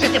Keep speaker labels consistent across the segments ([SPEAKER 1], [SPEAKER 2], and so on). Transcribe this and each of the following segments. [SPEAKER 1] c'était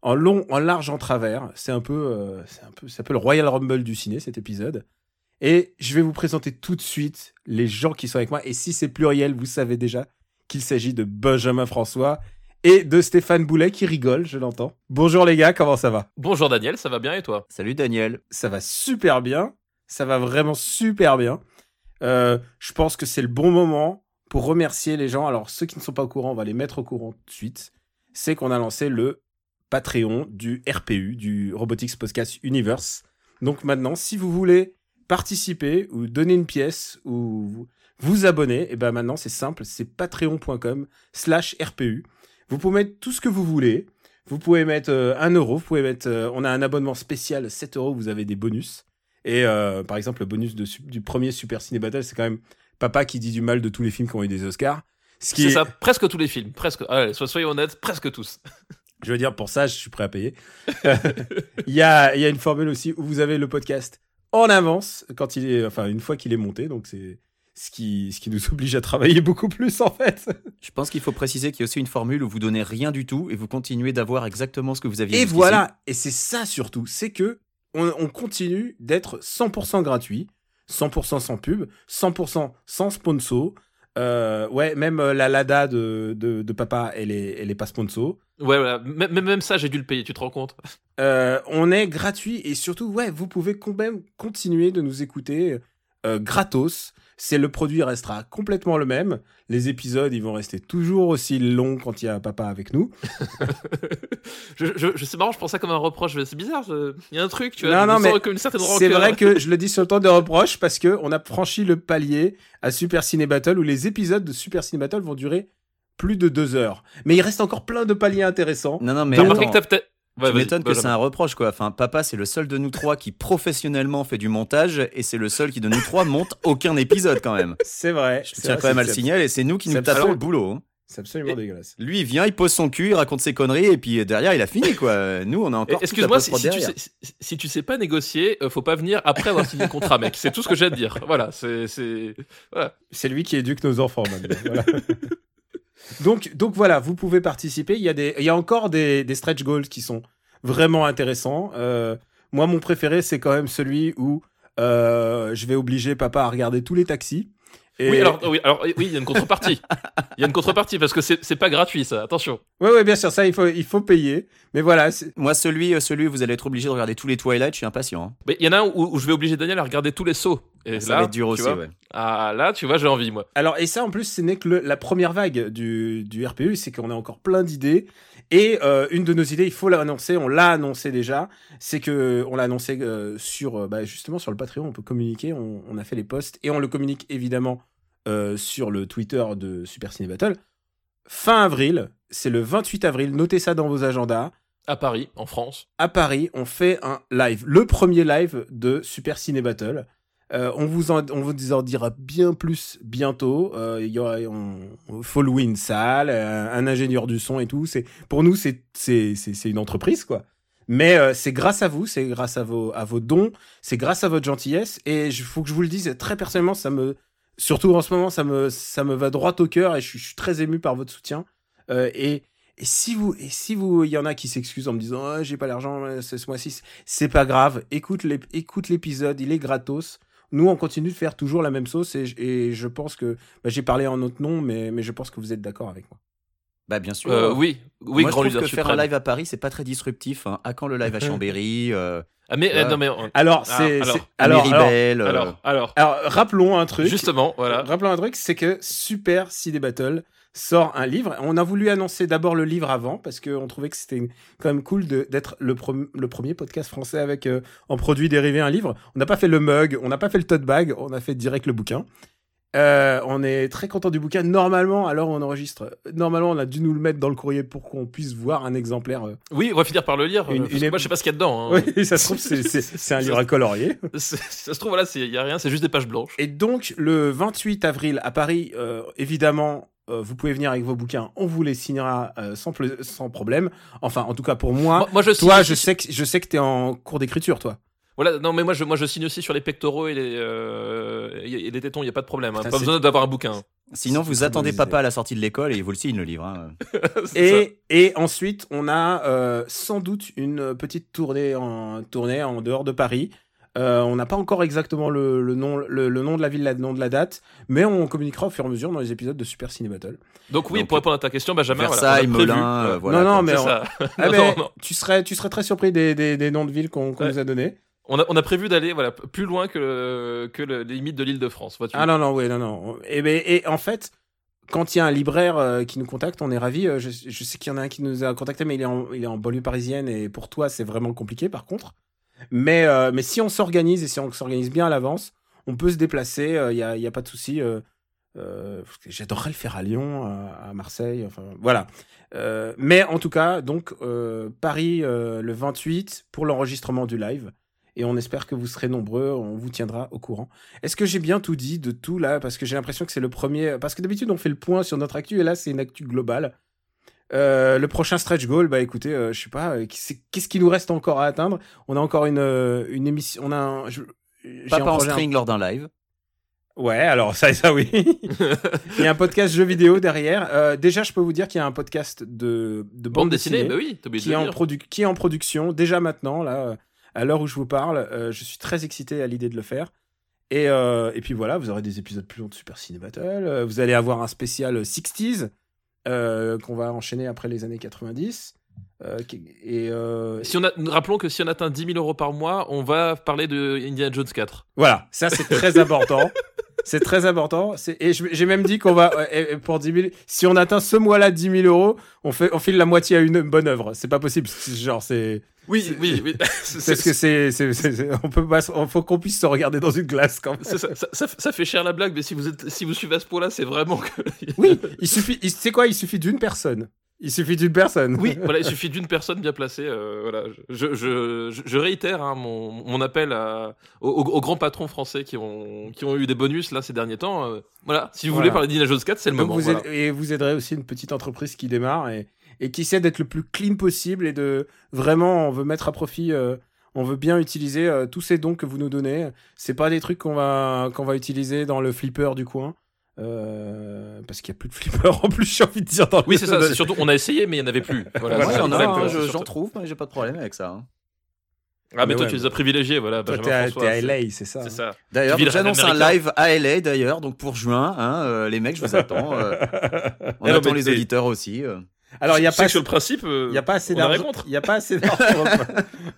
[SPEAKER 2] En long, en large, en travers. C'est un peu, euh, c'est un peu, c'est un peu le Royal Rumble du ciné, cet épisode. Et je vais vous présenter tout de suite les gens qui sont avec moi. Et si c'est pluriel, vous savez déjà qu'il s'agit de Benjamin François et de Stéphane Boulet qui rigole, je l'entends. Bonjour les gars, comment ça va?
[SPEAKER 3] Bonjour Daniel, ça va bien et toi
[SPEAKER 4] Salut Daniel.
[SPEAKER 2] ça va super bien. Ça va vraiment super bien. Euh, je pense que c'est le bon moment pour remercier les gens. Alors, ceux qui ne sont pas au courant, on va les mettre au courant tout de suite. C'est qu'on a lancé le Patreon du RPU, du Robotics Podcast Universe. Donc maintenant, si vous voulez participer ou donner une pièce ou vous- vous abonner, et ben maintenant c'est simple, c'est patreon.com slash RPU. Vous pouvez mettre tout ce que vous voulez. Vous pouvez mettre euh, 1 euro, vous pouvez mettre, euh, on a un abonnement spécial 7 euros, vous avez des bonus. Et euh, par exemple, le bonus de su- du premier Super Ciné Battle, c'est quand même papa qui dit du mal de tous les films qui ont eu des Oscars. Ce qui
[SPEAKER 3] C'est
[SPEAKER 2] est-
[SPEAKER 3] ça, presque tous les films, presque. Allez, so- soyons honnêtes, presque tous.
[SPEAKER 2] Je veux dire, pour ça, je suis prêt à payer. Euh, il, y a, il y a une formule aussi où vous avez le podcast en avance quand il est, enfin, une fois qu'il est monté. Donc, c'est ce qui, ce qui nous oblige à travailler beaucoup plus, en fait.
[SPEAKER 4] Je pense qu'il faut préciser qu'il y a aussi une formule où vous donnez rien du tout et vous continuez d'avoir exactement ce que vous aviez
[SPEAKER 2] Et
[SPEAKER 4] jusqu'ici.
[SPEAKER 2] voilà. Et c'est ça surtout. C'est que on, on continue d'être 100% gratuit, 100% sans pub, 100% sans sponsor. Euh, ouais, même euh, la Lada de, de, de papa, elle est, elle est pas sponsor.
[SPEAKER 3] Ouais, voilà. Même, même- même ça, j'ai dû le payer, tu te rends compte
[SPEAKER 2] Euh, on est gratuit et surtout, ouais, vous pouvez quand même continuer de nous écouter euh, gratos. C'est le produit restera complètement le même. Les épisodes, ils vont rester toujours aussi longs quand il y a papa avec nous.
[SPEAKER 3] je, je, je- C'est marrant, je prends ça comme un reproche, mais c'est bizarre. je- Il y a un truc, tu vois.
[SPEAKER 2] Non,
[SPEAKER 3] je me
[SPEAKER 2] non, mais
[SPEAKER 3] sens comme une certaine
[SPEAKER 2] C'est
[SPEAKER 3] rancœur.
[SPEAKER 2] vrai que je le dis sur le temps de reproche parce que on a franchi le palier à Super Ciné Battle où les épisodes de Super Ciné Battle vont durer plus de deux heures. Mais il reste encore plein de paliers intéressants.
[SPEAKER 4] Non, non, mais
[SPEAKER 3] T'as remarqué
[SPEAKER 4] attends,
[SPEAKER 3] que t'as peut-être. Ouais,
[SPEAKER 4] tu
[SPEAKER 3] vas-y,
[SPEAKER 4] m'étonnes que
[SPEAKER 3] Benjamin.
[SPEAKER 4] c'est un reproche, quoi. Enfin, papa, c'est le seul de nous trois qui professionnellement fait du montage et c'est le seul qui de nous trois monte aucun épisode quand même.
[SPEAKER 2] C'est vrai.
[SPEAKER 4] Je
[SPEAKER 2] c'est
[SPEAKER 4] tiens
[SPEAKER 2] vrai,
[SPEAKER 4] quand même à le
[SPEAKER 2] c'est-
[SPEAKER 4] signaler et c'est nous qui
[SPEAKER 2] c'est
[SPEAKER 4] nous tapons
[SPEAKER 2] absolument-
[SPEAKER 4] le boulot. hein.
[SPEAKER 2] C'est absolument
[SPEAKER 3] Et-
[SPEAKER 2] dégueulasse.
[SPEAKER 4] Lui, il vient, il pose son cul, il raconte ses conneries et puis derrière, il a fini, quoi. Nous, on a
[SPEAKER 3] Eh,
[SPEAKER 4] encore. toute la
[SPEAKER 3] Excuse-moi, si,
[SPEAKER 4] post-prod
[SPEAKER 3] si tu
[SPEAKER 4] derrière.
[SPEAKER 3] sais, si- si tu sais pas négocier, euh, faut pas venir après avoir signé le contrat, mec. C'est tout ce que j'ai à te dire. Voilà, c'est. c'est-
[SPEAKER 2] C'est lui qui éduque nos enfants maintenant. Voilà. donc, donc voilà, vous pouvez participer. Il y a, des, il y a encore des, des stretch goals qui sont vraiment intéressants. Euh, moi, mon préféré, c'est quand même celui où euh, je vais obliger papa à regarder tous les taxis. Et...
[SPEAKER 3] Oui, alors, oui, alors, oui, il y a une contrepartie. Il y a une contrepartie parce que c'est c'est pas gratuit, ça. Attention.
[SPEAKER 2] Ouais, ouais, bien sûr, ça, il faut, il faut payer. Mais voilà, c'est-
[SPEAKER 4] Moi, celui, euh, celui, où vous allez être obligé de regarder tous les Twilight, je suis impatient. hein.
[SPEAKER 3] Mais il y en a un où, où je vais obliger Daniel à regarder tous les sauts. Et
[SPEAKER 4] Ça
[SPEAKER 3] là,
[SPEAKER 4] va être dur
[SPEAKER 3] tu
[SPEAKER 4] aussi,
[SPEAKER 3] vois,
[SPEAKER 4] ouais.
[SPEAKER 3] Ah là, tu vois, j'ai envie, moi.
[SPEAKER 2] Alors, et ça, en plus, ce n'est que le- la première vague du, du RPU, c'est qu'on a encore plein d'idées. Et euh, une de nos idées, il faut l'annoncer, on l'a annoncé déjà, c'est que on l'a annoncé euh, sur, euh, bah, justement, sur le Patreon, on peut communiquer, on, on a fait les posts, et on le communique évidemment euh, sur le Twitter de Super Ciné Battle. Fin avril, c'est le 28 avril, notez ça dans vos agendas.
[SPEAKER 3] À Paris, en France.
[SPEAKER 2] À Paris, on fait un live, le premier live de Super Ciné Battle. Euh, on, vous en, on vous en dira bien plus bientôt. Euh, Il y aura, on, faut louer une salle, euh, un ingénieur du son et tout. C'est pour nous, c'est c'est c'est c'est une entreprise quoi. Mais euh, c'est grâce à vous, c'est grâce à vos à vos dons, c'est grâce à votre gentillesse. Et il faut que je vous le dise très personnellement, ça me surtout en ce moment, ça me ça me va droit au cœur et je, suis- je suis très ému par votre soutien. Euh, et et si vous et si vous il y en a qui s'excusent en me disant Ah, j'ai pas l'argent euh, ce ce mois-ci, c'est pas grave. Écoute l'ép- écoute l'épisode, il est gratos nous, on continue de faire toujours la même sauce et, je- et je pense que bah, j'ai parlé en notre nom, mais, mais je pense que vous êtes d'accord avec moi.
[SPEAKER 4] Bah, bien
[SPEAKER 2] Oh.
[SPEAKER 4] sûr.
[SPEAKER 3] Euh, oui, oui, grand
[SPEAKER 4] Moi, je trouve
[SPEAKER 3] leader
[SPEAKER 4] que faire un
[SPEAKER 3] suprême.
[SPEAKER 4] live à Paris, c'est pas très disruptif. hein. À quand le live à Chambéry euh,
[SPEAKER 3] Ah, mais, euh,
[SPEAKER 4] Voilà.
[SPEAKER 3] non, mais, on-
[SPEAKER 2] Alors,
[SPEAKER 3] Ah,
[SPEAKER 2] c'est,
[SPEAKER 3] alors.
[SPEAKER 2] c'est- alors,
[SPEAKER 4] à
[SPEAKER 2] alors,
[SPEAKER 4] Miribel, euh,
[SPEAKER 3] alors, alors,
[SPEAKER 2] alors, rappelons un truc.
[SPEAKER 3] justement, voilà.
[SPEAKER 2] Rappelons un truc, c'est que Super CD Battle sort un livre. On a voulu annoncer d'abord le livre avant parce qu'on trouvait que c'était quand même cool de- d'être le, prom- le premier podcast français avec euh, en produit dérivé un livre. On n'a pas fait le mug, on n'a pas fait le tote bag, on a fait direct le bouquin. Euh, on est très content du bouquin. Normalement, alors on enregistre. Normalement, on a dû nous le mettre dans le courrier pour qu'on puisse voir un exemplaire. euh.
[SPEAKER 3] Oui, on va finir par le lire.
[SPEAKER 2] Une-
[SPEAKER 3] euh, parce
[SPEAKER 2] une
[SPEAKER 3] que
[SPEAKER 2] é-
[SPEAKER 3] Moi, je sais pas ce qu'il y a dedans. hein.
[SPEAKER 2] Oui, ça se trouve, c'est- c'est c'est un livre à colorier.
[SPEAKER 3] C'est- ça se trouve, voilà, il y a rien, c'est juste des pages blanches.
[SPEAKER 2] Et donc, le 28 avril à Paris, euh, évidemment, euh, vous pouvez venir avec vos bouquins. On vous les signera euh, sans, pla- sans problème. Enfin, en tout cas pour moi.
[SPEAKER 3] moi, moi, je signe.
[SPEAKER 2] toi,
[SPEAKER 3] aussi-
[SPEAKER 2] je sais que je sais que t'es en cours d'écriture, toi.
[SPEAKER 3] Voilà, non, mais moi, je, moi, je signe aussi sur les pectoraux et les, euh, et et les tétons. Il y a pas de problème. hein.
[SPEAKER 2] Putain,
[SPEAKER 3] pas
[SPEAKER 2] c'est-
[SPEAKER 3] besoin d'avoir un bouquin.
[SPEAKER 4] Sinon,
[SPEAKER 2] C'est
[SPEAKER 4] vous
[SPEAKER 2] une bonne
[SPEAKER 4] attendez
[SPEAKER 2] idée.
[SPEAKER 4] papa à la sortie de l'école et il vous le signe le livre. hein.
[SPEAKER 3] C'est ça.
[SPEAKER 2] Et, et ensuite, on a euh, sans doute une petite tournée en, tournée en dehors de Paris. Euh, on n'a pas encore exactement le, le nom, le, le nom de la ville, le nom de la date, mais on communiquera au fur et à mesure dans les épisodes de Super Ciné Battle.
[SPEAKER 3] donc oui,
[SPEAKER 4] Donc,
[SPEAKER 3] pour répondre à ta question, Benjamin, voilà, on a
[SPEAKER 4] Versailles,
[SPEAKER 3] prévu.
[SPEAKER 4] Melun, euh,
[SPEAKER 3] Ouais.
[SPEAKER 4] voilà.
[SPEAKER 2] non, non,
[SPEAKER 4] quoi.
[SPEAKER 2] mais
[SPEAKER 3] C'est
[SPEAKER 2] on-
[SPEAKER 3] ça.
[SPEAKER 2] Ah
[SPEAKER 3] Non,
[SPEAKER 2] ben,
[SPEAKER 3] non, non.
[SPEAKER 2] Tu, serais, tu serais très surpris des, des, des noms de villes qu'on qu'on
[SPEAKER 3] Ouais.
[SPEAKER 2] nous a donnés.
[SPEAKER 3] On a, on a prévu d'aller voilà, p- plus loin que, le- que le- les limites de l'île de France. vois-tu.
[SPEAKER 2] Ah non, non, oui, non, non. Et, ben, et en fait, quand il y a un libraire euh, qui nous contacte, on est ravis. Euh, Je, je sais qu'il y en a un qui nous a contacté, mais il est en, il est en banlieue parisienne et pour toi, c'est vraiment compliqué par contre. Mais, euh, mais si on s'organise et si on s'organise bien à l'avance, on peut se déplacer, il n'y a, y a pas de souci. euh, euh, parce que J'adorerais le faire à Lyon, euh, à, à Marseille, enfin voilà. Euh, mais en tout cas, donc euh, Paris euh, le 28 pour l'enregistrement du live. Et on espère que vous serez nombreux, on vous tiendra au courant. Est-ce que j'ai bien tout dit de tout là Parce que j'ai l'impression que c'est le premier. Parce que d'habitude, on fait le point sur notre actu et là, c'est une actu globale. Euh, le prochain stretch goal, bah écoutez, euh, je sais pas, euh, c'est- qu'est-ce qui nous reste encore à atteindre On a encore une, euh, une émission. On a un. je- j'ai un
[SPEAKER 4] Papa en
[SPEAKER 2] projet un-
[SPEAKER 4] string lors d'un
[SPEAKER 3] Bah,
[SPEAKER 4] live.
[SPEAKER 2] Ouais, alors ça, ça oui. il y a un podcast jeux vidéo derrière. Euh, déjà, je peux vous dire qu'il y a un podcast de, de
[SPEAKER 3] Bande dessinée, bah oui, t'as oublié de
[SPEAKER 2] qui, est
[SPEAKER 3] le
[SPEAKER 2] en
[SPEAKER 3] dire.
[SPEAKER 2] produ- qui est en production déjà maintenant, là, euh, à l'heure où je vous parle. Euh, je suis très excité à l'idée de le faire. Et, euh, et puis voilà, vous aurez des épisodes plus longs de Super Ciné Battle. Euh, vous allez avoir un spécial 60s euh, qu'on va enchaîner après les années 90. Euh, qui- et euh,
[SPEAKER 3] Si on a- nous rappelons que si on atteint 10 000 euros par mois, on va parler de Indiana Jones 4.
[SPEAKER 2] Voilà, ça c'est très important. C'est très important. C'est- Et je- j'ai même dit qu'on va, ouais, et- et pour 10 000, si on atteint ce mois-là 10 000 euros, on, fait, on file la moitié à une bonne œuvre. C'est pas possible. c'est- Genre, c'est.
[SPEAKER 3] Oui, oui, oui.
[SPEAKER 2] C'est ce que c'est. c'est- c'est- c'est- On peut pas. se- on- faut qu'on puisse se regarder dans une glace quand même.
[SPEAKER 3] C'est ça, ça, ça- ça fait cher la blague, mais si vous, êtes, si vous suivez à ce point-là, c'est vraiment que.
[SPEAKER 2] Oui, il suffit. il- Tu sais quoi Il suffit d'une personne. Il suffit d'une personne.
[SPEAKER 3] Oui, voilà, il suffit d'une personne bien placée. euh, voilà, je, je, je- je réitère hein, mon, mon appel à, aux, aux- aux grands patrons français qui ont, qui ont eu des bonus là ces derniers temps. euh, voilà, si vous
[SPEAKER 2] Voilà.
[SPEAKER 3] voulez parler d'Indiana Jones 4, c'est le
[SPEAKER 2] Donc
[SPEAKER 3] moment.
[SPEAKER 2] vous
[SPEAKER 3] voilà.
[SPEAKER 2] aide- et vous aiderez aussi une petite entreprise qui démarre et, et qui essaie d'être le plus clean possible et de vraiment on veut mettre à profit euh, on veut bien utiliser euh, tous ces dons que vous nous donnez c'est pas des trucs qu'on va qu'on va utiliser dans le flipper du coin euh, parce qu'il y a plus de flipper en plus j'ai envie de dire dans
[SPEAKER 3] Oui,
[SPEAKER 2] le-
[SPEAKER 3] c'est ça. c'est Surtout, on a essayé, mais il n'y en avait plus. Voilà,
[SPEAKER 2] Ouais,
[SPEAKER 3] c'est
[SPEAKER 4] Ouais, on a,
[SPEAKER 3] exact,
[SPEAKER 4] hein,
[SPEAKER 3] euh,
[SPEAKER 4] je-
[SPEAKER 3] c'est
[SPEAKER 4] j'en
[SPEAKER 3] surtout-
[SPEAKER 4] trouve, mais j'ai pas de problème avec ça. hein.
[SPEAKER 3] Ah, mais,
[SPEAKER 2] Mais
[SPEAKER 3] toi,
[SPEAKER 2] ouais,
[SPEAKER 3] tu les as privilégiés, voilà.
[SPEAKER 2] Toi, t'es
[SPEAKER 3] Benjamin
[SPEAKER 2] à,
[SPEAKER 3] François,
[SPEAKER 2] t'es à
[SPEAKER 3] c'est-
[SPEAKER 2] LA c'est ça
[SPEAKER 3] C'est
[SPEAKER 2] hein.
[SPEAKER 3] ça.
[SPEAKER 4] D'ailleurs,
[SPEAKER 3] Tu vis le
[SPEAKER 4] j'annonce
[SPEAKER 3] rêve
[SPEAKER 4] un
[SPEAKER 3] américain.
[SPEAKER 4] live à LA d'ailleurs, donc pour juin, hein, euh, les mecs, je vous attends. euh, on
[SPEAKER 3] Eh non,
[SPEAKER 4] attend
[SPEAKER 3] mais
[SPEAKER 4] les
[SPEAKER 3] t'es-
[SPEAKER 4] auditeurs aussi. euh.
[SPEAKER 2] alors il y a
[SPEAKER 3] Tu sais
[SPEAKER 2] pas
[SPEAKER 3] que sur le principe. euh,
[SPEAKER 2] Il n'y a pas assez
[SPEAKER 3] on a
[SPEAKER 2] d'argent.
[SPEAKER 3] rencontre.
[SPEAKER 2] Il y a pas assez d'argent.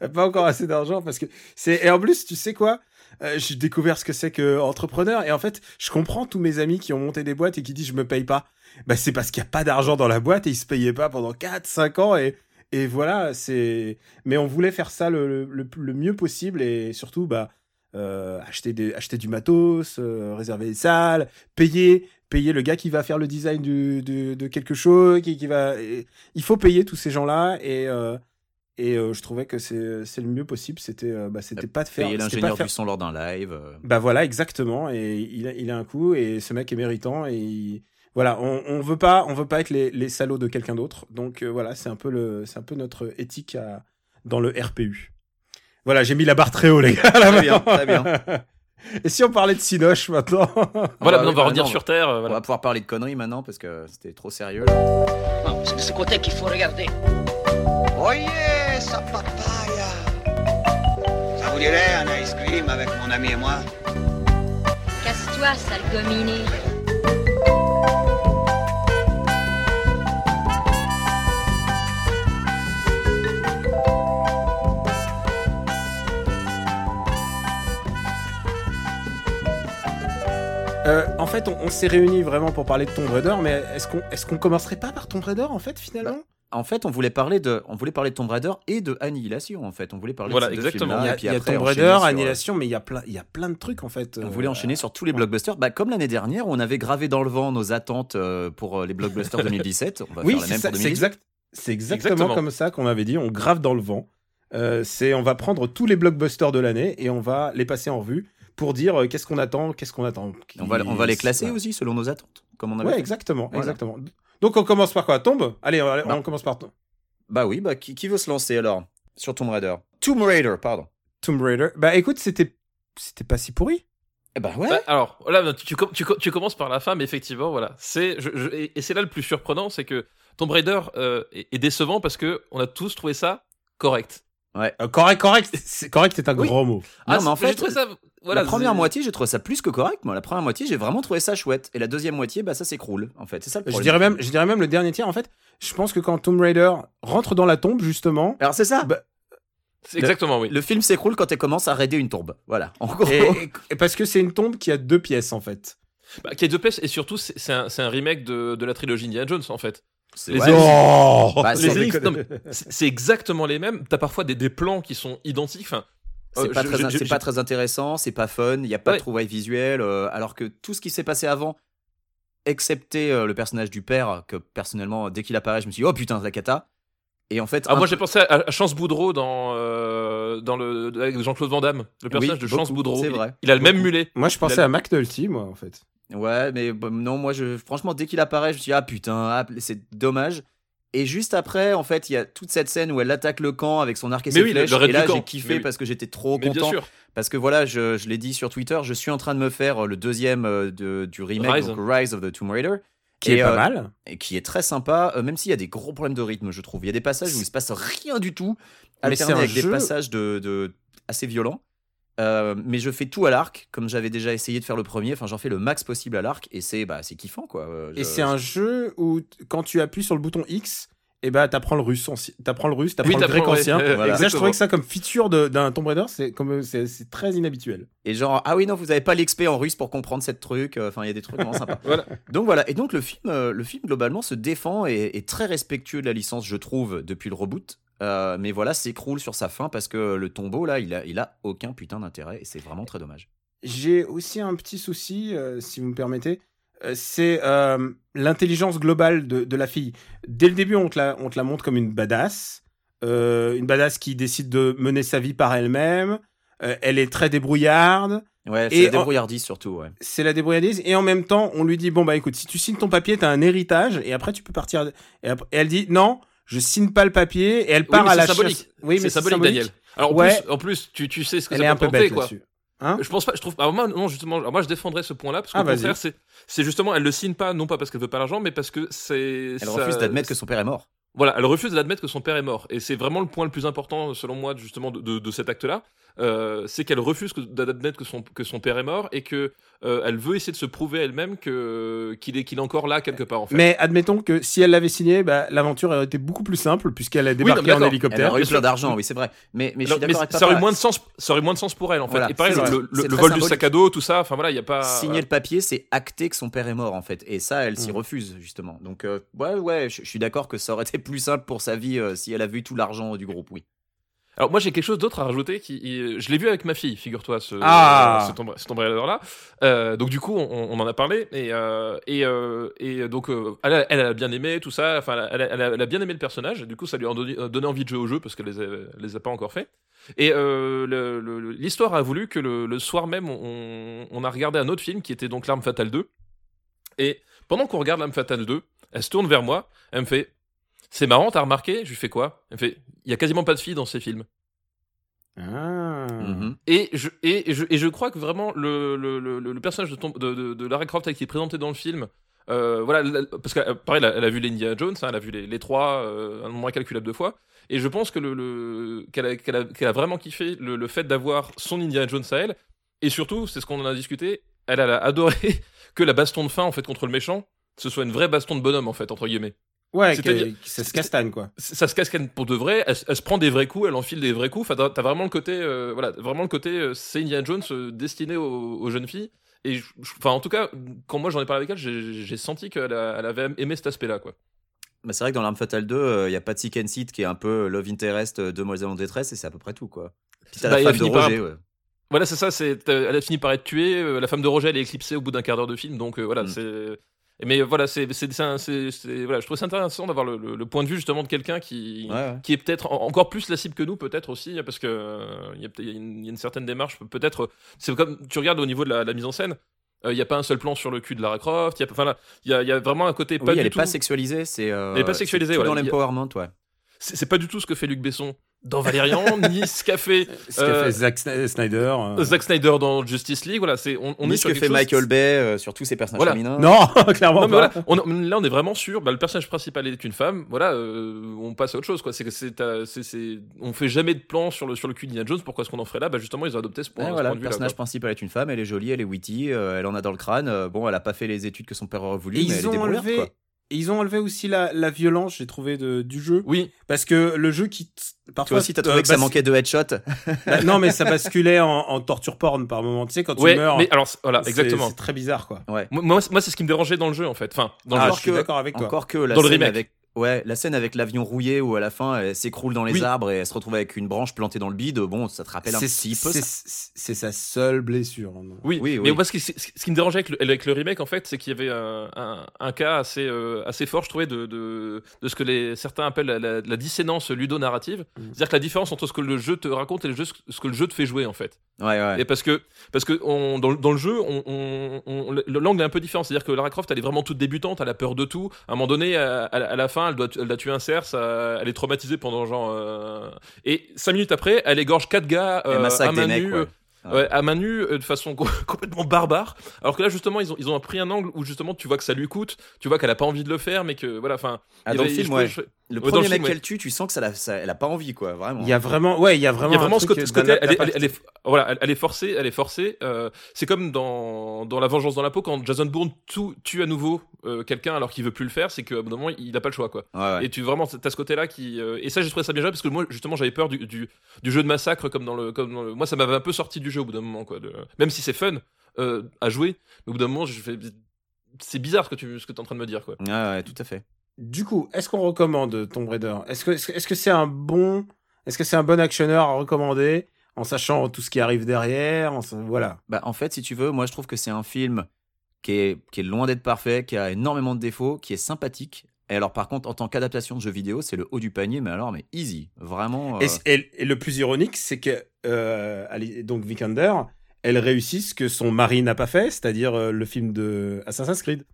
[SPEAKER 2] Y a pas encore assez d'argent parce que c'est. Et en plus, tu sais quoi Euh, J'ai découvert ce que c'est que entrepreneur et en fait, je comprends tous mes amis qui ont monté des boîtes et qui disent je me paye pas. Bah c'est parce qu'il y a pas d'argent dans la boîte et ils se payaient pas pendant 4 5 ans et et voilà, c'est. Mais on voulait faire ça le, le, le- le mieux possible et surtout bah. euh, acheter, des, acheter du matos, euh, réserver des salles, payer, payer le gars qui va faire le design du, du- de quelque chose, qui, qui va. et- il faut payer tous ces gens-là et euh, et euh, je trouvais que c'est c'est le mieux possible c'était euh, bah c'était pas de faire
[SPEAKER 4] Payer
[SPEAKER 2] c'était pas
[SPEAKER 4] l'ingénieur
[SPEAKER 2] faire-
[SPEAKER 4] du son lors d'un live. euh.
[SPEAKER 2] bah voilà exactement et il a, il a un coup et ce mec est méritant et il- voilà on, on veut pas on veut pas être les, les salauds de quelqu'un d'autre donc euh, voilà c'est un peu le c'est un peu notre éthique à- dans le RPU voilà j'ai mis la barre très haut les gars
[SPEAKER 3] Ah,
[SPEAKER 2] là,
[SPEAKER 3] bah.
[SPEAKER 4] Très bien,
[SPEAKER 2] maintenant.
[SPEAKER 4] très bien.
[SPEAKER 2] et si on parlait de Sinoche maintenant
[SPEAKER 3] Voilà,
[SPEAKER 4] Ah bah
[SPEAKER 3] maintenant,
[SPEAKER 4] oui,
[SPEAKER 3] on va
[SPEAKER 4] bah
[SPEAKER 3] revenir
[SPEAKER 4] non.
[SPEAKER 3] sur Terre. euh,
[SPEAKER 4] On va
[SPEAKER 3] Voilà.
[SPEAKER 4] pouvoir parler de conneries maintenant parce que c'était trop sérieux.
[SPEAKER 5] Non, C'est de ce côté qu'il faut regarder.
[SPEAKER 6] Oh yeah, sa papaya Ça vous dirait un ice cream avec mon ami et moi
[SPEAKER 7] Casse-toi, sale gominé.
[SPEAKER 2] Euh, en fait on, on s'est réunis vraiment pour parler de Tomb Raider mais est-ce qu'on est-ce qu'on commencerait pas par Tomb Raider en fait finalement
[SPEAKER 4] En fait, on voulait parler de, on voulait parler de Tomb Raider et de Annihilation. En fait, on voulait parler
[SPEAKER 3] Voilà,
[SPEAKER 4] de ces deux
[SPEAKER 3] exactement.
[SPEAKER 4] films-là,
[SPEAKER 2] il y a, il y a
[SPEAKER 4] Ah, et puis après,
[SPEAKER 2] Tomb
[SPEAKER 4] enchaîner
[SPEAKER 2] Raider,
[SPEAKER 4] sur-
[SPEAKER 2] Annihilation, mais il y a plein, il y a plein de trucs en fait.
[SPEAKER 4] On
[SPEAKER 2] euh,
[SPEAKER 4] voulait enchaîner sur tous les
[SPEAKER 2] ouais.
[SPEAKER 4] blockbusters, bah, comme l'année dernière, on avait gravé dans le vent nos attentes euh, pour euh, les blockbusters 2017. On va
[SPEAKER 2] Oui,
[SPEAKER 4] faire la
[SPEAKER 2] c'est
[SPEAKER 4] même
[SPEAKER 2] ça-
[SPEAKER 4] pour
[SPEAKER 2] c'est
[SPEAKER 4] 2018.
[SPEAKER 2] exact, c'est exactement,
[SPEAKER 3] Exactement.
[SPEAKER 2] comme ça qu'on avait dit. On grave dans le vent. Euh, c'est, on va prendre tous les blockbusters de l'année et on va les passer en revue pour dire euh, qu'est-ce qu'on attend, qu'est-ce qu'on attend.
[SPEAKER 4] On va, on va les classer
[SPEAKER 2] Ouais.
[SPEAKER 4] aussi selon nos attentes, comme on avait.
[SPEAKER 2] Ouais,
[SPEAKER 4] fait.
[SPEAKER 2] exactement,
[SPEAKER 4] Voilà.
[SPEAKER 2] exactement. Donc on commence par quoi Tombe Allez, on,
[SPEAKER 4] Non.
[SPEAKER 2] on commence par Tom-
[SPEAKER 4] Bah oui, bah qui, qui veut se lancer alors sur Tomb Raider Tomb Raider, pardon.
[SPEAKER 2] Tomb Raider. Bah écoute, c'était, c'était pas si pourri.
[SPEAKER 4] Eh bah ouais.
[SPEAKER 3] Bah, alors, là, tu, tu, com- tu, com- tu commences par la fin, mais effectivement, voilà. C'est, je- je- et et c'est là le plus surprenant, c'est que Tomb Raider euh, est, est décevant parce que on a tous trouvé ça correct.
[SPEAKER 2] Euh, correct, correct, c'est, correct, c'est un
[SPEAKER 3] Oui.
[SPEAKER 2] grand mot.
[SPEAKER 4] non, mais en
[SPEAKER 3] ah, j'ai
[SPEAKER 4] fait,
[SPEAKER 3] trouvé ça, voilà,
[SPEAKER 4] la première
[SPEAKER 3] c'est-
[SPEAKER 4] moitié, j'ai trouvé ça plus que correct. Moi, la première moitié, j'ai vraiment trouvé ça chouette. Et la deuxième moitié, bah ça s'écroule. En fait, c'est ça le
[SPEAKER 2] Je
[SPEAKER 4] problème.
[SPEAKER 2] dirais même, je dirais même le dernier tiers. En fait, je pense que quand Tomb Raider rentre dans la tombe justement,
[SPEAKER 4] Alors c'est ça.
[SPEAKER 2] Bah,
[SPEAKER 3] c'est Exactement, oui.
[SPEAKER 4] Le film s'écroule quand elle commence à raider une tombe. Voilà. En gros.
[SPEAKER 2] et- et- et parce que c'est une tombe qui a deux pièces en fait.
[SPEAKER 3] Bah, qui est de peste, et surtout, c'est c'est un, c'est un remake de, de la trilogie Indiana Jones, en fait.
[SPEAKER 4] C'est-
[SPEAKER 3] les
[SPEAKER 4] ouais.
[SPEAKER 3] élites-
[SPEAKER 2] Oh
[SPEAKER 4] Bah,
[SPEAKER 3] les
[SPEAKER 4] sans
[SPEAKER 3] élites, non, mais c'est c'est exactement les mêmes. T'as parfois des, des plans qui sont identiques. Enfin,
[SPEAKER 4] C'est
[SPEAKER 3] euh,
[SPEAKER 4] pas,
[SPEAKER 3] je-
[SPEAKER 4] très,
[SPEAKER 3] je-
[SPEAKER 4] c'est
[SPEAKER 3] je-
[SPEAKER 4] pas très intéressant, c'est pas fun, il n'y a pas
[SPEAKER 3] Ouais.
[SPEAKER 4] de trouvailles visuelles, euh, alors que tout ce qui s'est passé avant, excepté euh, le personnage du père, que personnellement, dès qu'il apparaît, je me suis dit, oh putain, la cata. Et en fait,
[SPEAKER 3] Ah,
[SPEAKER 4] un
[SPEAKER 3] moi
[SPEAKER 4] peu-
[SPEAKER 3] j'ai pensé à, à Chance Boudreau dans, euh, dans le, avec Jean-Claude Van Damme, le personnage de Chance
[SPEAKER 4] beaucoup,
[SPEAKER 3] Boudreau.
[SPEAKER 4] c'est
[SPEAKER 3] Il-
[SPEAKER 4] vrai.
[SPEAKER 3] Il, a le même
[SPEAKER 4] Beaucoup.
[SPEAKER 3] mulet.
[SPEAKER 2] Moi, je pensais
[SPEAKER 3] La-
[SPEAKER 2] à McNulty, moi, en fait.
[SPEAKER 4] Ouais, mais bah, non, moi, je, franchement, dès qu'il apparaît, je me suis dit, ah putain, ah, c'est dommage. Et juste après, en fait, il y a toute cette scène où elle attaque le camp avec son arc et
[SPEAKER 3] Mais
[SPEAKER 4] ses
[SPEAKER 3] oui, le-
[SPEAKER 4] flèches.
[SPEAKER 3] le raid
[SPEAKER 4] et là,
[SPEAKER 3] du camp.
[SPEAKER 4] j'ai kiffé
[SPEAKER 3] Mais oui.
[SPEAKER 4] parce que j'étais trop
[SPEAKER 3] Mais bien
[SPEAKER 4] content.
[SPEAKER 3] sûr.
[SPEAKER 4] Parce que voilà, je, je l'ai dit sur Twitter, je suis en train de me faire euh, le deuxième euh, de- du remake,
[SPEAKER 3] Rise.
[SPEAKER 4] donc Rise of the Tomb Raider.
[SPEAKER 2] Qui
[SPEAKER 4] Et,
[SPEAKER 2] est pas
[SPEAKER 4] euh,
[SPEAKER 2] mal.
[SPEAKER 4] et qui est très sympa, euh, même s'il y a des gros problèmes de rythme, je trouve. Il y a des passages où il se passe rien du tout,
[SPEAKER 2] Mais c'est
[SPEAKER 4] alterné
[SPEAKER 2] un
[SPEAKER 4] avec des
[SPEAKER 2] jeu-
[SPEAKER 4] passages de, de- assez violents. Euh, mais je fais tout à l'arc, comme j'avais déjà essayé de faire le premier. Enfin, j'en fais le max possible à l'arc, et c'est bah, c'est kiffant, quoi. Euh,
[SPEAKER 2] Et
[SPEAKER 4] je-
[SPEAKER 2] c'est un jeu où, t- quand tu appuies sur le bouton X, et ben, t'apprends le russe, anci- t'apprends le russe, t'apprends le grec
[SPEAKER 3] t'apprends, ouais.
[SPEAKER 2] ancien.
[SPEAKER 3] Euh,
[SPEAKER 4] Voilà.
[SPEAKER 2] Et ça, je
[SPEAKER 3] exactement.
[SPEAKER 2] trouvais que ça, comme feature de- d'un Tomb Raider, c'est comme, euh, c'est c'est très inhabituel.
[SPEAKER 4] Et genre, ah oui, non, vous n'avez pas l'expé en russe pour comprendre cette truc. Euh, Enfin, il y a des trucs vraiment sympas.
[SPEAKER 3] Voilà.
[SPEAKER 4] Donc voilà. Et donc, le film, euh, le film globalement, se défend et est très respectueux de la licence, je trouve, depuis le reboot. Euh, mais voilà, s'écroule sur sa fin parce que le tombeau, là, il a, il a aucun putain d'intérêt et c'est vraiment très dommage.
[SPEAKER 2] J'ai aussi un petit souci, euh, si vous me permettez. Euh, C'est euh, l'intelligence globale de, de la fille. Dès le début, on te la, on te la montre comme une badass. Euh, une badass qui décide de mener sa vie par elle-même. Euh, elle est très débrouillarde.
[SPEAKER 4] Ouais,
[SPEAKER 2] Et
[SPEAKER 4] c'est
[SPEAKER 2] en-
[SPEAKER 4] débrouillardise surtout, ouais.
[SPEAKER 2] c'est la débrouillardise et en même temps on lui dit bon bah écoute si tu signes ton papier t'as un héritage et après tu peux partir et, après- et elle dit non je signe pas le papier et elle
[SPEAKER 3] Oui,
[SPEAKER 2] part
[SPEAKER 3] mais
[SPEAKER 2] à
[SPEAKER 3] c'est
[SPEAKER 2] la
[SPEAKER 3] symbolique.
[SPEAKER 2] chasse oui mais
[SPEAKER 3] c'est symbolique, Daniel. Alors en
[SPEAKER 2] Ouais.
[SPEAKER 3] plus, en plus tu, tu sais ce que
[SPEAKER 2] elle
[SPEAKER 3] ça
[SPEAKER 2] est
[SPEAKER 3] peut
[SPEAKER 2] un peu
[SPEAKER 3] tenter,
[SPEAKER 2] bête
[SPEAKER 3] quoi.
[SPEAKER 2] là-dessus hein
[SPEAKER 3] Je pense pas, je trouve. Ah, moi, non, justement, alors moi je défendrais ce point-là parce qu'au
[SPEAKER 2] Ah, vas-y.
[SPEAKER 3] contraire, c'est, c'est justement, elle le signe pas, non pas parce qu'elle veut pas l'argent, mais parce que c'est.
[SPEAKER 4] Elle refuse d'admettre que son père est mort.
[SPEAKER 3] Voilà, elle refuse d'admettre que son père est mort. Et c'est vraiment le point le plus important, selon moi, justement, de, de- de cet acte-là. Euh, c'est qu'elle refuse que- d'admettre que son, que son père est mort et que euh, elle veut essayer de se prouver elle-même que, qu'il, est, qu'il est encore là quelque part, en fait.
[SPEAKER 2] mais admettons que si elle l'avait signé bah, l'aventure aurait été beaucoup plus simple puisqu'elle a
[SPEAKER 3] non,
[SPEAKER 2] débarqué
[SPEAKER 3] mais
[SPEAKER 2] en
[SPEAKER 3] d'accord.
[SPEAKER 4] Elle
[SPEAKER 2] hélicoptère
[SPEAKER 4] aurait eu
[SPEAKER 3] bien
[SPEAKER 4] plein
[SPEAKER 3] sûr.
[SPEAKER 4] d'argent, oui, c'est vrai. Mais, mais je
[SPEAKER 3] Alors,
[SPEAKER 4] suis
[SPEAKER 3] mais
[SPEAKER 4] d'accord avec
[SPEAKER 3] ça aurait,
[SPEAKER 4] papa.
[SPEAKER 3] moins de sens, ça aurait moins de sens pour elle en fait.
[SPEAKER 4] Voilà,
[SPEAKER 3] et pareil,
[SPEAKER 4] c'est
[SPEAKER 3] le,
[SPEAKER 4] vrai.
[SPEAKER 3] le-
[SPEAKER 4] C'est
[SPEAKER 3] le
[SPEAKER 4] très
[SPEAKER 3] vol du
[SPEAKER 4] symbolique.
[SPEAKER 3] sac à dos, tout ça, enfin voilà, il n'y a pas.
[SPEAKER 4] Signer le papier, c'est acter que son père est mort, en fait. Et ça, elle s'y
[SPEAKER 2] Mm.
[SPEAKER 4] refuse, justement. Donc, euh, ouais, ouais, je je suis d'accord que ça aurait été plus simple pour sa vie euh, si elle avait eu tout l'argent du groupe, oui.
[SPEAKER 3] Alors moi j'ai quelque chose d'autre à rajouter qui il- je l'ai vu avec ma fille, figure-toi ce
[SPEAKER 2] Ah.
[SPEAKER 3] ce Tomb- ce Tomb Raider là. donc du coup on, on en a parlé et euh, et, euh, et donc euh, elle, a, elle a bien aimé tout ça, enfin elle a, elle a- elle a bien aimé le personnage. Et du coup ça lui a donné, donné envie de jouer au jeu parce qu'elle les a, elle les a pas encore fait. Et euh, le- le- le- l'histoire a voulu que le, le soir même on, on a regardé un autre film qui était donc l'arme fatale 2. Et pendant qu'on regarde l'arme fatale 2, elle se tourne vers moi, elle me fait c'est marrant, t'as remarqué Je lui fais quoi Elle me fait, il y a quasiment pas de filles dans ces films.
[SPEAKER 2] Ah.
[SPEAKER 3] Mm.
[SPEAKER 4] Mhm.
[SPEAKER 3] Et je, et, je, et je crois que vraiment le, le, le, le personnage de, Tom- de, de, de Lara Croft tel qu'il est présenté dans le film, euh, voilà, la- parce que euh, pareil, elle a, elle a vu les Indiana Jones, hein, elle a vu les, les trois euh, un nombre incalculable de fois, et je pense que le, le- qu'elle a, qu'elle a, qu'elle a vraiment kiffé le, le fait d'avoir son Indiana Jones à elle, et surtout, c'est ce qu'on en a discuté, elle, elle a adoré que la baston de fin en fait contre le méchant, ce soit une vraie baston de bonhomme en fait entre guillemets
[SPEAKER 2] ouais que,
[SPEAKER 3] C'est-à-dire-
[SPEAKER 2] que ça se castagne quoi
[SPEAKER 3] ça se casse pour de vrai, elle, se- elle se prend des vrais coups, elle enfile des vrais coups. Enfin, t'as- t'as vraiment le côté, euh, voilà, vraiment le côté euh, c'est Indiana Jones euh, destiné aux, aux jeunes filles. Et je- je- enfin, en tout cas, quand moi j'en ai parlé avec elle, j'ai- j'ai senti qu'elle a- elle avait aimé cet aspect-là, quoi.
[SPEAKER 4] Mais c'est vrai que dans L'Arme Fatale 2, il n'y a pas de Seek and Seed qui est un peu Love Interest, euh, Demoiselle en détresse, et c'est à peu près tout, quoi. Puis t'as
[SPEAKER 3] Bah, il
[SPEAKER 4] la
[SPEAKER 3] a
[SPEAKER 4] femme de
[SPEAKER 3] fini par-
[SPEAKER 4] Roger, ouais.
[SPEAKER 3] Voilà, c'est ça. C'est, euh, elle a fini par être tuée. euh, La femme de Roger, elle est éclipsée au bout d'un quart d'heure de film. Donc euh, voilà,
[SPEAKER 4] Mm.
[SPEAKER 3] c'est. Mais euh, voilà, c'est, c'est, c'est un- c'est- c'est- voilà, je trouve ça intéressant d'avoir le, le- le point de vue justement de quelqu'un qui,
[SPEAKER 4] Ouais, ouais.
[SPEAKER 3] qui est peut-être en- encore plus la cible que nous, peut-être aussi, parce que euh, il y, a peut- il y a une- il y a une certaine démarche, peut-être. euh, C'est comme tu regardes au niveau de la, la mise en scène, euh, il n'y a pas un seul plan sur le cul de Lara Croft. il y a- Enfin là, il y a, il y a vraiment un côté pas
[SPEAKER 4] Oui, elle
[SPEAKER 3] du
[SPEAKER 4] est
[SPEAKER 3] tout.
[SPEAKER 4] pas sexualisée, c'est. euh,
[SPEAKER 3] Elle est pas
[SPEAKER 4] c'est
[SPEAKER 3] sexualisée,
[SPEAKER 4] tout
[SPEAKER 3] voilà.
[SPEAKER 4] dans
[SPEAKER 3] Il y a-
[SPEAKER 4] l'empowerment, ouais.
[SPEAKER 3] C'est c'est pas du tout ce que fait Luc Besson dans Valérian, ni ce qu'a fait
[SPEAKER 2] Ce qu'a
[SPEAKER 3] Euh,
[SPEAKER 2] fait Zack Sny- Snyder. euh.
[SPEAKER 3] Zack Snyder dans Justice League. Voilà, c'est on, on
[SPEAKER 4] Ah. Ni
[SPEAKER 3] est
[SPEAKER 4] ce
[SPEAKER 3] sur
[SPEAKER 4] que
[SPEAKER 3] quelque
[SPEAKER 4] fait
[SPEAKER 3] chose-
[SPEAKER 4] Michael Bay euh, sur tous ses personnages
[SPEAKER 3] Voilà.
[SPEAKER 4] féminins.
[SPEAKER 2] Non, clairement
[SPEAKER 3] Non, mais
[SPEAKER 2] pas.
[SPEAKER 3] voilà, on- on- là on est vraiment sûr. bah, le personnage principal est une femme. Voilà, euh, on passe à autre chose. Quoi. C'est, que c'est, euh, c'est- c'est- on fait jamais de plan sur le sur le cul d'Indiana Jones. Pourquoi est-ce qu'on en ferait là bah, justement ils ont adopté ce
[SPEAKER 4] Ouais,
[SPEAKER 3] point. ce
[SPEAKER 4] Ah, voilà,
[SPEAKER 3] point
[SPEAKER 4] le
[SPEAKER 3] de vue-là,
[SPEAKER 4] personnage
[SPEAKER 3] quoi.
[SPEAKER 4] principal est une femme, elle est jolie, elle est witty, euh, elle en a dans le crâne. euh, bon, elle a pas fait les études que son père aurait voulu,
[SPEAKER 2] Et
[SPEAKER 4] mais elle
[SPEAKER 2] ils
[SPEAKER 4] est
[SPEAKER 2] ont
[SPEAKER 4] débrouillarde,
[SPEAKER 2] enlevé.
[SPEAKER 4] quoi.
[SPEAKER 2] et ils ont enlevé aussi la, la violence, j'ai trouvé, de, du jeu.
[SPEAKER 3] Oui,
[SPEAKER 2] Parce que le jeu qui, t-
[SPEAKER 4] Toi
[SPEAKER 2] parfois.
[SPEAKER 4] aussi, t'as trouvé
[SPEAKER 2] euh,
[SPEAKER 4] que ça
[SPEAKER 3] bah,
[SPEAKER 2] bas-
[SPEAKER 4] manquait de headshot.
[SPEAKER 2] Bah, non, mais ça basculait en, en torture porn par moment. Tu sais, quand
[SPEAKER 3] ouais,
[SPEAKER 2] tu meurs.
[SPEAKER 3] mais alors c'est- voilà,
[SPEAKER 2] c'est-
[SPEAKER 3] exactement.
[SPEAKER 2] C'est très bizarre, quoi.
[SPEAKER 3] Moi, moi, c'est- moi, c'est ce qui me dérangeait dans le jeu en fait. Enfin, dans le
[SPEAKER 2] Ah,
[SPEAKER 3] jeu.
[SPEAKER 2] je suis
[SPEAKER 4] que-
[SPEAKER 2] d'accord avec toi.
[SPEAKER 4] Encore que la
[SPEAKER 3] Dans le
[SPEAKER 4] scène
[SPEAKER 3] remake.
[SPEAKER 4] avec ouais, la scène avec l'avion rouillé où à la fin elle s'écroule dans les
[SPEAKER 3] Oui.
[SPEAKER 4] arbres et elle se retrouve avec une branche plantée dans le bide, bon, ça te rappelle un
[SPEAKER 2] C'est
[SPEAKER 4] petit peu
[SPEAKER 2] c'est-
[SPEAKER 4] ça.
[SPEAKER 2] c'est sa seule blessure.
[SPEAKER 3] Oui,
[SPEAKER 4] Oui,
[SPEAKER 3] mais
[SPEAKER 4] oui.
[SPEAKER 3] moi, ce qui, ce qui- ce qui me dérangeait avec le, avec le remake, en fait, c'est qu'il y avait un, un- un cas assez, euh, assez fort, je trouvais, de, de, de ce que les, certains appellent la, la- la dissénance ludonarrative.
[SPEAKER 2] Mm.
[SPEAKER 3] C'est-à-dire que la différence entre ce que le jeu te raconte et le jeu- ce que le jeu te fait jouer, en fait.
[SPEAKER 4] Ouais, ouais.
[SPEAKER 3] Et parce que, parce que on- dans, le- dans le jeu, on, on- on- le- l'angle est un peu différent. C'est-à-dire que Lara Croft, elle est vraiment toute débutante, elle a peur de tout. À un moment donné, à, à la- à la fin, elle doit, elle doit tuer un cerf, ça- elle est traumatisée pendant genre. euh, Et cinq minutes après, elle égorge quatre gars
[SPEAKER 4] Elle
[SPEAKER 3] euh,
[SPEAKER 4] massacre
[SPEAKER 3] à
[SPEAKER 4] des
[SPEAKER 3] main
[SPEAKER 4] mecs.
[SPEAKER 3] nue,
[SPEAKER 4] ouais. Ouais.
[SPEAKER 3] Ouais, à main nue euh, de façon com- complètement barbare. Alors que là, justement, ils ont, ils ont pris un angle où justement tu vois que ça lui coûte, tu vois qu'elle a pas envie de le faire, mais que voilà, enfin.
[SPEAKER 4] Ah,
[SPEAKER 3] il y
[SPEAKER 4] dans le
[SPEAKER 3] avait-
[SPEAKER 4] film,
[SPEAKER 3] je trouvais-
[SPEAKER 4] ouais.
[SPEAKER 3] je-
[SPEAKER 4] Le
[SPEAKER 3] dans le
[SPEAKER 4] premier mec
[SPEAKER 3] film, ouais.
[SPEAKER 4] qu'elle tue, tu sens que ça, la- ça- elle a pas envie, quoi, vraiment.
[SPEAKER 2] Il y a vraiment, ouais, il y a vraiment,
[SPEAKER 3] il y a vraiment
[SPEAKER 2] un
[SPEAKER 3] ce
[SPEAKER 2] truc euh,
[SPEAKER 3] côté, ce côté, elle, est- elle est- elle
[SPEAKER 2] d'anapathie.
[SPEAKER 3] est, voilà, elle- elle est forcée, elle est forcée. euh, c'est comme dans, dans La Vengeance dans la peau quand Jason Bourne tout- tue à nouveau euh, quelqu'un alors qu'il veut plus le faire, c'est qu'à un moment il n'a pas le choix quoi.
[SPEAKER 4] Ouais, ouais.
[SPEAKER 3] Et tu vraiment t'as ce côté-là qui euh, et ça j'ai trouvé ça bien joué parce que moi justement j'avais peur du, du, du jeu de massacre comme dans le comme dans le- moi ça m'avait un peu sorti du jeu au bout d'un moment quoi. de- même si c'est fun euh, à jouer, mais au bout d'un moment je fais c'est bizarre ce que tu ce que es en train de me dire quoi.
[SPEAKER 4] Ouais, ouais, tout à fait.
[SPEAKER 2] Du coup, est-ce qu'on recommande Tomb Raider Est-ce que, est-ce que- est-ce que c'est un bon, est-ce que c'est un bon actionneur à recommander en sachant tout ce qui arrive derrière en sa- Voilà.
[SPEAKER 4] Bah, en fait, si tu veux, moi je trouve que c'est un film qui est, qui est loin d'être parfait, qui a énormément de défauts, qui est sympathique. Et alors, par contre, en tant qu'adaptation de jeu vidéo, c'est le haut du panier, mais alors, mais easy. Vraiment. euh,
[SPEAKER 2] Et, c- et- et le plus ironique, c'est que euh, allez, donc Vikander, elle réussit ce que son mari n'a pas fait, c'est-à-dire euh, le film de Assassin's Creed.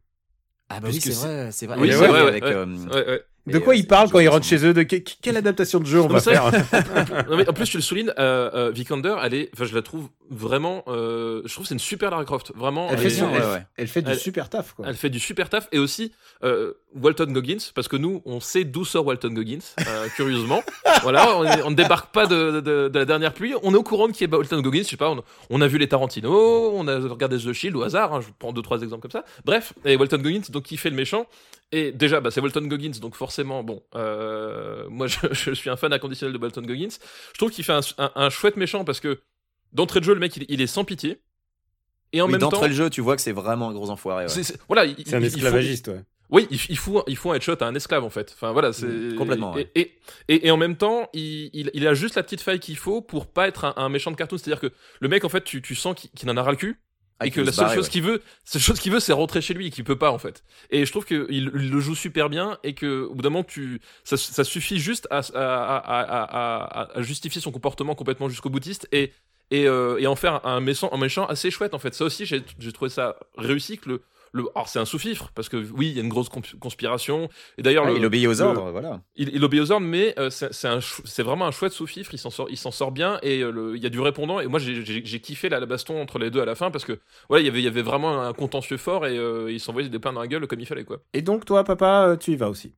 [SPEAKER 4] Ah, bah oui,
[SPEAKER 2] puisque
[SPEAKER 4] c'est
[SPEAKER 2] c'est-
[SPEAKER 4] vrai, c'est vrai.
[SPEAKER 3] Oui,
[SPEAKER 4] Elle
[SPEAKER 3] c'est
[SPEAKER 4] est
[SPEAKER 3] vrai,
[SPEAKER 4] mariée
[SPEAKER 3] ouais,
[SPEAKER 4] avec,
[SPEAKER 3] ouais,
[SPEAKER 4] euh,
[SPEAKER 3] Ouais, ouais.
[SPEAKER 2] De
[SPEAKER 4] Et,
[SPEAKER 2] quoi
[SPEAKER 4] euh,
[SPEAKER 2] ils parlent
[SPEAKER 4] je
[SPEAKER 2] quand ils
[SPEAKER 4] pense
[SPEAKER 2] rentrent
[SPEAKER 4] en-
[SPEAKER 2] chez eux De que- que- quelle adaptation de jeu on va
[SPEAKER 3] Non, mais ça-
[SPEAKER 2] faire
[SPEAKER 3] Non, mais en plus, tu le soulignes, euh, euh, Vikander, elle est, enfin, je la trouve vraiment, euh, je trouve que c'est une super Lara Croft, vraiment. euh,
[SPEAKER 2] Elle
[SPEAKER 4] elle
[SPEAKER 2] fait
[SPEAKER 4] est-
[SPEAKER 2] son-
[SPEAKER 4] ouais, ouais.
[SPEAKER 2] Elle fait du
[SPEAKER 3] Elle-
[SPEAKER 2] super taf, quoi.
[SPEAKER 3] elle fait du super taf et aussi euh, Walton Goggins parce que nous on sait d'où sort Walton Goggins euh, curieusement voilà on, est- on ne débarque pas de, de- de la dernière pluie on est au courant de qui est Walton Goggins je sais pas on, on a vu les Tarantino on a regardé The Shield au hasard hein, je prends deux trois exemples comme ça bref et Walton Goggins donc qui fait le méchant et déjà bah, c'est Walton Goggins donc forcément bon euh, moi je, je suis un fan inconditionnel de Walton Goggins je trouve qu'il fait un, un- un chouette méchant parce que d'entrée de jeu le mec il, il est sans pitié et en
[SPEAKER 4] oui,
[SPEAKER 3] même temps
[SPEAKER 4] d'entrée le jeu, tu vois que c'est vraiment un gros enfoiré. ouais.
[SPEAKER 3] c'est- c'est- voilà, il-
[SPEAKER 2] C'est un
[SPEAKER 3] il- il faut-
[SPEAKER 2] esclavagiste, ouais.
[SPEAKER 3] oui, il, il faut, il faut un headshot à un esclave en fait. Enfin voilà, c'est
[SPEAKER 4] Mm, complètement,
[SPEAKER 3] Et, et, et, et en même temps, il, il, il a juste la petite faille qu'il faut pour pas être un, un méchant de cartoon. C'est-à-dire que le mec en fait, tu, tu sens qu'il qu'il en a ras le cul
[SPEAKER 4] Ah,
[SPEAKER 3] et
[SPEAKER 4] qui
[SPEAKER 3] que
[SPEAKER 4] veut
[SPEAKER 3] la
[SPEAKER 4] se
[SPEAKER 3] seule
[SPEAKER 4] barrer,
[SPEAKER 3] chose
[SPEAKER 4] ouais.
[SPEAKER 3] qu'il veut, seule chose qu'il veut, c'est rentrer chez lui et qu'il peut pas en fait. Et je trouve qu'il il le joue super bien et que au bout d'un moment, tu, ça, ça suffit juste à, à, à, à, à- à justifier son comportement complètement jusqu'au boutiste et et, euh, et en faire un méchant, un méchant assez chouette en fait. Ça aussi, j'ai j'ai trouvé ça réussi que le le, alors c'est un sous-fifre parce que oui, il y a une grosse comp- conspiration. Et d'ailleurs,
[SPEAKER 4] Ah,
[SPEAKER 3] le-
[SPEAKER 4] il obéit aux
[SPEAKER 3] le-
[SPEAKER 4] ordres, voilà.
[SPEAKER 3] il, il obéit aux ordres, mais euh, c'est c'est un chou- c'est vraiment un chouette sous-fifre. Il s'en sort, il s'en sort bien et euh, le- il y a du répondant. Et moi, j'ai- j'ai j'ai kiffé la, la baston entre les deux à la fin parce que voilà, il y avait, il y avait vraiment un contentieux fort et euh, ils s'envoyaient des pains dans la gueule comme il fallait quoi.
[SPEAKER 2] Et donc, toi, papa, euh, tu y vas aussi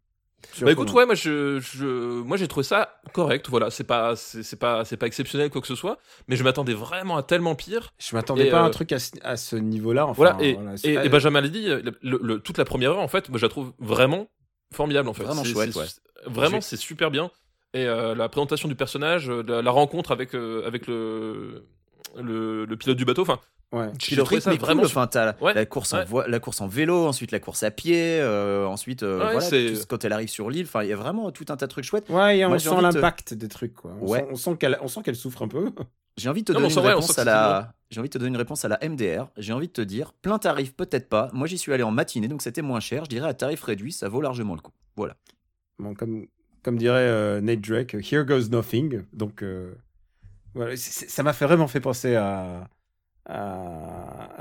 [SPEAKER 2] Tu
[SPEAKER 3] Bah écoute,
[SPEAKER 2] recommandes.
[SPEAKER 3] ouais, moi je, je- moi j'ai trouvé ça correct. Voilà, c'est pas, c'est c'est pas, c'est pas exceptionnel quoi que ce soit, mais je m'attendais vraiment à tellement pire.
[SPEAKER 2] Je m'attendais
[SPEAKER 3] Et,
[SPEAKER 2] pas à
[SPEAKER 3] euh,
[SPEAKER 2] un truc à ce, à ce niveau-là. Enfin,
[SPEAKER 3] Voilà, et,
[SPEAKER 2] c'est-
[SPEAKER 3] et- bah, et Benjamin l'a dit, le- le- le- toute la première heure, en fait, moi, je la trouve vraiment formidable, en fait.
[SPEAKER 4] Vraiment
[SPEAKER 3] C'est-
[SPEAKER 4] chouette,
[SPEAKER 3] c'est-
[SPEAKER 4] ouais.
[SPEAKER 3] c'est- Vraiment,
[SPEAKER 4] J'ai-
[SPEAKER 3] c'est super bien. Et euh, la présentation du personnage, euh, la, la rencontre avec, euh, avec le, le, le pilote du bateau, enfin,
[SPEAKER 2] Ouais.
[SPEAKER 3] J'ai
[SPEAKER 4] Puis le
[SPEAKER 3] trouvé
[SPEAKER 4] rythme
[SPEAKER 3] ça
[SPEAKER 4] est
[SPEAKER 3] vraiment
[SPEAKER 4] cool, enfin, t'as la-
[SPEAKER 3] Ouais,
[SPEAKER 4] la, course en
[SPEAKER 3] ouais.
[SPEAKER 4] voi- la course en vélo, ensuite la course à pied, euh, ensuite, euh,
[SPEAKER 3] Ouais,
[SPEAKER 4] voilà,
[SPEAKER 3] c'est-
[SPEAKER 4] tout ce- quand elle arrive sur l'île, enfin, il y a vraiment tout un tas de trucs chouettes.
[SPEAKER 2] Ouais, et on
[SPEAKER 4] Moi, j'ai
[SPEAKER 2] sent
[SPEAKER 4] envie de-
[SPEAKER 2] l'impact des trucs, quoi. On
[SPEAKER 4] Ouais.
[SPEAKER 2] sent- on sent qu'elle on sent qu'elle souffre un peu.
[SPEAKER 4] J'ai envie de te
[SPEAKER 3] Non, mais
[SPEAKER 4] donner
[SPEAKER 3] on
[SPEAKER 4] une
[SPEAKER 3] sent- ouais, on hein. sent
[SPEAKER 4] réponse
[SPEAKER 3] que c'est
[SPEAKER 4] à la. J'ai envie de te donner une réponse à la MDR. J'ai envie de te dire, plein tarif peut-être pas. Moi j'y suis allé en matinée donc c'était moins cher. Je dirais à tarif réduit, ça vaut largement le coup. Voilà.
[SPEAKER 2] Bon, comme, comme dirait euh, Nate Drake, Here Goes Nothing. Donc, euh, voilà, c'est- c'est- ça m'a fait vraiment fait penser à, à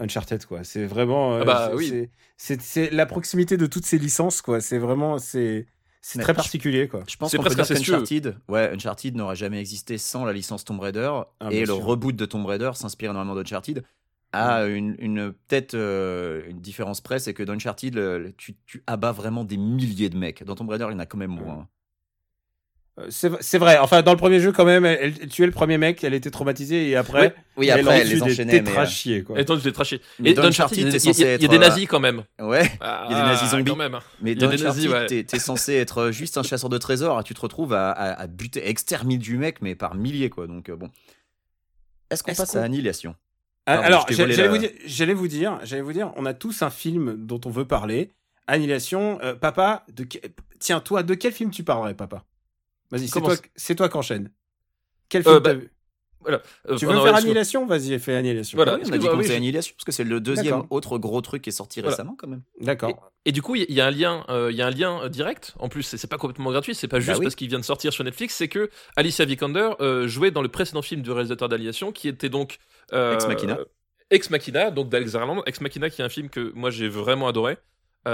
[SPEAKER 2] Uncharted, quoi. C'est vraiment. euh,
[SPEAKER 3] Ah bah
[SPEAKER 2] c'est-
[SPEAKER 3] oui.
[SPEAKER 2] c'est- C'est c'est la proximité de toutes ces licences, quoi. C'est vraiment. C'est c'est
[SPEAKER 4] Mais
[SPEAKER 2] très
[SPEAKER 4] je-
[SPEAKER 2] particulier, quoi.
[SPEAKER 4] Je pense
[SPEAKER 3] C'est
[SPEAKER 4] qu'on peut
[SPEAKER 3] presque
[SPEAKER 4] dire
[SPEAKER 3] incestueux.
[SPEAKER 4] qu'Uncharted, ouais, Uncharted n'aurait jamais existé sans la licence Tomb Raider
[SPEAKER 2] Ah, bien
[SPEAKER 4] et le
[SPEAKER 2] sûr.
[SPEAKER 4] reboot de Tomb Raider s'inspire énormément d'Uncharted. À une, une- peut-être euh, une différence près, c'est que dans Uncharted, le- le- tu, tu abats vraiment des milliers de mecs. Dans Tomb Raider, il y en a quand même moins.
[SPEAKER 2] Euh, C'est c'est vrai. Enfin, dans le premier jeu, quand même, elle, elle tuait le premier mec, elle était traumatisée, et après.
[SPEAKER 4] Oui,
[SPEAKER 2] elle
[SPEAKER 4] après,
[SPEAKER 2] en
[SPEAKER 4] elle
[SPEAKER 2] tue
[SPEAKER 4] les
[SPEAKER 2] des
[SPEAKER 4] enchaînait. mais, euh,
[SPEAKER 2] tétrachiers, quoi.
[SPEAKER 3] Et attends, je l'ai traché.
[SPEAKER 4] Mais
[SPEAKER 3] Et
[SPEAKER 4] dans
[SPEAKER 3] dans
[SPEAKER 4] Uncharted,
[SPEAKER 3] Uncharted, il y a- il y
[SPEAKER 4] t'es
[SPEAKER 3] a-
[SPEAKER 4] censé
[SPEAKER 3] il y a des
[SPEAKER 4] être, euh,
[SPEAKER 3] nazis quand même.
[SPEAKER 4] Ouais.
[SPEAKER 3] Il
[SPEAKER 4] y a des nazis zombies.
[SPEAKER 3] Quand même. hein.
[SPEAKER 4] Mais
[SPEAKER 3] Il y a
[SPEAKER 4] dans
[SPEAKER 3] des nazis,
[SPEAKER 4] Uncharted,
[SPEAKER 3] ouais.
[SPEAKER 4] t'es- t'es censé être euh, juste un chasseur de trésors et tu te retrouves à, à, à buter, exterminer du mec, mais par milliers, quoi. Donc, euh, bon. Est-ce qu'on
[SPEAKER 2] Est-ce
[SPEAKER 4] passe
[SPEAKER 2] qu'on-
[SPEAKER 4] à Annihilation
[SPEAKER 2] Ah,
[SPEAKER 4] Pardon,
[SPEAKER 2] Alors,
[SPEAKER 4] je t'ai
[SPEAKER 2] j'a-
[SPEAKER 4] volé
[SPEAKER 2] j'allais
[SPEAKER 4] la-
[SPEAKER 2] vous dire, j'allais vous dire, j'allais vous dire, on a tous un film dont on veut parler. Annihilation. Euh, papa, de que- tiens toi, de quel film tu parlerais, papa Vas-y, c'est
[SPEAKER 3] Comment
[SPEAKER 2] toi,
[SPEAKER 3] ça
[SPEAKER 2] c'est toi qu'enchaîne. Quel film
[SPEAKER 3] Euh, bah,
[SPEAKER 2] t'as vu
[SPEAKER 3] Euh,
[SPEAKER 2] Tu
[SPEAKER 3] on
[SPEAKER 2] veux
[SPEAKER 3] aurait
[SPEAKER 2] faire
[SPEAKER 3] le sou-
[SPEAKER 2] Annihilation Vas-y, fais Annihilation.
[SPEAKER 3] Voilà.
[SPEAKER 4] Ouais, On a dit
[SPEAKER 3] excuse-moi,
[SPEAKER 4] qu'on
[SPEAKER 3] oui,
[SPEAKER 4] faisait
[SPEAKER 3] je-
[SPEAKER 4] Annihilation, parce que c'est le deuxième
[SPEAKER 2] D'accord.
[SPEAKER 4] autre gros truc qui est sorti
[SPEAKER 3] Voilà.
[SPEAKER 4] récemment, quand même.
[SPEAKER 2] D'accord.
[SPEAKER 3] Et du coup, il y- il y a un lien, euh, il y a un lien euh, direct. En plus, c'est c'est pas complètement gratuit, c'est pas juste
[SPEAKER 4] Bah oui.
[SPEAKER 3] parce qu'il vient de sortir sur Netflix. C'est que Alicia Vikander euh, jouait dans le précédent film du réalisateur d'Aliation, qui était donc euh,
[SPEAKER 4] Ex Machina.
[SPEAKER 3] Ex Machina, donc d'Alex Garland. Ex Machina, qui est un film que moi j'ai vraiment adoré,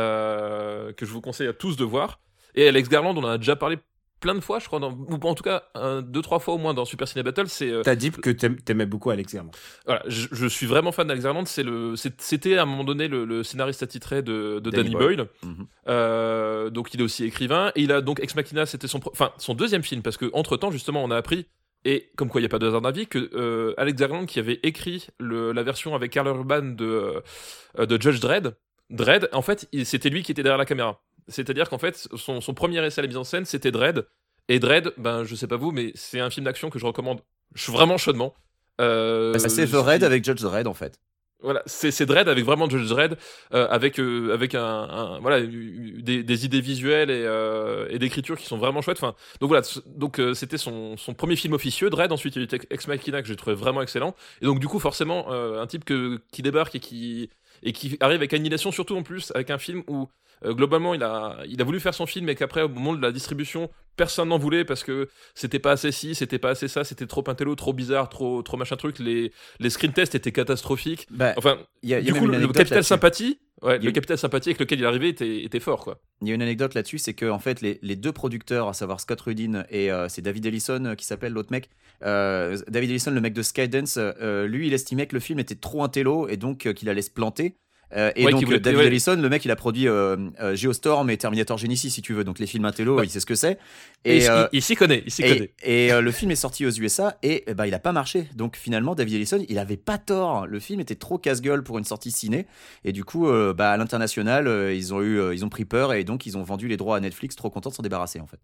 [SPEAKER 3] euh, que je vous conseille à tous de voir. Et Alex Garland, on en a déjà parlé plein de fois, je crois, dans- ou en tout cas un, deux trois fois au moins dans Super Ciné Battle. C'est euh, Ah,
[SPEAKER 2] T'as dit que t'aim- t'aimais beaucoup Alex Garland.
[SPEAKER 3] voilà, je, je suis vraiment fan d'Alex Garland. C'est le, c'est- c'était à un moment donné le, le scénariste attitré de, de
[SPEAKER 4] Danny
[SPEAKER 3] Danny,
[SPEAKER 4] Boyle.
[SPEAKER 3] Boyle.
[SPEAKER 4] Mhm.
[SPEAKER 3] Euh, donc il est aussi écrivain et il a donc Ex Machina, c'était son, pro- enfin son deuxième film parce que entre temps justement on a appris et comme quoi il n'y a pas de hasard d'avis que euh, Alex Garland qui avait écrit le- la version avec Karl Urban de euh, de Judge Dredd, Dredd en fait il- c'était lui qui était derrière la caméra. C'est-à-dire qu'en fait son, son premier essai à la mise en scène c'était Dredd et Dredd ben je sais pas vous mais c'est un film d'action que je recommande ch- vraiment chaudement. Euh,
[SPEAKER 4] Bah, c'est The
[SPEAKER 3] je-
[SPEAKER 4] Raid avec Judge The Raid, en fait.
[SPEAKER 3] voilà, c'est c'est Dread avec vraiment Judge Dread, euh, avec euh, avec un, un- voilà eu- eu- des, des idées visuelles et, euh, et d'écriture qui sont vraiment chouettes. Enfin, donc voilà, c- donc euh, c'était son, son premier film officieux. Dread, ensuite il y a eu Tex- Ex Machina que j'ai trouvé vraiment excellent. Et donc du coup forcément euh, un type que, qui débarque et qui et qui arrive avec Annihilation surtout en plus avec un film où euh, globalement il a il a voulu faire son film et qu'après au moment de la distribution personne n'en voulait parce que c'était pas assez ci, c'était pas assez ça, c'était trop intello, trop bizarre, trop trop machin truc. Les les screen tests étaient catastrophiques.
[SPEAKER 4] Bah,
[SPEAKER 3] Enfin,
[SPEAKER 4] il y a, il y
[SPEAKER 3] du
[SPEAKER 4] a même
[SPEAKER 3] coup,
[SPEAKER 4] une
[SPEAKER 3] le, le
[SPEAKER 4] anecdote
[SPEAKER 3] capital
[SPEAKER 4] là-dessus.
[SPEAKER 3] sympathie, ouais,
[SPEAKER 4] Il y a-
[SPEAKER 3] le capital sympathie avec lequel il arrivait était, était fort, quoi.
[SPEAKER 4] Il y a une anecdote là-dessus, c'est que en fait les, les deux producteurs, à savoir Scott Rudin et euh, c'est David Ellison euh, qui s'appelle l'autre mec. euh, David Ellison, le mec de Skydance, euh, lui il estimait que le film était trop intello et donc euh, qu'il allait se planter. Euh, et
[SPEAKER 3] Ouais,
[SPEAKER 4] donc
[SPEAKER 3] qu'il voulait-
[SPEAKER 4] euh, David
[SPEAKER 3] ouais.
[SPEAKER 4] Ellison, le mec, il a produit euh, euh, Geostorm et Terminator Genisys, si tu veux. Donc les films intello,
[SPEAKER 3] Ouais.
[SPEAKER 4] il sait ce que c'est.
[SPEAKER 3] Bah. Et, il-
[SPEAKER 4] euh,
[SPEAKER 3] il, il s'y connaît, il s'y connaît.
[SPEAKER 4] et, et, euh, le film est sorti aux USA et euh, bah, il a pas marché. Donc finalement, David Ellison, il avait pas tort. Le film était trop casse-gueule pour une sortie ciné. Et du coup, euh, bah, à l'international, euh, ils, ont eu, euh, ils ont pris peur et donc ils ont vendu les droits à Netflix, trop contents de s'en débarrasser en fait.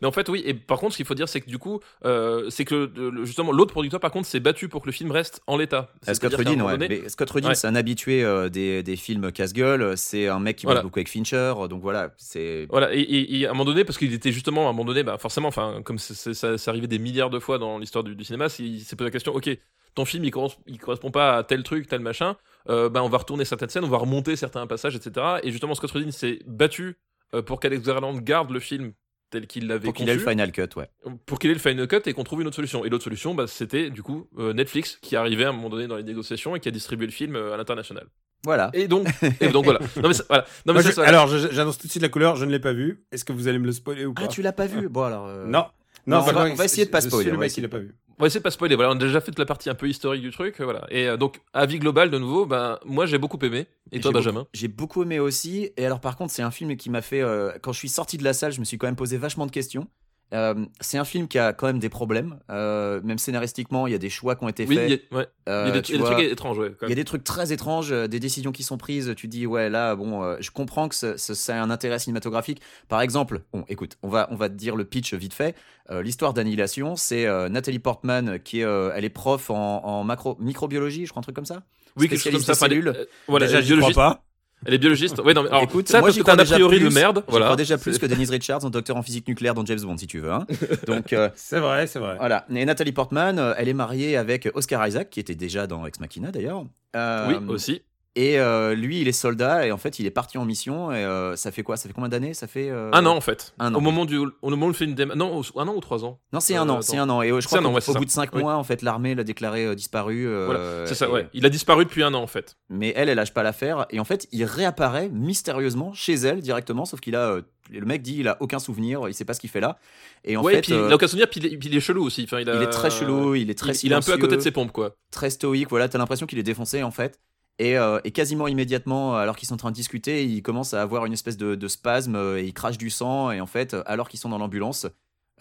[SPEAKER 3] Mais en fait, oui. Et par contre, ce qu'il faut dire, c'est que du coup, euh, c'est que le- le- justement, l'autre producteur, par contre, s'est battu pour que le film reste en l'état.
[SPEAKER 4] Scott
[SPEAKER 3] C'est-à-dire qu'à un
[SPEAKER 4] Rudin,
[SPEAKER 3] moment
[SPEAKER 4] ouais.
[SPEAKER 3] donné-
[SPEAKER 4] Mais Scott Rudin,
[SPEAKER 3] Ouais.
[SPEAKER 4] c'est un habitué euh, des, des films casse-gueule. C'est un mec qui bosse
[SPEAKER 3] Voilà.
[SPEAKER 4] beaucoup avec Fincher. Donc voilà, c'est.
[SPEAKER 3] Voilà, et, et- et à un moment donné, parce qu'il était justement, à un moment donné, bah forcément, enfin, comme c'est- c'est- ça, ça arrivait des milliards de fois dans l'histoire du, du cinéma, c'est- il s'est posé la question, ok, ton film, il, corres- il correspond pas à tel truc, tel machin, euh, bah, on va retourner certaines scènes, on va remonter certains passages, etc. Et justement, Scott Rudin s'est battu euh, pour qu'Alex Garland garde le film tel qu'il l'avait
[SPEAKER 4] Pour qu'il ait le
[SPEAKER 3] conçu,
[SPEAKER 4] final cut, ouais.
[SPEAKER 3] pour qu'il ait le final cut et qu'on trouve une autre solution. Et l'autre solution, bah, c'était du coup euh, Netflix qui arrivait à un moment donné dans les négociations et qui a distribué le film euh, à l'international.
[SPEAKER 4] Voilà.
[SPEAKER 3] Et donc, et donc voilà. Non mais ça- voilà. Non,
[SPEAKER 2] Moi,
[SPEAKER 3] mais ça,
[SPEAKER 2] je-
[SPEAKER 3] ça-
[SPEAKER 2] alors, je- j'annonce tout de suite la couleur. Je ne l'ai pas vu. Est-ce que vous allez me le spoiler ou pas
[SPEAKER 4] Ah, tu l'as pas vu Bon alors. euh,
[SPEAKER 2] Non.
[SPEAKER 4] non, on
[SPEAKER 2] c'est
[SPEAKER 4] va-
[SPEAKER 2] vrai
[SPEAKER 4] on
[SPEAKER 2] que
[SPEAKER 4] va essayer de pas
[SPEAKER 2] je- je
[SPEAKER 4] spoiler,
[SPEAKER 2] suis le
[SPEAKER 4] on va
[SPEAKER 2] mec qui
[SPEAKER 4] essayer.
[SPEAKER 2] l'a pas vu.
[SPEAKER 3] On va essayer de pas spoiler. Voilà, on a déjà fait toute la partie un peu historique du truc. euh, Voilà. Et euh, donc, avis global de nouveau, ben, moi j'ai beaucoup aimé. Et toi,
[SPEAKER 4] J'ai
[SPEAKER 3] Benjamin
[SPEAKER 4] J'ai beaucoup aimé aussi. Et alors, par contre, c'est un film qui m'a fait. euh, quand je suis sorti de la salle, je me suis quand même posé vachement de questions. Euh, c'est un film qui a quand même des problèmes, euh, même scénaristiquement, il y a des choix qui ont été
[SPEAKER 3] Oui, il
[SPEAKER 4] faits.
[SPEAKER 3] y a, ouais. Il y a
[SPEAKER 4] Euh,
[SPEAKER 3] des,
[SPEAKER 4] tu
[SPEAKER 3] il y a des
[SPEAKER 4] vois,
[SPEAKER 3] trucs étranges, ouais. quand
[SPEAKER 4] il y a
[SPEAKER 3] même.
[SPEAKER 4] des trucs très étranges, euh, des décisions qui sont prises. Tu dis, ouais, là, bon, euh, je comprends que ce- ce- ça a un intérêt cinématographique. Par exemple, bon, écoute, on va, on va te dire le pitch vite fait. Euh, L'histoire d'Annihilation, c'est euh, Nathalie Portman qui est, euh, elle est prof en, en macro, microbiologie, je crois, un truc comme ça.
[SPEAKER 3] Oui, quelque chose comme
[SPEAKER 4] spécialiste
[SPEAKER 3] ça. enfin, elle
[SPEAKER 4] des
[SPEAKER 3] est-
[SPEAKER 4] cellules.
[SPEAKER 3] euh, Voilà,
[SPEAKER 4] Déjà,
[SPEAKER 3] elle est
[SPEAKER 4] j'y crois Bah,
[SPEAKER 3] biologiste.
[SPEAKER 2] pas.
[SPEAKER 3] Elle est biologiste. Ouais, non, mais alors,
[SPEAKER 4] Écoute,
[SPEAKER 3] ça,
[SPEAKER 4] moi,
[SPEAKER 3] parce
[SPEAKER 4] j'y
[SPEAKER 3] que
[SPEAKER 4] crois
[SPEAKER 3] t'as un a
[SPEAKER 4] déjà
[SPEAKER 3] priori de
[SPEAKER 4] plus-
[SPEAKER 3] merde.
[SPEAKER 4] j'y
[SPEAKER 3] Voilà.
[SPEAKER 4] crois déjà plus
[SPEAKER 3] C'est-
[SPEAKER 4] que Denise Richards en docteur en physique nucléaire dans James Bond, si tu veux. hein. Donc, euh,
[SPEAKER 2] C'est vrai, c'est vrai.
[SPEAKER 4] Voilà. Et Nathalie Portman, euh, elle est mariée avec Oscar Isaac, qui était déjà dans Ex Machina d'ailleurs. Euh,
[SPEAKER 3] Oui, aussi.
[SPEAKER 4] Et euh, lui, il est soldat et en fait, il est parti en mission. Et euh, ça fait quoi Ça fait combien d'années Ça fait euh,
[SPEAKER 3] Un an, en fait.
[SPEAKER 4] un an.
[SPEAKER 3] Au moment du, au moment où le film démarre. Non, au- un an ou trois ans.
[SPEAKER 4] Non, c'est un
[SPEAKER 3] Euh,
[SPEAKER 4] an. C'est un an. Et euh, je
[SPEAKER 3] C'est
[SPEAKER 4] crois
[SPEAKER 3] un an,
[SPEAKER 4] qu'au
[SPEAKER 3] ouais, c'est
[SPEAKER 4] au
[SPEAKER 3] ça.
[SPEAKER 4] bout de cinq
[SPEAKER 3] Oui.
[SPEAKER 4] mois, en fait, l'armée l'a déclaré euh, disparu. euh,
[SPEAKER 3] Voilà, c'est ça,
[SPEAKER 4] et-
[SPEAKER 3] ouais. Il a disparu depuis un an, en fait.
[SPEAKER 4] Mais elle, elle lâche pas l'affaire. Et en fait, il réapparaît mystérieusement chez elle directement. Sauf qu'il a. euh, le mec dit, il a aucun souvenir. Il sait pas ce qu'il fait là. Et en
[SPEAKER 3] ouais,
[SPEAKER 4] fait,
[SPEAKER 3] et puis
[SPEAKER 4] euh,
[SPEAKER 3] il a aucun souvenir, puis il est- puis il est chelou aussi. Enfin, il, a-
[SPEAKER 4] il est très chelou. Il est très.
[SPEAKER 3] Il, il est un peu à côté de ses
[SPEAKER 4] silencieux.
[SPEAKER 3] pompes, quoi.
[SPEAKER 4] très stoïque, voilà, t'as l'impression qu'il est défoncé en fait. Et, euh, et quasiment immédiatement, alors qu'ils sont en train de discuter, il commence à avoir une espèce de, de spasme euh, et il crache du sang. Et en fait, euh, alors qu'ils sont dans l'ambulance,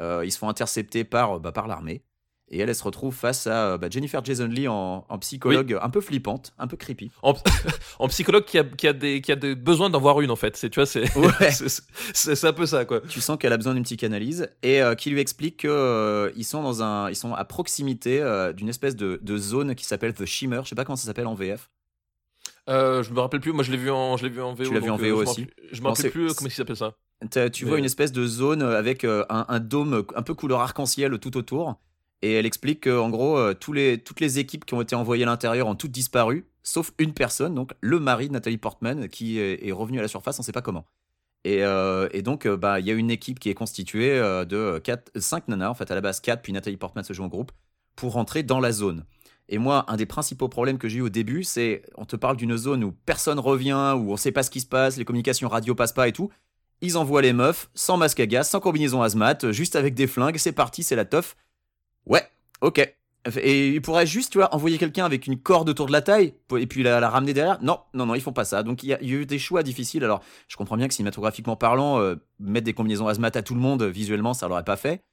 [SPEAKER 4] euh, ils se font intercepter par, euh, bah, par l'armée. Et elle, elle se retrouve face à euh, bah, Jennifer Jason Lee en, en psychologue un peu flippante, un peu creepy.
[SPEAKER 3] En, en psychologue qui a, qui a des, qui a des besoins d'en voir une, en fait. C'est, tu vois, c'est,
[SPEAKER 4] Ouais.
[SPEAKER 3] c'est, c'est- c'est un peu ça, quoi.
[SPEAKER 4] Tu sens qu'elle a besoin d'une psychanalyse et euh, qui lui explique qu'ils sont dans un, ils sont à proximité euh, d'une espèce de, de zone qui s'appelle The Shimmer. Je sais pas comment ça s'appelle en VF.
[SPEAKER 3] Euh, je me rappelle plus. Moi, je l'ai vu en, je l'ai vu en VO.
[SPEAKER 4] Tu l'as vu
[SPEAKER 3] donc,
[SPEAKER 4] en
[SPEAKER 3] euh,
[SPEAKER 4] VO
[SPEAKER 3] je m'en-
[SPEAKER 4] aussi.
[SPEAKER 3] Je
[SPEAKER 4] Non,
[SPEAKER 3] me rappelle
[SPEAKER 4] c'est-
[SPEAKER 3] plus euh, comment il s'appelle ça.
[SPEAKER 4] T'as- tu vois
[SPEAKER 3] Mais-
[SPEAKER 4] une espèce de zone euh, avec euh, un, un dôme un peu couleur arc-en-ciel tout autour. Et elle explique qu'en gros, euh, tous les, toutes les équipes qui ont été envoyées à l'intérieur ont toutes disparu, sauf une personne, donc le mari de Nathalie Portman, qui est, est revenu à la surface, on ne sait pas comment. Et, euh, et donc, euh, bah, il y a une équipe qui est constituée euh, de 5 nanas, en fait, à la base 4, puis Nathalie Portman se joue en groupe, pour rentrer dans la zone. Et moi, un des principaux problèmes que j'ai eu au début, c'est on te parle d'une zone où personne revient, où on ne sait pas ce qui se passe, les communications radio passent pas et tout. Ils envoient les meufs, sans masque à gaz, sans combinaison hazmat, euh, juste avec des flingues, c'est parti, c'est la teuf. Ouais, ok. Et ils pourraient juste, tu vois, envoyer quelqu'un avec une corde autour de la taille, pour- et puis la, la ramener derrière. Non, non, non, ils font pas ça. Donc il y, a il y a eu des choix difficiles. Alors, je comprends bien que cinématographiquement parlant, euh, mettre des combinaisons hazmat à tout le monde, euh, visuellement, ça l'aurait pas fait.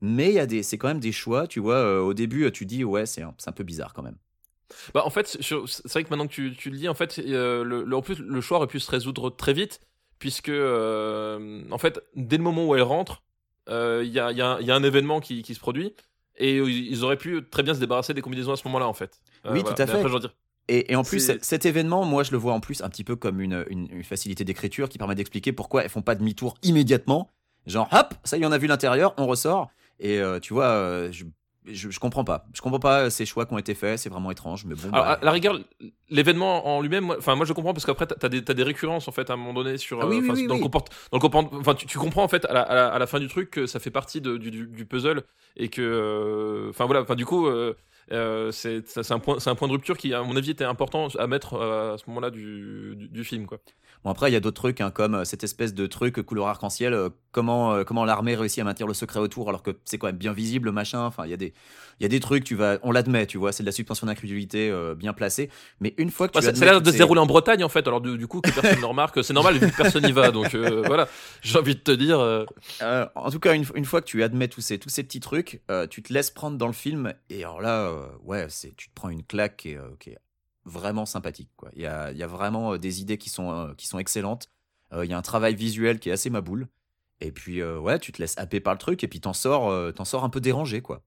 [SPEAKER 4] Mais il y a des, c'est quand même des choix, tu vois. euh, au début, euh, tu dis, ouais, c'est un, c'est un peu bizarre quand même.
[SPEAKER 3] Bah, en fait, sur- c'est vrai que maintenant que tu, tu le dis, en fait, euh, le, le- en plus, le choix aurait pu se résoudre très vite, puisque, euh, en fait, dès le moment où elle rentre, euh, il y, a, il y a un- il y a un événement qui, qui se produit, et ils ils auraient pu très bien se débarrasser des combinaisons à ce moment-là, en fait. Euh,
[SPEAKER 4] Oui, tout à
[SPEAKER 3] mais
[SPEAKER 4] fait.
[SPEAKER 3] après, je veux dire-
[SPEAKER 4] Et, et en plus,
[SPEAKER 3] C'est-
[SPEAKER 4] cet- cet événement, moi, je le vois en plus un petit peu comme une, une- une facilité d'écriture qui permet d'expliquer pourquoi elles font pas demi-tour immédiatement. Genre, hop, ça y est, on a vu l'intérieur, on ressort. Et euh, tu vois, euh, je, je, je comprends pas. Je comprends pas ces choix qui ont été faits, c'est vraiment étrange, mais bon.
[SPEAKER 3] Alors,
[SPEAKER 4] bah,
[SPEAKER 3] Ah, à la rigueur, l'événement en lui-même, moi- enfin, moi je comprends parce qu'après, t'as t'as des, t'as des récurrences en fait à un moment donné sur.
[SPEAKER 4] Ah oui,
[SPEAKER 3] euh,
[SPEAKER 4] oui,
[SPEAKER 3] enfin,
[SPEAKER 4] oui,
[SPEAKER 3] dans,
[SPEAKER 4] oui.
[SPEAKER 3] Le comport- dans le comport- Enfin, tu, tu comprends en fait à la, à la- à la fin du truc que ça fait partie de- du, du- du puzzle et que. euh, Enfin, voilà, enfin, du coup. euh, euh, c'est ça, c'est un point c'est un point de rupture qui à mon avis était important à mettre euh, à ce moment-là du, du, du film quoi
[SPEAKER 4] Bon, après, il y a d'autres trucs, hein, comme euh, cette espèce de truc couleur arc-en-ciel, euh, comment, euh, comment l'armée réussit à maintenir le secret autour alors que c'est quand même bien visible, le machin. Enfin, il y, a des- il y a des trucs, tu vas, on l'admet, tu vois, c'est de la suspension d'incrédulité euh, bien placée. Mais une fois que
[SPEAKER 3] Bah,
[SPEAKER 4] tu.
[SPEAKER 3] ça, ça
[SPEAKER 4] admets
[SPEAKER 3] a l'air de
[SPEAKER 4] toutes
[SPEAKER 3] se
[SPEAKER 4] ces-
[SPEAKER 3] dérouler en Bretagne en fait alors du, du coup que personne ne remarque c'est normal vu que personne n'y va donc euh, voilà j'ai envie de te dire euh,
[SPEAKER 4] Euh, en tout cas, une, une fois que tu admets tous ces, tous ces petits trucs, euh, tu te laisses prendre dans le film. Et alors là, euh, ouais, c'est, tu te prends une claque qui est, euh, qui est vraiment sympathique. quoi. Il y a, il y a vraiment euh, des idées qui sont, euh, qui sont excellentes. Euh, Il y a un travail visuel qui est assez maboule. Et puis, euh, ouais, tu te laisses happer par le truc et puis t'en sors, euh, t'en sors un peu dérangé, quoi.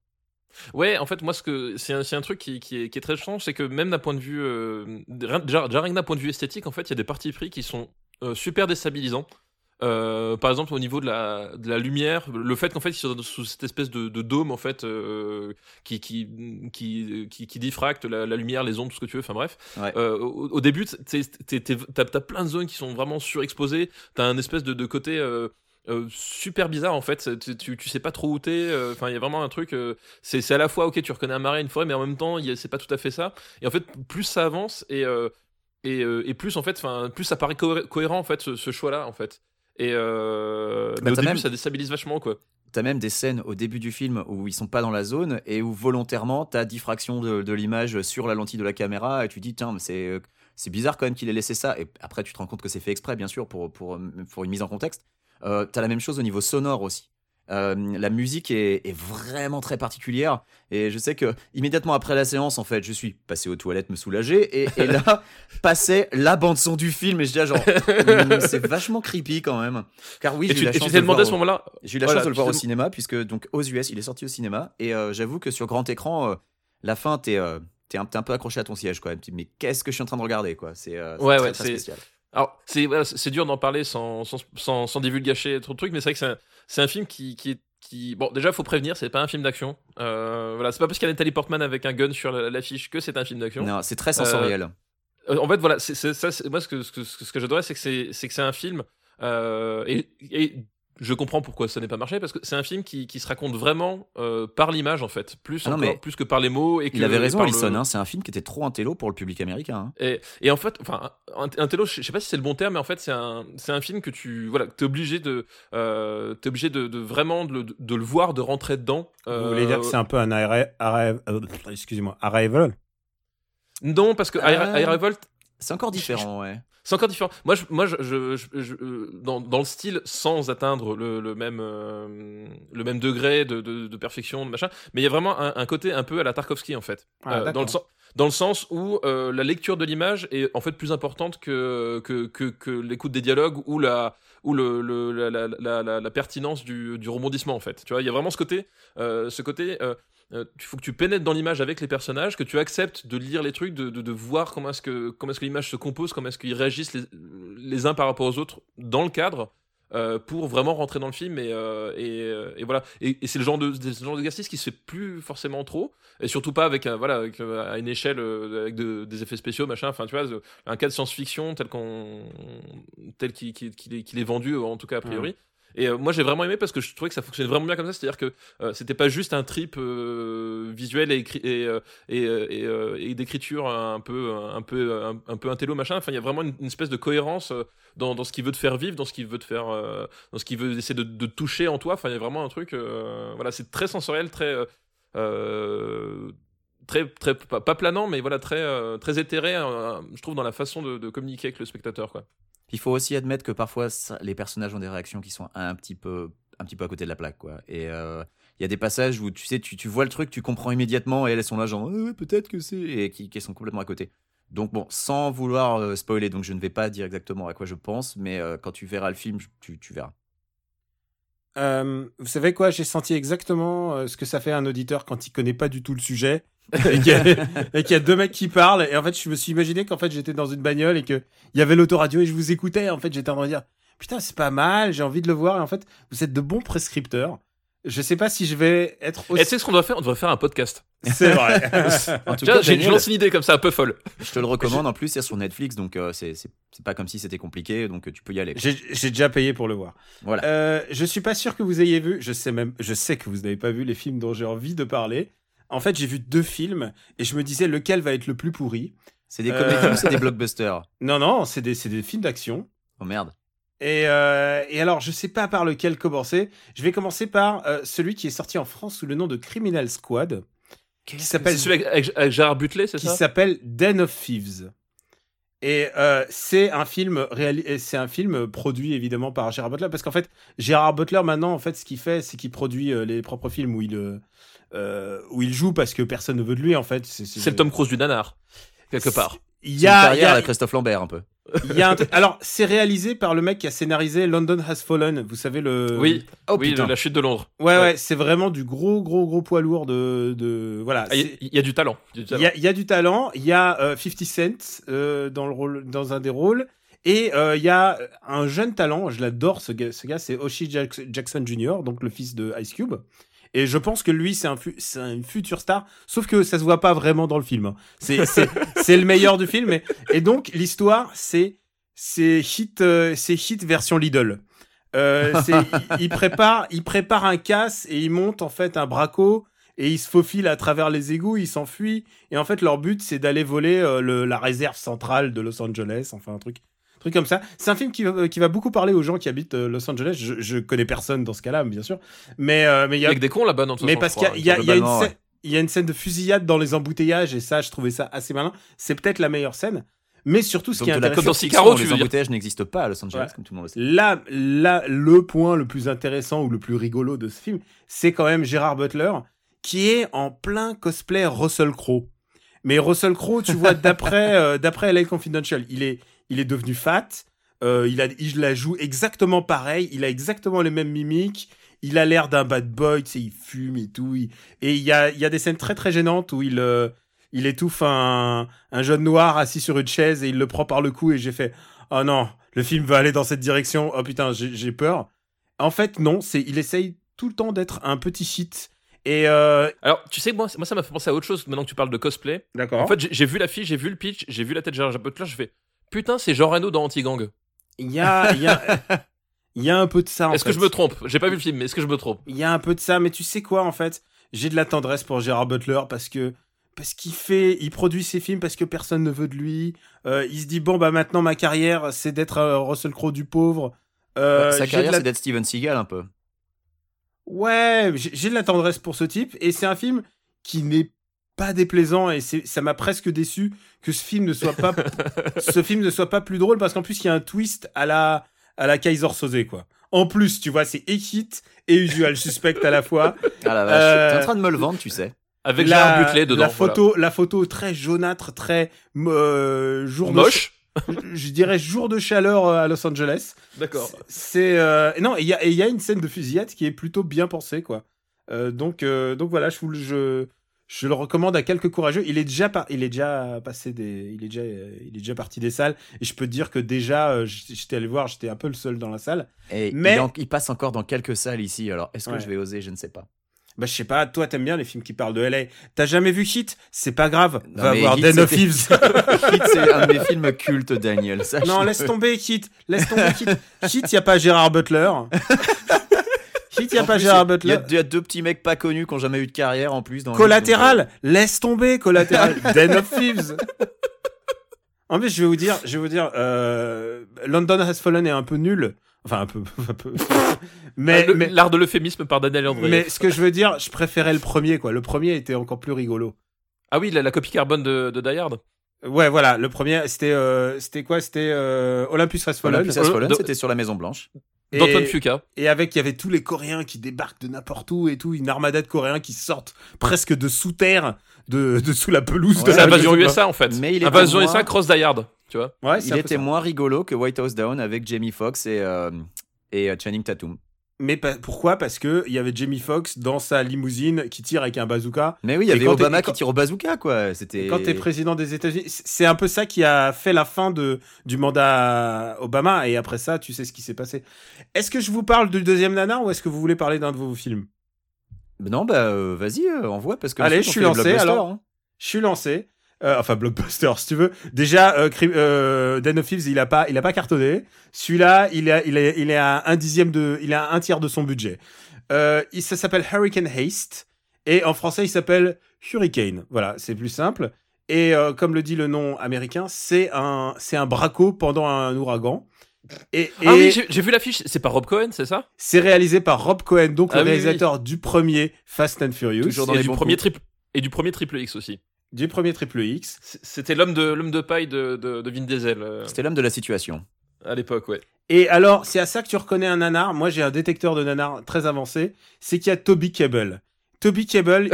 [SPEAKER 3] Ouais, en fait, moi, ce que c'est un, c'est un truc qui, qui est, qui est très étrange, c'est que même d'un point de vue, euh, rien- déjà, déjà rien que d'un point de vue esthétique, en fait, il y a des parties pris qui sont euh, super déstabilisants. Euh, par exemple, au niveau de la, de la lumière, le fait qu'en fait, ils sont sous cette espèce de, de dôme, en fait, euh, qui, qui, qui, qui, qui diffracte la, la lumière, les ombres, tout ce que tu veux, enfin bref.
[SPEAKER 4] Ouais.
[SPEAKER 3] Euh, au, au début, t'es- t'es- t'es- t'as t'as plein de zones qui sont vraiment surexposées, t'as un espèce de, de côté. euh, euh, super bizarre en fait, C'est- tu, tu- tu sais pas trop où t'es, euh, enfin il y a vraiment un truc, euh, c'est c'est à la fois ok tu reconnais un marais, une forêt, mais en même temps il y a- c'est pas tout à fait ça. Et en fait plus ça avance et euh, et, euh, et plus en fait, enfin plus ça paraît cohé- cohérent en fait ce, choix là en fait. Et euh,
[SPEAKER 4] Bah,
[SPEAKER 3] mais au
[SPEAKER 4] t'as
[SPEAKER 3] début
[SPEAKER 4] même-
[SPEAKER 3] ça déstabilise vachement quoi.
[SPEAKER 4] T'as même des scènes au début du film où ils sont pas dans la zone et où volontairement t'as diffraction de, de l'image sur la lentille de la caméra et tu dis tiens mais c'est euh, c'est bizarre quand même qu'il ait laissé ça et après tu te rends compte que c'est fait exprès bien sûr pour pour pour une mise en contexte. Euh, t'as la même chose au niveau sonore aussi. Euh, la musique est, est vraiment très particulière et je sais que immédiatement après la séance en fait je suis passé aux toilettes me soulager et, et là passait la bande son du film et je dis ah, genre hmm, c'est vachement creepy quand même car oui
[SPEAKER 3] Et
[SPEAKER 4] j'ai eu
[SPEAKER 3] tu
[SPEAKER 4] la
[SPEAKER 3] et
[SPEAKER 4] chance
[SPEAKER 3] tu
[SPEAKER 4] de
[SPEAKER 3] t'es
[SPEAKER 4] le
[SPEAKER 3] demandé
[SPEAKER 4] voir
[SPEAKER 3] à ce
[SPEAKER 4] au-
[SPEAKER 3] moment-là.
[SPEAKER 4] j'ai eu la
[SPEAKER 3] Voilà,
[SPEAKER 4] chance de le voir au
[SPEAKER 3] tu t'es-
[SPEAKER 4] cinéma, puisque donc aux US, il est sorti au cinéma. Et euh, j'avoue que sur grand écran, euh, la fin, t'es euh, t'es un, t'es un peu accroché à ton siège, quoi. Et tu te dis, Mais qu'est-ce que je suis en train de regarder, quoi C'est euh, c'est
[SPEAKER 3] Ouais,
[SPEAKER 4] très,
[SPEAKER 3] ouais,
[SPEAKER 4] très
[SPEAKER 3] c'est-
[SPEAKER 4] spécial.
[SPEAKER 3] Alors, c'est voilà, c'est- c'est dur d'en parler sans, sans, sans, sans divulgacher trop de trucs, mais c'est vrai que c'est un, c'est un film qui, qui est. Qui... Bon, déjà, faut prévenir, c'est pas un film d'action. Euh, voilà, c'est pas parce qu'il y a Natalie Portman avec un gun sur la- l'affiche que c'est un film d'action.
[SPEAKER 4] Non, c'est très sensoriel.
[SPEAKER 3] Euh, en fait, voilà, c'est c'est- ça, c'est- moi, ce que, ce que, ce que j'adorais, c'est que c'est c'est que c'est un film. euh, et, et je comprends pourquoi ça n'est pas marché, parce que c'est un film qui, qui se raconte vraiment euh, par l'image, en fait, plus,
[SPEAKER 4] Ah non,
[SPEAKER 3] encore-
[SPEAKER 4] mais
[SPEAKER 3] plus que par les mots. Et que,
[SPEAKER 4] il avait
[SPEAKER 3] et
[SPEAKER 4] raison,
[SPEAKER 3] par le-
[SPEAKER 4] Alison. hein, c'est un film qui était trop intello pour le public américain. hein.
[SPEAKER 3] et, et en fait, enfin, un, un télo, je je sais pas si c'est le bon terme, mais en fait, c'est un, c'est un film que tu, voilà, que t'es obligé de, euh, t'es obligé de, de vraiment de, le- de le voir, de rentrer dedans. Euh,
[SPEAKER 2] Vous voulez dire que c'est un peu un arri- arri- euh, excusez-moi, arrival
[SPEAKER 3] Non, parce que Air-
[SPEAKER 4] Ah.
[SPEAKER 3] Air Revolt,
[SPEAKER 4] C'est encore différent, ouais.
[SPEAKER 3] c'est encore différent. Moi, je, moi, je, je- je- je- euh, dans, dans le style, sans atteindre le, le même, euh, le même degré de, de, de perfection, de machin, mais il y a vraiment un, un côté un peu à la Tarkovsky, en fait.
[SPEAKER 2] Ah,
[SPEAKER 3] Euh, dans,
[SPEAKER 2] d'accord.
[SPEAKER 3] le sen- dans le sens où euh, la lecture de l'image est en fait plus importante que, que, que, que l'écoute des dialogues ou la, ou le, le- la, la, la, la- la pertinence du, du rebondissement, en fait. Tu vois, il y a vraiment ce côté. euh, ce côté euh, euh, il faut que tu pénètres dans l'image avec les personnages, que tu acceptes de lire les trucs, de, de, de voir comment est-ce que, comment est que l'image se compose, comment est-ce qu'ils réagissent les, les uns par rapport aux autres dans le cadre euh, pour vraiment rentrer dans le film. Et, euh, et, euh, et voilà. Et, et c'est le genre de- c'est le genre d'exercice qui se fait plus forcément trop, et surtout pas avec, euh, voilà, avec, euh, à une échelle euh, avec de- des effets spéciaux, machin. Enfin, tu vois, euh, un cas de science-fiction tel qu'on tel qu'il qu'il- qu'il est, qu'il est vendu, euh, en tout cas a priori. Et euh, moi j'ai vraiment aimé parce que je trouvais que ça fonctionnait vraiment bien comme ça, c'est-à-dire que euh, c'était pas juste un trip euh, visuel et, écrit- et, euh, et, euh, et, euh, et d'écriture un peu un peu un, un peu intello machin. Enfin, il y a vraiment une, une espèce de cohérence euh, dans, dans ce qu'il veut te faire vivre, dans ce qu'il veut te faire, euh, dans ce qu'il veut essayer de, de toucher en toi. Enfin, il y a vraiment un truc. euh, voilà, c'est très sensoriel, très euh, euh, très très pas, pas planant, mais voilà très euh, très éthéré. euh, je trouve dans la façon de, de communiquer avec le spectateur quoi.
[SPEAKER 4] Il faut aussi admettre que parfois ça- les personnages ont des réactions qui sont un petit peu, un petit peu à côté de la plaque, quoi. Et euh, il y a des passages où tu sais, tu, tu vois le truc, tu comprends immédiatement, et elles sont là genre Euh, peut-être que c'est et qui, qui sont complètement à côté. Donc bon, sans vouloir euh, spoiler, donc je ne vais pas dire exactement à quoi je pense, mais euh, quand tu verras le film, je- tu, tu verras.
[SPEAKER 2] Euh, vous savez quoi, j'ai senti exactement euh, ce que ça fait à un auditeur quand il connaît pas du tout le sujet et qu'il y, a- et qu'il y a deux mecs qui parlent. Et en fait, je me suis imaginé qu'en fait j'étais dans une bagnole et que il y avait l'autoradio et je vous écoutais. En fait, j'étais en train de dire putain c'est pas mal, j'ai envie de le voir. Et en fait, vous êtes de bons prescripteurs. Je sais pas si je vais être
[SPEAKER 3] Et tu
[SPEAKER 2] aussi.
[SPEAKER 3] sais ce qu'on doit faire On devrait faire un podcast.
[SPEAKER 2] C'est vrai.
[SPEAKER 4] En tout
[SPEAKER 3] Tu
[SPEAKER 4] cas,
[SPEAKER 3] vois, J'ai je
[SPEAKER 4] Daniel,
[SPEAKER 3] lance une idée comme ça un peu folle.
[SPEAKER 4] je te le recommande. En plus, c'est sur Netflix, donc euh, c'est c'est- c'est pas comme si c'était compliqué, donc euh, tu peux y aller. quoi.
[SPEAKER 2] J'ai j'ai déjà payé pour le voir.
[SPEAKER 4] Voilà.
[SPEAKER 2] Euh, je suis pas sûr que vous ayez vu. Je sais même. Je sais que vous n'avez pas vu les films dont j'ai envie de parler. En fait, j'ai vu deux films et je me disais lequel va être le plus pourri.
[SPEAKER 4] C'est des
[SPEAKER 2] euh,
[SPEAKER 4] comédies ou c'est des blockbusters
[SPEAKER 2] Non, non, c'est des, c'est des films d'action.
[SPEAKER 4] Oh merde.
[SPEAKER 2] Et, euh, et alors, je sais pas par lequel commencer. Je vais commencer par euh, celui qui est sorti en France sous le nom de Criminal Squad, qui s'appelle
[SPEAKER 3] C'est celui avec, avec- avec Gérard Butler, c'est
[SPEAKER 2] qui
[SPEAKER 3] ça
[SPEAKER 2] s'appelle Den of Thieves. Et euh, c'est un film réali- et c'est un film produit évidemment par Gérard Butler parce qu'en fait Gérard Butler maintenant en fait ce qu'il fait c'est qu'il produit euh, les propres films où il euh, euh, où il joue parce que personne ne veut de lui en fait.
[SPEAKER 3] C'est le Tom Cruise du nanar, quelque part.
[SPEAKER 2] Il
[SPEAKER 4] C'est
[SPEAKER 2] y
[SPEAKER 4] une
[SPEAKER 2] a, il y
[SPEAKER 4] carrière
[SPEAKER 2] a-
[SPEAKER 4] à Christophe Lambert un peu.
[SPEAKER 2] il y a un truc- alors c'est réalisé par le mec qui a scénarisé London Has Fallen. Vous savez le
[SPEAKER 3] oui,
[SPEAKER 4] Oh
[SPEAKER 3] oui,
[SPEAKER 4] putain.
[SPEAKER 3] le- la chute de Londres.
[SPEAKER 2] Ouais, ouais,
[SPEAKER 3] Ouais.
[SPEAKER 2] c'est vraiment du gros, gros, gros poids lourd de. de voilà.
[SPEAKER 3] Ah, Il
[SPEAKER 2] c'est-
[SPEAKER 3] y, il y a du talent. il y
[SPEAKER 2] Il
[SPEAKER 3] a du talent.
[SPEAKER 2] y a, il y a du talent, il y a euh, 50 Cent euh, dans, le rôle, dans un des rôles, et euh, il y a un jeune talent, je l'adore ce gars, ce gars c'est Oshie Jack- Jackson Jr., donc le fils de Ice Cube. Et je pense que lui, c'est un, fu- c'est une future star, sauf que ça se voit pas vraiment dans le film. hein. C'est, c'est, c'est le meilleur du film. Et, et donc, l'histoire, c'est, c'est hit, euh, c'est hit version Lidl. Euh, c'est, il, il prépare, il prépare un casse et il monte, en fait, un braco et il se faufile à travers les égouts, il s'enfuit. Et en fait, leur but, c'est d'aller voler euh, le, la réserve centrale de Los Angeles. Enfin, un truc, un truc comme ça. C'est un film qui, va- euh, qui va beaucoup parler aux gens qui habitent euh, Los Angeles. Je, je connais personne dans ce cas-là, bien sûr. Mais, euh, mais il y a,
[SPEAKER 3] Avec des cons là-bas, non de toute
[SPEAKER 2] mais
[SPEAKER 3] façon,
[SPEAKER 2] parce
[SPEAKER 3] je
[SPEAKER 2] qu'il y a,
[SPEAKER 3] crois,
[SPEAKER 2] il y a- il y a une
[SPEAKER 4] globalement,
[SPEAKER 2] scène, il y a une scène de fusillade dans les embouteillages et ça, je trouvais ça assez malin. C'est peut-être la meilleure scène. Mais surtout, ce
[SPEAKER 4] Donc
[SPEAKER 2] qui est
[SPEAKER 4] de la
[SPEAKER 2] intéressant,
[SPEAKER 3] Comme dans
[SPEAKER 4] science-fiction,
[SPEAKER 3] Sicaro, tu
[SPEAKER 4] les
[SPEAKER 3] veux dire.
[SPEAKER 4] embouteillages n'existent pas à Los Angeles,
[SPEAKER 2] Ouais.
[SPEAKER 4] comme tout le monde le sait.
[SPEAKER 2] Là, là, le point le plus intéressant ou le plus rigolo de ce film, c'est quand même Gérard Butler, qui est en plein cosplay Russell Crowe. Mais Russell Crowe, tu vois, d'après euh, d'après LA Confidential, il est il est devenu fat. euh, il a il la joue exactement pareil. Il a exactement les mêmes mimiques. Il a l'air d'un bad boy. Tu sais, il fume et tout. il- Et il y a il y a des scènes très très gênantes où il euh, il étouffe un un jeune noir assis sur une chaise et il le prend par le cou. Et j'ai fait oh non, le film va aller dans cette direction, oh putain, j'ai j'ai peur. En fait, non, c'est il essaye tout le temps d'être un petit shit. Et euh,
[SPEAKER 3] Alors, tu sais, moi, moi, ça m'a fait penser à autre chose maintenant que tu parles de cosplay.
[SPEAKER 2] d'accord.
[SPEAKER 3] En fait, j'ai- j'ai vu la fille, j'ai vu le pitch, j'ai vu la tête de Gérard Butler, je fais putain, c'est Jean Reno dans Anti-Gang.
[SPEAKER 2] il y a, il y a, il y a un peu de ça. en
[SPEAKER 3] Est-ce que
[SPEAKER 2] fait.
[SPEAKER 3] je me trompe J'ai pas vu le film, mais est-ce que je me trompe
[SPEAKER 2] Il y a un peu de ça, mais tu sais quoi en fait J'ai de la tendresse pour Gérard Butler parce que parce qu'il fait, il produit ses films parce que personne ne veut de lui. Euh, il se dit bon bah maintenant ma carrière c'est d'être euh, Russell Crowe du pauvre.
[SPEAKER 3] Bah,
[SPEAKER 2] Euh,
[SPEAKER 4] Sa
[SPEAKER 2] j'ai
[SPEAKER 4] carrière,
[SPEAKER 2] de la-
[SPEAKER 4] c'est d'être Steven Seagal un peu.
[SPEAKER 2] Ouais, j'ai j'ai de la tendresse pour ce type et c'est un film qui n'est pas déplaisant et c'est- ça m'a presque déçu que ce film ne soit pas ce film ne soit pas plus drôle parce qu'en plus il y a un twist à la à la Kaiser Soze quoi. En plus, tu vois, c'est équite et usual suspect à la fois.
[SPEAKER 4] Ah la vache, t'es
[SPEAKER 2] Euh,
[SPEAKER 4] en train de me le vendre, tu sais.
[SPEAKER 3] Avec
[SPEAKER 2] la,
[SPEAKER 3] Gérard Butler dedans.
[SPEAKER 2] La
[SPEAKER 3] voilà.
[SPEAKER 2] photo, la photo très jaunâtre, très euh, jour de
[SPEAKER 3] moche.
[SPEAKER 2] ch- je- je dirais jour de chaleur euh, à Los Angeles.
[SPEAKER 3] D'accord.
[SPEAKER 2] C'est euh, non, et il y a, et il y a une scène de fusillade qui est plutôt bien pensée quoi. Euh, donc euh, donc voilà, je vous le je, je le recommande à quelques courageux. Il est déjà par- il est déjà passé des il est déjà euh, il est déjà parti des salles et je peux te dire que déjà euh, j- j'étais allé le voir, j'étais un peu le seul dans la salle.
[SPEAKER 4] Et il
[SPEAKER 2] Mais-
[SPEAKER 4] est en- il, passe encore dans quelques salles ici, alors est-ce que
[SPEAKER 2] Ouais.
[SPEAKER 4] je vais oser Je ne sais pas.
[SPEAKER 2] Bah je sais pas, toi t'aimes bien les films qui parlent de LA. T'as jamais vu Hit C'est pas grave,
[SPEAKER 4] Non,
[SPEAKER 2] va
[SPEAKER 4] mais
[SPEAKER 2] voir
[SPEAKER 4] Heat,
[SPEAKER 2] Den of
[SPEAKER 4] c'était-
[SPEAKER 2] Thieves.
[SPEAKER 4] Hit, c'est un de mes films cultes, Daniel. sache-le.
[SPEAKER 2] Non, laisse tomber Hit, laisse tomber Hit. Hit, y a pas Gérard Butler. Hit, y a
[SPEAKER 4] En
[SPEAKER 2] pas
[SPEAKER 4] plus,
[SPEAKER 2] Gérard
[SPEAKER 4] Il y,
[SPEAKER 2] Butler.
[SPEAKER 4] a- il y a deux petits mecs pas connus qui ont jamais eu de carrière en plus. Dans
[SPEAKER 2] Collatéral, laisse tomber Collatéral, Den of Thieves. En plus, je vais vous dire, je vais vous dire, euh, London Has Fallen est un peu nul, enfin un peu, un peu. mais,
[SPEAKER 3] Ah, le-
[SPEAKER 2] mais,
[SPEAKER 3] L'art de l'euphémisme par Daniel André.
[SPEAKER 2] mais ce que je veux dire, je préférais le premier, quoi. Le premier était encore plus rigolo.
[SPEAKER 3] Ah oui, la, la copie carbone de, de Die Hard.
[SPEAKER 2] Ouais, voilà, le premier, c'était, euh, c'était quoi C'était euh, Olympus Has Fallen.
[SPEAKER 4] Olympus Has Fallen,
[SPEAKER 3] Euh,
[SPEAKER 4] c'était sur la Maison Blanche.
[SPEAKER 2] Et- Ah,
[SPEAKER 3] D'Antoine Fuca.
[SPEAKER 2] Et avec, il y avait tous les Coréens qui débarquent de n'importe où et tout, une armada de Coréens qui sortent presque de sous terre, de, de sous la pelouse de
[SPEAKER 4] Ouais,
[SPEAKER 3] C'est
[SPEAKER 2] la
[SPEAKER 3] Invasion
[SPEAKER 2] maison.
[SPEAKER 3] USA en fait.
[SPEAKER 4] Mais il était
[SPEAKER 3] Invasion
[SPEAKER 4] moins-
[SPEAKER 3] USA, Cross Die Hard. Tu vois
[SPEAKER 2] Ouais, c'est
[SPEAKER 4] il
[SPEAKER 2] un peu
[SPEAKER 4] était
[SPEAKER 2] ça.
[SPEAKER 4] moins rigolo que White House Down avec Jamie Foxx et, euh, et euh, Channing Tatum.
[SPEAKER 2] Mais pas- pourquoi Parce que il y avait Jamie Foxx dans sa limousine qui tire avec un bazooka.
[SPEAKER 4] Mais oui, il y
[SPEAKER 2] Et
[SPEAKER 4] avait
[SPEAKER 2] quand t'es-
[SPEAKER 4] Obama
[SPEAKER 2] et quand-
[SPEAKER 4] qui tire au bazooka, quoi. C'était.
[SPEAKER 2] Et quand t'es président des États-Unis, c- c'est un peu ça qui a fait la fin de du mandat Obama. Et après ça, tu sais ce qui s'est passé. Est-ce que je vous parle du deuxième nanar ou est-ce que vous voulez parler d'un de vos films
[SPEAKER 4] Non, bah euh, vas-y, euh, envoie parce que.
[SPEAKER 2] Allez,
[SPEAKER 4] ensuite,
[SPEAKER 2] je
[SPEAKER 4] on
[SPEAKER 2] suis
[SPEAKER 4] fait les
[SPEAKER 2] lancé,
[SPEAKER 4] blockbusters,
[SPEAKER 2] alors.
[SPEAKER 4] hein.
[SPEAKER 2] Je suis lancé. Euh, enfin, blockbuster, si tu veux. Déjà, euh, Cri- euh, Dan of Thieves, il a pas, il a pas cartonné. Celui-là, il a, il est- il est à un dixième de, il est à un tiers de son budget. Euh, il, ça s'appelle Hurricane Haste et en français, il s'appelle Hurricane. Voilà, c'est plus simple. Et euh, comme le dit le nom américain, c'est un, c'est un braco pendant un ouragan. Et, et
[SPEAKER 3] Ah oui, j'ai j'ai vu l'affiche. C'est pas Rob Cohen, c'est ça
[SPEAKER 2] c'est réalisé par Rob Cohen, donc
[SPEAKER 3] Ah
[SPEAKER 2] le
[SPEAKER 3] oui, oui, oui.
[SPEAKER 2] réalisateur du premier Fast and Furious,
[SPEAKER 4] Toujours dans
[SPEAKER 3] Et
[SPEAKER 4] les
[SPEAKER 3] du
[SPEAKER 4] bons
[SPEAKER 3] premier
[SPEAKER 4] coups.
[SPEAKER 3] triple. Et du premier triple X aussi.
[SPEAKER 2] du premier Triple X.
[SPEAKER 3] C- C'était l'homme de l'homme de paille de, de, de Vin Diesel euh,
[SPEAKER 4] C'était l'homme de la situation.
[SPEAKER 3] à l'époque, ouais.
[SPEAKER 2] Et alors, c'est à ça que tu reconnais un nanar. Moi, j'ai un détecteur de nanar très avancé. C'est qu'il y a Toby Cable. Toby Cable,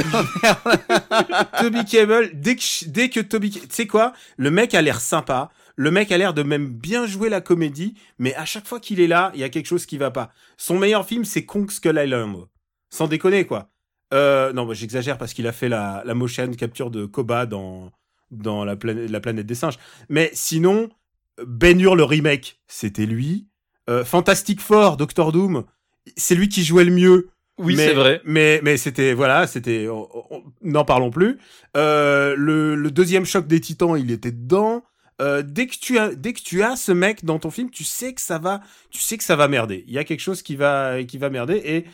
[SPEAKER 2] il- Toby Cable, dès que, je- dès que Toby, tu sais quoi, le mec a l'air sympa, le mec a l'air de même bien jouer la comédie, mais à chaque fois qu'il est là, il y a quelque chose qui va pas. Son meilleur film, c'est Kong Skull Island. Sans déconner, quoi. Euh, non, bah, j'exagère parce qu'il a fait la, la motion capture de Koba dans, dans la, planète la planète des singes. Mais sinon, Ben Hur, le remake, c'était lui. Euh, Fantastic Four, Doctor Doom, c'est lui qui jouait le mieux.
[SPEAKER 3] Oui,
[SPEAKER 2] Mais-
[SPEAKER 3] c'est vrai.
[SPEAKER 2] Mais mais c'était voilà, c'était on- on- n'en parlons plus. Euh, le, le deuxième choc des Titans, il était dedans. Euh, dès que tu as dès que tu as ce mec dans ton film, tu sais que ça va, tu sais que ça va merder. Il y a quelque chose qui va qui va merder et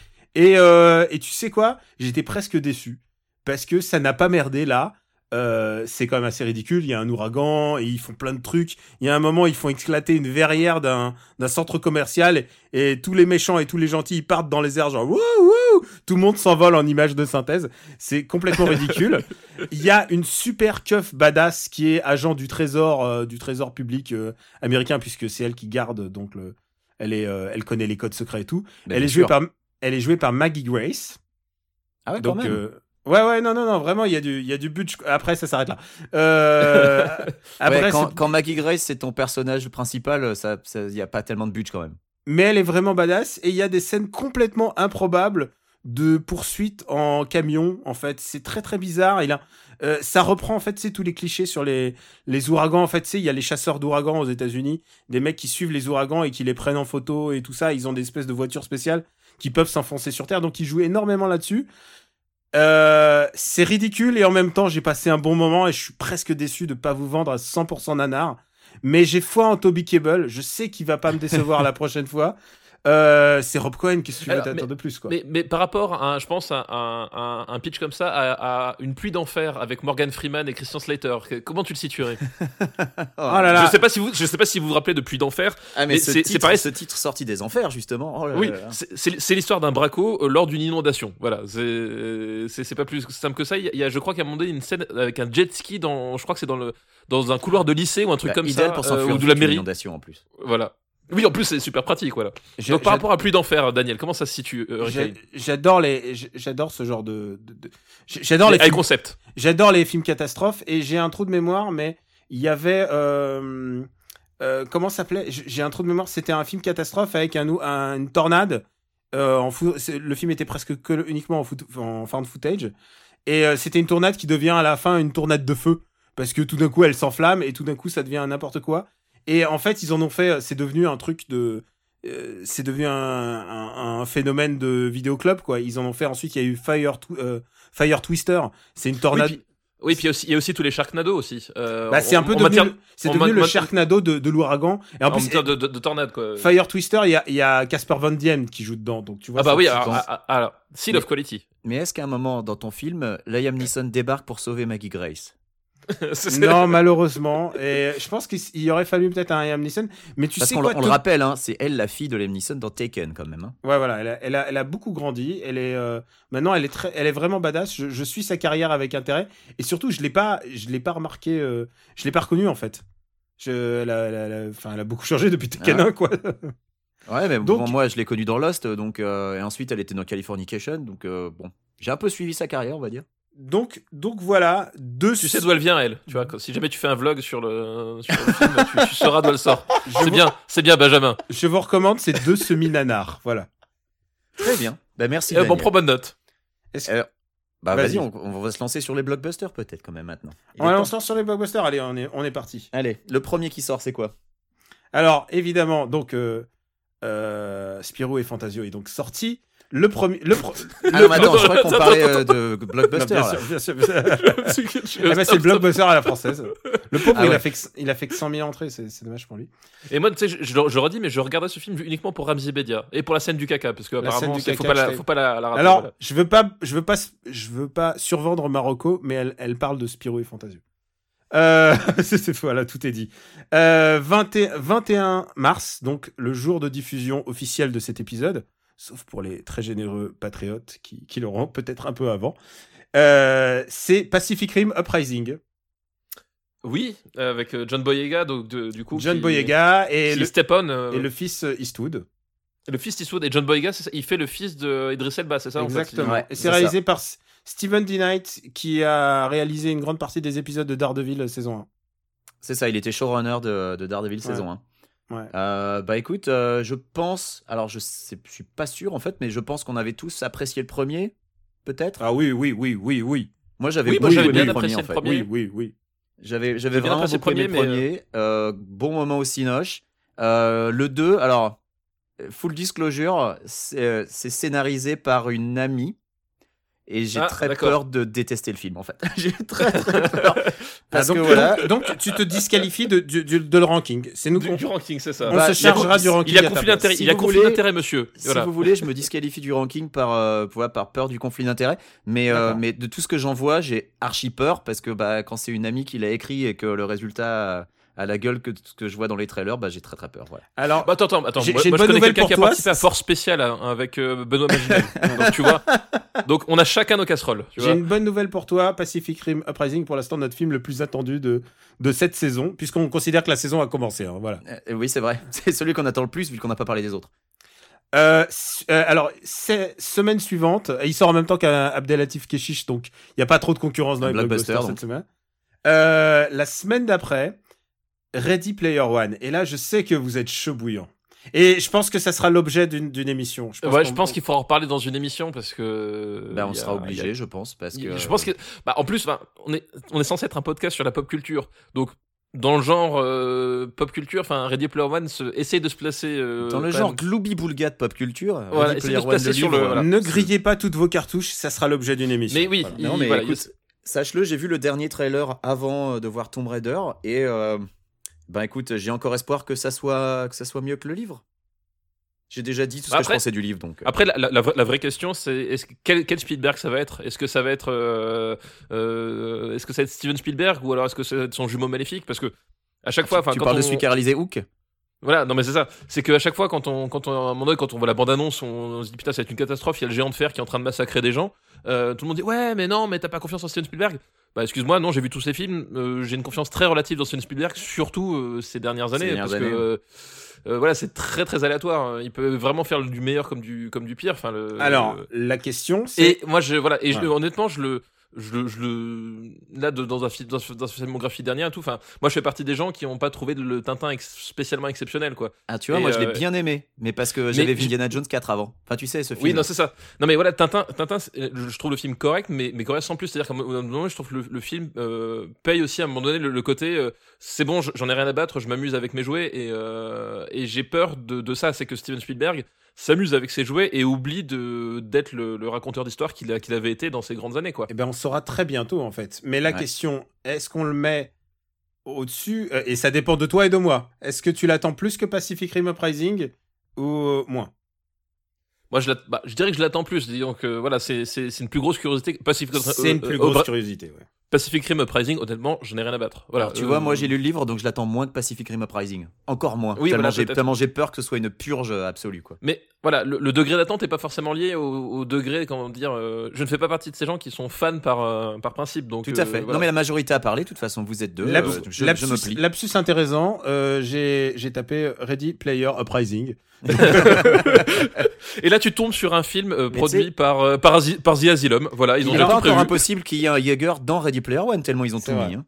[SPEAKER 2] et euh, et tu sais quoi J'étais presque déçu parce que ça n'a pas merdé là. euh, c'est quand même assez ridicule. Il y a un ouragan et ils font plein de trucs. Il y a un moment, ils font éclater une verrière d'un d'un centre commercial et, et tous les méchants et tous les gentils ils partent dans les airs genre wouh wouh. Tout le monde s'envole en images de synthèse. C'est complètement ridicule. Il y a une super keuf badass qui est agent du trésor euh, du trésor public euh, américain puisque c'est elle qui garde donc le. Elle est, euh, elle connaît les codes secrets et tout.
[SPEAKER 4] Bah,
[SPEAKER 2] elle est
[SPEAKER 4] bien
[SPEAKER 2] jouée
[SPEAKER 4] sûr.
[SPEAKER 2] par, elle est jouée par Maggie Grace.
[SPEAKER 4] Ah ouais,
[SPEAKER 2] Donc,
[SPEAKER 4] quand même.
[SPEAKER 2] euh, ouais, ouais, non, non, non, vraiment, il y a du, il y a du but. Je- Après, ça s'arrête là. Euh, après,
[SPEAKER 4] Ah Ouais, quand,
[SPEAKER 2] c'est-
[SPEAKER 4] quand Maggie Grace c'est ton personnage principal, ça, il y a pas tellement de butch quand même.
[SPEAKER 2] mais elle est vraiment badass et il y a des scènes complètement improbables de poursuite en camion. En fait, c'est très très bizarre. Il a, euh, ça reprend en fait, c'est tous les clichés sur les les ouragans. En fait, c'est il y a les chasseurs d'ouragans aux États-Unis, des mecs qui suivent les ouragans et qui les prennent en photo et tout ça. Ils ont des espèces de voitures spéciales qui peuvent s'enfoncer sur terre. Donc, ils jouent énormément là-dessus. Euh, c'est ridicule et en même temps j'ai passé un bon moment et je suis presque déçu de pas vous vendre à 100% nanar mais j'ai foi en Toby Cable je sais qu'il va pas me décevoir la prochaine fois euh, c'est Rob Cohen qu'est-ce que tu veux
[SPEAKER 3] Alors,
[SPEAKER 2] t'attendre
[SPEAKER 3] mais-
[SPEAKER 2] de plus quoi
[SPEAKER 3] Mais, mais par rapport, à, un- je pense, à un, un- un pitch comme ça, à, à une pluie d'enfer avec Morgan Freeman et Christian Slater, que- comment tu le situerais
[SPEAKER 2] oh là là
[SPEAKER 3] Je sais pas si vous, je sais pas si vous vous rappelez de pluie d'enfer.
[SPEAKER 4] Ah mais,
[SPEAKER 3] Mais
[SPEAKER 4] ce
[SPEAKER 3] c'est-
[SPEAKER 4] titre,
[SPEAKER 3] c'est pareil,
[SPEAKER 4] ce titre sorti des enfers justement. Oh là
[SPEAKER 3] Oui,
[SPEAKER 4] là là.
[SPEAKER 3] Euh, c'est- c'est c'est l'histoire d'un braco euh, lors d'une inondation. Voilà, c'est- c'est c'est pas plus simple que ça. Il y a- il y a, je crois qu'il y a à un moment donné une scène avec un jet ski dans, je crois que c'est dans le dans un couloir de lycée ou un truc
[SPEAKER 4] Bah,
[SPEAKER 3] comme
[SPEAKER 4] idéal
[SPEAKER 3] ça,
[SPEAKER 4] pour
[SPEAKER 3] euh,
[SPEAKER 4] s'enfuir
[SPEAKER 3] ou de la
[SPEAKER 4] d'une
[SPEAKER 3] mairie.
[SPEAKER 4] inondation en plus.
[SPEAKER 3] Voilà. Oui, en plus c'est super pratique. Voilà. Donc par rapport à pluie d'enfer, Daniel, comment ça se situe euh,
[SPEAKER 2] J'ai-
[SPEAKER 3] Hurricane
[SPEAKER 2] j'adore les j'- j'adore ce genre de, de- de- j'- j'adore les
[SPEAKER 3] High
[SPEAKER 2] films,
[SPEAKER 3] concept.
[SPEAKER 2] j'adore les films catastrophes et j'ai un trou de mémoire mais il y avait euh, euh, comment ça s'appelait J'- j'ai un trou de mémoire c'était un film catastrophe avec un, ou- un- une tornade euh, en fou- c'est- le film était presque que uniquement en, foot- en found footage et euh, c'était une tornade qui devient à la fin une tornade de feu parce que tout d'un coup elle s'enflamme et tout d'un coup ça devient n'importe quoi et en fait ils en ont fait c'est devenu un truc de euh, c'est devenu un, un- un phénomène de vidéoclub quoi ils en ont fait ensuite il y a eu fire Twi- euh, fire twister c'est une
[SPEAKER 3] Oui,
[SPEAKER 2] tornade
[SPEAKER 3] puis, oui, puis il y a aussi- il y a aussi tous les Sharknado aussi. Euh,
[SPEAKER 2] bah, c'est
[SPEAKER 3] en-
[SPEAKER 2] un peu
[SPEAKER 3] en
[SPEAKER 2] devenu,
[SPEAKER 3] matière-
[SPEAKER 2] le- c'est
[SPEAKER 3] en
[SPEAKER 2] devenu
[SPEAKER 3] ma-
[SPEAKER 2] le
[SPEAKER 3] ma-
[SPEAKER 2] Sharknado de, de l'ouragan. Et en,
[SPEAKER 3] en
[SPEAKER 2] plus,
[SPEAKER 3] matière de, de, de tornade quoi.
[SPEAKER 2] Fire Twister, il y a- il y, a Casper Van Diem qui joue dedans. Donc, tu vois,
[SPEAKER 3] ah bah
[SPEAKER 2] c'est-
[SPEAKER 3] oui,
[SPEAKER 2] c'est-
[SPEAKER 3] alors, ah, ah, alors, Seal of Quality.
[SPEAKER 4] Mais est-ce qu'à un moment dans ton film, Liam Neeson débarque pour sauver Maggie Grace
[SPEAKER 3] ah, C'est-
[SPEAKER 2] Non, malheureusement. Et je pense qu'il il aurait fallu peut-être un Liam Neeson. Mais tu
[SPEAKER 4] Parce
[SPEAKER 2] sais
[SPEAKER 4] qu'on
[SPEAKER 2] quoi,
[SPEAKER 4] le- on le
[SPEAKER 2] Toby-
[SPEAKER 4] rappelle, hein, c'est elle la fille de Liam Neeson dans Taken quand même. hein.
[SPEAKER 2] Ouais, voilà, elle a, elle a, elle a beaucoup grandi. Elle est euh, maintenant, elle est très, elle est vraiment badass. Je, je suis sa carrière avec intérêt. Et surtout, je l'ai pas, je l'ai pas remarqué, euh, je l'ai pas reconnue en fait. Je, elle, a, elle a- elle a- enfin, elle a beaucoup changé depuis Tekken
[SPEAKER 4] Ah
[SPEAKER 2] 1, quoi.
[SPEAKER 4] Ouais, mais
[SPEAKER 2] Donc-
[SPEAKER 4] bon, moi je l'ai connue dans Lost, donc euh, et ensuite elle était dans Californication, donc euh, bon, j'ai un peu suivi sa carrière, on va dire.
[SPEAKER 2] donc, donc voilà, deux.
[SPEAKER 3] Tu sais d'où elle vient, elle. Tu vois, quand- si jamais tu fais un vlog sur le, sur le film, tu, tu sauras d'où elle sort. C'est bien, c'est bien, Benjamin.
[SPEAKER 2] Je vous recommande ces deux semi-nanars. Voilà.
[SPEAKER 4] Très bien. Bah merci.
[SPEAKER 3] Euh, bon,
[SPEAKER 4] Daniel.
[SPEAKER 3] prends bonne note.
[SPEAKER 4] Bah vas-y,
[SPEAKER 2] vas-y.
[SPEAKER 4] on, on va se lancer sur les blockbusters peut-être quand même maintenant. Il est
[SPEAKER 2] On
[SPEAKER 4] temps.
[SPEAKER 2] lance sur les blockbusters. Allez, on est, on est parti.
[SPEAKER 4] Allez, le premier qui sort, c'est quoi
[SPEAKER 2] Alors, évidemment, donc, euh, euh, Spirou et Fantasio est donc sorti. Le premier. Le pro-
[SPEAKER 4] Ah non, mais attends, je crois qu'on
[SPEAKER 3] Attends,
[SPEAKER 4] parlait euh, de blockbuster.
[SPEAKER 2] Non,
[SPEAKER 4] là.
[SPEAKER 2] bien sûr, bien sûr. Eh ben, c'est le blockbuster à la française. Le pauvre,
[SPEAKER 4] Ah
[SPEAKER 2] il,
[SPEAKER 4] ouais.
[SPEAKER 2] a fait que, il a fait que 100 000 entrées, c'est c'est dommage pour lui.
[SPEAKER 3] Et moi, tu sais, je, je le- je redis, mais je regardais ce film uniquement pour Ramzi Bedia et pour la scène du caca, parce que
[SPEAKER 2] La scène
[SPEAKER 3] apparemment,
[SPEAKER 2] du
[SPEAKER 3] c'est- faut
[SPEAKER 2] caca,
[SPEAKER 3] pas
[SPEAKER 2] je
[SPEAKER 3] la,
[SPEAKER 2] t'ai-
[SPEAKER 3] faut pas la, la rater,
[SPEAKER 2] Alors,
[SPEAKER 3] voilà.
[SPEAKER 2] je veux pas, je veux pas, je veux pas survendre Marocco, mais elle, elle parle de Spirou et Fantasio. Euh, c'est- c'est voilà, tout est dit. Euh, 20 et- 21 mars, donc le jour de diffusion officielle de cet épisode, sauf pour les très généreux patriotes qui, qui l'auront peut-être un peu avant. Euh, c'est Pacific Rim Uprising.
[SPEAKER 3] oui, avec euh, John Boyega, donc de- du coup,
[SPEAKER 2] John
[SPEAKER 3] qui-
[SPEAKER 2] Boyega
[SPEAKER 3] qui
[SPEAKER 2] et le,
[SPEAKER 3] step on, euh,
[SPEAKER 2] et le
[SPEAKER 3] le...
[SPEAKER 2] fils euh, Eastwood.
[SPEAKER 3] fils Eastwood et John Boyega, c'est ça, il fait le fils de Idris Elba, c'est ça en fait,
[SPEAKER 2] Exactement.
[SPEAKER 4] Ouais,
[SPEAKER 2] et
[SPEAKER 4] c'est
[SPEAKER 2] c'est
[SPEAKER 4] ça.
[SPEAKER 2] réalisé par S- Stephen D. Knight qui a réalisé une grande partie des épisodes de Daredevil euh, saison 1.
[SPEAKER 4] C'est ça, il était showrunner de, de Daredevil saison 1.
[SPEAKER 2] Ouais.
[SPEAKER 4] Euh, bah écoute, euh, je pense, alors je, sais, je suis pas sûr en fait, mais je pense qu'on avait tous apprécié le premier, peut-être.
[SPEAKER 2] Ah oui, oui, oui, oui, oui.
[SPEAKER 4] Moi j'avais
[SPEAKER 3] Oui, moi,
[SPEAKER 4] beaucoup
[SPEAKER 3] j'avais
[SPEAKER 4] aimé
[SPEAKER 3] bien
[SPEAKER 4] le premier,
[SPEAKER 3] apprécié
[SPEAKER 4] en
[SPEAKER 3] le
[SPEAKER 4] fait.
[SPEAKER 3] premier.
[SPEAKER 2] Oui, oui, oui. Ah,
[SPEAKER 4] J'avais, j'avais
[SPEAKER 3] J'ai bien
[SPEAKER 4] vraiment
[SPEAKER 3] apprécié
[SPEAKER 4] beaucoup aimé le
[SPEAKER 3] le premier,
[SPEAKER 4] premier. Euh, bon moment aussi noche. Euh, le 2, alors, euh, full disclosure, c'est, euh, c'est scénarisé par une amie. Et j'ai
[SPEAKER 3] Ah,
[SPEAKER 4] très
[SPEAKER 3] d'accord.
[SPEAKER 4] peur de détester le film, en fait. j'ai très, très peur. Parce
[SPEAKER 2] Ah, donc,
[SPEAKER 4] que voilà.
[SPEAKER 2] donc, donc, tu te disqualifies de, du- du- de le ranking. C'est nous
[SPEAKER 3] Du,
[SPEAKER 2] qu'on-
[SPEAKER 3] du ranking, c'est ça.
[SPEAKER 2] On
[SPEAKER 4] Bah,
[SPEAKER 2] se
[SPEAKER 4] il y a-
[SPEAKER 2] chargera du ranking.
[SPEAKER 3] il y a
[SPEAKER 2] à ta
[SPEAKER 3] conflit
[SPEAKER 2] place.
[SPEAKER 3] d'intérêt,
[SPEAKER 4] si
[SPEAKER 3] il y a
[SPEAKER 4] vous
[SPEAKER 3] conflit
[SPEAKER 4] voulez-
[SPEAKER 3] d'intérêt, monsieur.
[SPEAKER 4] Si
[SPEAKER 3] Voilà.
[SPEAKER 4] vous voulez, je me disqualifie du ranking par, euh, voilà, par peur du conflit d'intérêt. Mais, euh,
[SPEAKER 2] D'accord.
[SPEAKER 4] mais de tout ce que j'en vois, j'ai archi peur parce que bah, quand c'est une amie qui l'a écrit et que le résultat a, a la gueule que ce que je vois dans les trailers, bah, j'ai très très peur. Voilà.
[SPEAKER 2] Alors,
[SPEAKER 3] Bah, attends, attends, attends.
[SPEAKER 2] J'ai-
[SPEAKER 3] Moi,
[SPEAKER 2] j'ai une
[SPEAKER 3] moi, je
[SPEAKER 2] bonne
[SPEAKER 3] connais
[SPEAKER 2] nouvelle
[SPEAKER 3] quelqu'un
[SPEAKER 2] pour
[SPEAKER 3] qui a
[SPEAKER 2] toi,
[SPEAKER 3] participé à
[SPEAKER 2] c'est-
[SPEAKER 3] Force Spéciale hein, avec euh, Benoît Magimel. Donc, tu vois. Donc, on a chacun nos casseroles. Tu
[SPEAKER 2] J'ai
[SPEAKER 3] vois.
[SPEAKER 2] une bonne nouvelle pour toi, Pacific Rim Uprising, pour l'instant notre film le plus attendu de, de cette saison, puisqu'on considère que la saison a commencé. hein, voilà.
[SPEAKER 4] Euh, oui, c'est vrai. C'est celui qu'on attend le plus vu qu'on n'a pas parlé des autres.
[SPEAKER 2] Euh, s- euh, alors, c'est- semaine suivante, et il sort en même temps qu'un Abdelatif Keshish, donc il n'y a pas trop de concurrence dans
[SPEAKER 4] Un
[SPEAKER 2] les
[SPEAKER 4] blockbuster,
[SPEAKER 2] blockbusters cette
[SPEAKER 4] donc.
[SPEAKER 2] semaine. Euh, la semaine d'après, Ready Player One. Et là, je sais que vous êtes chaud bouillant. Et je pense que ça sera l'objet d'une d'une émission.
[SPEAKER 3] Ouais, je
[SPEAKER 2] qu'on-
[SPEAKER 3] pense qu'il faudra en reparler dans une émission parce que.
[SPEAKER 4] Bah,
[SPEAKER 3] Euh,
[SPEAKER 4] on
[SPEAKER 3] il y a-
[SPEAKER 4] sera
[SPEAKER 3] il y a-
[SPEAKER 4] obligé, je pense. Parce que...
[SPEAKER 3] Je pense que, bah, en plus, bah, on est, on est censé être un podcast sur la pop culture, donc dans le genre euh, pop culture, enfin, Ready Player One se- essaye de se placer euh,
[SPEAKER 4] Dans le
[SPEAKER 3] quand
[SPEAKER 4] genre
[SPEAKER 3] même.
[SPEAKER 4] gloubi boulga de pop culture,
[SPEAKER 3] Voilà,
[SPEAKER 4] Ready
[SPEAKER 3] essayez
[SPEAKER 4] Player
[SPEAKER 3] de se
[SPEAKER 4] One
[SPEAKER 3] placer
[SPEAKER 4] le
[SPEAKER 3] sur
[SPEAKER 4] livre,
[SPEAKER 3] le-
[SPEAKER 4] voilà.
[SPEAKER 2] Ne grillez pas toutes vos cartouches, ça sera l'objet d'une émission.
[SPEAKER 3] Mais oui,
[SPEAKER 2] Voilà.
[SPEAKER 3] il-
[SPEAKER 4] Non, mais
[SPEAKER 3] voilà,
[SPEAKER 4] écoute,
[SPEAKER 3] il-
[SPEAKER 4] Sache-le, j'ai vu le dernier trailer avant euh, de voir Tomb Raider et euh, ben écoute, j'ai encore espoir que ça soit que ça soit mieux que le livre. J'ai déjà dit tout ce
[SPEAKER 3] Bah
[SPEAKER 4] que
[SPEAKER 3] après-
[SPEAKER 4] je pensais du livre donc. euh,
[SPEAKER 3] Après, la, la- la vraie- la vraie question, c'est est-ce que- quel, quel Spielberg ça va être Est-ce que ça va être, euh, euh, est-ce que ça va être Steven Spielberg ou alors est-ce que ça va être son jumeau maléfique Parce que à chaque fois, enfin,
[SPEAKER 4] Ah, tu
[SPEAKER 3] quand
[SPEAKER 4] parles
[SPEAKER 3] on-
[SPEAKER 4] de celui qui a réalisé Hook
[SPEAKER 3] voilà, non mais c'est ça, c'est qu'à chaque fois, quand on, quand on, à un moment donné, quand on voit la bande-annonce, on, on se dit putain, ça va être une catastrophe. Il y a le géant de fer qui est en train de massacrer des gens. Euh, tout le monde dit ouais, mais non, mais t'as pas confiance en Steven Spielberg Bah excuse-moi, non, j'ai vu tous ses films. euh, j'ai une confiance très relative dans Steven Spielberg, surtout euh, ces dernières années,
[SPEAKER 4] dernières
[SPEAKER 3] parce
[SPEAKER 4] années,
[SPEAKER 3] que. euh, euh, voilà, c'est très très aléatoire. hein. Il peut vraiment faire du meilleur comme du comme du pire. Enfin, le,
[SPEAKER 2] Alors,
[SPEAKER 3] le-
[SPEAKER 2] la question, c'est...
[SPEAKER 3] et moi, je, voilà, et je-
[SPEAKER 2] Voilà.
[SPEAKER 3] honnêtement, je le, je le, je le- là, de- dans un film, dans, ce- dans sa filmographie dernière, et tout. Enfin, moi, je fais partie des gens qui n'ont pas trouvé le Tintin ex- spécialement exceptionnel, quoi.
[SPEAKER 4] Ah tu vois,
[SPEAKER 3] Et,
[SPEAKER 4] moi je l'ai
[SPEAKER 3] euh,
[SPEAKER 4] bien aimé, mais parce que j'avais vu
[SPEAKER 3] j-
[SPEAKER 4] Indiana Jones 4 avant. Enfin tu sais ce film.
[SPEAKER 3] Oui, non, c'est ça. Non, mais voilà, Tintin, Tintin, c'est- euh, je je trouve le film correct, mais, mais correct sans plus. C'est-à-dire qu'à un moment donné, je trouve que le, le film euh, paye aussi à un moment donné le, le côté euh, c'est bon, je- j'en ai rien à battre, je m'amuse avec mes jouets, et, euh, et j'ai peur de, de ça. C'est que Steven Spielberg s'amuse avec ses jouets et oublie de- d'être le, le raconteur d'histoire qu'il a- qu'il avait été dans ses grandes années, quoi.
[SPEAKER 2] Eh ben, on saura très bientôt, en fait. Mais la
[SPEAKER 4] Ouais.
[SPEAKER 2] question, est-ce qu'on le met au-dessus Euh, Et ça dépend de toi et de moi. Est-ce que tu l'attends plus que Pacific Rim Uprising ou euh, moins
[SPEAKER 3] Moi, je, l'att- bah, je dirais que je l'attends plus. Dis donc, euh, voilà, c'est c'est- c'est une plus grosse curiosité. que Pacific,
[SPEAKER 2] C'est
[SPEAKER 3] euh,
[SPEAKER 2] une plus
[SPEAKER 3] euh,
[SPEAKER 2] grosse
[SPEAKER 3] Obra-
[SPEAKER 2] curiosité. ouais.
[SPEAKER 3] Pacific Rim Uprising, honnêtement, je n'ai rien à battre. Voilà,
[SPEAKER 4] Alors, tu
[SPEAKER 3] euh,
[SPEAKER 4] vois, moi j'ai lu le livre, donc je l'attends moins que Pacific Rim Uprising. Encore moins.
[SPEAKER 3] Oui,
[SPEAKER 4] tellement
[SPEAKER 3] voilà,
[SPEAKER 4] j'ai
[SPEAKER 3] peut-être.
[SPEAKER 4] tellement j'ai peur que ce soit une purge euh, absolue quoi.
[SPEAKER 3] Mais voilà, le, le degré d'attente n'est pas forcément lié au, au degré, comment dire. euh, je ne fais pas partie de ces gens qui sont fans par, euh, par principe. Donc,
[SPEAKER 4] Tout à
[SPEAKER 3] euh,
[SPEAKER 4] fait.
[SPEAKER 3] voilà.
[SPEAKER 4] Non mais la majorité a parlé. De toute façon, vous êtes deux.
[SPEAKER 2] Laps-
[SPEAKER 4] euh, je, je
[SPEAKER 2] lapsus,
[SPEAKER 4] me plie.
[SPEAKER 2] lapsus intéressant, euh, j'ai j'ai tapé Ready Player Uprising.
[SPEAKER 3] Et là, tu tombes sur un film euh,
[SPEAKER 4] Mais
[SPEAKER 3] produit
[SPEAKER 4] tu sais-
[SPEAKER 3] par, euh, par, Asi- par The Asylum. Voilà, ils ont
[SPEAKER 4] Il n'est
[SPEAKER 3] déjà
[SPEAKER 4] pas
[SPEAKER 3] tout
[SPEAKER 4] encore
[SPEAKER 3] prévu.
[SPEAKER 4] impossible qu'il y ait un Jaeger dans Ready Player One, tellement ils ont
[SPEAKER 2] C'est
[SPEAKER 4] tout
[SPEAKER 2] vrai.
[SPEAKER 4] mis. hein.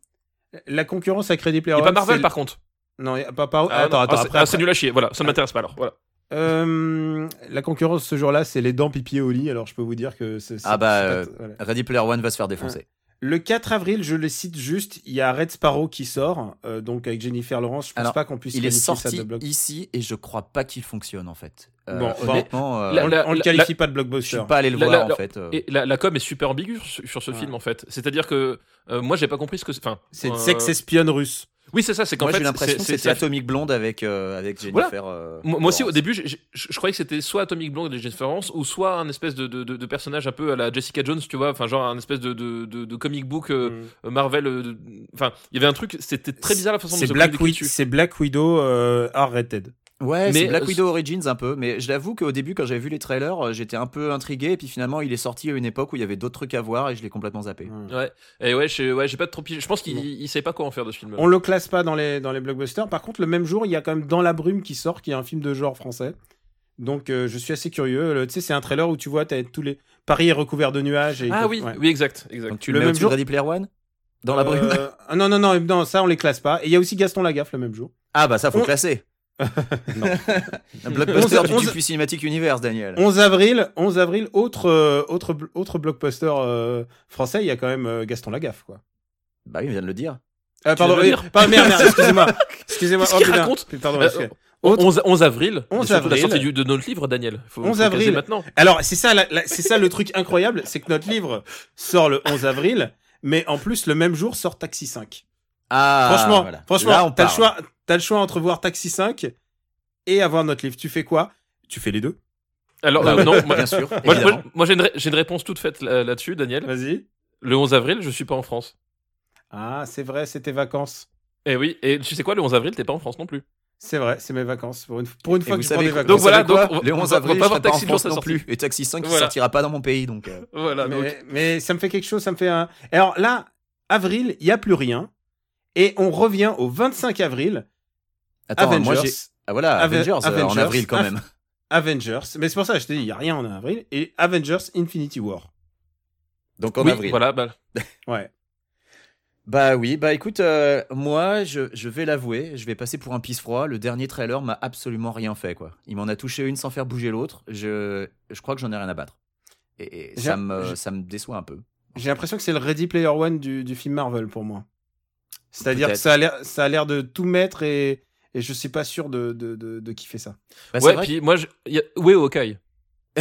[SPEAKER 2] La concurrence avec Ready Player
[SPEAKER 3] Il n'y a
[SPEAKER 2] One,
[SPEAKER 3] pas Marvel
[SPEAKER 2] c'est-
[SPEAKER 3] par contre.
[SPEAKER 2] Non, il y a pas par-
[SPEAKER 3] Ah,
[SPEAKER 2] attends, attends,
[SPEAKER 3] non, ah, c'est-
[SPEAKER 2] après,
[SPEAKER 3] ah,
[SPEAKER 2] après.
[SPEAKER 3] c'est nul à chier. Voilà, ça ne m'intéresse pas alors. Voilà.
[SPEAKER 2] Euh, la concurrence ce jour-là, c'est les dents pipi au lit. Alors je peux vous dire que c'est. c'est-
[SPEAKER 4] Ah bah,
[SPEAKER 2] c'est pas- voilà.
[SPEAKER 4] Ready Player One va se faire défoncer.
[SPEAKER 2] Le 4 avril, je les cite juste, il y a Red Sparrow qui sort, euh, donc avec Jennifer Lawrence. Je pense
[SPEAKER 4] Alors,
[SPEAKER 2] pas qu'on puisse
[SPEAKER 4] Il est
[SPEAKER 2] qualifier ça
[SPEAKER 4] sorti
[SPEAKER 2] de bloc-
[SPEAKER 4] ici et je crois pas qu'il fonctionne en fait. Euh,
[SPEAKER 2] Bon, bon.
[SPEAKER 4] honnêtement, euh,
[SPEAKER 3] La-
[SPEAKER 2] on,
[SPEAKER 3] la-
[SPEAKER 2] on le
[SPEAKER 3] la-
[SPEAKER 2] qualifie pas de
[SPEAKER 4] je suis
[SPEAKER 2] blockbuster.
[SPEAKER 4] pas allé le
[SPEAKER 3] la-
[SPEAKER 4] voir
[SPEAKER 3] la-
[SPEAKER 4] en fait. euh.
[SPEAKER 3] Et la, la com est super ambiguë sur, sur ce
[SPEAKER 2] Ouais.
[SPEAKER 3] film en fait. C'est-à-dire que euh, moi, j'ai pas compris ce que c'est. Enfin,
[SPEAKER 2] C'est
[SPEAKER 3] euh,
[SPEAKER 2] sex-espionne russe.
[SPEAKER 3] Oui, c'est ça. C'est qu'en
[SPEAKER 4] Moi
[SPEAKER 3] fait,
[SPEAKER 4] j'ai l'impression que
[SPEAKER 3] c'est-
[SPEAKER 4] c'était
[SPEAKER 3] c'est-
[SPEAKER 4] Atomic Blonde avec euh, avec
[SPEAKER 3] Voilà.
[SPEAKER 4] Jennifer. euh,
[SPEAKER 3] Moi, moi aussi, au
[SPEAKER 4] Lawrence.
[SPEAKER 3] début, j'ai- j'ai- je, je croyais que c'était soit Atomic Blonde et Jennifer Lawrence, ou soit un espèce de, de- de- de personnage un peu à la Jessica Jones, tu vois, enfin genre un espèce de, de- de- de comic book euh,
[SPEAKER 2] Mm.
[SPEAKER 3] Marvel. euh, de- Enfin, il y avait un truc, c'était très bizarre la façon dont
[SPEAKER 2] C'est
[SPEAKER 3] ce
[SPEAKER 2] Black,
[SPEAKER 3] film est
[SPEAKER 2] Wid-
[SPEAKER 3] écrit dessus.
[SPEAKER 2] c'est Black Widow euh, R-rated.
[SPEAKER 4] Ouais, c'est
[SPEAKER 3] Mais,
[SPEAKER 4] Black
[SPEAKER 3] euh,
[SPEAKER 4] Widow Origins un peu, mais je l'avoue qu'au début quand j'avais vu les trailers, euh, j'étais un peu intrigué et puis finalement il est sorti à une époque où il y avait d'autres trucs à voir et je l'ai complètement zappé.
[SPEAKER 3] Ouais, et ouais, je- ouais, j'ai pas trop pigé. Je pense qu'il
[SPEAKER 2] Non.
[SPEAKER 3] il savait pas quoi en faire de ce film.
[SPEAKER 2] On le classe pas dans les, dans les blockbusters. Par contre, le même jour, il y a quand même Dans la brume qui sort, qui est un film de genre français. Donc euh, je suis assez curieux. Le- Tu sais, c'est un trailer où tu vois, t'as tous les Paris est recouvert de nuages. Et
[SPEAKER 3] Ah oui,
[SPEAKER 2] ouais.
[SPEAKER 3] oui, exact, exact.
[SPEAKER 4] Donc tu
[SPEAKER 2] Le
[SPEAKER 4] le mets
[SPEAKER 2] même
[SPEAKER 4] au-dessus de
[SPEAKER 2] jour-
[SPEAKER 4] Ready Player One dans la brume.
[SPEAKER 2] Euh, ah non, non, non, non, ça on les classe pas. Et il y a aussi Gaston Lagaffe le même jour.
[SPEAKER 4] Ah bah ça faut
[SPEAKER 2] on-
[SPEAKER 4] classer.
[SPEAKER 2] Non.
[SPEAKER 4] Un blockbuster
[SPEAKER 2] Onze-
[SPEAKER 4] du
[SPEAKER 2] onze-
[SPEAKER 4] Dupuis Cinematic Universe, Daniel.
[SPEAKER 2] 11 avril, 11 avril, autre, euh, autre, bl- autre blockbuster euh, français, il y a quand même euh, Gaston Lagaffe, quoi.
[SPEAKER 4] Bah oui, il vient de le dire.
[SPEAKER 2] Euh, pardon,
[SPEAKER 3] viens de le
[SPEAKER 2] oui, pardon, merde, merde, excusez-moi. Excusez-moi.
[SPEAKER 3] Ah, Qu'est-ce qu'il
[SPEAKER 2] putain.
[SPEAKER 3] raconte
[SPEAKER 2] Pardon,
[SPEAKER 3] Euh,
[SPEAKER 2] excusez- Autre-
[SPEAKER 3] 11, 11 avril.
[SPEAKER 2] 11
[SPEAKER 3] et surtout
[SPEAKER 2] avril.
[SPEAKER 3] la sortie du- de notre livre, Daniel. Faut,
[SPEAKER 2] 11
[SPEAKER 3] faut le caser
[SPEAKER 2] avril.
[SPEAKER 3] maintenant.
[SPEAKER 2] Alors, c'est ça, la- la- c'est ça le truc incroyable, c'est que notre livre sort le 11 avril, mais en plus, le même jour sort Taxi 5.
[SPEAKER 4] Ah,
[SPEAKER 2] franchement,
[SPEAKER 4] voilà. Là,
[SPEAKER 2] franchement,
[SPEAKER 4] on
[SPEAKER 2] t'as le
[SPEAKER 4] parle.
[SPEAKER 2] choix, t'as le choix entre voir Taxi 5 et avoir notre livre. Tu fais quoi? Tu fais les deux.
[SPEAKER 3] Alors,
[SPEAKER 4] Bah
[SPEAKER 3] euh,
[SPEAKER 4] oui,
[SPEAKER 3] non, moi,
[SPEAKER 4] bien sûr.
[SPEAKER 3] moi,
[SPEAKER 4] évidemment.
[SPEAKER 3] moi, moi, j'ai une, ré- j'ai une réponse toute faite là- là-dessus, Daniel.
[SPEAKER 2] Vas-y.
[SPEAKER 3] Le 11 avril, je suis pas en France.
[SPEAKER 2] Ah, c'est vrai, c'est tes vacances.
[SPEAKER 3] Et oui, et tu sais quoi, le 11 avril, t'es pas en France non plus.
[SPEAKER 2] C'est vrai, c'est mes vacances. Pour une, pour une
[SPEAKER 4] Et
[SPEAKER 2] fois
[SPEAKER 4] vous
[SPEAKER 2] que je prends des
[SPEAKER 4] savez,
[SPEAKER 2] vacances.
[SPEAKER 3] donc
[SPEAKER 4] vous
[SPEAKER 3] voilà,
[SPEAKER 4] savez quoi
[SPEAKER 3] donc on va-
[SPEAKER 4] le
[SPEAKER 3] on
[SPEAKER 4] 11
[SPEAKER 3] va- on
[SPEAKER 4] avril,
[SPEAKER 3] va
[SPEAKER 4] je
[SPEAKER 3] pas
[SPEAKER 4] serai
[SPEAKER 3] voir
[SPEAKER 4] pas en
[SPEAKER 3] Taxi Jour,
[SPEAKER 4] France
[SPEAKER 3] ça
[SPEAKER 4] non
[SPEAKER 3] sortit.
[SPEAKER 4] plus. Et Taxi 5 qui
[SPEAKER 3] Voilà.
[SPEAKER 4] sortira pas dans mon pays, donc. euh,
[SPEAKER 3] Voilà, donc.
[SPEAKER 2] mais, mais ça me fait quelque chose, ça me fait un. Alors là, avril, il n'y a plus rien. Et on revient au 25 avril,
[SPEAKER 4] Attends,
[SPEAKER 2] Avengers.
[SPEAKER 4] moi j'ai. Ah voilà,
[SPEAKER 2] Ave-
[SPEAKER 4] Avengers, euh, en
[SPEAKER 2] Avengers.
[SPEAKER 4] avril quand
[SPEAKER 2] Av-
[SPEAKER 4] même.
[SPEAKER 2] Avengers. Mais c'est pour ça, que je te dis, il n'y a rien en avril. Et Avengers Infinity War.
[SPEAKER 4] Donc en
[SPEAKER 3] oui,
[SPEAKER 4] avril.
[SPEAKER 3] Voilà, bah,
[SPEAKER 2] Ouais.
[SPEAKER 4] Bah oui, bah écoute, euh, moi je, je vais l'avouer, je vais passer pour un pisse froid. Le dernier trailer m'a absolument rien fait, quoi. Il m'en a touché une sans faire bouger l'autre. Je, je crois que j'en ai rien à battre. Et, et
[SPEAKER 2] J'ai-
[SPEAKER 4] ça, me,
[SPEAKER 2] j'ai-
[SPEAKER 4] ça me déçoit un peu. Bah,
[SPEAKER 2] J'ai l'impression que c'est le Ready Player One du, du film Marvel pour moi. C'est-à-dire que
[SPEAKER 4] Peut-être.
[SPEAKER 2] ça a l'air- ça a l'air de tout mettre et, et je suis pas sûr de, de, de, de kiffer ça.
[SPEAKER 4] Bah, c'est
[SPEAKER 3] ouais,
[SPEAKER 4] vrai
[SPEAKER 3] puis moi, je... y a- où est Hawkeye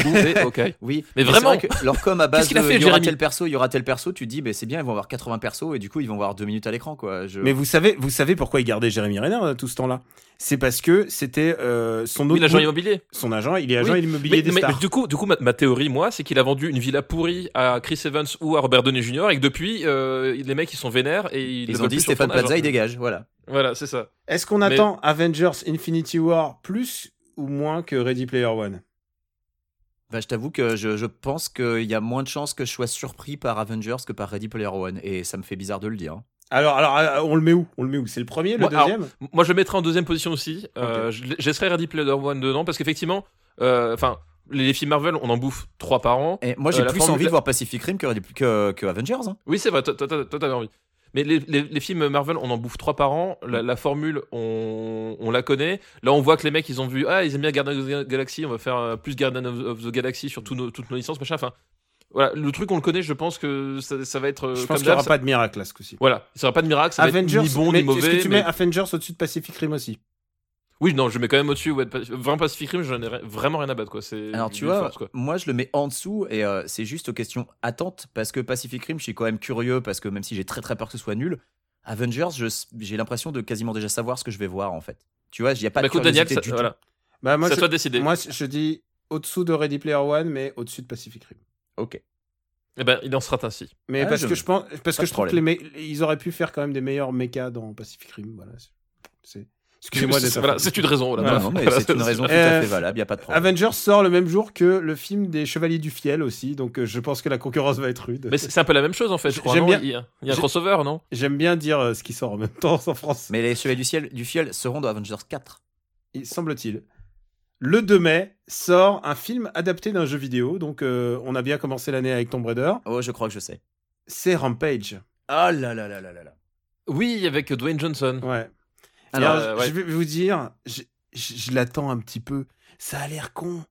[SPEAKER 3] Où est Hawkeye
[SPEAKER 4] que- oui,
[SPEAKER 3] mais
[SPEAKER 4] c'est
[SPEAKER 3] vraiment.
[SPEAKER 4] vrai que leur com à base
[SPEAKER 3] Qu'est-ce qu'il a
[SPEAKER 4] de
[SPEAKER 3] fait,
[SPEAKER 4] il y aura
[SPEAKER 3] Jérémy
[SPEAKER 4] tel perso, il y aura tel perso, tu te dis, bah, c'est bien, ils vont avoir 80 persos et du coup ils vont avoir deux minutes à l'écran, quoi. Je-
[SPEAKER 2] Mais vous savez, vous savez pourquoi il gardait Jérémy Renner euh, tout ce temps-là C'est parce que c'était euh, son
[SPEAKER 3] Oui,
[SPEAKER 2] autre.
[SPEAKER 3] l'agent immobilier.
[SPEAKER 2] son agent, il est agent
[SPEAKER 3] Oui,
[SPEAKER 2] immobilier
[SPEAKER 3] Mais,
[SPEAKER 2] des
[SPEAKER 3] mais
[SPEAKER 2] stars.
[SPEAKER 3] du coup, du coup ma, ma théorie, moi, c'est qu'il a vendu une villa pourrie à Chris Evans ou à Robert Downey Jr. et que depuis, euh, les mecs, ils sont vénères et ils, ne
[SPEAKER 4] ils ont
[SPEAKER 3] veulent
[SPEAKER 4] dit
[SPEAKER 3] plus sur
[SPEAKER 4] Stéphane
[SPEAKER 3] son agent.
[SPEAKER 4] Plaza, il dégage, voilà.
[SPEAKER 3] Voilà, c'est ça.
[SPEAKER 2] Est-ce qu'on
[SPEAKER 3] Mais-
[SPEAKER 2] attend Avengers Infinity War plus ou moins que Ready Player One
[SPEAKER 4] Bah, je t'avoue que je, je pense qu'il y a moins de chances que je sois surpris par Avengers que par Ready Player One, et ça me fait bizarre de le dire.
[SPEAKER 2] Alors, alors, euh, on le met où On le met où C'est le premier, le
[SPEAKER 3] Moi, alors, euh,
[SPEAKER 2] deuxième
[SPEAKER 3] M- Moi, je le mettrais en deuxième position aussi. Euh, je- J'essaierai Ready Player One dedans parce qu'effectivement, euh, enfin, les, les films Marvel, on en bouffe trois par an.
[SPEAKER 4] Et moi,
[SPEAKER 3] Euh,
[SPEAKER 4] j'ai
[SPEAKER 3] la
[SPEAKER 4] plus
[SPEAKER 3] formule-
[SPEAKER 4] envie de voir Pacific Rim que, Ready- que, que Avengers. hein.
[SPEAKER 3] Oui, c'est vrai, toi, toi, toi, toi, t'avais envie. Mais les, les- les films Marvel, on en bouffe trois par an.
[SPEAKER 4] Mm.
[SPEAKER 3] La, la formule, on, on la connaît. Là, on voit que les mecs, ils ont vu, ah, ils aiment bien Guardians of the Galaxy, on va faire euh, plus Guardians of, of the Galaxy sur tous nos- toutes nos licences, machin. Enfin, voilà, le truc, on le connaît, je pense que ça, ça va être. euh,
[SPEAKER 2] Je
[SPEAKER 3] comme
[SPEAKER 2] pense qu'il n'y aura
[SPEAKER 3] d'hab, ça-
[SPEAKER 2] pas de miracle là ce coup-ci.
[SPEAKER 3] Voilà, ça sera pas de miracle, ça
[SPEAKER 2] Avengers,
[SPEAKER 3] va être ni bon
[SPEAKER 2] mais
[SPEAKER 3] ni
[SPEAKER 2] est-ce
[SPEAKER 3] mauvais.
[SPEAKER 2] que tu
[SPEAKER 3] mais-
[SPEAKER 2] mets Avengers au-dessus de Pacific Rim aussi
[SPEAKER 3] Oui, non, je mets quand même au-dessus. Ouais, Pac- vraiment Pacific Rim, j'en ai ri- vraiment rien à battre, quoi. C'est
[SPEAKER 4] Alors, tu
[SPEAKER 3] une
[SPEAKER 4] vois,
[SPEAKER 3] force, quoi.
[SPEAKER 4] moi, je le mets en dessous, et euh, c'est juste aux questions attentes, parce que Pacific Rim, je suis quand même curieux, parce que même si j'ai très très peur que ce soit nul, Avengers, je- j'ai l'impression de quasiment déjà savoir ce que je vais voir, en fait. Tu vois, il n'y a pas
[SPEAKER 3] Bah,
[SPEAKER 4] de
[SPEAKER 3] écoute,
[SPEAKER 4] curiosité
[SPEAKER 3] Daniel, ça,
[SPEAKER 4] du tout.
[SPEAKER 3] voilà,
[SPEAKER 2] Bah moi,
[SPEAKER 3] c'est à
[SPEAKER 2] je,
[SPEAKER 3] toi de décider.
[SPEAKER 2] moi, je dis au-dessous de Ready Player One, mais au-dessus de Pacific Rim.
[SPEAKER 4] Ok.
[SPEAKER 3] Eh ben, il en sera ainsi.
[SPEAKER 2] Mais
[SPEAKER 4] Ah,
[SPEAKER 2] parce
[SPEAKER 4] je-
[SPEAKER 2] que je pense, parce
[SPEAKER 4] pas
[SPEAKER 2] que
[SPEAKER 4] de
[SPEAKER 2] je trouve que les mé- ils auraient pu faire quand même des meilleurs mechas dans Pacific Rim. Voilà. c'est- c'est- Excusez-moi d'être.
[SPEAKER 3] Voilà,
[SPEAKER 2] affreux.
[SPEAKER 3] c'est une raison. voilà.
[SPEAKER 4] Non, non, mais
[SPEAKER 3] Voilà,
[SPEAKER 4] c'est une raison tout
[SPEAKER 2] Euh,
[SPEAKER 4] à fait valable, il n'y a pas de problème.
[SPEAKER 2] Avengers sort le même jour que le film des Chevaliers du Fiel aussi, donc euh, je pense que la concurrence va être rude.
[SPEAKER 3] Mais c'est c'est un peu la même chose en fait, je crois.
[SPEAKER 2] J'aime
[SPEAKER 3] non
[SPEAKER 2] bien-
[SPEAKER 3] il, y a, il y a un
[SPEAKER 2] j'ai-
[SPEAKER 3] crossover, non
[SPEAKER 2] J'aime bien dire euh, ce qui sort en même temps en France,
[SPEAKER 4] Mais les Chevaliers du Ciel, du Fiel seront dans Avengers 4.
[SPEAKER 2] il semble-t-il. Le 2 mai sort un film adapté d'un jeu vidéo, donc euh, on a bien commencé l'année avec Tomb Raider.
[SPEAKER 4] Oh, je crois que je sais.
[SPEAKER 2] C'est Rampage.
[SPEAKER 4] Ah là là là là là là.
[SPEAKER 3] Oui, avec Dwayne Johnson.
[SPEAKER 2] Ouais.
[SPEAKER 4] Alors,
[SPEAKER 2] Alors,
[SPEAKER 3] euh, ouais.
[SPEAKER 2] je vais vous dire, je, je- je l'attends un petit peu. Ça a l'air con.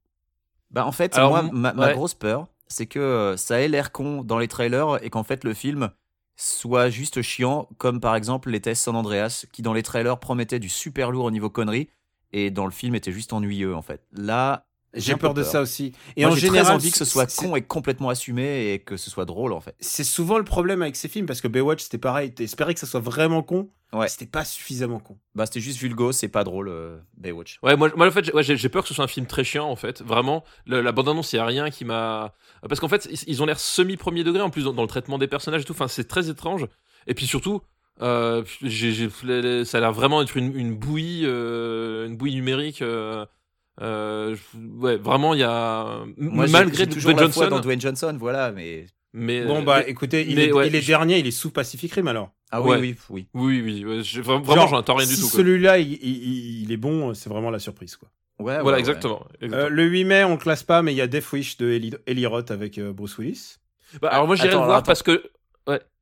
[SPEAKER 4] Bah, en fait,
[SPEAKER 3] Alors,
[SPEAKER 4] moi,
[SPEAKER 3] m-
[SPEAKER 4] ma, ma
[SPEAKER 3] ouais.
[SPEAKER 4] grosse peur, c'est que euh, ça ait l'air con dans les trailers et qu'en fait le film soit juste chiant, comme par exemple l'était San Andreas, qui dans les trailers promettait du super lourd au niveau conneries et dans le film était juste ennuyeux en fait. Là,
[SPEAKER 2] J'ai
[SPEAKER 4] un peu
[SPEAKER 2] peur de ça aussi. Et
[SPEAKER 4] Moi,
[SPEAKER 2] en
[SPEAKER 4] j'ai
[SPEAKER 2] général,
[SPEAKER 4] très envie que ce soit
[SPEAKER 2] c'est-
[SPEAKER 4] con et complètement assumé et que ce soit drôle en fait.
[SPEAKER 2] C'est souvent le problème avec ces films parce que Baywatch c'était pareil. T'espérais que ça soit vraiment con.
[SPEAKER 4] Ouais.
[SPEAKER 2] C'était pas suffisamment con.
[SPEAKER 4] Bah, c'était juste vulgo, c'est pas drôle, euh, Baywatch.
[SPEAKER 3] Ouais, moi, moi en fait, j'ai- ouais, j'ai j'ai peur que ce soit un film très chiant en fait. Vraiment, le- la bande-annonce, il n'y a rien qui m'a. Parce qu'en fait, ils, ils ont l'air semi-premier degré en plus dans, dans le traitement des personnages et tout. Enfin, c'est très étrange. Et puis surtout. euh, j'ai- j'ai- ça a l'air vraiment être une, une bouillie euh, une bouillie numérique euh, euh, je- ouais vraiment il y a
[SPEAKER 4] Moi, j'ai-
[SPEAKER 3] malgré
[SPEAKER 4] j'ai toujours
[SPEAKER 3] Dwayne
[SPEAKER 4] la foi
[SPEAKER 3] Johnson
[SPEAKER 4] dans Dwayne Johnson, voilà, mais
[SPEAKER 3] Euh, mais
[SPEAKER 2] Bon bah écoutez, il
[SPEAKER 3] mais
[SPEAKER 2] est,
[SPEAKER 3] ouais,
[SPEAKER 2] il est
[SPEAKER 3] je-
[SPEAKER 2] dernier, il est sous Pacific Rim alors.
[SPEAKER 4] ah oui
[SPEAKER 3] Ouais.
[SPEAKER 4] oui oui.
[SPEAKER 3] oui oui ouais, j'ai- vra-
[SPEAKER 2] Genre,
[SPEAKER 3] vraiment j'en attends rien
[SPEAKER 2] si
[SPEAKER 3] du tout quoi.
[SPEAKER 2] Celui-là, il, il- il est bon, c'est vraiment la surprise quoi.
[SPEAKER 4] Ouais, ouais,
[SPEAKER 3] voilà
[SPEAKER 4] Ah, ouais.
[SPEAKER 3] exactement, exactement.
[SPEAKER 2] Euh, le 8 mai, on le classe pas, mais il y a Death Wish de Eli, Eli Roth avec euh, Bruce Willis.
[SPEAKER 3] Bah, alors moi j'irai le
[SPEAKER 4] Attends,
[SPEAKER 3] voir
[SPEAKER 4] attends.
[SPEAKER 3] parce que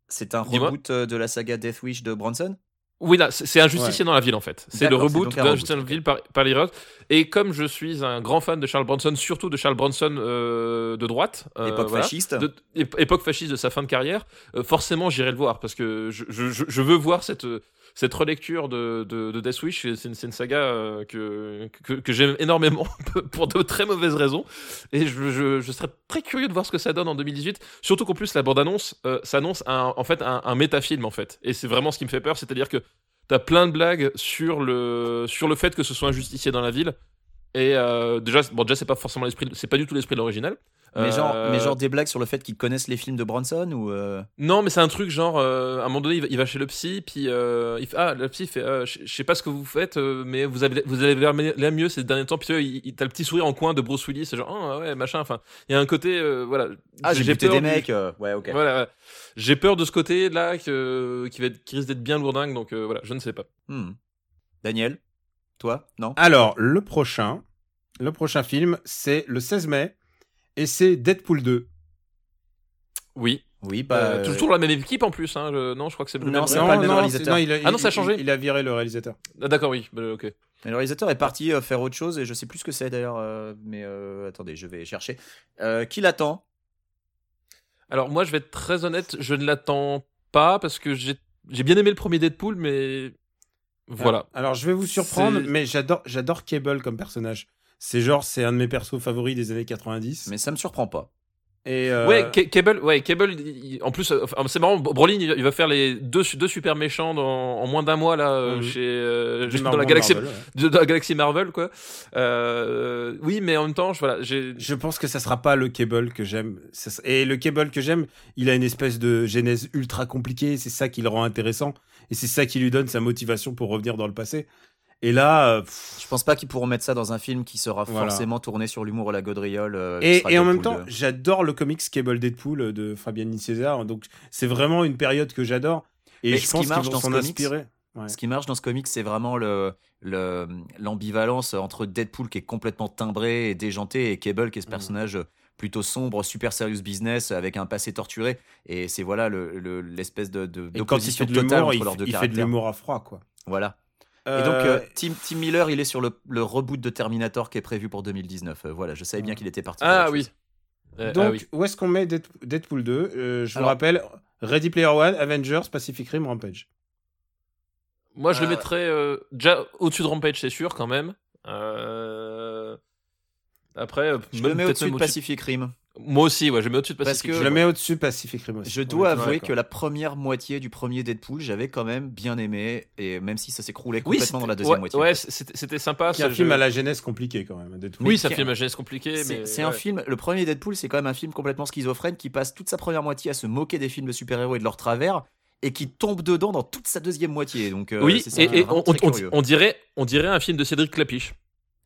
[SPEAKER 4] C'est un
[SPEAKER 3] Dis-moi.
[SPEAKER 4] reboot euh, de la saga Death Wish de Bronson.
[SPEAKER 3] oui là c'est c'est un justicier dans la ville en fait c'est le
[SPEAKER 4] D'accord, c'est
[SPEAKER 3] reboot
[SPEAKER 4] donc un
[SPEAKER 3] d'un
[SPEAKER 4] reboot,
[SPEAKER 3] justicier dans
[SPEAKER 4] ok.
[SPEAKER 3] la ville par, par Lee Roth. et comme je suis un grand fan de Charles Bronson surtout de Charles Bronson euh, de droite euh,
[SPEAKER 4] Époque
[SPEAKER 3] voilà,
[SPEAKER 4] fasciste.
[SPEAKER 3] de- ép- époque fasciste de sa fin de carrière euh, forcément j'irai le voir parce que je, je- je- je veux voir cette euh, cette relecture de, de, de Death Wish, c'est une, c'est une saga euh, que, que, que j'aime énormément pour de très mauvaises raisons. Et je, je, je serais très curieux de voir ce que ça donne en 2018. Surtout qu'en plus, la bande-annonce euh, s'annonce un- en fait un, un métafilm, en fait. Et c'est vraiment ce qui me fait peur, c'est-à-dire que t'as plein de blagues sur le, sur le fait que ce soit un justicier dans la ville. Et euh, déjà, c'est- bon, déjà c'est pas forcément l'esprit, c'est pas du tout l'esprit de l'original.
[SPEAKER 4] Mais genre, mais
[SPEAKER 3] Euh,
[SPEAKER 4] genre des blagues sur le fait qu'ils connaissent les films de Bronson ou. euh,
[SPEAKER 3] non, mais c'est un truc genre, euh, à un moment donné, il va, il va chez le psy, puis euh, il fait, ah, le psy fait, euh, je je sais pas ce que vous faites, euh, mais vous avez, vous avez l'air me- l'air mieux ces derniers temps, puis tu vois, il, il- t'as le petit sourire en coin de Bruce Willis, c'est genre, ah ouais, machin, enfin, il y a un côté, euh, voilà.
[SPEAKER 4] Ah, j'ai buté
[SPEAKER 3] peur
[SPEAKER 4] des
[SPEAKER 3] du-
[SPEAKER 4] mecs. euh, Ouais, ok.
[SPEAKER 3] Voilà, ouais. j'ai peur de ce côté là que, qui, va être- qui risque d'être bien lourdingue, donc euh, voilà, je ne sais pas.
[SPEAKER 4] Hmm. Daniel, toi, non
[SPEAKER 2] Alors, le prochain, le prochain film, c'est le 16 mai et c'est Deadpool 2.
[SPEAKER 3] Oui,
[SPEAKER 4] Oui, bah.
[SPEAKER 3] Euh, toujours la même équipe en plus, hein, je- non, je crois que c'est le
[SPEAKER 4] Non,
[SPEAKER 3] même-
[SPEAKER 4] c'est pas le même réalisateur.
[SPEAKER 2] il a,
[SPEAKER 3] Ah non, ça a changé.
[SPEAKER 2] Il, il a viré le réalisateur.
[SPEAKER 3] Ah, d'accord, oui, euh, ok.
[SPEAKER 4] Mais le réalisateur est parti euh, faire autre chose et je sais plus ce que c'est d'ailleurs. euh, mais euh, attendez, je vais chercher. Euh, qui l'attend
[SPEAKER 3] Alors moi, je vais être très honnête, je ne l'attends pas parce que j'ai j'ai bien aimé le premier Deadpool, mais voilà.
[SPEAKER 2] Alors, je vais vous surprendre,
[SPEAKER 3] C'est-
[SPEAKER 2] mais j'adore, j'adore Cable comme personnage. C'est genre, c'est un de mes persos favoris des années 90.
[SPEAKER 4] Mais ça me surprend pas.
[SPEAKER 2] Et euh,
[SPEAKER 3] Ouais, Ca- Cable, ouais, Cable. il- il- en plus, euh, enfin, c'est marrant. Brolin, il il va faire les deux, su- deux super méchants dans, en moins d'un mois là, euh,
[SPEAKER 4] Mm-hmm.
[SPEAKER 2] Mhm.
[SPEAKER 3] chez euh,
[SPEAKER 2] Jim
[SPEAKER 3] dans la
[SPEAKER 2] Harbaugh,
[SPEAKER 3] galaxie,
[SPEAKER 2] Marvel, ouais.
[SPEAKER 3] dans la galaxie Marvel, quoi. Euh, oui, mais en même temps, je, voilà, j'ai.
[SPEAKER 2] Je pense que ça sera pas le Cable que j'aime. Ça s- Et le Cable que j'aime, il a une espèce de genèse ultra compliquée. C'est ça qui le rend intéressant. Et c'est ça qui lui donne sa motivation pour revenir dans le passé. Et là, euh, pff,
[SPEAKER 4] Je pense pas qu'ils pourront mettre ça dans un film qui sera
[SPEAKER 2] Voilà.
[SPEAKER 4] forcément tourné sur l'humour à la gaudriole. euh, qui
[SPEAKER 2] Et,
[SPEAKER 4] sera
[SPEAKER 2] et en même
[SPEAKER 4] Deadpool
[SPEAKER 2] temps,
[SPEAKER 4] deux.
[SPEAKER 2] j'adore le comics Cable Deadpool euh, de Fabian César. Donc, c'est vraiment une période que j'adore. Et
[SPEAKER 4] Mais
[SPEAKER 2] je
[SPEAKER 4] ce
[SPEAKER 2] pense
[SPEAKER 4] qui marche
[SPEAKER 2] qu'ils vont
[SPEAKER 4] dans ce
[SPEAKER 2] s'en
[SPEAKER 4] comics,
[SPEAKER 2] inspirer. Ouais.
[SPEAKER 4] Ce qui marche dans ce comic, c'est vraiment le le- l'ambivalence entre Deadpool qui est complètement timbré et déjanté et Cable qui est ce
[SPEAKER 2] Mhm.
[SPEAKER 4] personnage plutôt sombre, super serious business avec un passé torturé. Et c'est voilà le- le- l'espèce de-
[SPEAKER 2] Et
[SPEAKER 4] de
[SPEAKER 2] quand il fait
[SPEAKER 4] d'opposition
[SPEAKER 2] de
[SPEAKER 4] totale
[SPEAKER 2] l'humour,
[SPEAKER 4] entre
[SPEAKER 2] il,
[SPEAKER 4] leurs deux
[SPEAKER 2] il fait de
[SPEAKER 4] caractères.
[SPEAKER 2] l'humour à froid, quoi.
[SPEAKER 4] Voilà. Et
[SPEAKER 2] Euh,
[SPEAKER 4] donc, euh, Tim, Tim Miller, il est sur le, le reboot de Terminator qui est prévu pour 2019. Euh, voilà, je savais bien qu'il était parti.
[SPEAKER 3] Ah
[SPEAKER 4] pour autre
[SPEAKER 3] oui.
[SPEAKER 4] chose.
[SPEAKER 3] Euh,
[SPEAKER 2] donc
[SPEAKER 3] ah oui.
[SPEAKER 2] où est-ce qu'on met Dead- Deadpool 2 Euh, Je vous
[SPEAKER 4] Alors-
[SPEAKER 2] rappelle, Ready Player One, Avengers, Pacific Rim, Rampage.
[SPEAKER 3] Moi, je
[SPEAKER 4] Euh,
[SPEAKER 3] le mettrais euh, déjà au-dessus de Rampage, c'est sûr, quand même. Euh, Après, euh,
[SPEAKER 4] Je
[SPEAKER 3] même-
[SPEAKER 4] le mets
[SPEAKER 3] peut-être
[SPEAKER 4] au-dessus
[SPEAKER 3] même
[SPEAKER 4] de Pacific Rim.
[SPEAKER 3] Moi aussi, ouais, je le mets au-dessus de
[SPEAKER 4] Parce
[SPEAKER 3] Pacific.
[SPEAKER 4] que-
[SPEAKER 2] Je le mets au-dessus Pacific Rim aussi.
[SPEAKER 4] Je
[SPEAKER 2] Ouais,
[SPEAKER 4] dois
[SPEAKER 2] tout
[SPEAKER 4] avouer
[SPEAKER 2] d'accord.
[SPEAKER 4] que la première moitié du premier Deadpool, j'avais quand même bien aimé. Et même si ça s'écroulait
[SPEAKER 3] Oui,
[SPEAKER 4] complètement dans la
[SPEAKER 3] c'était-
[SPEAKER 4] deuxième
[SPEAKER 3] ouais,
[SPEAKER 4] moitié.
[SPEAKER 3] Ouais, c'était c'était sympa.
[SPEAKER 2] C'est un
[SPEAKER 3] ça,
[SPEAKER 2] film
[SPEAKER 3] je-
[SPEAKER 2] à la genèse compliqué quand même. hein, Deadpool.
[SPEAKER 3] Oui, ça
[SPEAKER 4] qui-
[SPEAKER 3] film à geste compliqué.
[SPEAKER 4] C'est
[SPEAKER 3] mais
[SPEAKER 4] c'est un
[SPEAKER 3] ouais.
[SPEAKER 4] film, le premier Deadpool, c'est quand même un film complètement schizophrène qui passe toute sa première moitié à se moquer des films de super-héros et de leur travers et qui tombe dedans dans toute sa deuxième moitié. Donc, euh,
[SPEAKER 3] oui,
[SPEAKER 4] c'est ça
[SPEAKER 3] et,
[SPEAKER 4] qui est
[SPEAKER 3] et
[SPEAKER 4] vraiment
[SPEAKER 3] on,
[SPEAKER 4] très
[SPEAKER 3] on-
[SPEAKER 4] curieux.
[SPEAKER 3] on dirait, on dirait un film de Cédric Clapiche.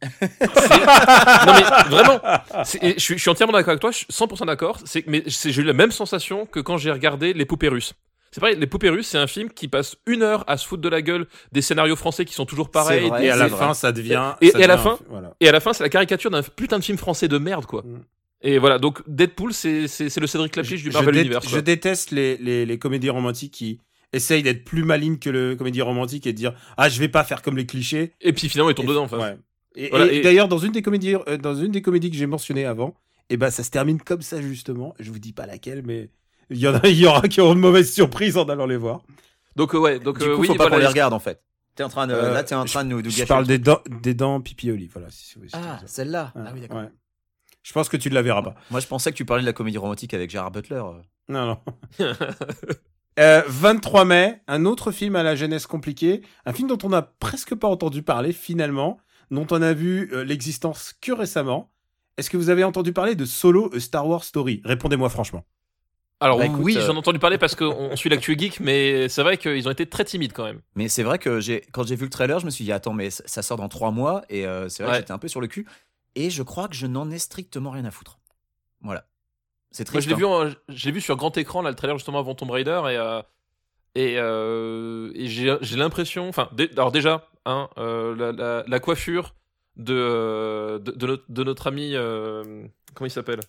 [SPEAKER 3] C'est- non mais vraiment, c'est- et je suis, je suis entièrement d'accord avec toi, je suis 100% d'accord. C'est mais c'est- j'ai eu la même sensation que quand j'ai regardé Les Poupées Russes. C'est pareil, Les Poupées Russes, c'est un film qui passe une heure à se foutre de la gueule des scénarios français qui sont toujours pareils.
[SPEAKER 4] vrai.
[SPEAKER 3] des-
[SPEAKER 2] Et à la
[SPEAKER 4] c'est
[SPEAKER 2] fin,
[SPEAKER 4] vrai.
[SPEAKER 2] ça devient.
[SPEAKER 3] Et-
[SPEAKER 2] ça
[SPEAKER 3] et à la
[SPEAKER 2] devient un-
[SPEAKER 3] fin,
[SPEAKER 2] voilà.
[SPEAKER 3] et à la fin, c'est la caricature d'un putain de film français de merde, quoi.
[SPEAKER 2] Mm.
[SPEAKER 3] Et voilà, donc Deadpool, c'est c'est- c'est le Cédric Clapiche du
[SPEAKER 2] je
[SPEAKER 3] Marvel
[SPEAKER 2] dé-
[SPEAKER 3] Universe.
[SPEAKER 2] Je
[SPEAKER 3] quoi.
[SPEAKER 2] déteste les, les, les comédies romantiques qui essayent d'être plus malines que le comédie romantique et de dire ah je vais pas faire comme les clichés.
[SPEAKER 3] Et puis finalement, il tombe
[SPEAKER 2] Et-
[SPEAKER 3] dedans. Enfin,
[SPEAKER 2] ouais. Et,
[SPEAKER 3] Voilà,
[SPEAKER 2] et
[SPEAKER 3] et-
[SPEAKER 2] d'ailleurs dans une des comédies euh, dans une des comédies que j'ai mentionnées avant, et ben ça se termine comme ça justement. Je vous dis pas laquelle, mais il y en a, il y aura qui auront de mauvaises surprises en allant les voir.
[SPEAKER 3] Donc euh, ouais, donc
[SPEAKER 4] Du
[SPEAKER 3] euh,
[SPEAKER 4] coup,
[SPEAKER 3] oui,
[SPEAKER 4] faut pas
[SPEAKER 3] voilà,
[SPEAKER 4] qu'on les
[SPEAKER 3] les-
[SPEAKER 4] regarde en fait. T'es en train de,
[SPEAKER 2] Euh,
[SPEAKER 4] là, t'es en train de nous, nous
[SPEAKER 2] Je
[SPEAKER 4] gâcher
[SPEAKER 2] parle
[SPEAKER 4] le
[SPEAKER 2] des dents, des dents pipi olive. Voilà. Si, si- si-
[SPEAKER 4] Ah,
[SPEAKER 2] si- si-
[SPEAKER 4] celle-là.
[SPEAKER 2] Ouais,
[SPEAKER 4] Ah oui, d'accord.
[SPEAKER 2] ouais. Je pense que tu ne la verras pas.
[SPEAKER 4] Moi, je pensais que tu parlais de la comédie romantique avec Gérard Butler.
[SPEAKER 2] Non, non. Euh, 23 mai, un autre film à la jeunesse compliquée, un film dont on n'a presque pas entendu parler finalement, dont on a vu euh, l'existence que récemment. Est-ce que vous avez entendu parler de Solo A Star Wars Story Répondez-moi franchement.
[SPEAKER 3] Alors
[SPEAKER 4] Bah, écoute,
[SPEAKER 3] oui,
[SPEAKER 4] euh,
[SPEAKER 3] j'en ai entendu parler parce qu'on on suit l'actu geek, mais c'est vrai qu'ils ont été très timides quand même.
[SPEAKER 4] Mais c'est vrai que j'ai, quand j'ai vu le trailer, je me suis dit, attends, mais ça- ça sort dans trois mois. Et euh, c'est vrai
[SPEAKER 3] Ouais.
[SPEAKER 4] que j'étais un peu sur le cul. Et je crois que je n'en ai strictement rien à foutre. Voilà. C'est
[SPEAKER 3] Moi, je
[SPEAKER 4] triste.
[SPEAKER 3] l'ai
[SPEAKER 4] hein.
[SPEAKER 3] vu, en- je l'ai vu sur grand écran là, le trailer justement avant Tomb Raider et euh, et, euh, et j'ai j'ai l'impression, enfin, dé- alors déjà, hein, euh, la, la- la coiffure de euh, de, de notre, de notre ami, euh, comment il s'appelle Ah.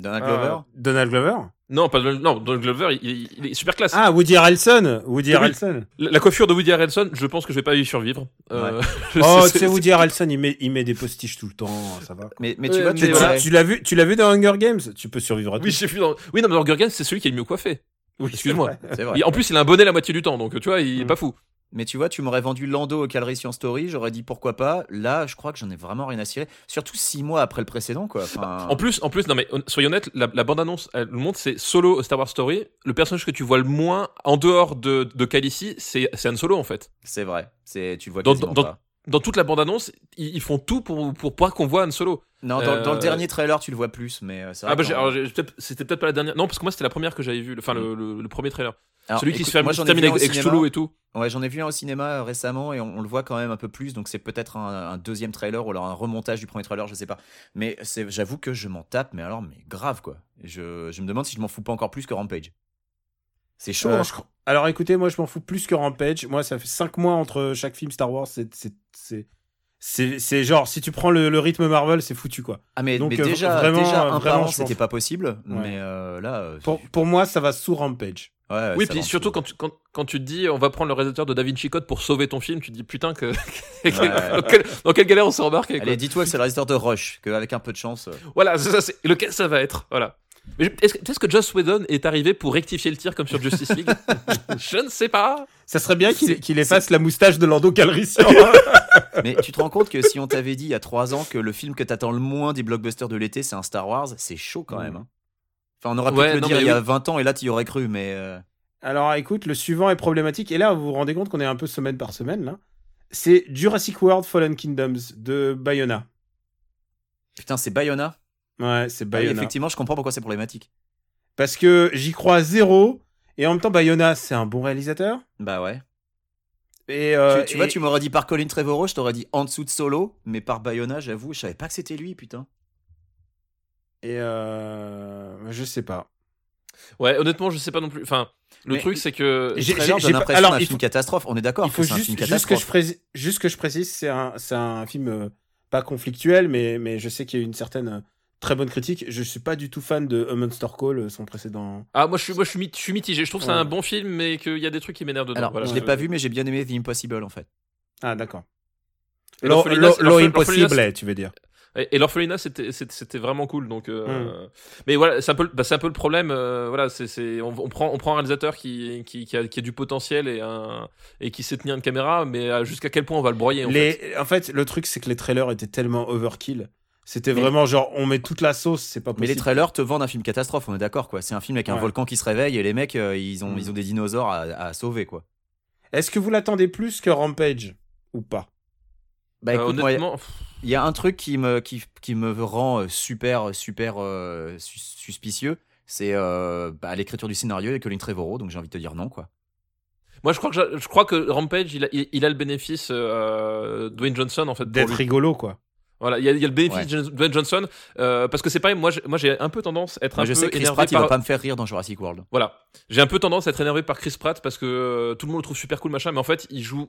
[SPEAKER 4] Donald hein, Glover.
[SPEAKER 2] Euh, Donald Glover
[SPEAKER 3] Non, pas Donald- non, Donald Glover, il, il- il est super classe.
[SPEAKER 2] Ah, Woody Harrelson Woody
[SPEAKER 3] Oui.
[SPEAKER 2] Harrelson
[SPEAKER 3] La, la coiffure de Woody Harrelson, je pense que je vais pas y survivre. Euh, je-
[SPEAKER 2] Oh,
[SPEAKER 3] c'est-
[SPEAKER 2] tu sais,
[SPEAKER 3] c'est-
[SPEAKER 2] Woody Harrelson, il met, il met des postiches tout le temps, ça va.
[SPEAKER 4] Mais, mais
[SPEAKER 3] Ouais,
[SPEAKER 4] tu vois,
[SPEAKER 3] mais
[SPEAKER 4] tu
[SPEAKER 2] Tu,
[SPEAKER 3] voilà.
[SPEAKER 4] dirais-
[SPEAKER 2] tu l'as vu, tu l'as vu dans Hunger Games Tu peux survivre à tout.
[SPEAKER 3] Oui, j'ai vu dans- oui, non, mais Hunger Games, c'est celui qui est le mieux coiffé.
[SPEAKER 2] Oui,
[SPEAKER 3] excuse-moi.
[SPEAKER 2] c'est vrai.
[SPEAKER 4] c'est vrai.
[SPEAKER 3] Il- en plus, il a un bonnet la moitié du temps, donc tu vois, il est
[SPEAKER 2] Mm.
[SPEAKER 3] pas fou.
[SPEAKER 4] Mais tu vois, tu m'aurais vendu Lando au Calrissian Story, j'aurais dit pourquoi pas. Là, je crois que j'en ai vraiment rien à cirer. Surtout six mois après le précédent, quoi. Enfin,
[SPEAKER 3] Bah, En plus, en plus, non mais hon- soyons honnêtes, la, la bande-annonce, elle nous montre, c'est Solo au Star Wars Story. Le personnage que tu vois le moins en dehors de, de Khaleesi, c'est c'est Han Solo en fait.
[SPEAKER 4] c'est vrai. C'est, tu le vois
[SPEAKER 3] Dans-
[SPEAKER 4] quasiment
[SPEAKER 3] dans-
[SPEAKER 4] pas.
[SPEAKER 3] Dans toute la bande-annonce, ils, ils font tout pour pour pas qu'on voit Han Solo.
[SPEAKER 4] Non, dans, dans
[SPEAKER 3] euh,
[SPEAKER 4] le dernier trailer, tu le vois plus, mais euh, c'est vrai
[SPEAKER 3] Ah bah
[SPEAKER 4] qu'en-
[SPEAKER 3] j'ai- alors, j'ai- peut-être- c'était peut-être pas la dernière. Non parce que moi c'était la première que j'avais vue, le- enfin le, le- le premier trailer,
[SPEAKER 4] Mm. Alors,
[SPEAKER 3] celui qui
[SPEAKER 4] écoute,
[SPEAKER 3] se ferme-
[SPEAKER 4] moi,
[SPEAKER 3] se
[SPEAKER 4] j'en ai
[SPEAKER 3] termine
[SPEAKER 4] vu un au
[SPEAKER 3] avec, avec
[SPEAKER 4] cinéma.
[SPEAKER 3] Solo et tout.
[SPEAKER 4] Ouais, j'en ai vu un au cinéma euh, récemment et on, on le voit quand même un peu plus, donc c'est peut-être un, un deuxième trailer ou alors un remontage du premier trailer, je sais pas. Mais c'est, j'avoue que je m'en tape, mais alors, mais grave quoi. Je, je me demande si je m'en fous pas encore plus que Rampage. C'est chaud.
[SPEAKER 2] Euh,
[SPEAKER 4] hein.
[SPEAKER 2] je cro- Alors écoutez, moi je m'en fous plus que Rampage. Moi ça fait 5 mois entre chaque film Star Wars. C'est- c'est- C'est c'est- c'est genre, si tu prends le, le rythme Marvel, c'est foutu quoi.
[SPEAKER 4] Ah mais,
[SPEAKER 2] donc,
[SPEAKER 4] mais
[SPEAKER 2] euh,
[SPEAKER 4] déjà,
[SPEAKER 2] vraiment,
[SPEAKER 4] déjà
[SPEAKER 2] euh,
[SPEAKER 4] un
[SPEAKER 2] vraiment,
[SPEAKER 4] par an,
[SPEAKER 2] je m'en
[SPEAKER 4] c'était
[SPEAKER 2] fous.
[SPEAKER 4] pas possible,
[SPEAKER 2] Ouais.
[SPEAKER 4] mais euh, là. euh,
[SPEAKER 2] Pour, pour moi, ça va sous Rampage.
[SPEAKER 4] ouais, ouais,
[SPEAKER 3] oui
[SPEAKER 4] ça
[SPEAKER 3] puis
[SPEAKER 4] va en
[SPEAKER 3] surtout
[SPEAKER 4] dessous.
[SPEAKER 3] quand tu, quand quand tu te dis on va prendre le réalisateur de Da Vinci Code pour sauver ton film, tu te dis putain que
[SPEAKER 4] Ouais.
[SPEAKER 3] dans, quelle, dans quelle galère on s'est embarqué. quoi.
[SPEAKER 4] Allez, dis-toi que c'est le réalisateur de Rush, qu'avec un peu de chance. euh,
[SPEAKER 3] Voilà, c'est ça, c'est lequel ça va être. Voilà. Mais je- est-ce que, est-ce que Joss Whedon est arrivé pour rectifier le tir comme sur Justice League Je ne sais pas.
[SPEAKER 2] Ça serait bien qu'il qu'il efface la moustache de Lando Calrissian. hein.
[SPEAKER 4] Mais tu te rends compte que si on t'avait dit il y a trois ans que le film que t'attends le moins des blockbusters de l'été, c'est un Star Wars, c'est chaud quand même. hein. Enfin, on aurait pu
[SPEAKER 3] Mm. Ouais,
[SPEAKER 4] te le
[SPEAKER 3] non,
[SPEAKER 4] dire
[SPEAKER 3] mais
[SPEAKER 4] il y a 20 ans et là, tu y aurais cru, mais. euh,
[SPEAKER 2] Alors écoute, le suivant est problématique. Et là, vous vous rendez compte qu'on est un peu semaine par semaine là. C'est Jurassic World Fallen Kingdoms de Bayona.
[SPEAKER 4] Putain, c'est Bayona.
[SPEAKER 2] Ouais, c'est
[SPEAKER 4] Bah oui,
[SPEAKER 2] Bayona.
[SPEAKER 4] effectivement, je comprends pourquoi c'est problématique.
[SPEAKER 2] Parce que j'y crois à zéro. Et en même temps, Bayona, c'est un bon réalisateur.
[SPEAKER 4] Bah ouais.
[SPEAKER 2] Et, euh,
[SPEAKER 4] tu tu vois,
[SPEAKER 2] et-
[SPEAKER 4] tu m'aurais dit par Colin Trevorrow, je t'aurais dit en dessous de Solo, mais par Bayona, j'avoue, je savais pas que c'était lui, putain.
[SPEAKER 2] Et euh, je sais pas.
[SPEAKER 3] Ouais, honnêtement, je ne sais pas non plus. Enfin, le
[SPEAKER 4] Mais-
[SPEAKER 3] truc, c'est que.
[SPEAKER 2] J'ai-
[SPEAKER 4] Le trailer
[SPEAKER 2] j'ai
[SPEAKER 4] donne
[SPEAKER 2] pas-
[SPEAKER 4] l'impression
[SPEAKER 2] alors,
[SPEAKER 4] d'un
[SPEAKER 2] il
[SPEAKER 4] film
[SPEAKER 2] faut-
[SPEAKER 4] catastrophe, on est d'accord
[SPEAKER 2] Il faut
[SPEAKER 4] que c'est un film
[SPEAKER 2] juste, juste que je
[SPEAKER 4] catastrophe.
[SPEAKER 2] précise, juste que je précise, c'est un, c'est un film euh, pas conflictuel, mais, mais je sais qu'il y a eu une certaine euh, très bonne critique. Je suis pas du tout fan de A Monster Call, euh, son précédent.
[SPEAKER 3] Ah, moi, je suis, moi, je suis, mit- je suis mitigé. Je trouve que c'est
[SPEAKER 2] Ouais.
[SPEAKER 3] un bon film, mais qu'il y a des trucs qui m'énervent dedans.
[SPEAKER 4] Alors,
[SPEAKER 3] Voilà,
[SPEAKER 4] je
[SPEAKER 3] je-
[SPEAKER 4] l'ai pas vu, mais j'ai bien aimé The Impossible en fait.
[SPEAKER 2] Ah d'accord.
[SPEAKER 3] Et
[SPEAKER 2] L'eau
[SPEAKER 3] l'orphelinat, c'est- l'orphe- l'orphelinat,
[SPEAKER 2] impossible, tu veux dire.
[SPEAKER 3] Et, et l'orphelinat, c'était, c'était, c'était vraiment cool. Donc,
[SPEAKER 4] Hmm.
[SPEAKER 3] euh, mais voilà, c'est un peu, le- bah, c'est un peu le problème. euh, voilà, c'est, c'est, on, on prend, on prend un réalisateur qui, qui, qui a, qui a du potentiel et un, et qui sait tenir une caméra, mais euh, jusqu'à quel point on va le broyer en fait.
[SPEAKER 2] les, en fait, le truc c'est que les trailers étaient tellement overkill. C'était vraiment genre on met toute la sauce, c'est pas
[SPEAKER 4] Mais
[SPEAKER 2] possible.
[SPEAKER 4] les trailers te vendent un film catastrophe, on est d'accord quoi. C'est un film avec un
[SPEAKER 2] Ouais.
[SPEAKER 4] volcan qui se réveille et les mecs euh, ils ont
[SPEAKER 2] Mm.
[SPEAKER 4] ils ont des dinosaures à, à sauver quoi.
[SPEAKER 2] Est-ce que vous l'attendez plus que Rampage ou pas
[SPEAKER 4] Bah
[SPEAKER 3] Euh,
[SPEAKER 4] écoute, moi,
[SPEAKER 3] honnêtement,
[SPEAKER 4] il y a un truc qui me qui, qui me rend euh, super super euh, sus- suspicieux, c'est euh, bah, l'écriture du scénario et Colin Trevorrow, donc j'ai envie de te dire non quoi.
[SPEAKER 3] Moi, je crois que j'a- je crois que Rampage, il a, il, il a le bénéfice euh, Dwayne Johnson en fait. pour
[SPEAKER 2] D'être
[SPEAKER 3] lui.
[SPEAKER 2] rigolo quoi.
[SPEAKER 3] Voilà, il y, a, il y a le bénéfice
[SPEAKER 4] Ouais.
[SPEAKER 3] de Dwayne Johnson euh, parce que c'est pareil. Moi, j'ai- moi, j'ai un peu tendance à être
[SPEAKER 4] Moi,
[SPEAKER 3] un
[SPEAKER 4] je
[SPEAKER 3] peu
[SPEAKER 4] sais que Chris
[SPEAKER 3] énervé
[SPEAKER 4] Pratt il
[SPEAKER 3] par.
[SPEAKER 4] va pas me faire rire dans Jurassic World.
[SPEAKER 3] Voilà, j'ai un peu tendance à être énervé par Chris Pratt parce que euh, tout le monde le trouve super cool machin, mais en fait, il joue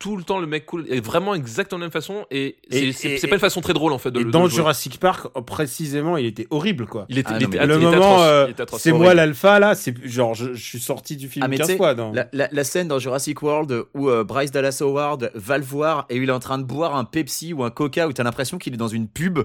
[SPEAKER 3] tout le temps le mec cool et vraiment exactement de la même façon et, c'est-
[SPEAKER 2] Et-
[SPEAKER 3] c'est
[SPEAKER 2] et-
[SPEAKER 3] c'est pas une façon très drôle en fait de
[SPEAKER 2] Et
[SPEAKER 3] le de
[SPEAKER 2] dans
[SPEAKER 3] le jouer.
[SPEAKER 2] Jurassic Park, oh, précisément, il était horrible quoi.
[SPEAKER 3] Il était,
[SPEAKER 4] Ah,
[SPEAKER 3] il
[SPEAKER 4] non, mais
[SPEAKER 3] était-
[SPEAKER 4] là,
[SPEAKER 3] il
[SPEAKER 2] le
[SPEAKER 3] était
[SPEAKER 2] moment,
[SPEAKER 3] atroce,
[SPEAKER 2] euh,
[SPEAKER 3] il était atroce.
[SPEAKER 2] c'est
[SPEAKER 3] Horrible.
[SPEAKER 2] moi l'alpha là, c'est genre je, je suis sorti du film
[SPEAKER 4] Ah, mais
[SPEAKER 2] 15
[SPEAKER 4] tu sais,
[SPEAKER 2] fois. dans-
[SPEAKER 4] La, la- la scène dans Jurassic World où euh, Bryce Dallas Howard va le voir et où il est en train de boire un Pepsi ou un Coca où t'as l'impression qu'il est dans une pub
[SPEAKER 3] Mm.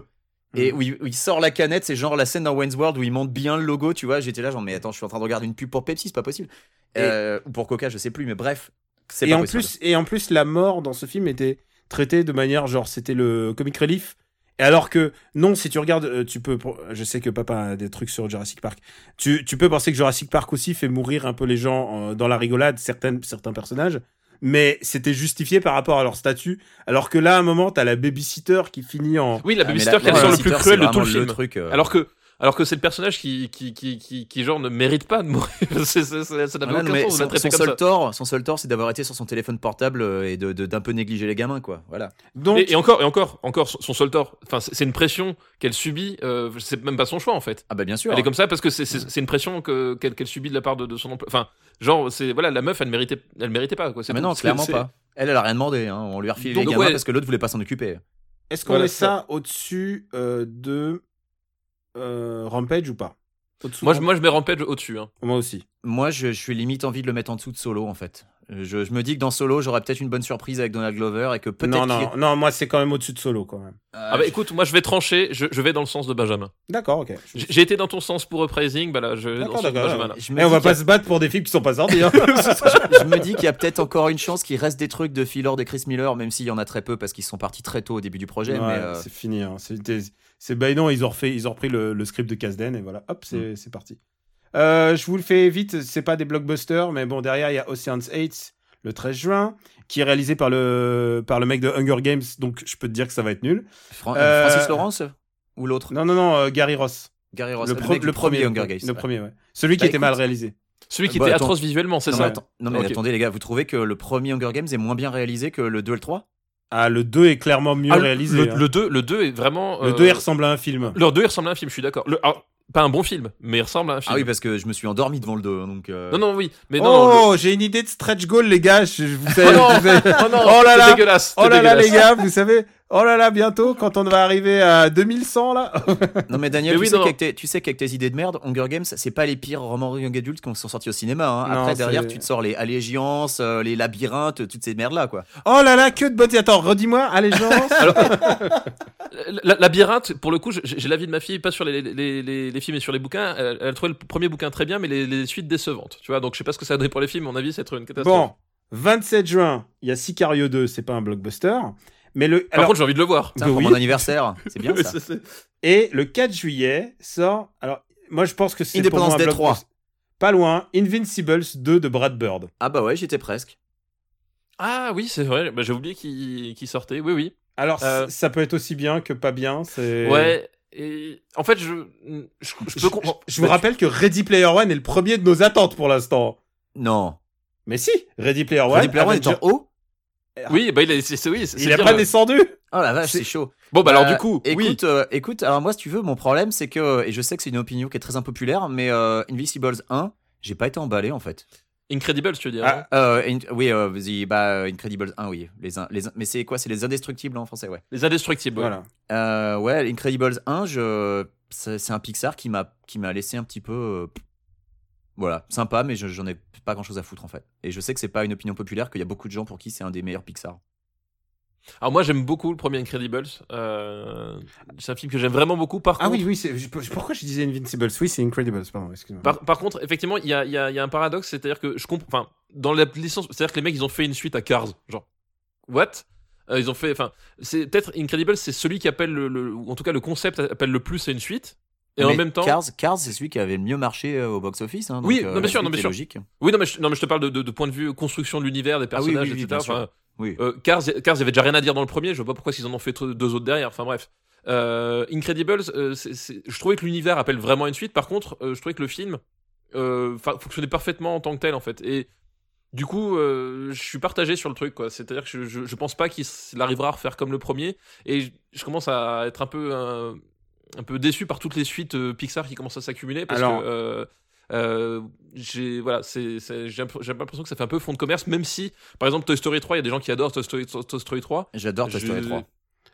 [SPEAKER 4] et où il, où il sort la canette, c'est genre la scène dans Wayne's World où il monte bien le logo, tu vois. J'étais là, genre, mais attends, je suis en train de regarder une pub pour Pepsi, c'est pas possible. Euh, ou pour Coca, je sais plus, mais bref, c'est
[SPEAKER 2] Et
[SPEAKER 4] pas
[SPEAKER 2] en
[SPEAKER 4] possible.
[SPEAKER 2] plus, et en plus, la mort dans ce film était traitée de manière genre c'était le comic relief. Et alors que non, si tu regardes, euh, tu peux. pro- Je sais que papa a des trucs sur Jurassic Park. Tu, tu peux penser que Jurassic Park aussi fait mourir un peu les gens euh, dans la rigolade, certaines, certains personnages. Mais c'était justifié par rapport à leur statut. Alors que là, à un moment, t'as la babysitter qui finit en.
[SPEAKER 3] Oui, la
[SPEAKER 4] Ah, mais
[SPEAKER 3] babysitter
[SPEAKER 4] la-
[SPEAKER 3] qui est
[SPEAKER 4] la
[SPEAKER 3] le sort le plus
[SPEAKER 4] babysitter,
[SPEAKER 3] cruel
[SPEAKER 4] c'est
[SPEAKER 3] de tout le film.
[SPEAKER 4] vraiment truc, euh,
[SPEAKER 3] Alors que, alors que c'est le personnage qui, qui, qui, qui, qui, genre ne mérite pas de mourir. C'est- c'est- c'est- ça n'avait
[SPEAKER 4] Ah non,
[SPEAKER 3] aucun
[SPEAKER 4] mais
[SPEAKER 3] sens de la
[SPEAKER 4] son,
[SPEAKER 3] traiter
[SPEAKER 4] son
[SPEAKER 3] comme
[SPEAKER 4] seul
[SPEAKER 3] ça.
[SPEAKER 4] tort, son seul tort, c'est d'avoir été sur son téléphone portable euh, et de de- d'un peu négliger les gamins, quoi. Voilà.
[SPEAKER 2] Donc,
[SPEAKER 3] Et, et encore, et encore, encore, son son seul tort. Enfin, c'est c'est une pression qu'elle subit. euh, c'est même pas son choix en fait.
[SPEAKER 4] Ah bah bien sûr.
[SPEAKER 3] Elle est comme ça parce que c'est- c'est c'est une pression que- qu'elle qu'elle subit de la part de, de son emploi. Enfin, genre, c'est voilà, la meuf, elle méritait, elle méritait pas quoi. c'est
[SPEAKER 4] Ah, mais
[SPEAKER 3] tout.
[SPEAKER 4] non,
[SPEAKER 3] C'est-
[SPEAKER 4] clairement
[SPEAKER 3] c'est-
[SPEAKER 4] pas. Elle, elle a rien demandé. hein. On lui a refilé
[SPEAKER 3] Donc,
[SPEAKER 4] les
[SPEAKER 3] donc,
[SPEAKER 4] gamins
[SPEAKER 3] ouais.
[SPEAKER 4] parce que l'autre voulait pas s'en occuper.
[SPEAKER 2] est-ce qu'on
[SPEAKER 3] Voilà,
[SPEAKER 2] met
[SPEAKER 3] c'est ça.
[SPEAKER 2] ça au-dessus euh, de euh, Rampage ou pas Au-dessous
[SPEAKER 3] Moi,
[SPEAKER 2] de
[SPEAKER 3] je, moi, je mets Rampage au-dessus. hein.
[SPEAKER 2] Moi aussi.
[SPEAKER 4] Moi, je, je suis limite envie de le mettre en dessous de Solo, en fait. Je, je me dis que dans Solo, j'aurais peut-être une bonne surprise avec Donald Glover et que peut-être.
[SPEAKER 2] Non,
[SPEAKER 4] qu'il y ait-
[SPEAKER 2] non, non, moi, c'est quand même au-dessus de Solo, quand même.
[SPEAKER 4] Ah,
[SPEAKER 3] Ah bah
[SPEAKER 4] je-
[SPEAKER 3] écoute, moi je vais trancher, je, je vais dans le sens de Benjamin.
[SPEAKER 2] D'accord, ok.
[SPEAKER 3] J'ai j'ai été dans ton sens pour Uprising, bah là je vais dans le
[SPEAKER 2] D'accord,
[SPEAKER 3] sens de
[SPEAKER 2] d'accord,
[SPEAKER 3] Benjamin. là.
[SPEAKER 4] je me
[SPEAKER 2] Et Eh, on
[SPEAKER 4] dis
[SPEAKER 2] va
[SPEAKER 4] qu'il y a-
[SPEAKER 2] pas se battre pour des films qui sont pas sortis. hein.
[SPEAKER 4] je me dis qu'il y a peut-être encore une chance qu'il reste des trucs de Phil Lord et Chris Miller, même s'il y en a très peu parce qu'ils sont partis très tôt au début du projet.
[SPEAKER 2] Ouais,
[SPEAKER 4] mais, euh,
[SPEAKER 2] C'est fini. hein. C'est des- c'est- ben non, ils ont refait, ils ont repris le, le script de Kasdan et voilà, hop,
[SPEAKER 4] Mm.
[SPEAKER 2] c'est c'est parti. Euh, je vous le fais vite, c'est pas des blockbusters, mais bon, derrière il y a Ocean's 8 le 13 juin, qui est réalisé par le, par le mec de Hunger Games, donc je peux te dire que ça va être nul.
[SPEAKER 4] Fran-
[SPEAKER 2] euh,
[SPEAKER 4] Francis Lawrence ou l'autre
[SPEAKER 2] Non, non, non, euh, Gary Ross.
[SPEAKER 4] Gary Ross,
[SPEAKER 2] le,
[SPEAKER 4] mec
[SPEAKER 2] pre-
[SPEAKER 4] du
[SPEAKER 2] le premier
[SPEAKER 4] Hunger Games.
[SPEAKER 2] Le
[SPEAKER 4] ouais.
[SPEAKER 2] premier, ouais. Celui qui
[SPEAKER 4] Bah,
[SPEAKER 2] était
[SPEAKER 4] écoute.
[SPEAKER 2] mal réalisé.
[SPEAKER 3] Celui qui
[SPEAKER 4] Bah,
[SPEAKER 3] était
[SPEAKER 4] attends.
[SPEAKER 3] atroce visuellement, c'est
[SPEAKER 4] Non,
[SPEAKER 3] ça
[SPEAKER 4] mais, attends- non, mais
[SPEAKER 3] Ok.
[SPEAKER 4] attendez les gars, vous trouvez que le premier Hunger Games est moins bien réalisé que le 2 et le 3
[SPEAKER 2] Ah, le 2 est clairement mieux
[SPEAKER 3] Ah, le-
[SPEAKER 2] réalisé.
[SPEAKER 3] le,
[SPEAKER 2] hein.
[SPEAKER 3] 2, le 2 est vraiment.
[SPEAKER 2] Le
[SPEAKER 3] euh,
[SPEAKER 2] 2 il ressemble à un film.
[SPEAKER 3] Le 2 il ressemble à un film, je suis d'accord. Le- alors, pas un bon film, mais il ressemble à un film.
[SPEAKER 4] Ah oui, parce que je me suis endormi devant le 2. Donc, euh,
[SPEAKER 3] Non, non, oui. Mais non, non,
[SPEAKER 2] bah, Oh, j'ai une idée de stretch goal, les gars. Je, je- vous savez,
[SPEAKER 3] Oh non,
[SPEAKER 2] vous savez-
[SPEAKER 3] Oh non,
[SPEAKER 2] Oh là
[SPEAKER 3] c'est
[SPEAKER 2] là.
[SPEAKER 3] dégueulasse.
[SPEAKER 2] Oh
[SPEAKER 3] c'est
[SPEAKER 2] là là,
[SPEAKER 3] dégueulasse.
[SPEAKER 2] les gars, vous savez. Oh là là, bientôt, quand on va arriver à 2100, là.
[SPEAKER 4] Non, mais Daniel,
[SPEAKER 3] Mais
[SPEAKER 4] tu,
[SPEAKER 3] oui,
[SPEAKER 4] sais
[SPEAKER 3] non.
[SPEAKER 4] qu'avec tes, tu sais qu'avec tes idées de merde, Hunger Games, c'est pas les pires romans young adultes qui sont sortis au cinéma. hein.
[SPEAKER 2] Non,
[SPEAKER 4] Après,
[SPEAKER 2] c'est-
[SPEAKER 4] derrière, tu te sors les allégiances, euh, les labyrinthes, toutes ces merdes là, quoi.
[SPEAKER 2] Oh là là, que de bonnes. Attends, redis-moi, allégeance.
[SPEAKER 3] La- La, labyrinthe, pour le coup, j'ai j'ai l'avis de ma fille, pas sur les, les, les, les films et sur les bouquins. Elle, elle trouvait le premier bouquin très bien, mais les, les suites décevantes. Tu vois, donc je sais pas ce que ça a donné pour les films. À mon avis, c'est être une catastrophe.
[SPEAKER 2] bon, 27 juin, il y a Sicario 2, c'est pas un blockbuster. Mais le.
[SPEAKER 3] Par
[SPEAKER 2] alors,
[SPEAKER 3] contre, j'ai envie de le voir.
[SPEAKER 4] Tiens, pour
[SPEAKER 2] Oui.
[SPEAKER 4] mon anniversaire, c'est bien ça.
[SPEAKER 3] C'est- c'est-
[SPEAKER 2] Et le 4 juillet sort. Alors, moi, je pense que c'est. pour
[SPEAKER 4] Independence
[SPEAKER 2] moi un
[SPEAKER 4] Day
[SPEAKER 2] blockbuster.
[SPEAKER 4] 3.
[SPEAKER 2] Pas loin, Invincibles 2 de Brad Bird.
[SPEAKER 4] Ah bah ouais, j'étais presque.
[SPEAKER 3] Ah oui, c'est vrai. Bah, j'ai oublié qu'il qu'il sortait. Oui, oui.
[SPEAKER 2] Alors,
[SPEAKER 3] Euh.
[SPEAKER 2] c- ça peut être aussi bien que pas bien. c'est-
[SPEAKER 3] Ouais. Et en fait, je, je, je
[SPEAKER 2] Je,
[SPEAKER 3] peux comprendre.
[SPEAKER 2] je- je vous rappelle que Ready Player One est le premier de nos attentes pour l'instant.
[SPEAKER 4] Non.
[SPEAKER 2] Mais si, Ready Player One.
[SPEAKER 4] Ready Player
[SPEAKER 3] ah bah,
[SPEAKER 4] One est en
[SPEAKER 2] Avenger-
[SPEAKER 4] haut
[SPEAKER 3] Oui, bah, il est, c'est, c'est- oui, c'est-
[SPEAKER 2] Il
[SPEAKER 3] c'est
[SPEAKER 2] a
[SPEAKER 3] dire,
[SPEAKER 2] pas
[SPEAKER 3] euh,
[SPEAKER 2] descendu.
[SPEAKER 4] Oh la vache,
[SPEAKER 2] C'est-
[SPEAKER 4] c'est chaud.
[SPEAKER 3] Bon, bah, alors
[SPEAKER 4] Euh,
[SPEAKER 3] du coup, oui.
[SPEAKER 4] Écoute, euh, écoute, alors moi, si tu veux, mon problème, c'est que, et je sais que c'est une opinion qui est très impopulaire, mais euh, Invisibles 1, j'ai pas été emballé en fait.
[SPEAKER 3] Incredible, tu veux dire.
[SPEAKER 2] Ah,
[SPEAKER 3] hein
[SPEAKER 4] Euh, in- oui, euh, the- bah, Incredibles 1, oui. Les, in- les, in- mais c'est quoi C'est les Indestructibles en français, ouais.
[SPEAKER 3] Les indestructibles. ouais.
[SPEAKER 2] Voilà.
[SPEAKER 4] Euh, ouais, Incredibles 1, je... c'est c'est un Pixar qui m'a qui m'a laissé un petit peu. euh, Voilà, sympa, mais je- j'en ai pas grand chose à foutre en fait. Et je sais que c'est pas une opinion populaire, qu'il y a beaucoup de gens pour qui c'est un des meilleurs Pixar.
[SPEAKER 3] Alors moi j'aime beaucoup le premier Incredibles. Euh, c'est un film que j'aime vraiment beaucoup. Par
[SPEAKER 2] Ah
[SPEAKER 3] contre,
[SPEAKER 2] oui, oui. c'est- je- Pourquoi je disais Invincibles Oui, c'est Incredibles. Pardon, excuse-moi.
[SPEAKER 3] par, par contre, effectivement, il y a, il y a- il y a un paradoxe, c'est-à-dire que je comprends. Enfin, dans la licence, c'est-à-dire que les mecs ils ont fait une suite à Cars, genre what Euh, Ils ont fait. Enfin, c'est peut-être Incredibles, c'est celui qui appelle le, le- ou en tout cas le concept appelle le plus à une suite. Et en
[SPEAKER 4] Mais
[SPEAKER 3] même temps,
[SPEAKER 4] Cars, Cars, c'est celui qui avait le mieux marché euh, au box-office. hein, donc,
[SPEAKER 3] Oui,
[SPEAKER 4] euh,
[SPEAKER 3] non,
[SPEAKER 4] la
[SPEAKER 3] bien sûr,
[SPEAKER 4] suite
[SPEAKER 3] non, bien
[SPEAKER 4] est
[SPEAKER 3] sûr.
[SPEAKER 4] Logique.
[SPEAKER 3] oui, non mais je, non, mais je te parle de, de- de point de vue construction de l'univers, des
[SPEAKER 4] Ah oui, oui,
[SPEAKER 3] personnages,
[SPEAKER 4] oui, bien
[SPEAKER 3] etc.
[SPEAKER 4] sûr.
[SPEAKER 3] Enfin,
[SPEAKER 4] Oui.
[SPEAKER 3] Euh, Cars, Cars, il y avait déjà rien à dire dans le premier. Je vois pas pourquoi ils en ont fait t- deux autres derrière. Enfin bref. Euh, Incredibles, euh, c'est- c'est- je trouvais que l'univers appelle vraiment une suite. Par contre, euh, je trouvais que le film euh, fa- fonctionnait parfaitement en tant que tel en fait. Et du coup, euh, je suis partagé sur le truc. quoi. C'est-à-dire que je, je, je pense pas qu'il s- il arrivera à refaire comme le premier. Et je, je commence à être un peu euh, un peu déçu par toutes les suites euh, Pixar qui commencent à s'accumuler parce
[SPEAKER 2] Alors-
[SPEAKER 3] que. euh, euh, j'ai voilà, c'est- c'est- j'ai l'imp- j'ai l'impression que ça fait un peu fond de commerce, même si par exemple, Toy Story 3, il y a des gens qui adorent Toy Story, Toy- Toy Story 3.
[SPEAKER 4] J'adore Toy
[SPEAKER 3] Je-
[SPEAKER 4] Story 3.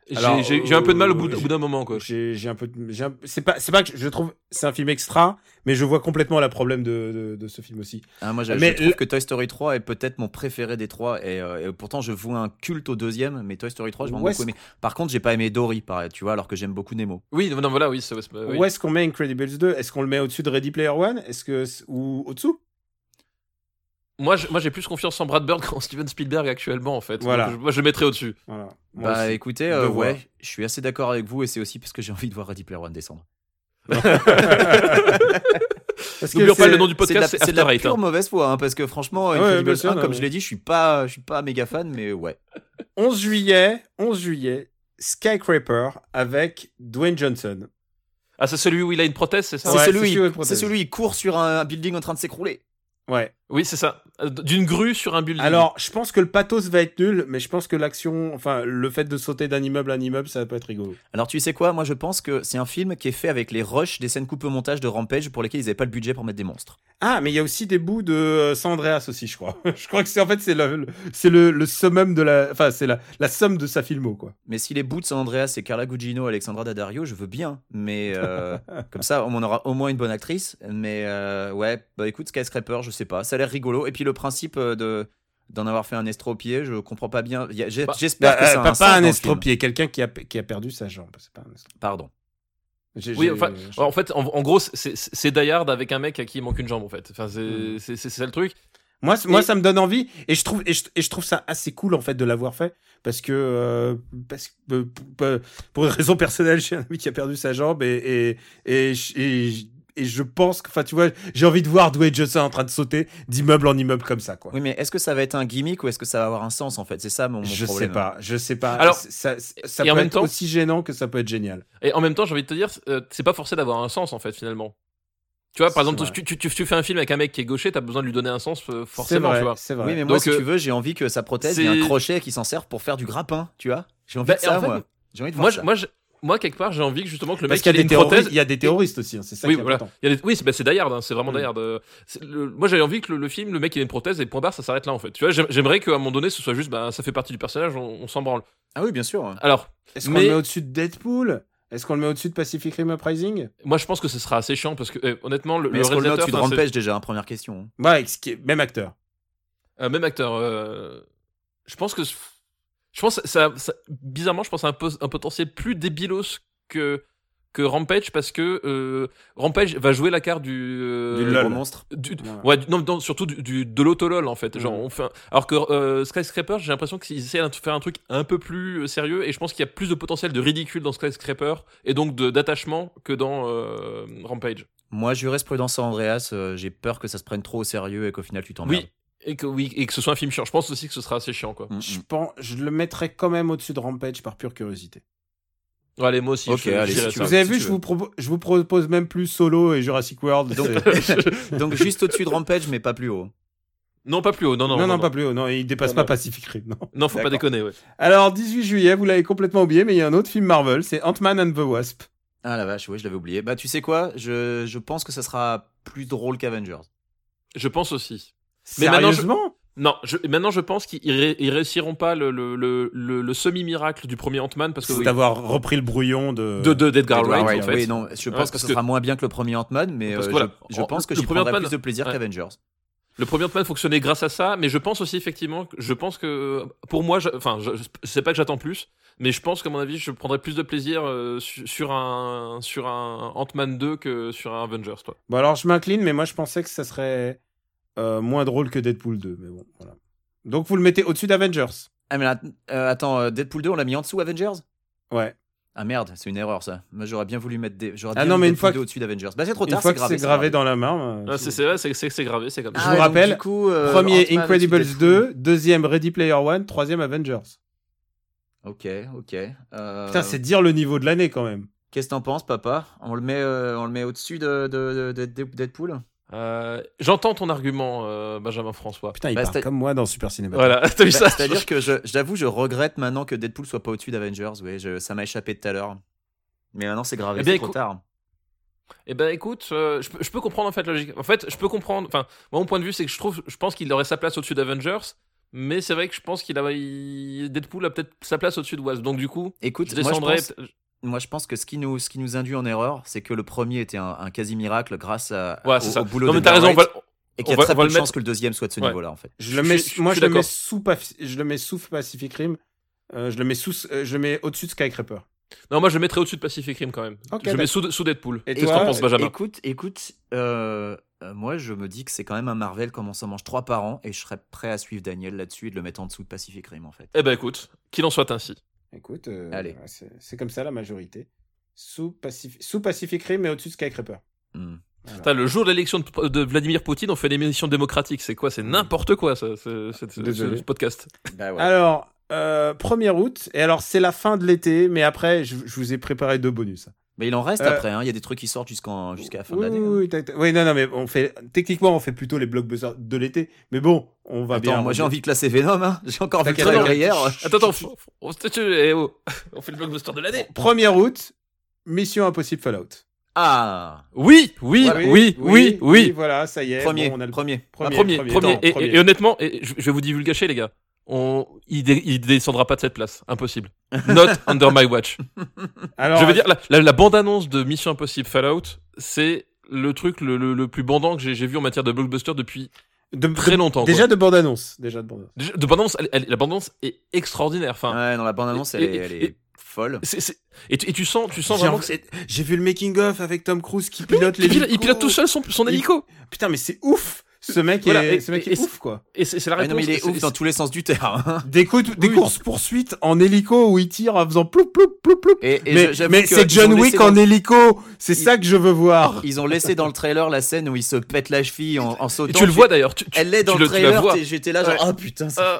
[SPEAKER 3] J'ai-
[SPEAKER 2] Alors,
[SPEAKER 3] J'ai j'ai un peu de mal au
[SPEAKER 2] euh,
[SPEAKER 3] bout d- au bout d'un moment. Quoi.
[SPEAKER 2] J'ai j'ai un peu. de- j'ai un- C'est pas, c'est pas que je- je trouve. C'est un film extra, mais je vois complètement la problème de, de, de ce film aussi.
[SPEAKER 4] Ah, moi, je, je
[SPEAKER 2] Mais
[SPEAKER 4] trouve
[SPEAKER 2] le-
[SPEAKER 4] que Toy Story 3 est peut-être mon préféré des trois, et, euh, et pourtant je vois un culte au deuxième, mais Toy Story 3, je m'en
[SPEAKER 2] Où
[SPEAKER 4] beaucoup
[SPEAKER 2] est-ce
[SPEAKER 4] aimé. Par contre, j'ai pas aimé Dory, pareil, tu vois, alors que j'aime beaucoup Nemo.
[SPEAKER 3] Oui, non, non, voilà, oui. c'est- c'est- oui.
[SPEAKER 2] Où est-ce qu'on met Incredibles 2 Est-ce qu'on le met au-dessus de Ready Player One Est-ce que c'est- ou au-dessous
[SPEAKER 3] Moi, je- moi, j'ai plus confiance en Brad Bird qu'en Steven Spielberg actuellement, en fait.
[SPEAKER 2] Voilà.
[SPEAKER 3] Donc, je- moi, je le mettrais au-dessus.
[SPEAKER 2] Voilà. Moi
[SPEAKER 4] Bah
[SPEAKER 2] aussi.
[SPEAKER 4] écoutez, euh,
[SPEAKER 2] de voir.
[SPEAKER 4] ouais, je suis assez d'accord avec vous, et c'est aussi parce que j'ai envie de voir Ready Player One descendre.
[SPEAKER 2] Parce que
[SPEAKER 3] N'oublions pas
[SPEAKER 2] c'est-
[SPEAKER 3] le nom du podcast,
[SPEAKER 4] c'est
[SPEAKER 3] c'est
[SPEAKER 4] de la, c'est de la
[SPEAKER 3] After Eight,
[SPEAKER 4] pure
[SPEAKER 3] hein.
[SPEAKER 4] mauvaise foi, hein, parce que franchement,
[SPEAKER 2] Ouais,
[SPEAKER 4] Incredibles
[SPEAKER 2] bien sûr,
[SPEAKER 4] 1,
[SPEAKER 2] non,
[SPEAKER 4] comme
[SPEAKER 2] mais-
[SPEAKER 4] je l'ai dit, je suis pas, je suis pas méga fan, mais ouais.
[SPEAKER 2] 11 juillet, 11 juillet, Skycraper avec Dwayne Johnson.
[SPEAKER 3] Ah, c'est celui où il a une prothèse, c'est ça
[SPEAKER 2] Ouais,
[SPEAKER 4] c'est
[SPEAKER 2] c'est celui où
[SPEAKER 4] celui,
[SPEAKER 2] elle protège.
[SPEAKER 4] c'est celui qui court sur un building en train de s'écrouler.
[SPEAKER 2] Ouais.
[SPEAKER 3] Oui, c'est ça. Euh, d'une grue sur un building.
[SPEAKER 2] Alors, je pense que le pathos va être nul, mais je pense que l'action, enfin, le fait de sauter d'un immeuble à un immeuble, ça peut être rigolo.
[SPEAKER 4] Alors tu sais quoi, moi je pense que c'est un film qui est fait avec les rushs des scènes coupe-montage de Rampage pour lesquelles ils n'avaient pas le budget pour mettre des monstres.
[SPEAKER 2] Ah, mais il y a aussi des bouts de euh, San Andreas aussi, je crois. je crois que c'est en fait c'est le, le- c'est le, le summum de la, enfin c'est la, la somme de sa filmo quoi.
[SPEAKER 4] Mais si les bouts de San Andreas et Carla Gugino, Alexandra Daddario, je veux bien. Mais euh, comme ça, on en aura au moins une bonne actrice. Mais euh, ouais, bah écoute, Skyscraper, je sais pas, ça a l'air rigolo. Et puis le principe euh, de d'en avoir fait un estropié, je comprends pas bien. Il y a- j'ai-
[SPEAKER 3] Bah,
[SPEAKER 4] J'espère que
[SPEAKER 2] Euh,
[SPEAKER 4] c'est
[SPEAKER 2] pas,
[SPEAKER 4] un,
[SPEAKER 2] pas
[SPEAKER 4] sens
[SPEAKER 2] un
[SPEAKER 4] dans le film.
[SPEAKER 2] estropié, quelqu'un qui a, qui a perdu sa jambe. C'est pas un estropié.
[SPEAKER 4] Pardon.
[SPEAKER 2] J'ai-
[SPEAKER 3] Oui,
[SPEAKER 2] j'ai-
[SPEAKER 3] enfin,
[SPEAKER 2] j'ai-
[SPEAKER 3] en fait, en, en gros, c'est- c'est c'est Die Hard avec un mec à qui il manque une jambe, en fait. Enfin, c'est
[SPEAKER 2] Hmm.
[SPEAKER 3] c'est- c'est- c'est ça le truc.
[SPEAKER 2] Moi, c- moi,
[SPEAKER 3] Et-
[SPEAKER 2] ça me donne envie, et je trouve, et je, et je trouve ça assez cool en fait de l'avoir fait, parce que, euh, parce que euh, pour- euh, pour une raison personnelle, j'ai un ami qui a perdu sa jambe, et et et, je- et je- et je pense que, enfin, tu vois, j'ai envie de voir Dwayne Johnson en train de sauter d'immeuble en immeuble comme ça, quoi.
[SPEAKER 4] Oui, mais est-ce que ça va être un gimmick ou est-ce que ça va avoir un sens en fait C'est ça mon, mon
[SPEAKER 2] je
[SPEAKER 4] problème.
[SPEAKER 2] sais pas, je sais pas.
[SPEAKER 3] Alors,
[SPEAKER 2] C'est- ça, c'est- ça
[SPEAKER 3] et
[SPEAKER 2] peut
[SPEAKER 3] en même
[SPEAKER 2] être
[SPEAKER 3] temps-
[SPEAKER 2] aussi gênant que ça peut être génial.
[SPEAKER 3] Et en même temps, j'ai envie de te dire, euh, c'est pas forcé d'avoir un sens, en fait, finalement. Tu vois, par
[SPEAKER 2] C'est
[SPEAKER 3] exemple,
[SPEAKER 2] vrai.
[SPEAKER 3] tu, tu, tu- tu fais un film avec un mec qui est gaucher, t'as besoin de lui donner un sens, euh, forcément,
[SPEAKER 2] c'est
[SPEAKER 3] tu vois.
[SPEAKER 2] vrai, c'est vrai.
[SPEAKER 4] Oui, mais moi,
[SPEAKER 3] Donc,
[SPEAKER 4] si
[SPEAKER 3] euh,
[SPEAKER 4] tu veux, j'ai envie que sa prothèse ait un
[SPEAKER 3] c'est-
[SPEAKER 4] crochet qui s'en serve pour faire du grappin, tu vois J'ai envie
[SPEAKER 3] Bah,
[SPEAKER 4] de ça,
[SPEAKER 3] en fait,
[SPEAKER 4] moi. J'ai envie de
[SPEAKER 3] Moi,
[SPEAKER 4] voir
[SPEAKER 3] je-
[SPEAKER 4] ça.
[SPEAKER 3] moi, je- moi, quelque part, j'ai envie que justement que le
[SPEAKER 2] Parce
[SPEAKER 3] mec
[SPEAKER 2] qu'il y a
[SPEAKER 3] ait
[SPEAKER 2] des
[SPEAKER 3] une prothèse.
[SPEAKER 2] terroristes, il y a des terroristes aussi, hein, c'est ça
[SPEAKER 3] Oui,
[SPEAKER 2] qui est
[SPEAKER 3] voilà.
[SPEAKER 2] important.
[SPEAKER 3] Il y a des- Oui, c'est bah, c'est Die Hard, hein, c'est vraiment
[SPEAKER 2] Mm.
[SPEAKER 3] Die Hard. euh, c'est le- Moi, j'avais envie que le, le film, le mec, il ait une prothèse et point barre, ça s'arrête là, en fait. Tu vois, j'aim- j'aimerais qu'à un moment donné, ce soit juste, bah, ça fait partie du personnage, on, on s'en branle.
[SPEAKER 4] Ah oui, bien sûr.
[SPEAKER 3] Alors,
[SPEAKER 2] Est-ce qu'on
[SPEAKER 3] Mais-
[SPEAKER 2] le met au-dessus de Deadpool Est-ce qu'on le met au-dessus de Pacific Rim Uprising
[SPEAKER 3] moi, je pense que ce sera assez chiant parce que, euh, honnêtement, le,
[SPEAKER 4] Mais
[SPEAKER 3] le
[SPEAKER 4] est-ce qu'on le met
[SPEAKER 3] réalisateur,
[SPEAKER 4] au-dessus de
[SPEAKER 3] enfin, c'est-
[SPEAKER 4] Rampage déjà hein, Première question.
[SPEAKER 2] Ouais, avec ce qui est- même acteur.
[SPEAKER 3] Euh, même acteur. euh, je pense que. Je pense que ça, ça- Bizarrement, je pense à un, pos- un potentiel plus débilos que, que Rampage parce que euh, Rampage va jouer la carte du. euh,
[SPEAKER 4] du
[SPEAKER 2] lol.
[SPEAKER 4] gros monstre.
[SPEAKER 3] du-
[SPEAKER 2] Ouais.
[SPEAKER 3] ouais, du- non, non, surtout du, du- de l'autolol en
[SPEAKER 4] Mm.
[SPEAKER 3] fait. Genre,
[SPEAKER 2] Mhm.
[SPEAKER 3] on fait un- alors que euh, Skyscraper, j'ai l'impression qu'ils essaient de faire un truc un peu plus euh, sérieux et je pense qu'il y a plus de potentiel de ridicule dans Skyscraper et donc de- d'attachement que dans euh, Rampage.
[SPEAKER 4] Moi, jurisprudence à Andreas, euh, j'ai peur que ça se prenne trop au sérieux et qu'au final tu t'emmerdes.
[SPEAKER 3] Oui. Et que, oui, et que ce soit un film chiant. Je pense aussi que ce sera assez chiant quoi.
[SPEAKER 4] Mm, mm.
[SPEAKER 2] Je pense, je le mettrais quand même au-dessus de Rampage par pure curiosité.
[SPEAKER 3] Ouais, allez, moi aussi.
[SPEAKER 4] Ok,
[SPEAKER 3] je-
[SPEAKER 4] allez,
[SPEAKER 3] je dirais
[SPEAKER 4] si tu
[SPEAKER 3] ça.
[SPEAKER 4] veux.
[SPEAKER 2] vous avez vu,
[SPEAKER 4] tu
[SPEAKER 2] je
[SPEAKER 4] veux.
[SPEAKER 2] vous, propo- je vous propose même plus Solo et Jurassic World.
[SPEAKER 4] Donc-
[SPEAKER 3] euh,
[SPEAKER 2] c'est-
[SPEAKER 4] Donc juste au-dessus de Rampage, mais pas plus haut.
[SPEAKER 3] Non, pas plus haut. Non, non,
[SPEAKER 2] non, non, pas plus haut. Non, il dépasse
[SPEAKER 3] Non,
[SPEAKER 2] pas
[SPEAKER 3] non.
[SPEAKER 2] Pacific Rim. Non.
[SPEAKER 3] Non, faut pas
[SPEAKER 4] D'accord.
[SPEAKER 3] déconner, ouais.
[SPEAKER 2] Alors, 18 juillet, vous l'avez complètement oublié, mais il y a un autre film Marvel, c'est Ant-Man and the Wasp.
[SPEAKER 4] Ah la vache, oui, je l'avais oublié. Bah tu sais quoi je, je pense que ça sera plus drôle qu'Avengers.
[SPEAKER 3] Je pense aussi. Mais maintenant, je-
[SPEAKER 2] Sérieusement
[SPEAKER 3] Non, je, maintenant je pense qu'ils ré- ils réussiront pas le, le, le, le, le semi-miracle du premier Ant-Man parce que.
[SPEAKER 2] C'est d'avoir repris le brouillon de...
[SPEAKER 3] de, de d'Edgar
[SPEAKER 4] Edgar
[SPEAKER 3] Wright,
[SPEAKER 4] Wright,
[SPEAKER 3] en fait.
[SPEAKER 4] oui, non, je
[SPEAKER 3] Ouais,
[SPEAKER 4] pense que
[SPEAKER 3] parce
[SPEAKER 4] ça
[SPEAKER 3] que-
[SPEAKER 4] sera moins bien que le premier Ant-Man, mais
[SPEAKER 3] Parce que
[SPEAKER 4] euh,
[SPEAKER 3] voilà,
[SPEAKER 4] je, je
[SPEAKER 3] en-
[SPEAKER 4] pense que
[SPEAKER 3] le
[SPEAKER 4] je
[SPEAKER 3] premier
[SPEAKER 4] prendrai
[SPEAKER 3] Ant-Man-
[SPEAKER 4] plus de plaisir
[SPEAKER 3] ouais.
[SPEAKER 4] qu'Avengers.
[SPEAKER 3] Le premier Ant-Man fonctionnait grâce à ça, mais je pense aussi effectivement, que- je pense que pour moi, je- enfin, je, je sais pas que j'attends plus, mais je pense qu'à mon avis, je prendrais plus de plaisir euh, su- sur un sur un Ant-Man 2 que sur un Avengers, toi.
[SPEAKER 2] Bon, alors je m'incline, mais moi je pensais que ça serait euh, moins drôle que Deadpool 2. Mais bon, voilà. Donc vous le mettez au-dessus d'Avengers.
[SPEAKER 4] Ah mais là, euh, attends, euh, Deadpool 2, on l'a mis en dessous Avengers
[SPEAKER 2] Ouais.
[SPEAKER 4] Ah merde, c'est une erreur ça. Moi j'aurais bien voulu mettre des. J'aurais
[SPEAKER 2] Ah
[SPEAKER 4] bien
[SPEAKER 2] non,
[SPEAKER 4] mis
[SPEAKER 2] mais une
[SPEAKER 4] Deadpool
[SPEAKER 2] fois
[SPEAKER 4] 2
[SPEAKER 2] que-
[SPEAKER 4] au-dessus d'Avengers. Bah c'est trop
[SPEAKER 2] Une
[SPEAKER 4] tard,
[SPEAKER 2] fois
[SPEAKER 4] c'est Ah,
[SPEAKER 2] que
[SPEAKER 4] gravé.
[SPEAKER 2] c'est gravé dans la marbre.
[SPEAKER 3] Ah, c'est c'est vrai, c'est c'est- c'est gravé, c'est comme
[SPEAKER 2] Je
[SPEAKER 3] ça.
[SPEAKER 2] vous rappelle,
[SPEAKER 4] euh,
[SPEAKER 2] Premier Incredibles 2, deuxième Ready Player One, troisième Avengers.
[SPEAKER 4] Ok, ok. Euh,
[SPEAKER 2] Putain, c'est dire le niveau de l'année quand même.
[SPEAKER 4] Qu'est-ce que t'en penses, papa On le met, euh, on le met au-dessus de, de- de- de- de Deadpool
[SPEAKER 3] Euh, J'entends ton argument, euh, Benjamin François.
[SPEAKER 2] Putain, il
[SPEAKER 4] Bah,
[SPEAKER 2] parle
[SPEAKER 4] c'est-
[SPEAKER 2] comme moi dans Super Cinéma.
[SPEAKER 3] Voilà, t'as vu
[SPEAKER 4] Bah,
[SPEAKER 3] ça
[SPEAKER 4] C'est-à-dire que je, j'avoue, je regrette maintenant que Deadpool soit pas au-dessus d'Avengers. Oui, je- ça m'a échappé tout à l'heure. Mais maintenant, c'est gravé,
[SPEAKER 3] Eh bien,
[SPEAKER 4] c'est trop
[SPEAKER 3] écou-
[SPEAKER 4] tard.
[SPEAKER 3] Eh ben écoute, euh, je, peux, je peux comprendre en fait la logique. En fait, je peux comprendre. Enfin, moi mon point de vue c'est que je trouve, je pense qu'il aurait sa place au-dessus d'Avengers, mais c'est vrai que je pense qu'il a il- Deadpool a peut-être sa place au-dessus de Wasp. Donc du coup,
[SPEAKER 4] Écoute,
[SPEAKER 3] je
[SPEAKER 4] moi je,
[SPEAKER 3] descendrais.
[SPEAKER 4] pense, moi, je pense que ce qui nous, ce qui nous induit en erreur, c'est que le premier était un, un quasi-miracle grâce à,
[SPEAKER 3] Ouais,
[SPEAKER 4] au,
[SPEAKER 3] c'est ça.
[SPEAKER 4] au boulot
[SPEAKER 3] non mais
[SPEAKER 4] de
[SPEAKER 3] t'as raison. on
[SPEAKER 4] Wright,
[SPEAKER 3] va-
[SPEAKER 4] et qu'il y
[SPEAKER 3] on
[SPEAKER 4] a
[SPEAKER 3] va-
[SPEAKER 4] très
[SPEAKER 3] on va
[SPEAKER 4] peu de
[SPEAKER 3] le
[SPEAKER 4] chances que le deuxième soit de ce
[SPEAKER 3] Ouais.
[SPEAKER 4] niveau-là, en fait.
[SPEAKER 2] Je le
[SPEAKER 3] je
[SPEAKER 2] mets,
[SPEAKER 3] suis- je
[SPEAKER 2] moi,
[SPEAKER 3] suis
[SPEAKER 2] je le mets
[SPEAKER 3] d'accord.
[SPEAKER 2] sous, Paf- je le mets sous Pacific Rim. Euh, je le mets sous, euh, je le mets au-dessus de Skycraper.
[SPEAKER 3] Non, moi je le mettrais au-dessus de Pacific Rim quand même.
[SPEAKER 2] Ok,
[SPEAKER 3] je le mets
[SPEAKER 2] d'accord.
[SPEAKER 3] sous, sous Deadpool.
[SPEAKER 2] Et
[SPEAKER 3] Qu'est-ce que
[SPEAKER 2] toi,
[SPEAKER 3] t'en penses, Benjamin
[SPEAKER 4] bah, Écoute, écoute, euh, euh, moi je me dis que c'est quand même un Marvel comme on s'en mange trois par an et je serais prêt à suivre Daniel là-dessus et de le mettre en dessous de Pacific Rim en fait.
[SPEAKER 3] Eh ben écoute, qu'il en soit ainsi.
[SPEAKER 2] Écoute, euh,
[SPEAKER 4] Allez.
[SPEAKER 2] c'est c'est comme ça la majorité. Sous Pacific, sous Pacific Rim et au-dessus de Skycraper.
[SPEAKER 4] Hmm.
[SPEAKER 3] Putain, le jour de l'élection de, de Vladimir Poutine, on fait des émissions démocratiques. C'est quoi C'est n'importe quoi ça. c'est- c'est- c'est-
[SPEAKER 2] Désolé.
[SPEAKER 3] ce podcast.
[SPEAKER 2] Ah, Alors, euh, 1er août, et alors c'est la fin de l'été, mais après, je, je vous ai préparé deux bonus.
[SPEAKER 4] Mais il en reste
[SPEAKER 2] Euh,
[SPEAKER 4] après, hein. il y a des trucs qui sortent jusqu'en- jusqu'à la fin
[SPEAKER 2] oui,
[SPEAKER 4] de l'année.
[SPEAKER 2] oui,
[SPEAKER 4] hein.
[SPEAKER 2] oui, tac, tac. Oui, non, non, mais on fait. Techniquement, on fait plutôt les blockbusters de l'été. Mais bon, on va
[SPEAKER 4] Attends,
[SPEAKER 2] bien.
[SPEAKER 4] moi j'ai envie de classer Venom, hein. j'ai encore vu le
[SPEAKER 2] T'inquiète,
[SPEAKER 4] trailer
[SPEAKER 2] t'inquiète.
[SPEAKER 4] hier.
[SPEAKER 3] Attends, attends, faut- faut- on se- eh oh, on fait le blockbuster de l'année.
[SPEAKER 2] 1er août, Mission Impossible Fallout.
[SPEAKER 4] Ah,
[SPEAKER 3] Oui, oui,
[SPEAKER 2] Voilà.
[SPEAKER 3] oui, oui, oui.
[SPEAKER 2] Voilà, ça y est.
[SPEAKER 4] premier,
[SPEAKER 2] bon, on a le
[SPEAKER 4] premier.
[SPEAKER 3] Un
[SPEAKER 2] premier.
[SPEAKER 3] Premier, premier.
[SPEAKER 2] Attends,
[SPEAKER 3] Et-
[SPEAKER 2] premier.
[SPEAKER 3] Et et honnêtement, et je je vais vous divulgacher, les gars. On, il, dé- il descendra pas de cette place, impossible. Not under my watch.
[SPEAKER 2] Alors,
[SPEAKER 3] je veux dire, la, la- la bande-annonce de Mission Impossible Fallout, c'est le truc le, le- le plus bandant que j'ai j'ai vu en matière de blockbuster depuis
[SPEAKER 2] de-
[SPEAKER 3] très
[SPEAKER 2] de-
[SPEAKER 3] longtemps. quoi.
[SPEAKER 2] déjà de bande annonce. Déjà de bande annonce.
[SPEAKER 3] Déjà, de bande-annonce, elle- elle- la bande-annonce est extraordinaire. Enfin,
[SPEAKER 4] Ouais, dans la bande-annonce,
[SPEAKER 3] Et-
[SPEAKER 4] elle, est-
[SPEAKER 3] et-
[SPEAKER 4] elle
[SPEAKER 3] et-
[SPEAKER 4] est folle.
[SPEAKER 3] c'est- c'est- et, tu- et tu sens, tu sens
[SPEAKER 2] J'ai
[SPEAKER 3] vraiment.
[SPEAKER 2] envie- J'ai vu le making of avec Tom Cruise qui pilote
[SPEAKER 3] il,
[SPEAKER 2] les.
[SPEAKER 3] pilote, il pilote tout seul son, son
[SPEAKER 2] Il-
[SPEAKER 3] hélico.
[SPEAKER 2] Putain, mais c'est ouf. Ce mec
[SPEAKER 3] Voilà,
[SPEAKER 2] est,
[SPEAKER 3] et-
[SPEAKER 2] ce mec
[SPEAKER 3] et-
[SPEAKER 2] est
[SPEAKER 3] et-
[SPEAKER 2] ouf quoi.
[SPEAKER 3] Et c'est c'est la
[SPEAKER 4] Ouais, Ah, non,
[SPEAKER 3] réponse.
[SPEAKER 4] mais il est
[SPEAKER 3] C'est-
[SPEAKER 4] ouf
[SPEAKER 3] c'est-
[SPEAKER 4] dans tous les sens du terme. hein.
[SPEAKER 2] Des, coups- des
[SPEAKER 3] Oui.
[SPEAKER 2] courses poursuites en hélico où il tire en faisant ploup ploup ploup ploup.
[SPEAKER 4] Et, et
[SPEAKER 2] mais
[SPEAKER 4] je- j'avoue
[SPEAKER 2] mais
[SPEAKER 4] que
[SPEAKER 2] c'est
[SPEAKER 4] ils
[SPEAKER 2] John
[SPEAKER 4] ont
[SPEAKER 2] Wick
[SPEAKER 4] laissé
[SPEAKER 2] en
[SPEAKER 4] dans-
[SPEAKER 2] hélico. C'est ça que je veux voir.
[SPEAKER 4] Ils ont laissé dans le trailer la scène où il se pète la cheville en, en
[SPEAKER 3] Et
[SPEAKER 4] sautant.
[SPEAKER 3] tu le vois d'ailleurs. tu- tu-
[SPEAKER 4] Elle est dans
[SPEAKER 3] tu
[SPEAKER 4] le
[SPEAKER 3] tu la
[SPEAKER 4] trailer,
[SPEAKER 3] vois.
[SPEAKER 4] t'es- j'étais là genre,
[SPEAKER 3] Ouais.
[SPEAKER 4] ah putain, c'est-
[SPEAKER 3] Euh,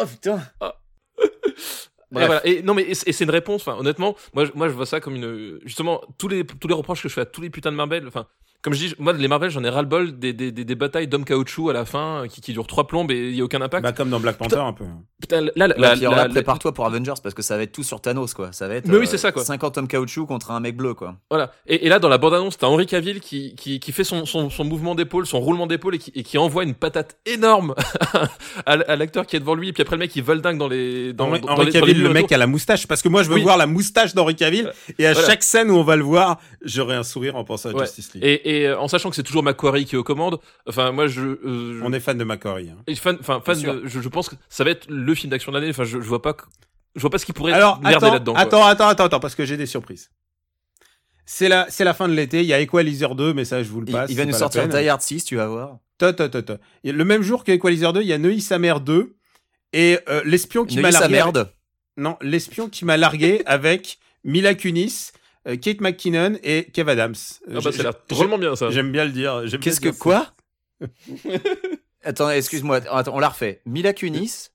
[SPEAKER 4] oh putain.
[SPEAKER 3] Et
[SPEAKER 4] Bref.
[SPEAKER 3] voilà. Et non mais et c'est et c'est une réponse. Enfin, honnêtement, moi je, moi je vois ça comme une justement tous les tous les reproches que je fais à tous les putains de Marvel. Enfin, comme je dis, je- moi les Marvel j'en ai ras le bol des, des, des, des batailles d'hommes caoutchouc à la fin euh, qui, qui durent trois plombes et il y a aucun impact.
[SPEAKER 2] Bah comme dans Black Panther un peu.
[SPEAKER 3] Putain, là, la-
[SPEAKER 4] La,
[SPEAKER 3] la-
[SPEAKER 4] puis alors
[SPEAKER 3] la-
[SPEAKER 4] là,
[SPEAKER 3] la-
[SPEAKER 4] prépare-toi pour Avengers parce que ça va être tout sur Thanos quoi. Ça va être
[SPEAKER 3] Mais oui, c'est ça, quoi.
[SPEAKER 4] 50 hommes caoutchouc contre un mec bleu quoi.
[SPEAKER 3] voilà. Et, et là dans la bande annonce, t'as Henri Cavill qui, qui qui fait son son, son mouvement d'épaule, son roulement d'épaule et qui, et qui envoie une patate énorme à, l- à l'acteur qui est devant lui. Et puis après le mec il vole dingue dans les dans,
[SPEAKER 2] Henri
[SPEAKER 3] dans- dans
[SPEAKER 2] Henri
[SPEAKER 3] les- dans les
[SPEAKER 2] Cavill, le
[SPEAKER 3] murs
[SPEAKER 2] mec à la moustache, parce que moi je veux
[SPEAKER 3] Oui.
[SPEAKER 2] voir la moustache d'Henri Cavill, et à
[SPEAKER 3] Voilà.
[SPEAKER 2] chaque scène où on va le voir, j'aurai un sourire en pensant à
[SPEAKER 3] Ouais.
[SPEAKER 2] Justice League.
[SPEAKER 3] Et, et euh, en sachant que c'est toujours Macquarie qui est aux commandes. Enfin moi je, euh, je-
[SPEAKER 2] On est fan de Macquarie. hein.
[SPEAKER 3] Et fan, enfin fan,
[SPEAKER 4] sûr.
[SPEAKER 3] de- je, je pense que ça va être le film d'action de l'année. Enfin, je, je vois pas, que- je vois pas ce qui pourrait
[SPEAKER 2] Alors
[SPEAKER 3] merder
[SPEAKER 2] attends,
[SPEAKER 3] là-dedans. quoi.
[SPEAKER 2] attends, attends, attends, attends, parce que j'ai des surprises. C'est la, c'est la fin de l'été. Il y a Equalizer 2, mais ça je vous le
[SPEAKER 4] Il,
[SPEAKER 2] passe.
[SPEAKER 4] il va
[SPEAKER 2] Bah, c'est pas
[SPEAKER 4] nous
[SPEAKER 2] la
[SPEAKER 4] sortir
[SPEAKER 2] peine.
[SPEAKER 4] Die Hard 6, tu vas voir.
[SPEAKER 2] Tot, tot, tot, tot. Et Le même jour qu'Equalizer 2, il y a Neuilly sa mère 2 et euh, l'espion qui
[SPEAKER 4] Ne
[SPEAKER 2] m'a
[SPEAKER 4] lui sa
[SPEAKER 2] largué.
[SPEAKER 4] merde.
[SPEAKER 2] Non, l'espion qui m'a largué avec Mila Kunis, euh, Kate McKinnon et Kev Adams. Euh,
[SPEAKER 3] Ah bah,
[SPEAKER 2] j'ai-
[SPEAKER 3] ça a l'air
[SPEAKER 2] j'ai-
[SPEAKER 3] drôlement bien ça.
[SPEAKER 2] J'aime bien le dire. j'aime bien
[SPEAKER 4] Qu'est-ce que
[SPEAKER 2] dire ça.
[SPEAKER 4] quoi Attends, excuse-moi, attends, attends, on la refait. Mila Kunis,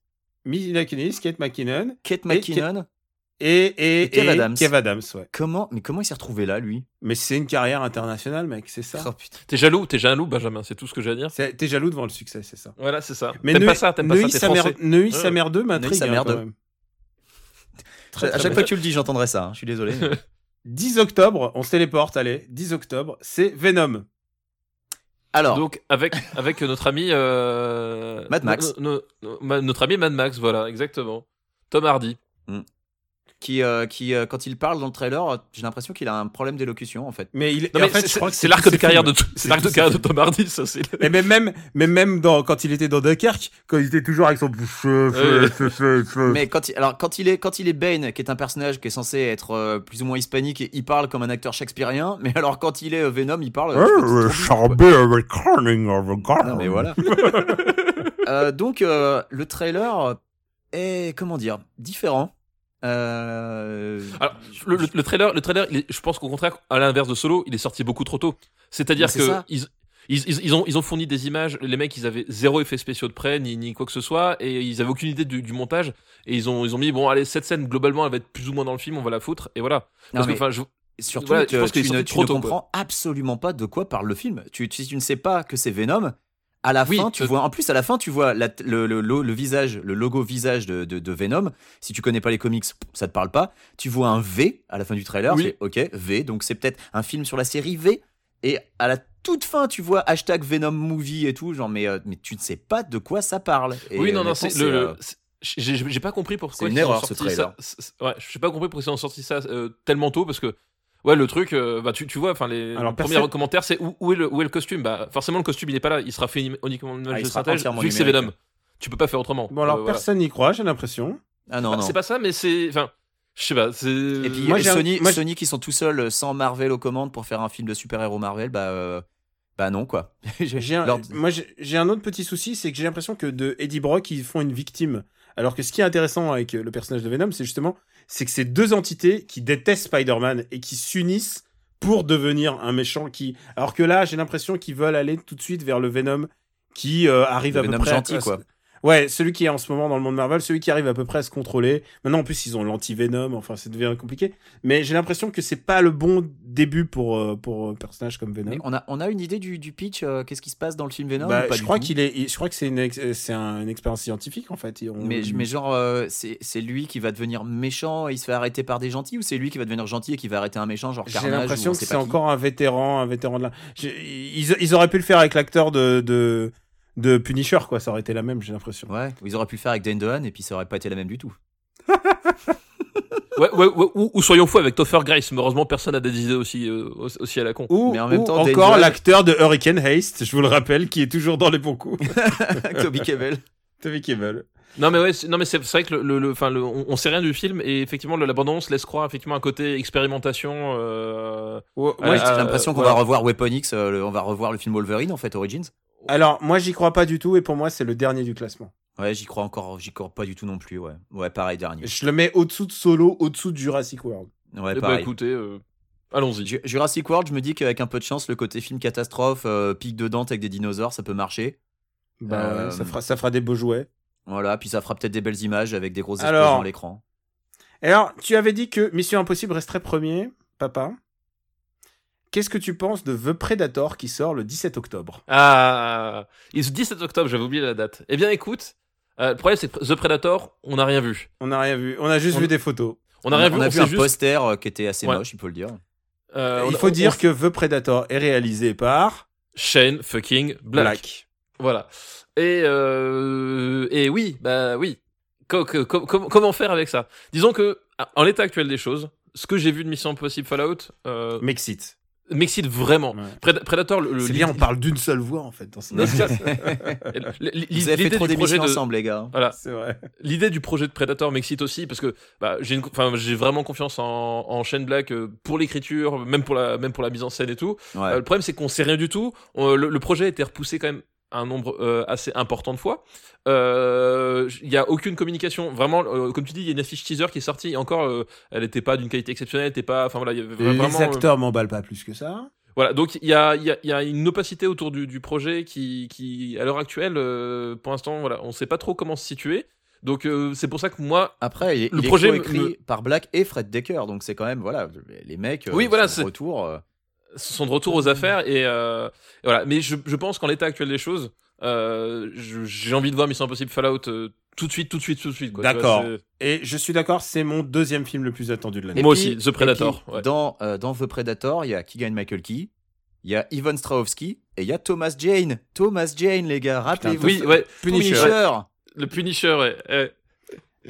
[SPEAKER 2] Mila Kunis, Kate McKinnon
[SPEAKER 4] Kate
[SPEAKER 2] Et Kate-
[SPEAKER 4] McKinnon.
[SPEAKER 2] et, et,
[SPEAKER 4] Et Kev
[SPEAKER 2] et
[SPEAKER 4] Adams.
[SPEAKER 2] Kev Adams, ouais.
[SPEAKER 4] Comment mais comment il s'est retrouvé là lui
[SPEAKER 2] Mais c'est une carrière internationale, mec, c'est ça.
[SPEAKER 4] Oh, putain.
[SPEAKER 3] T'es jaloux, t'es jaloux, Benjamin. C'est tout ce que j'ai à dire.
[SPEAKER 2] C'est- T'es jaloux devant le succès, c'est ça.
[SPEAKER 3] Voilà, c'est ça.
[SPEAKER 2] Mais
[SPEAKER 3] T'aimes
[SPEAKER 2] Neuilly-
[SPEAKER 3] pas ça, t'aimes pas ça.
[SPEAKER 2] Neuilly
[SPEAKER 3] T'es
[SPEAKER 2] sa mère,
[SPEAKER 3] français.
[SPEAKER 2] Neuilly
[SPEAKER 3] Ouais.
[SPEAKER 2] sa mère 2 m'intrigue.
[SPEAKER 4] sa
[SPEAKER 2] hein,
[SPEAKER 4] mère
[SPEAKER 2] quand
[SPEAKER 4] 2.
[SPEAKER 2] même.
[SPEAKER 4] à chaque fois que tu le dis, j'entendrai ça. hein. Je suis désolé. mais-
[SPEAKER 2] 10 octobre, on se téléporte, allez. 10 octobre, c'est Venom.
[SPEAKER 4] Alors,
[SPEAKER 3] Donc avec avec notre ami euh,
[SPEAKER 4] Mad Max.
[SPEAKER 3] no- no- no- notre ami Mad Max, voilà, exactement. Tom Hardy.
[SPEAKER 4] qui, euh, qui euh, quand il parle dans le trailer, euh, j'ai l'impression qu'il a un problème d'élocution en fait.
[SPEAKER 2] Mais il,
[SPEAKER 3] Non,
[SPEAKER 2] et
[SPEAKER 3] mais
[SPEAKER 2] en fait,
[SPEAKER 3] c'est-
[SPEAKER 2] je crois que
[SPEAKER 3] c'est l'arc
[SPEAKER 2] tous
[SPEAKER 3] de
[SPEAKER 2] ces
[SPEAKER 3] carrière de
[SPEAKER 2] films.
[SPEAKER 3] tout- c'est l'arc de
[SPEAKER 2] tous ces
[SPEAKER 3] carrière de
[SPEAKER 2] films.
[SPEAKER 3] Tom Hardy, ça c'est. le-
[SPEAKER 2] Et mais même, mais même dans, quand il était dans Dunkerque, quand il était toujours avec son. Mmh.
[SPEAKER 4] Mais quand il, alors quand il est quand il est Bane, qui est un personnage qui est censé être euh, plus ou moins hispanique, et il parle comme un acteur shakespearien. Mais alors quand il est euh, Venom, il parle. euh, je sais pas, c'est trop- non, mais voilà. Euh, donc euh, le trailer est comment dire différent. Euh,
[SPEAKER 3] Alors, le, le- le trailer, le trailer, il est- je pense qu'au contraire, à l'inverse de Solo, il est sorti beaucoup trop tôt. C'est-à-dire
[SPEAKER 4] Mais c'est
[SPEAKER 3] que
[SPEAKER 4] ça.
[SPEAKER 3] ils, ils, ils- ils ont, ils ont fourni des images. Les mecs, ils avaient zéro effet spéciaux de près, ni, ni quoi que ce soit, et ils avaient aucune idée du, du montage. Et ils ont, ils ont mis bon, allez, cette scène globalement, elle va être plus ou moins dans le film, on va la foutre, et voilà.
[SPEAKER 4] non,
[SPEAKER 3] Parce que,
[SPEAKER 4] mais-
[SPEAKER 3] enfin, je-
[SPEAKER 4] surtout
[SPEAKER 3] Voilà,
[SPEAKER 4] que
[SPEAKER 3] je pense qu'il
[SPEAKER 4] tu,
[SPEAKER 3] est
[SPEAKER 4] ne,
[SPEAKER 3] sorti
[SPEAKER 4] tu
[SPEAKER 3] trop
[SPEAKER 4] ne
[SPEAKER 3] tôt, quoi.
[SPEAKER 4] comprends absolument pas de quoi parle le film. Tu, si tu ne sais pas que c'est Venom, à la
[SPEAKER 3] Oui,
[SPEAKER 4] fin, tu
[SPEAKER 3] euh,
[SPEAKER 4] vois. En plus, à la fin, tu vois la- le, le- le- le visage, le logo visage de, de- de Venom. Si tu connais pas les comics, ça te parle pas. Tu vois un V à la fin du trailer.
[SPEAKER 3] Oui.
[SPEAKER 4] c'est Ok, V. Donc c'est peut-être un film sur la série V. Et à la toute fin, tu vois hashtag Venom movie et tout. Genre, mais, euh, mais tu ne sais pas de quoi ça parle. Et
[SPEAKER 3] oui, non,
[SPEAKER 4] honnêtement,
[SPEAKER 3] non, c'est
[SPEAKER 4] c'est,
[SPEAKER 3] le.
[SPEAKER 4] euh,
[SPEAKER 3] c'est- j'ai- J'ai j'ai pas compris pourquoi
[SPEAKER 4] une
[SPEAKER 3] ils ont
[SPEAKER 4] erreur, ce
[SPEAKER 3] sorti
[SPEAKER 4] trailer.
[SPEAKER 3] ça. c'est- c'est- Ouais, j'ai pas compris pourquoi ils ont sorti ça euh, tellement tôt parce que. Ouais, le truc, euh, bah, tu, tu vois, enfin, les,
[SPEAKER 2] Alors,
[SPEAKER 3] le premier
[SPEAKER 2] personne-
[SPEAKER 3] commentaire, c'est où, où est le, où est le costume Bah, forcément, le costume, il est pas là. Il sera fait uniquement en image
[SPEAKER 4] Ah, il
[SPEAKER 3] de
[SPEAKER 4] sera
[SPEAKER 3] synthèse,
[SPEAKER 4] entièrement
[SPEAKER 3] vu que c'est
[SPEAKER 4] numérique.
[SPEAKER 3] Venom. Tu peux pas faire autrement.
[SPEAKER 2] Bon, alors
[SPEAKER 3] Euh, voilà.
[SPEAKER 2] personne n'y croit, j'ai l'impression.
[SPEAKER 4] Ah non,
[SPEAKER 3] Bah,
[SPEAKER 4] non.
[SPEAKER 3] C'est pas ça, mais c'est. Enfin, je sais pas, c'est.
[SPEAKER 4] Et puis
[SPEAKER 2] Moi,
[SPEAKER 4] euh,
[SPEAKER 2] j'ai un-
[SPEAKER 4] Sony,
[SPEAKER 2] moi, j'ai-
[SPEAKER 4] Sony qui sont tout seuls euh, sans Marvel aux commandes pour faire un film de super-héros Marvel, bah, euh, bah non quoi.
[SPEAKER 2] J'ai un-
[SPEAKER 4] Leur-
[SPEAKER 2] Moi, j'ai- j'ai un autre petit souci, c'est que j'ai l'impression que de Eddie Brock, ils font une victime. Alors que ce qui est intéressant avec euh, le personnage de Venom, c'est justement, c'est que c'est deux entités qui détestent Spider-Man et qui s'unissent pour devenir un méchant qui. Alors que là, j'ai l'impression qu'ils veulent aller tout de suite vers le Venom qui euh, arrive
[SPEAKER 4] Le
[SPEAKER 2] à peu
[SPEAKER 4] Venom
[SPEAKER 2] près à-
[SPEAKER 4] gentil, quoi.
[SPEAKER 2] Ouais, celui qui est en ce moment dans le monde Marvel, celui qui arrive à peu près à se contrôler. Maintenant, en plus, ils ont l'anti-venom, enfin, ça devient compliqué. Mais j'ai l'impression que c'est pas le bon début pour, euh, pour un personnage comme Venom.
[SPEAKER 4] Mais on a, on a une idée du, du pitch, euh, qu'est-ce qui se passe dans le film Venom
[SPEAKER 2] Bah,
[SPEAKER 4] ou pas
[SPEAKER 2] je,
[SPEAKER 4] du
[SPEAKER 2] crois
[SPEAKER 4] tout
[SPEAKER 2] qu'il est, il- je crois que c'est une, ex- c'est un- une expérience scientifique, en fait. Et on-
[SPEAKER 4] Mais, mais genre, euh, c'est c'est lui qui va devenir méchant et il se fait arrêter par des gentils ou c'est lui qui va devenir gentil et qui va arrêter un méchant, genre
[SPEAKER 2] J'ai
[SPEAKER 4] Carnage
[SPEAKER 2] l'impression
[SPEAKER 4] ou
[SPEAKER 2] que
[SPEAKER 4] c'est
[SPEAKER 2] c'est
[SPEAKER 4] pas qui
[SPEAKER 2] encore un vétéran, un vétéran de la. j'ai- Ils, ils auraient pu le faire avec l'acteur de, de, de Punisher, quoi. Ça aurait été la même, j'ai l'impression.
[SPEAKER 4] Ouais, ou ils auraient pu le faire avec Dane DeHaan et puis ça aurait pas été la même du tout.
[SPEAKER 3] Ouais, ouais, ouais, ou, ou soyons fous avec Topher Grace. mais Heureusement, personne n'a des idées aussi, euh, aussi à la con.
[SPEAKER 2] Ou,
[SPEAKER 4] Mais en même
[SPEAKER 2] ou
[SPEAKER 4] temps, Dane
[SPEAKER 2] encore
[SPEAKER 4] Jones-
[SPEAKER 2] l'acteur de Hurricane Haste, je vous le rappelle, qui est toujours dans les bons coups.
[SPEAKER 4] Toby Kebbell.
[SPEAKER 2] T'as vu qu'ils veulent.
[SPEAKER 3] Non mais ouais, c'est- non mais c'est c'est vrai que le, le, le- enfin le- on, on sait rien du film et effectivement le- l'abondance laisse croire effectivement un côté expérimentation. euh,
[SPEAKER 4] Ouais,
[SPEAKER 3] euh,
[SPEAKER 4] j'ai l'impression qu'on
[SPEAKER 3] voilà.
[SPEAKER 4] va revoir Weapon X, euh, le- on va revoir le film Wolverine en fait, Origins.
[SPEAKER 2] Alors, moi, j'y crois pas du tout, et pour moi, c'est le dernier du classement.
[SPEAKER 4] Ouais, j'y crois encore, j'y crois pas du tout non plus, ouais. Ouais, pareil, dernier.
[SPEAKER 2] Je le mets au-dessous de Solo, au-dessous de Jurassic World.
[SPEAKER 4] Ouais,
[SPEAKER 3] eh ben,
[SPEAKER 4] pareil.
[SPEAKER 3] écoutez, euh, allons-y.
[SPEAKER 4] Ju- Jurassic World, je me dis qu'avec un peu de chance, le côté film catastrophe, euh, pic de dente avec des dinosaures, ça peut marcher.
[SPEAKER 2] Bah
[SPEAKER 4] Euh,
[SPEAKER 2] ouais, ça fera, ça fera des beaux jouets.
[SPEAKER 4] Voilà, puis ça fera peut-être des belles images avec des grosses
[SPEAKER 2] Alors-
[SPEAKER 4] explosions à l'écran.
[SPEAKER 2] Et alors, tu avais dit que Mission Impossible resterait premier, papa. Qu'est-ce que tu penses de The Predator qui sort le 17 octobre
[SPEAKER 3] Ah, il se 17 octobre, j'avais oublié la date. Eh bien écoute, euh, le problème c'est que The Predator, on n'a rien vu.
[SPEAKER 2] On n'a rien vu, on a juste
[SPEAKER 3] On-
[SPEAKER 2] vu des photos.
[SPEAKER 3] On n'a rien vu.
[SPEAKER 4] a
[SPEAKER 3] on
[SPEAKER 4] vu
[SPEAKER 3] sait
[SPEAKER 4] un
[SPEAKER 3] juste,
[SPEAKER 4] poster euh, qui était assez
[SPEAKER 3] Ouais.
[SPEAKER 4] moche, il faut le dire.
[SPEAKER 3] euh, on-
[SPEAKER 2] Il faut
[SPEAKER 3] on-
[SPEAKER 2] dire
[SPEAKER 3] on-
[SPEAKER 2] que The Predator est réalisé par
[SPEAKER 3] Shane fucking Black.
[SPEAKER 2] Black.
[SPEAKER 3] Voilà. Et euh, et oui, bah oui. Co- co- co- com- comment faire avec ça Disons que à- en l'état actuel des choses, ce que j'ai vu de Mission Impossible Fallout euh,
[SPEAKER 2] Mexit.
[SPEAKER 3] m'excite vraiment.
[SPEAKER 2] Ouais.
[SPEAKER 3] Pred- Predator, le, le-
[SPEAKER 2] C'est bien, on parle d'une seule voix en fait dans ce
[SPEAKER 3] Non, c'est ça. L- l-
[SPEAKER 4] Ils avaient fait
[SPEAKER 3] L'idée
[SPEAKER 4] trop
[SPEAKER 3] du projet
[SPEAKER 4] d'émissions
[SPEAKER 3] de
[SPEAKER 4] ensemble, les gars.
[SPEAKER 3] voilà,
[SPEAKER 2] C'est vrai.
[SPEAKER 3] l'idée du projet de Predator m'excite aussi parce que bah, j'ai une co- enfin j'ai vraiment confiance en, en Shane Black euh, pour l'écriture, même pour la même pour la mise en scène et tout.
[SPEAKER 4] Ouais.
[SPEAKER 3] Euh, le problème c'est qu'on sait rien du tout. On- le, le projet a été repoussé quand même un nombre euh, assez important de fois. Euh, j- Il n'y a aucune communication. Vraiment, euh, comme tu dis, il y a une affiche teaser qui est sortie. Et encore, euh, elle n'était pas d'une qualité exceptionnelle. Elle était pas. Enfin voilà, il y avait vraiment. euh,
[SPEAKER 2] Les acteurs m'emballent pas plus que ça.
[SPEAKER 3] Voilà, donc il y a, il y, a, il y a une opacité autour du, du projet qui, qui à l'heure actuelle, euh, pour l'instant, voilà, on ne sait pas trop comment se situer. Donc euh, c'est pour ça que moi,
[SPEAKER 4] Après, il est,
[SPEAKER 3] Le
[SPEAKER 4] il est
[SPEAKER 3] projet me-
[SPEAKER 4] coécrit par Black et Fred Decker, donc c'est quand même, voilà, les mecs, euh,
[SPEAKER 3] Oui, voilà,
[SPEAKER 4] sont
[SPEAKER 3] c'est-
[SPEAKER 4] de retour. euh,
[SPEAKER 3] ce sont de retour aux affaires et, euh, et voilà. Mais je, je pense qu'en l'état actuel des choses, euh, je- j'ai envie de voir Mission Impossible Fallout euh, tout de suite, tout de suite, tout de suite. quoi. Tu vois,
[SPEAKER 2] D'accord.
[SPEAKER 3] c'est-
[SPEAKER 2] Et je suis d'accord, c'est mon deuxième film le plus attendu de l'année.
[SPEAKER 3] Et- Moi aussi, The Predator,
[SPEAKER 4] et puis,
[SPEAKER 3] ouais.
[SPEAKER 4] dans, euh, dans The Predator, il y a Keegan Michael Key, il y a Ivan Strahovski et il y a Thomas Jane. Thomas Jane, les gars, rappelez-vous.
[SPEAKER 3] Oui, ouais,
[SPEAKER 4] Punisher.
[SPEAKER 3] le Punisher. ouais, ouais.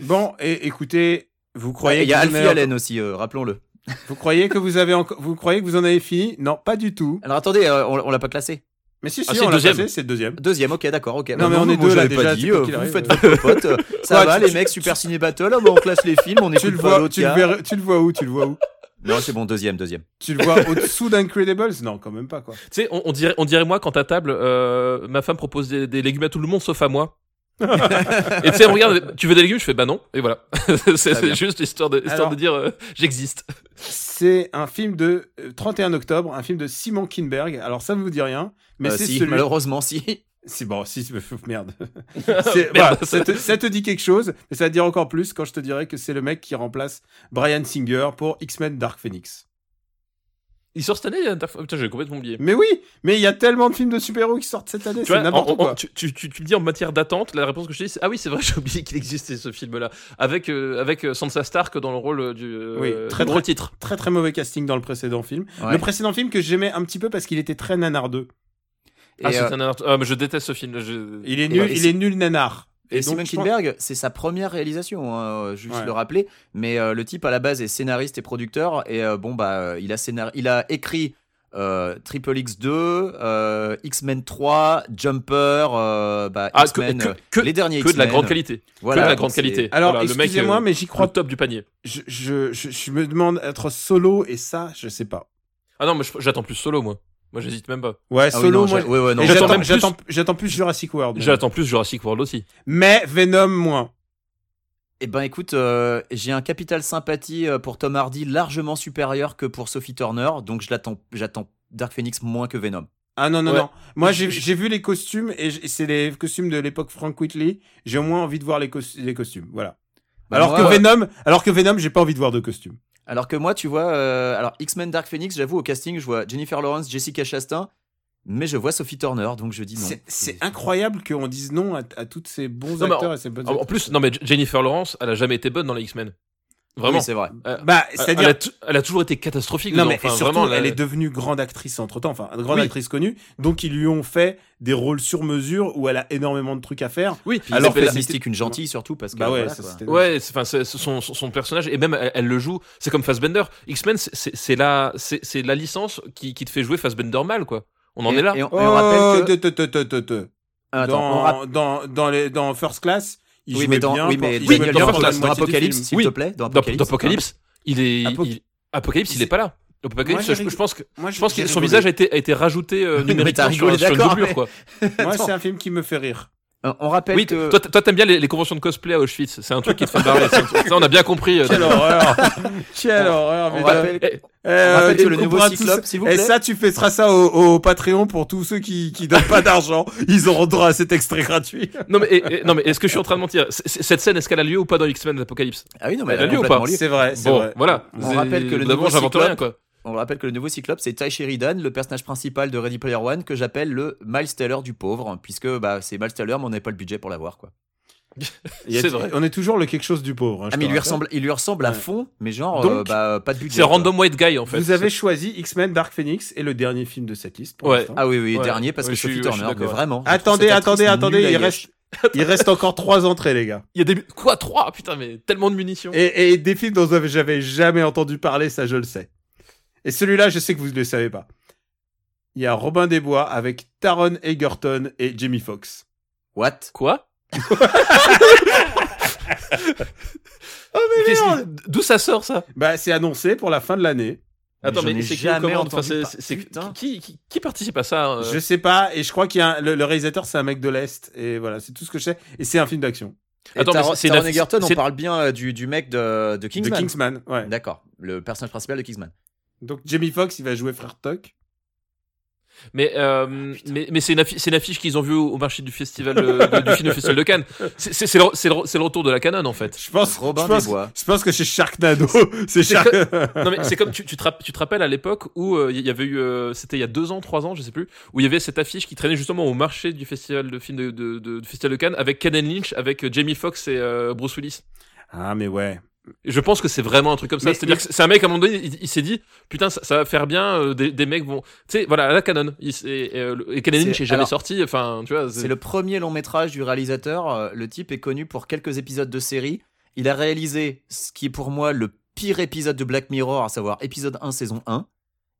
[SPEAKER 2] Bon, et écoutez, vous
[SPEAKER 4] Ouais,
[SPEAKER 2] croyez
[SPEAKER 4] il y a
[SPEAKER 2] que vous
[SPEAKER 4] Alfie
[SPEAKER 2] en avez-
[SPEAKER 4] Allen aussi, euh, rappelons-le.
[SPEAKER 2] vous croyez que vous avez encore, vous croyez que vous en avez fini Non, pas du tout.
[SPEAKER 4] Alors attendez, euh, on, on l'a pas classé.
[SPEAKER 2] Mais si, si,
[SPEAKER 3] Ah, c'est
[SPEAKER 2] on
[SPEAKER 3] le
[SPEAKER 2] l'a
[SPEAKER 3] deuxième.
[SPEAKER 2] passé, c'est le deuxième.
[SPEAKER 4] Deuxième, ok, d'accord, ok.
[SPEAKER 2] Non,
[SPEAKER 4] Bah
[SPEAKER 2] mais on est
[SPEAKER 4] moi,
[SPEAKER 2] deux, là,
[SPEAKER 4] j'avais pas
[SPEAKER 2] déjà,
[SPEAKER 4] dit,
[SPEAKER 2] c'est
[SPEAKER 4] euh,
[SPEAKER 2] quoi qu'il
[SPEAKER 4] vous
[SPEAKER 2] arrive.
[SPEAKER 4] faites votre pote. euh, ça
[SPEAKER 2] Ouais,
[SPEAKER 4] va,
[SPEAKER 2] tu-
[SPEAKER 4] les mecs, Super Ciné Battle, oh, bah, on classe les films, on
[SPEAKER 2] Tu le
[SPEAKER 4] écoute pas
[SPEAKER 2] vois,
[SPEAKER 4] l'autre
[SPEAKER 2] tu le,
[SPEAKER 4] gars.
[SPEAKER 2] verras- tu le vois où Tu le vois où
[SPEAKER 4] Non, c'est bon, deuxième, deuxième.
[SPEAKER 2] Tu le vois au-dessous d'Incredibles Non, quand même pas quoi.
[SPEAKER 3] Tu sais, on, on dirait, on dirait moi quand à table, euh, ma femme propose des, des légumes à tout le monde sauf à moi. et tu sais, regarde, tu veux des légumes Je fais bah non, et voilà. C'est-
[SPEAKER 4] bien.
[SPEAKER 3] c'est juste histoire de, histoire
[SPEAKER 2] Alors-
[SPEAKER 3] de dire euh, j'existe.
[SPEAKER 2] C'est un film de euh, 31 octobre, un film de Simon Kinberg. Alors ça ne vous dit rien, mais
[SPEAKER 4] Euh,
[SPEAKER 2] c'est
[SPEAKER 4] si,
[SPEAKER 2] celui.
[SPEAKER 4] malheureusement, si.
[SPEAKER 2] Si bon, si merde. C'est- voilà, ça, te, ça te dit quelque chose, mais ça va te dire encore plus quand je te dirai que c'est le mec qui remplace Brian Singer pour X-Men Dark Phoenix.
[SPEAKER 3] Il sort cette année, il y a Interf- Putain, j'ai complètement oublié.
[SPEAKER 2] Mais oui, mais il y a tellement de films de super-héros qui sortent cette année,
[SPEAKER 3] Tu,
[SPEAKER 2] c'est
[SPEAKER 3] vois, en-
[SPEAKER 2] n'importe
[SPEAKER 3] en-
[SPEAKER 2] quoi.
[SPEAKER 3] tu, tu- tu- tu me dis en matière d'attente, la réponse que je te dis, c'est ah oui, c'est vrai, j'ai oublié qu'il existait ce film-là. Avec, euh, avec euh, Sansa Stark dans le rôle euh, du. euh,
[SPEAKER 2] Oui,
[SPEAKER 3] du
[SPEAKER 2] très,
[SPEAKER 3] drôle
[SPEAKER 2] très-
[SPEAKER 3] titre.
[SPEAKER 2] Très très mauvais casting dans le précédent film.
[SPEAKER 4] Ouais.
[SPEAKER 2] Le précédent film que j'aimais un petit peu parce qu'il était très nanardeux.
[SPEAKER 3] Ah,
[SPEAKER 4] Et,
[SPEAKER 3] c'est
[SPEAKER 4] euh,
[SPEAKER 3] un art- ah, mais je déteste ce film. je-
[SPEAKER 2] Il est
[SPEAKER 4] Et bah,
[SPEAKER 2] nul,
[SPEAKER 4] et
[SPEAKER 2] il
[SPEAKER 4] c'est-
[SPEAKER 2] est nul nanar.
[SPEAKER 4] Et,
[SPEAKER 2] donc,
[SPEAKER 4] Simon
[SPEAKER 2] je pense-
[SPEAKER 4] Kinberg, c'est sa première réalisation, hein, euh, juste
[SPEAKER 2] Ouais.
[SPEAKER 4] le rappeler. Mais euh, le type à la base est scénariste et producteur. Et euh, bon, bah, euh, il, a scénar... il a écrit euh, Triple X 2, euh, X-Men 3, Jumper, euh, bah,
[SPEAKER 3] Ah, que,
[SPEAKER 4] X-Men,
[SPEAKER 3] que,
[SPEAKER 4] euh,
[SPEAKER 3] que-
[SPEAKER 4] les derniers
[SPEAKER 3] que de la
[SPEAKER 4] X-Men.
[SPEAKER 3] grande qualité.
[SPEAKER 4] Voilà,
[SPEAKER 3] que de la
[SPEAKER 4] donc
[SPEAKER 3] grande
[SPEAKER 4] c'est-
[SPEAKER 3] qualité.
[SPEAKER 2] Alors,
[SPEAKER 3] Voilà, le mec,
[SPEAKER 2] excusez-moi,
[SPEAKER 3] euh,
[SPEAKER 2] mais j'y
[SPEAKER 3] le
[SPEAKER 2] crois.
[SPEAKER 3] top du panier.
[SPEAKER 2] Je, je, je, je me demande être solo et ça, je sais pas.
[SPEAKER 3] Ah non, mais je- j'attends plus solo, moi. Moi, j'hésite même pas.
[SPEAKER 2] Ouais,
[SPEAKER 4] Ah oui,
[SPEAKER 2] solo,
[SPEAKER 4] non,
[SPEAKER 2] moi.
[SPEAKER 4] j'a- ouais, ouais, non,
[SPEAKER 2] et
[SPEAKER 3] j'attends
[SPEAKER 2] J'attends
[SPEAKER 3] même plus-
[SPEAKER 2] j'attends plus... Jurassic World. moi.
[SPEAKER 3] J'attends plus Jurassic World aussi.
[SPEAKER 2] Mais Venom moins.
[SPEAKER 4] Eh ben écoute, euh, j'ai un capital sympathie euh, pour Tom Hardy largement supérieur que pour Sophie Turner, donc je l'attends, j'attends Dark Phoenix moins que Venom.
[SPEAKER 2] Ah non, non,
[SPEAKER 3] Ouais.
[SPEAKER 2] non. Moi, j'ai j'ai vu les costumes et j- c'est les costumes de l'époque Frank Whitley. J'ai au moins envie de voir les, cos- les costumes. Voilà.
[SPEAKER 4] Bah,
[SPEAKER 2] alors,
[SPEAKER 4] moi,
[SPEAKER 2] que
[SPEAKER 4] ouais.
[SPEAKER 2] Venom, alors que Venom, j'ai pas envie de voir de costumes.
[SPEAKER 4] Alors que moi, tu vois, euh, alors X-Men Dark Phoenix, j'avoue, au casting, je vois Jennifer Lawrence, Jessica Chastain, mais je vois Sophie Turner, donc je dis non.
[SPEAKER 2] C'est- C'est incroyable qu'on dise non à, à tous ces bons
[SPEAKER 3] Non, mais
[SPEAKER 2] acteurs et ces bonnes
[SPEAKER 3] En, en plus, non, mais J- Jennifer Lawrence, elle a jamais été bonne dans les X-Men. Vraiment.
[SPEAKER 4] Oui, c'est vrai.
[SPEAKER 3] Euh,
[SPEAKER 2] Bah,
[SPEAKER 3] elle- elle,
[SPEAKER 2] c'est-à-dire.
[SPEAKER 3] a tou- elle a toujours été catastrophique.
[SPEAKER 2] Non,
[SPEAKER 3] dedans.
[SPEAKER 2] mais
[SPEAKER 3] Enfin,
[SPEAKER 2] surtout,
[SPEAKER 3] vraiment,
[SPEAKER 2] elle est devenue grande actrice entre temps, enfin, grande
[SPEAKER 3] Oui.
[SPEAKER 2] actrice connue. Donc, ils lui ont fait des rôles sur mesure où elle a énormément de trucs à faire.
[SPEAKER 3] Oui,
[SPEAKER 4] Puis
[SPEAKER 3] alors
[SPEAKER 4] alors
[SPEAKER 2] alors
[SPEAKER 4] fait
[SPEAKER 2] que
[SPEAKER 4] la
[SPEAKER 2] c'était-
[SPEAKER 4] mystique, une gentille surtout, parce que.
[SPEAKER 2] Bah ouais,
[SPEAKER 4] voilà,
[SPEAKER 2] ça,
[SPEAKER 4] quoi.
[SPEAKER 2] c'était-
[SPEAKER 3] Ouais, c'est- enfin, c'est- c'est son, son- son personnage et même elle, elle le joue. C'est comme Fassbender. X-Men, c'est- c'est c'est la, c'est c'est la licence qui, qui te fait jouer Fassbender mal, quoi. On en
[SPEAKER 4] Et-
[SPEAKER 3] est là.
[SPEAKER 4] Et on, et on rappelle que.
[SPEAKER 2] te- te- te- te- te.
[SPEAKER 4] Oh. Attends, on
[SPEAKER 2] Oh, dans,
[SPEAKER 4] rappelle-
[SPEAKER 2] dans, dans, les, dans First Class, il
[SPEAKER 4] Oui,
[SPEAKER 2] jouait
[SPEAKER 4] mais dans,
[SPEAKER 2] bien.
[SPEAKER 4] oui,
[SPEAKER 2] pour-
[SPEAKER 4] mais
[SPEAKER 2] il
[SPEAKER 3] oui,
[SPEAKER 2] jouait
[SPEAKER 3] mais
[SPEAKER 2] bien
[SPEAKER 4] Daniel
[SPEAKER 3] dans
[SPEAKER 4] York,
[SPEAKER 2] pour
[SPEAKER 3] First
[SPEAKER 2] la
[SPEAKER 3] Class,
[SPEAKER 4] dans
[SPEAKER 2] moitié du
[SPEAKER 4] Apocalypse,
[SPEAKER 2] film.
[SPEAKER 4] s'il
[SPEAKER 3] Oui.
[SPEAKER 4] te plaît. Dans
[SPEAKER 3] Dans-
[SPEAKER 4] Apocalypse.
[SPEAKER 3] dans Apocalypse, il est.
[SPEAKER 2] Apoc-
[SPEAKER 3] il- Apocalypse, il
[SPEAKER 2] Il-
[SPEAKER 3] est pas là.
[SPEAKER 2] Moi,
[SPEAKER 3] Apocalypse,
[SPEAKER 2] j'ai
[SPEAKER 3] je,
[SPEAKER 2] rigolé.
[SPEAKER 3] je pense que,
[SPEAKER 2] Moi,
[SPEAKER 3] je pense
[SPEAKER 2] j'ai
[SPEAKER 3] que son
[SPEAKER 2] rigolé.
[SPEAKER 3] visage a été, a été rajouté euh,
[SPEAKER 4] mais t'as
[SPEAKER 3] numériquement sur,
[SPEAKER 4] rigolé,
[SPEAKER 3] sur une
[SPEAKER 4] d'accord,
[SPEAKER 3] doublure,
[SPEAKER 4] mais-
[SPEAKER 3] quoi.
[SPEAKER 2] Moi, c'est un film qui me fait rire.
[SPEAKER 4] Euh, On rappelle
[SPEAKER 3] Oui,
[SPEAKER 4] que.
[SPEAKER 3] toi, t- toi, t'aimes bien les, les conventions de cosplay à Auschwitz. C'est un truc qui te fait barrer. ça, ça, on a bien compris. euh,
[SPEAKER 2] Quelle horreur Quelle horreur
[SPEAKER 4] on
[SPEAKER 2] putain.
[SPEAKER 4] rappelle
[SPEAKER 3] Eh,
[SPEAKER 2] Eh,
[SPEAKER 4] on rappelle
[SPEAKER 2] euh,
[SPEAKER 4] que le
[SPEAKER 2] on
[SPEAKER 4] nouveau
[SPEAKER 2] pourra
[SPEAKER 4] Cyclope,
[SPEAKER 2] tous-
[SPEAKER 4] s'il vous
[SPEAKER 2] Et
[SPEAKER 4] plaît.
[SPEAKER 2] ça, tu feras ça au, au Patreon pour tous ceux qui, qui donnent pas d'argent. Ils auront droit à cet extrait gratuit.
[SPEAKER 3] non, mais, eh, eh, non, mais est-ce que je suis en train de mentir C'est- c'est- Cette scène, est-ce qu'elle a lieu ou pas dans X-Men Apocalypse
[SPEAKER 4] Ah oui, non, mais
[SPEAKER 3] Elle a lieu ou
[SPEAKER 4] complètement
[SPEAKER 3] pas
[SPEAKER 4] lieu.
[SPEAKER 2] C'est vrai, c'est
[SPEAKER 3] Bon,
[SPEAKER 2] vrai.
[SPEAKER 3] voilà.
[SPEAKER 4] On
[SPEAKER 3] C'est-
[SPEAKER 4] rappelle que le
[SPEAKER 3] d'abord,
[SPEAKER 4] nouveau
[SPEAKER 3] j'invente
[SPEAKER 4] Cyclope-
[SPEAKER 3] rien, quoi.
[SPEAKER 4] On rappelle que le nouveau Cyclope, c'est Ty Sheridan, le personnage principal de Ready Player One, que j'appelle le Miles Teller du pauvre, puisque bah, c'est Miles Teller, mais on n'avait pas le budget pour l'avoir.
[SPEAKER 3] Ah,
[SPEAKER 4] quoi.
[SPEAKER 2] Il y a-
[SPEAKER 3] c'est vrai.
[SPEAKER 2] On est toujours le quelque chose du pauvre. hein, je
[SPEAKER 4] Ah, mais
[SPEAKER 2] te
[SPEAKER 4] il lui,
[SPEAKER 2] rappelle.
[SPEAKER 4] ressemble, il lui ressemble à
[SPEAKER 2] Ouais.
[SPEAKER 4] fond, mais genre,
[SPEAKER 2] Donc,
[SPEAKER 4] euh, bah, pas de budget.
[SPEAKER 3] C'est
[SPEAKER 4] quoi.
[SPEAKER 3] Random White Guy, en fait.
[SPEAKER 2] Vous avez choisi X-Men Dark Phoenix et le dernier film de cette liste. pour
[SPEAKER 3] Ouais.
[SPEAKER 2] l'instant.
[SPEAKER 4] Ah oui, oui,
[SPEAKER 3] Ouais.
[SPEAKER 4] dernier, parce
[SPEAKER 3] Ouais,
[SPEAKER 4] que
[SPEAKER 3] je suis-
[SPEAKER 4] Sophie
[SPEAKER 3] ouais, je suis
[SPEAKER 4] Turner, mais
[SPEAKER 3] d'accord.
[SPEAKER 4] vraiment. je
[SPEAKER 2] Attendez,
[SPEAKER 4] trouve cette
[SPEAKER 2] attendez,
[SPEAKER 4] actrice
[SPEAKER 2] attendez.
[SPEAKER 4] nulle à
[SPEAKER 2] Il
[SPEAKER 4] gâcher.
[SPEAKER 2] reste, il reste encore trois entrées, les gars.
[SPEAKER 3] Il y a des. Quoi, 3 Putain, mais tellement de munitions.
[SPEAKER 2] Et, et des films dont vous avez- j'avais jamais entendu parler, ça je le sais. Et celui-là, je sais que vous ne le savez pas. Il y a Robin des Bois avec Taron Egerton et Jamie Foxx.
[SPEAKER 4] What
[SPEAKER 3] Quoi
[SPEAKER 2] Oh
[SPEAKER 3] Qu'est-ce qui- D'où ça sort, ça
[SPEAKER 2] Bah, c'est annoncé pour la fin de l'année.
[SPEAKER 3] Attends,
[SPEAKER 4] j'en
[SPEAKER 3] mais,
[SPEAKER 4] ai
[SPEAKER 3] c'est qui
[SPEAKER 4] jamais
[SPEAKER 3] commande
[SPEAKER 4] entendu
[SPEAKER 3] Enfin, c'est-
[SPEAKER 4] par-
[SPEAKER 3] c'est- c'est-
[SPEAKER 4] Putain.
[SPEAKER 3] qui, qui- qui participe à ça euh
[SPEAKER 2] Je sais pas, et je crois qu'il y a un- le, le réalisateur, c'est un mec de l'Est, et voilà, c'est tout ce que je sais. Et c'est un film d'action.
[SPEAKER 4] Et
[SPEAKER 3] Attends, mais
[SPEAKER 4] Taron-
[SPEAKER 3] c'est- c'est
[SPEAKER 4] Taron
[SPEAKER 3] la-
[SPEAKER 4] Egerton, on
[SPEAKER 3] c'est-
[SPEAKER 4] parle bien euh, du, du mec de, de
[SPEAKER 2] De
[SPEAKER 4] Kingsman.
[SPEAKER 2] Kingsman, ouais.
[SPEAKER 4] D'accord, le personnage principal de Kingsman.
[SPEAKER 2] Donc Jamie Foxx, il va jouer Frère Tuck.
[SPEAKER 3] Mais, euh,
[SPEAKER 4] Ah,
[SPEAKER 3] mais, mais c'est une affiche, c'est une affiche qu'ils ont vue au au marché du festival euh, de- de- du film au festival de Cannes. C'est c'est- c'est le, c'est le- c'est le retour de la canon en fait.
[SPEAKER 2] Je pense,
[SPEAKER 4] Robin
[SPEAKER 2] je pense,
[SPEAKER 4] des Bois.
[SPEAKER 2] Je pense que chez Sharknado, c'est Shark...
[SPEAKER 3] Non mais c'est comme tu, tu, te, rapp- tu te rappelles à l'époque où euh, il y avait eu, euh, c'était il y a deux ans, trois ans, je sais plus, où il y avait cette affiche qui traînait justement au marché du festival de film de, de- de- du festival de Cannes avec Canon Lynch, avec euh, Jamie Foxx et euh, Bruce Willis.
[SPEAKER 2] Ah, mais ouais.
[SPEAKER 3] Et Je pense que c'est vraiment un truc comme ça.
[SPEAKER 2] Mais-
[SPEAKER 3] C'est-à-dire que c'est un mec à un moment donné, il, il s'est dit, putain, ça, ça va faire bien. euh, des, des mecs vont, tu sais, voilà, à la Canon. Il s- et, euh, le- et Canon
[SPEAKER 4] C'est-
[SPEAKER 3] Lynch est jamais
[SPEAKER 4] alors,
[SPEAKER 3] sorti. Enfin, tu vois.
[SPEAKER 4] C'est le premier long métrage du réalisateur. Euh, Le type est connu pour quelques épisodes de série. Il a réalisé ce qui est pour moi le pire épisode de Black Mirror, à savoir épisode 1, saison 1,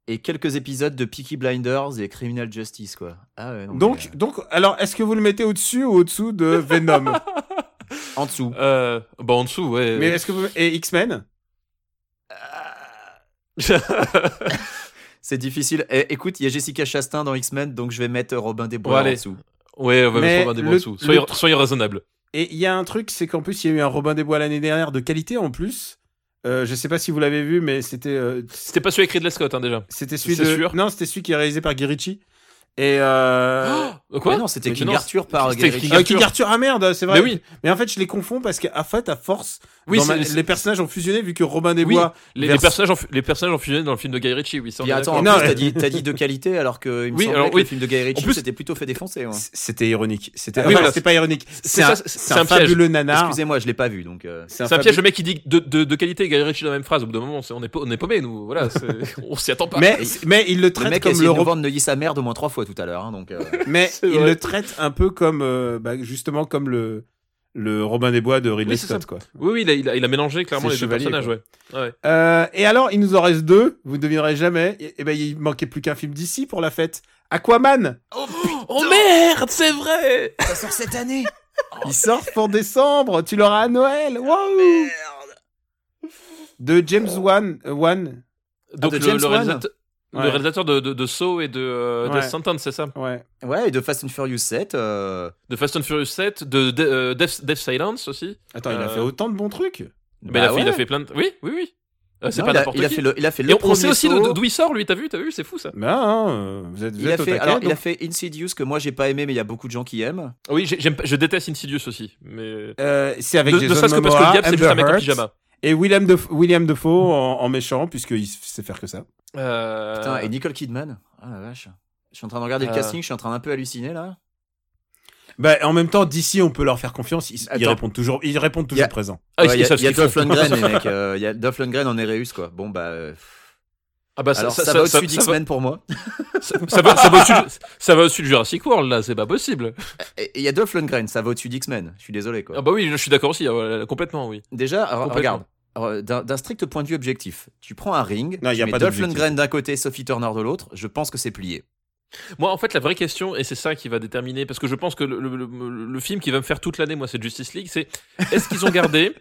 [SPEAKER 4] et quelques épisodes de Peaky Blinders et Criminal Justice, quoi. Ah ouais, non, mais,
[SPEAKER 2] Donc,
[SPEAKER 3] euh.
[SPEAKER 2] donc, alors, est-ce que vous le mettez au-dessus ou au-dessous de Venom
[SPEAKER 4] euh, en dessous.
[SPEAKER 3] Euh, bah en dessous, ouais.
[SPEAKER 2] Mais est-ce que vous... Et X-Men
[SPEAKER 4] C'est difficile. Eh, écoute, il y a Jessica Chastain dans X-Men, donc je vais mettre Robin des
[SPEAKER 3] Bon,
[SPEAKER 4] Bois en
[SPEAKER 3] allez.
[SPEAKER 4] dessous.
[SPEAKER 3] ouais, on va
[SPEAKER 2] Mais
[SPEAKER 3] mettre Robin des Bois en
[SPEAKER 2] le-
[SPEAKER 3] dessous. Soyez,
[SPEAKER 2] le-
[SPEAKER 3] soyez raisonnable.
[SPEAKER 2] Et il y a un truc, c'est qu'en plus, il y a eu un Robin des Bois l'année dernière de qualité en plus. Euh, je sais pas si vous l'avez vu, mais c'était euh,
[SPEAKER 3] C'était pas celui écrit de la Scott, hein, déjà.
[SPEAKER 2] c'était celui
[SPEAKER 3] C'est
[SPEAKER 2] de
[SPEAKER 3] sûr
[SPEAKER 2] non, c'était celui qui est réalisé par Guy Ritchie. Et euh...
[SPEAKER 3] Euh, Quoi
[SPEAKER 4] Mais non, c'était
[SPEAKER 3] Mais
[SPEAKER 4] King
[SPEAKER 3] non,
[SPEAKER 4] Arthur par
[SPEAKER 3] c'était
[SPEAKER 4] Gary
[SPEAKER 3] King
[SPEAKER 4] Ritchie.
[SPEAKER 2] euh, King Arthur, ah merde, c'est vrai.
[SPEAKER 3] Mais oui,
[SPEAKER 2] Mais en fait, je les confonds parce qu'à fait, à force,
[SPEAKER 3] oui,
[SPEAKER 2] dans
[SPEAKER 3] c'est-
[SPEAKER 2] ma-
[SPEAKER 3] c'est-
[SPEAKER 2] les personnages ont fusionné vu que Robin des
[SPEAKER 3] Oui.
[SPEAKER 2] Bois.
[SPEAKER 3] les, les
[SPEAKER 2] vers-
[SPEAKER 3] personnages ont, fu- les personnages ont fusionné dans le film de Guy Ritchie. Oui, ça, on
[SPEAKER 4] Puis
[SPEAKER 3] est
[SPEAKER 4] attends, en
[SPEAKER 2] Non,
[SPEAKER 3] d'accord.
[SPEAKER 4] plus,
[SPEAKER 2] mais-
[SPEAKER 4] t'as dit, t'as dit de qualité, alors que il me
[SPEAKER 3] Oui,
[SPEAKER 4] semblait
[SPEAKER 3] alors,
[SPEAKER 4] que
[SPEAKER 3] oui.
[SPEAKER 4] le film de Guy Ritchie
[SPEAKER 3] plus-
[SPEAKER 4] s'était plutôt fait défoncer. ouais.
[SPEAKER 2] C- C'était ironique. C'était
[SPEAKER 3] Hein. Ah Oui,
[SPEAKER 2] enfin,
[SPEAKER 3] voilà.
[SPEAKER 2] c'est pas ironique. C'est
[SPEAKER 3] ça,
[SPEAKER 2] un,
[SPEAKER 3] c'est-
[SPEAKER 2] c'est
[SPEAKER 3] c'est
[SPEAKER 2] un
[SPEAKER 3] un piège.
[SPEAKER 2] fabuleux nanar.
[SPEAKER 4] Excusez-moi, je l'ai pas vu, donc. euh,
[SPEAKER 3] C'est un piège,
[SPEAKER 2] fabuleux-
[SPEAKER 3] le mec qui dit de, de, de qualité et Guy Ritchie dans la même phrase. Au bout d'un moment, c'est- on est, pa- on est paumé, nous. Voilà, c'est- on s'y attend pas.
[SPEAKER 2] Mais mais il le
[SPEAKER 4] Le
[SPEAKER 2] traite
[SPEAKER 4] mec a
[SPEAKER 2] comme
[SPEAKER 4] essayé
[SPEAKER 2] le
[SPEAKER 4] de nous
[SPEAKER 2] Robin
[SPEAKER 4] vendre Neuilly sa merde au moins trois fois tout à l'heure, hein, donc. euh,
[SPEAKER 2] Mais
[SPEAKER 3] C'est
[SPEAKER 2] il
[SPEAKER 3] vrai.
[SPEAKER 2] le traite un peu comme, euh, bah, justement, comme le, le Robin des Bois de Ridley
[SPEAKER 3] Oui, c'est
[SPEAKER 2] Scott, quoi.
[SPEAKER 3] Oui, oui, il a, il a- il a mélangé clairement
[SPEAKER 2] C'est
[SPEAKER 3] les deux
[SPEAKER 2] chevalier,
[SPEAKER 3] personnages,
[SPEAKER 2] quoi.
[SPEAKER 3] ouais. Ouais.
[SPEAKER 2] Euh, et alors, il nous en reste deux, vous ne devinerez jamais. Et, et ben, il manquait plus qu'un film d'ici pour la fête. Aquaman
[SPEAKER 3] Oh merde, c'est vrai
[SPEAKER 2] Ah,
[SPEAKER 4] Ça sort cette année
[SPEAKER 2] Il sort pour décembre, tu l'auras à
[SPEAKER 3] Ah,
[SPEAKER 2] Noël Waouh De James Wan, euh, Wan,
[SPEAKER 3] Donc
[SPEAKER 4] de
[SPEAKER 3] le,
[SPEAKER 4] James
[SPEAKER 3] le
[SPEAKER 4] Wan
[SPEAKER 3] réalisateur, le
[SPEAKER 2] Ouais.
[SPEAKER 3] réalisateur de, de, de Saw et de, euh, de
[SPEAKER 2] Ouais.
[SPEAKER 3] Sentence, c'est ça
[SPEAKER 2] ouais.
[SPEAKER 4] Ouais, et de Fast and Furious 7. euh,
[SPEAKER 3] De Fast and Furious 7, de, de- euh, Death, Death Silence aussi.
[SPEAKER 2] Attends, il a
[SPEAKER 3] Euh.
[SPEAKER 2] fait autant de bons trucs
[SPEAKER 3] Mais il, a
[SPEAKER 4] bah
[SPEAKER 3] fait, il a
[SPEAKER 4] ouais.
[SPEAKER 3] fait plein de... Oui, oui, oui. Euh, c'est
[SPEAKER 4] Non,
[SPEAKER 3] pas
[SPEAKER 4] il a,
[SPEAKER 3] n'importe
[SPEAKER 4] il a
[SPEAKER 3] qui.
[SPEAKER 4] fait le, il a fait
[SPEAKER 3] Et
[SPEAKER 4] le
[SPEAKER 3] on- on,
[SPEAKER 4] premier
[SPEAKER 3] sait aussi
[SPEAKER 4] saut.
[SPEAKER 3] d'o- d'où il sort, lui, t'as vu, t'as vu, c'est fou ça.
[SPEAKER 2] Bah, hein, vous êtes, vous
[SPEAKER 4] Il a
[SPEAKER 2] êtes au
[SPEAKER 4] fait,
[SPEAKER 2] taquet,
[SPEAKER 4] alors, il
[SPEAKER 2] donc.
[SPEAKER 4] a fait Insidious que moi j'ai pas aimé, mais il y a beaucoup de gens qui aiment.
[SPEAKER 3] Oui, j'ai- j'aime pas- je déteste Insidious aussi, mais
[SPEAKER 2] Euh, c'est avec
[SPEAKER 3] ne, ne
[SPEAKER 2] Jason
[SPEAKER 3] serait-ce que parce que
[SPEAKER 2] Momoa,
[SPEAKER 3] le diable c'est juste un
[SPEAKER 2] Amber
[SPEAKER 3] mec en
[SPEAKER 2] Heard
[SPEAKER 3] pyjama.
[SPEAKER 2] et William Defoe, William Defoe en, en méchant puisqu'il s- sait faire que ça.
[SPEAKER 3] Euh,
[SPEAKER 4] Putain, et Nicole Kidman. Ah la vache. Je suis en train de regarder
[SPEAKER 3] Euh.
[SPEAKER 4] le casting, je suis en train d'un peu halluciner là.
[SPEAKER 2] Bah, en même temps, d'ici on peut leur faire confiance, ils, ils
[SPEAKER 4] Attends.
[SPEAKER 2] répondent toujours, ils répondent toujours
[SPEAKER 4] Y a-
[SPEAKER 2] présent.
[SPEAKER 3] ah,
[SPEAKER 4] Ouais,
[SPEAKER 3] ils-
[SPEAKER 4] Il
[SPEAKER 3] ils
[SPEAKER 4] y a,
[SPEAKER 3] savent
[SPEAKER 4] il y a
[SPEAKER 3] ce qu'ils
[SPEAKER 4] Dolph
[SPEAKER 3] font.
[SPEAKER 4] Lundgren, les mecs. euh, Il y a Dolph Lundgren en Ereus, quoi. Bon, bah. euh,
[SPEAKER 3] Ah bah,
[SPEAKER 4] alors, ça,
[SPEAKER 3] ça-
[SPEAKER 4] va
[SPEAKER 3] ça-
[SPEAKER 4] au-dessus
[SPEAKER 3] ça va-
[SPEAKER 4] d'X-Men pour moi.
[SPEAKER 3] ça- ça va- ça va au-dessus de- ça va au-dessus de Jurassic World, là, c'est pas possible.
[SPEAKER 4] Et et il y a Dolph Lundgren, ça va au-dessus d'X-Men. Je suis désolé, quoi.
[SPEAKER 3] Ah bah oui, je suis d'accord aussi, ah, voilà, complètement, oui.
[SPEAKER 4] Déjà, alors,
[SPEAKER 3] Complètement.
[SPEAKER 4] regarde. alors, D'un d'un strict point de vue objectif, tu prends un ring,
[SPEAKER 2] Non, il y
[SPEAKER 4] tu
[SPEAKER 2] a
[SPEAKER 4] mets
[SPEAKER 2] pas
[SPEAKER 4] Dolph
[SPEAKER 2] d'objectif.
[SPEAKER 4] Lundgren d'un côté, Sophie Turner de l'autre, je pense que c'est plié.
[SPEAKER 3] Moi, en fait, la vraie question, et c'est ça qui va déterminer, parce que je pense que le, le- le- le film qui va me faire toute l'année, moi, c'est Justice League, c'est est-ce qu'ils ont gardé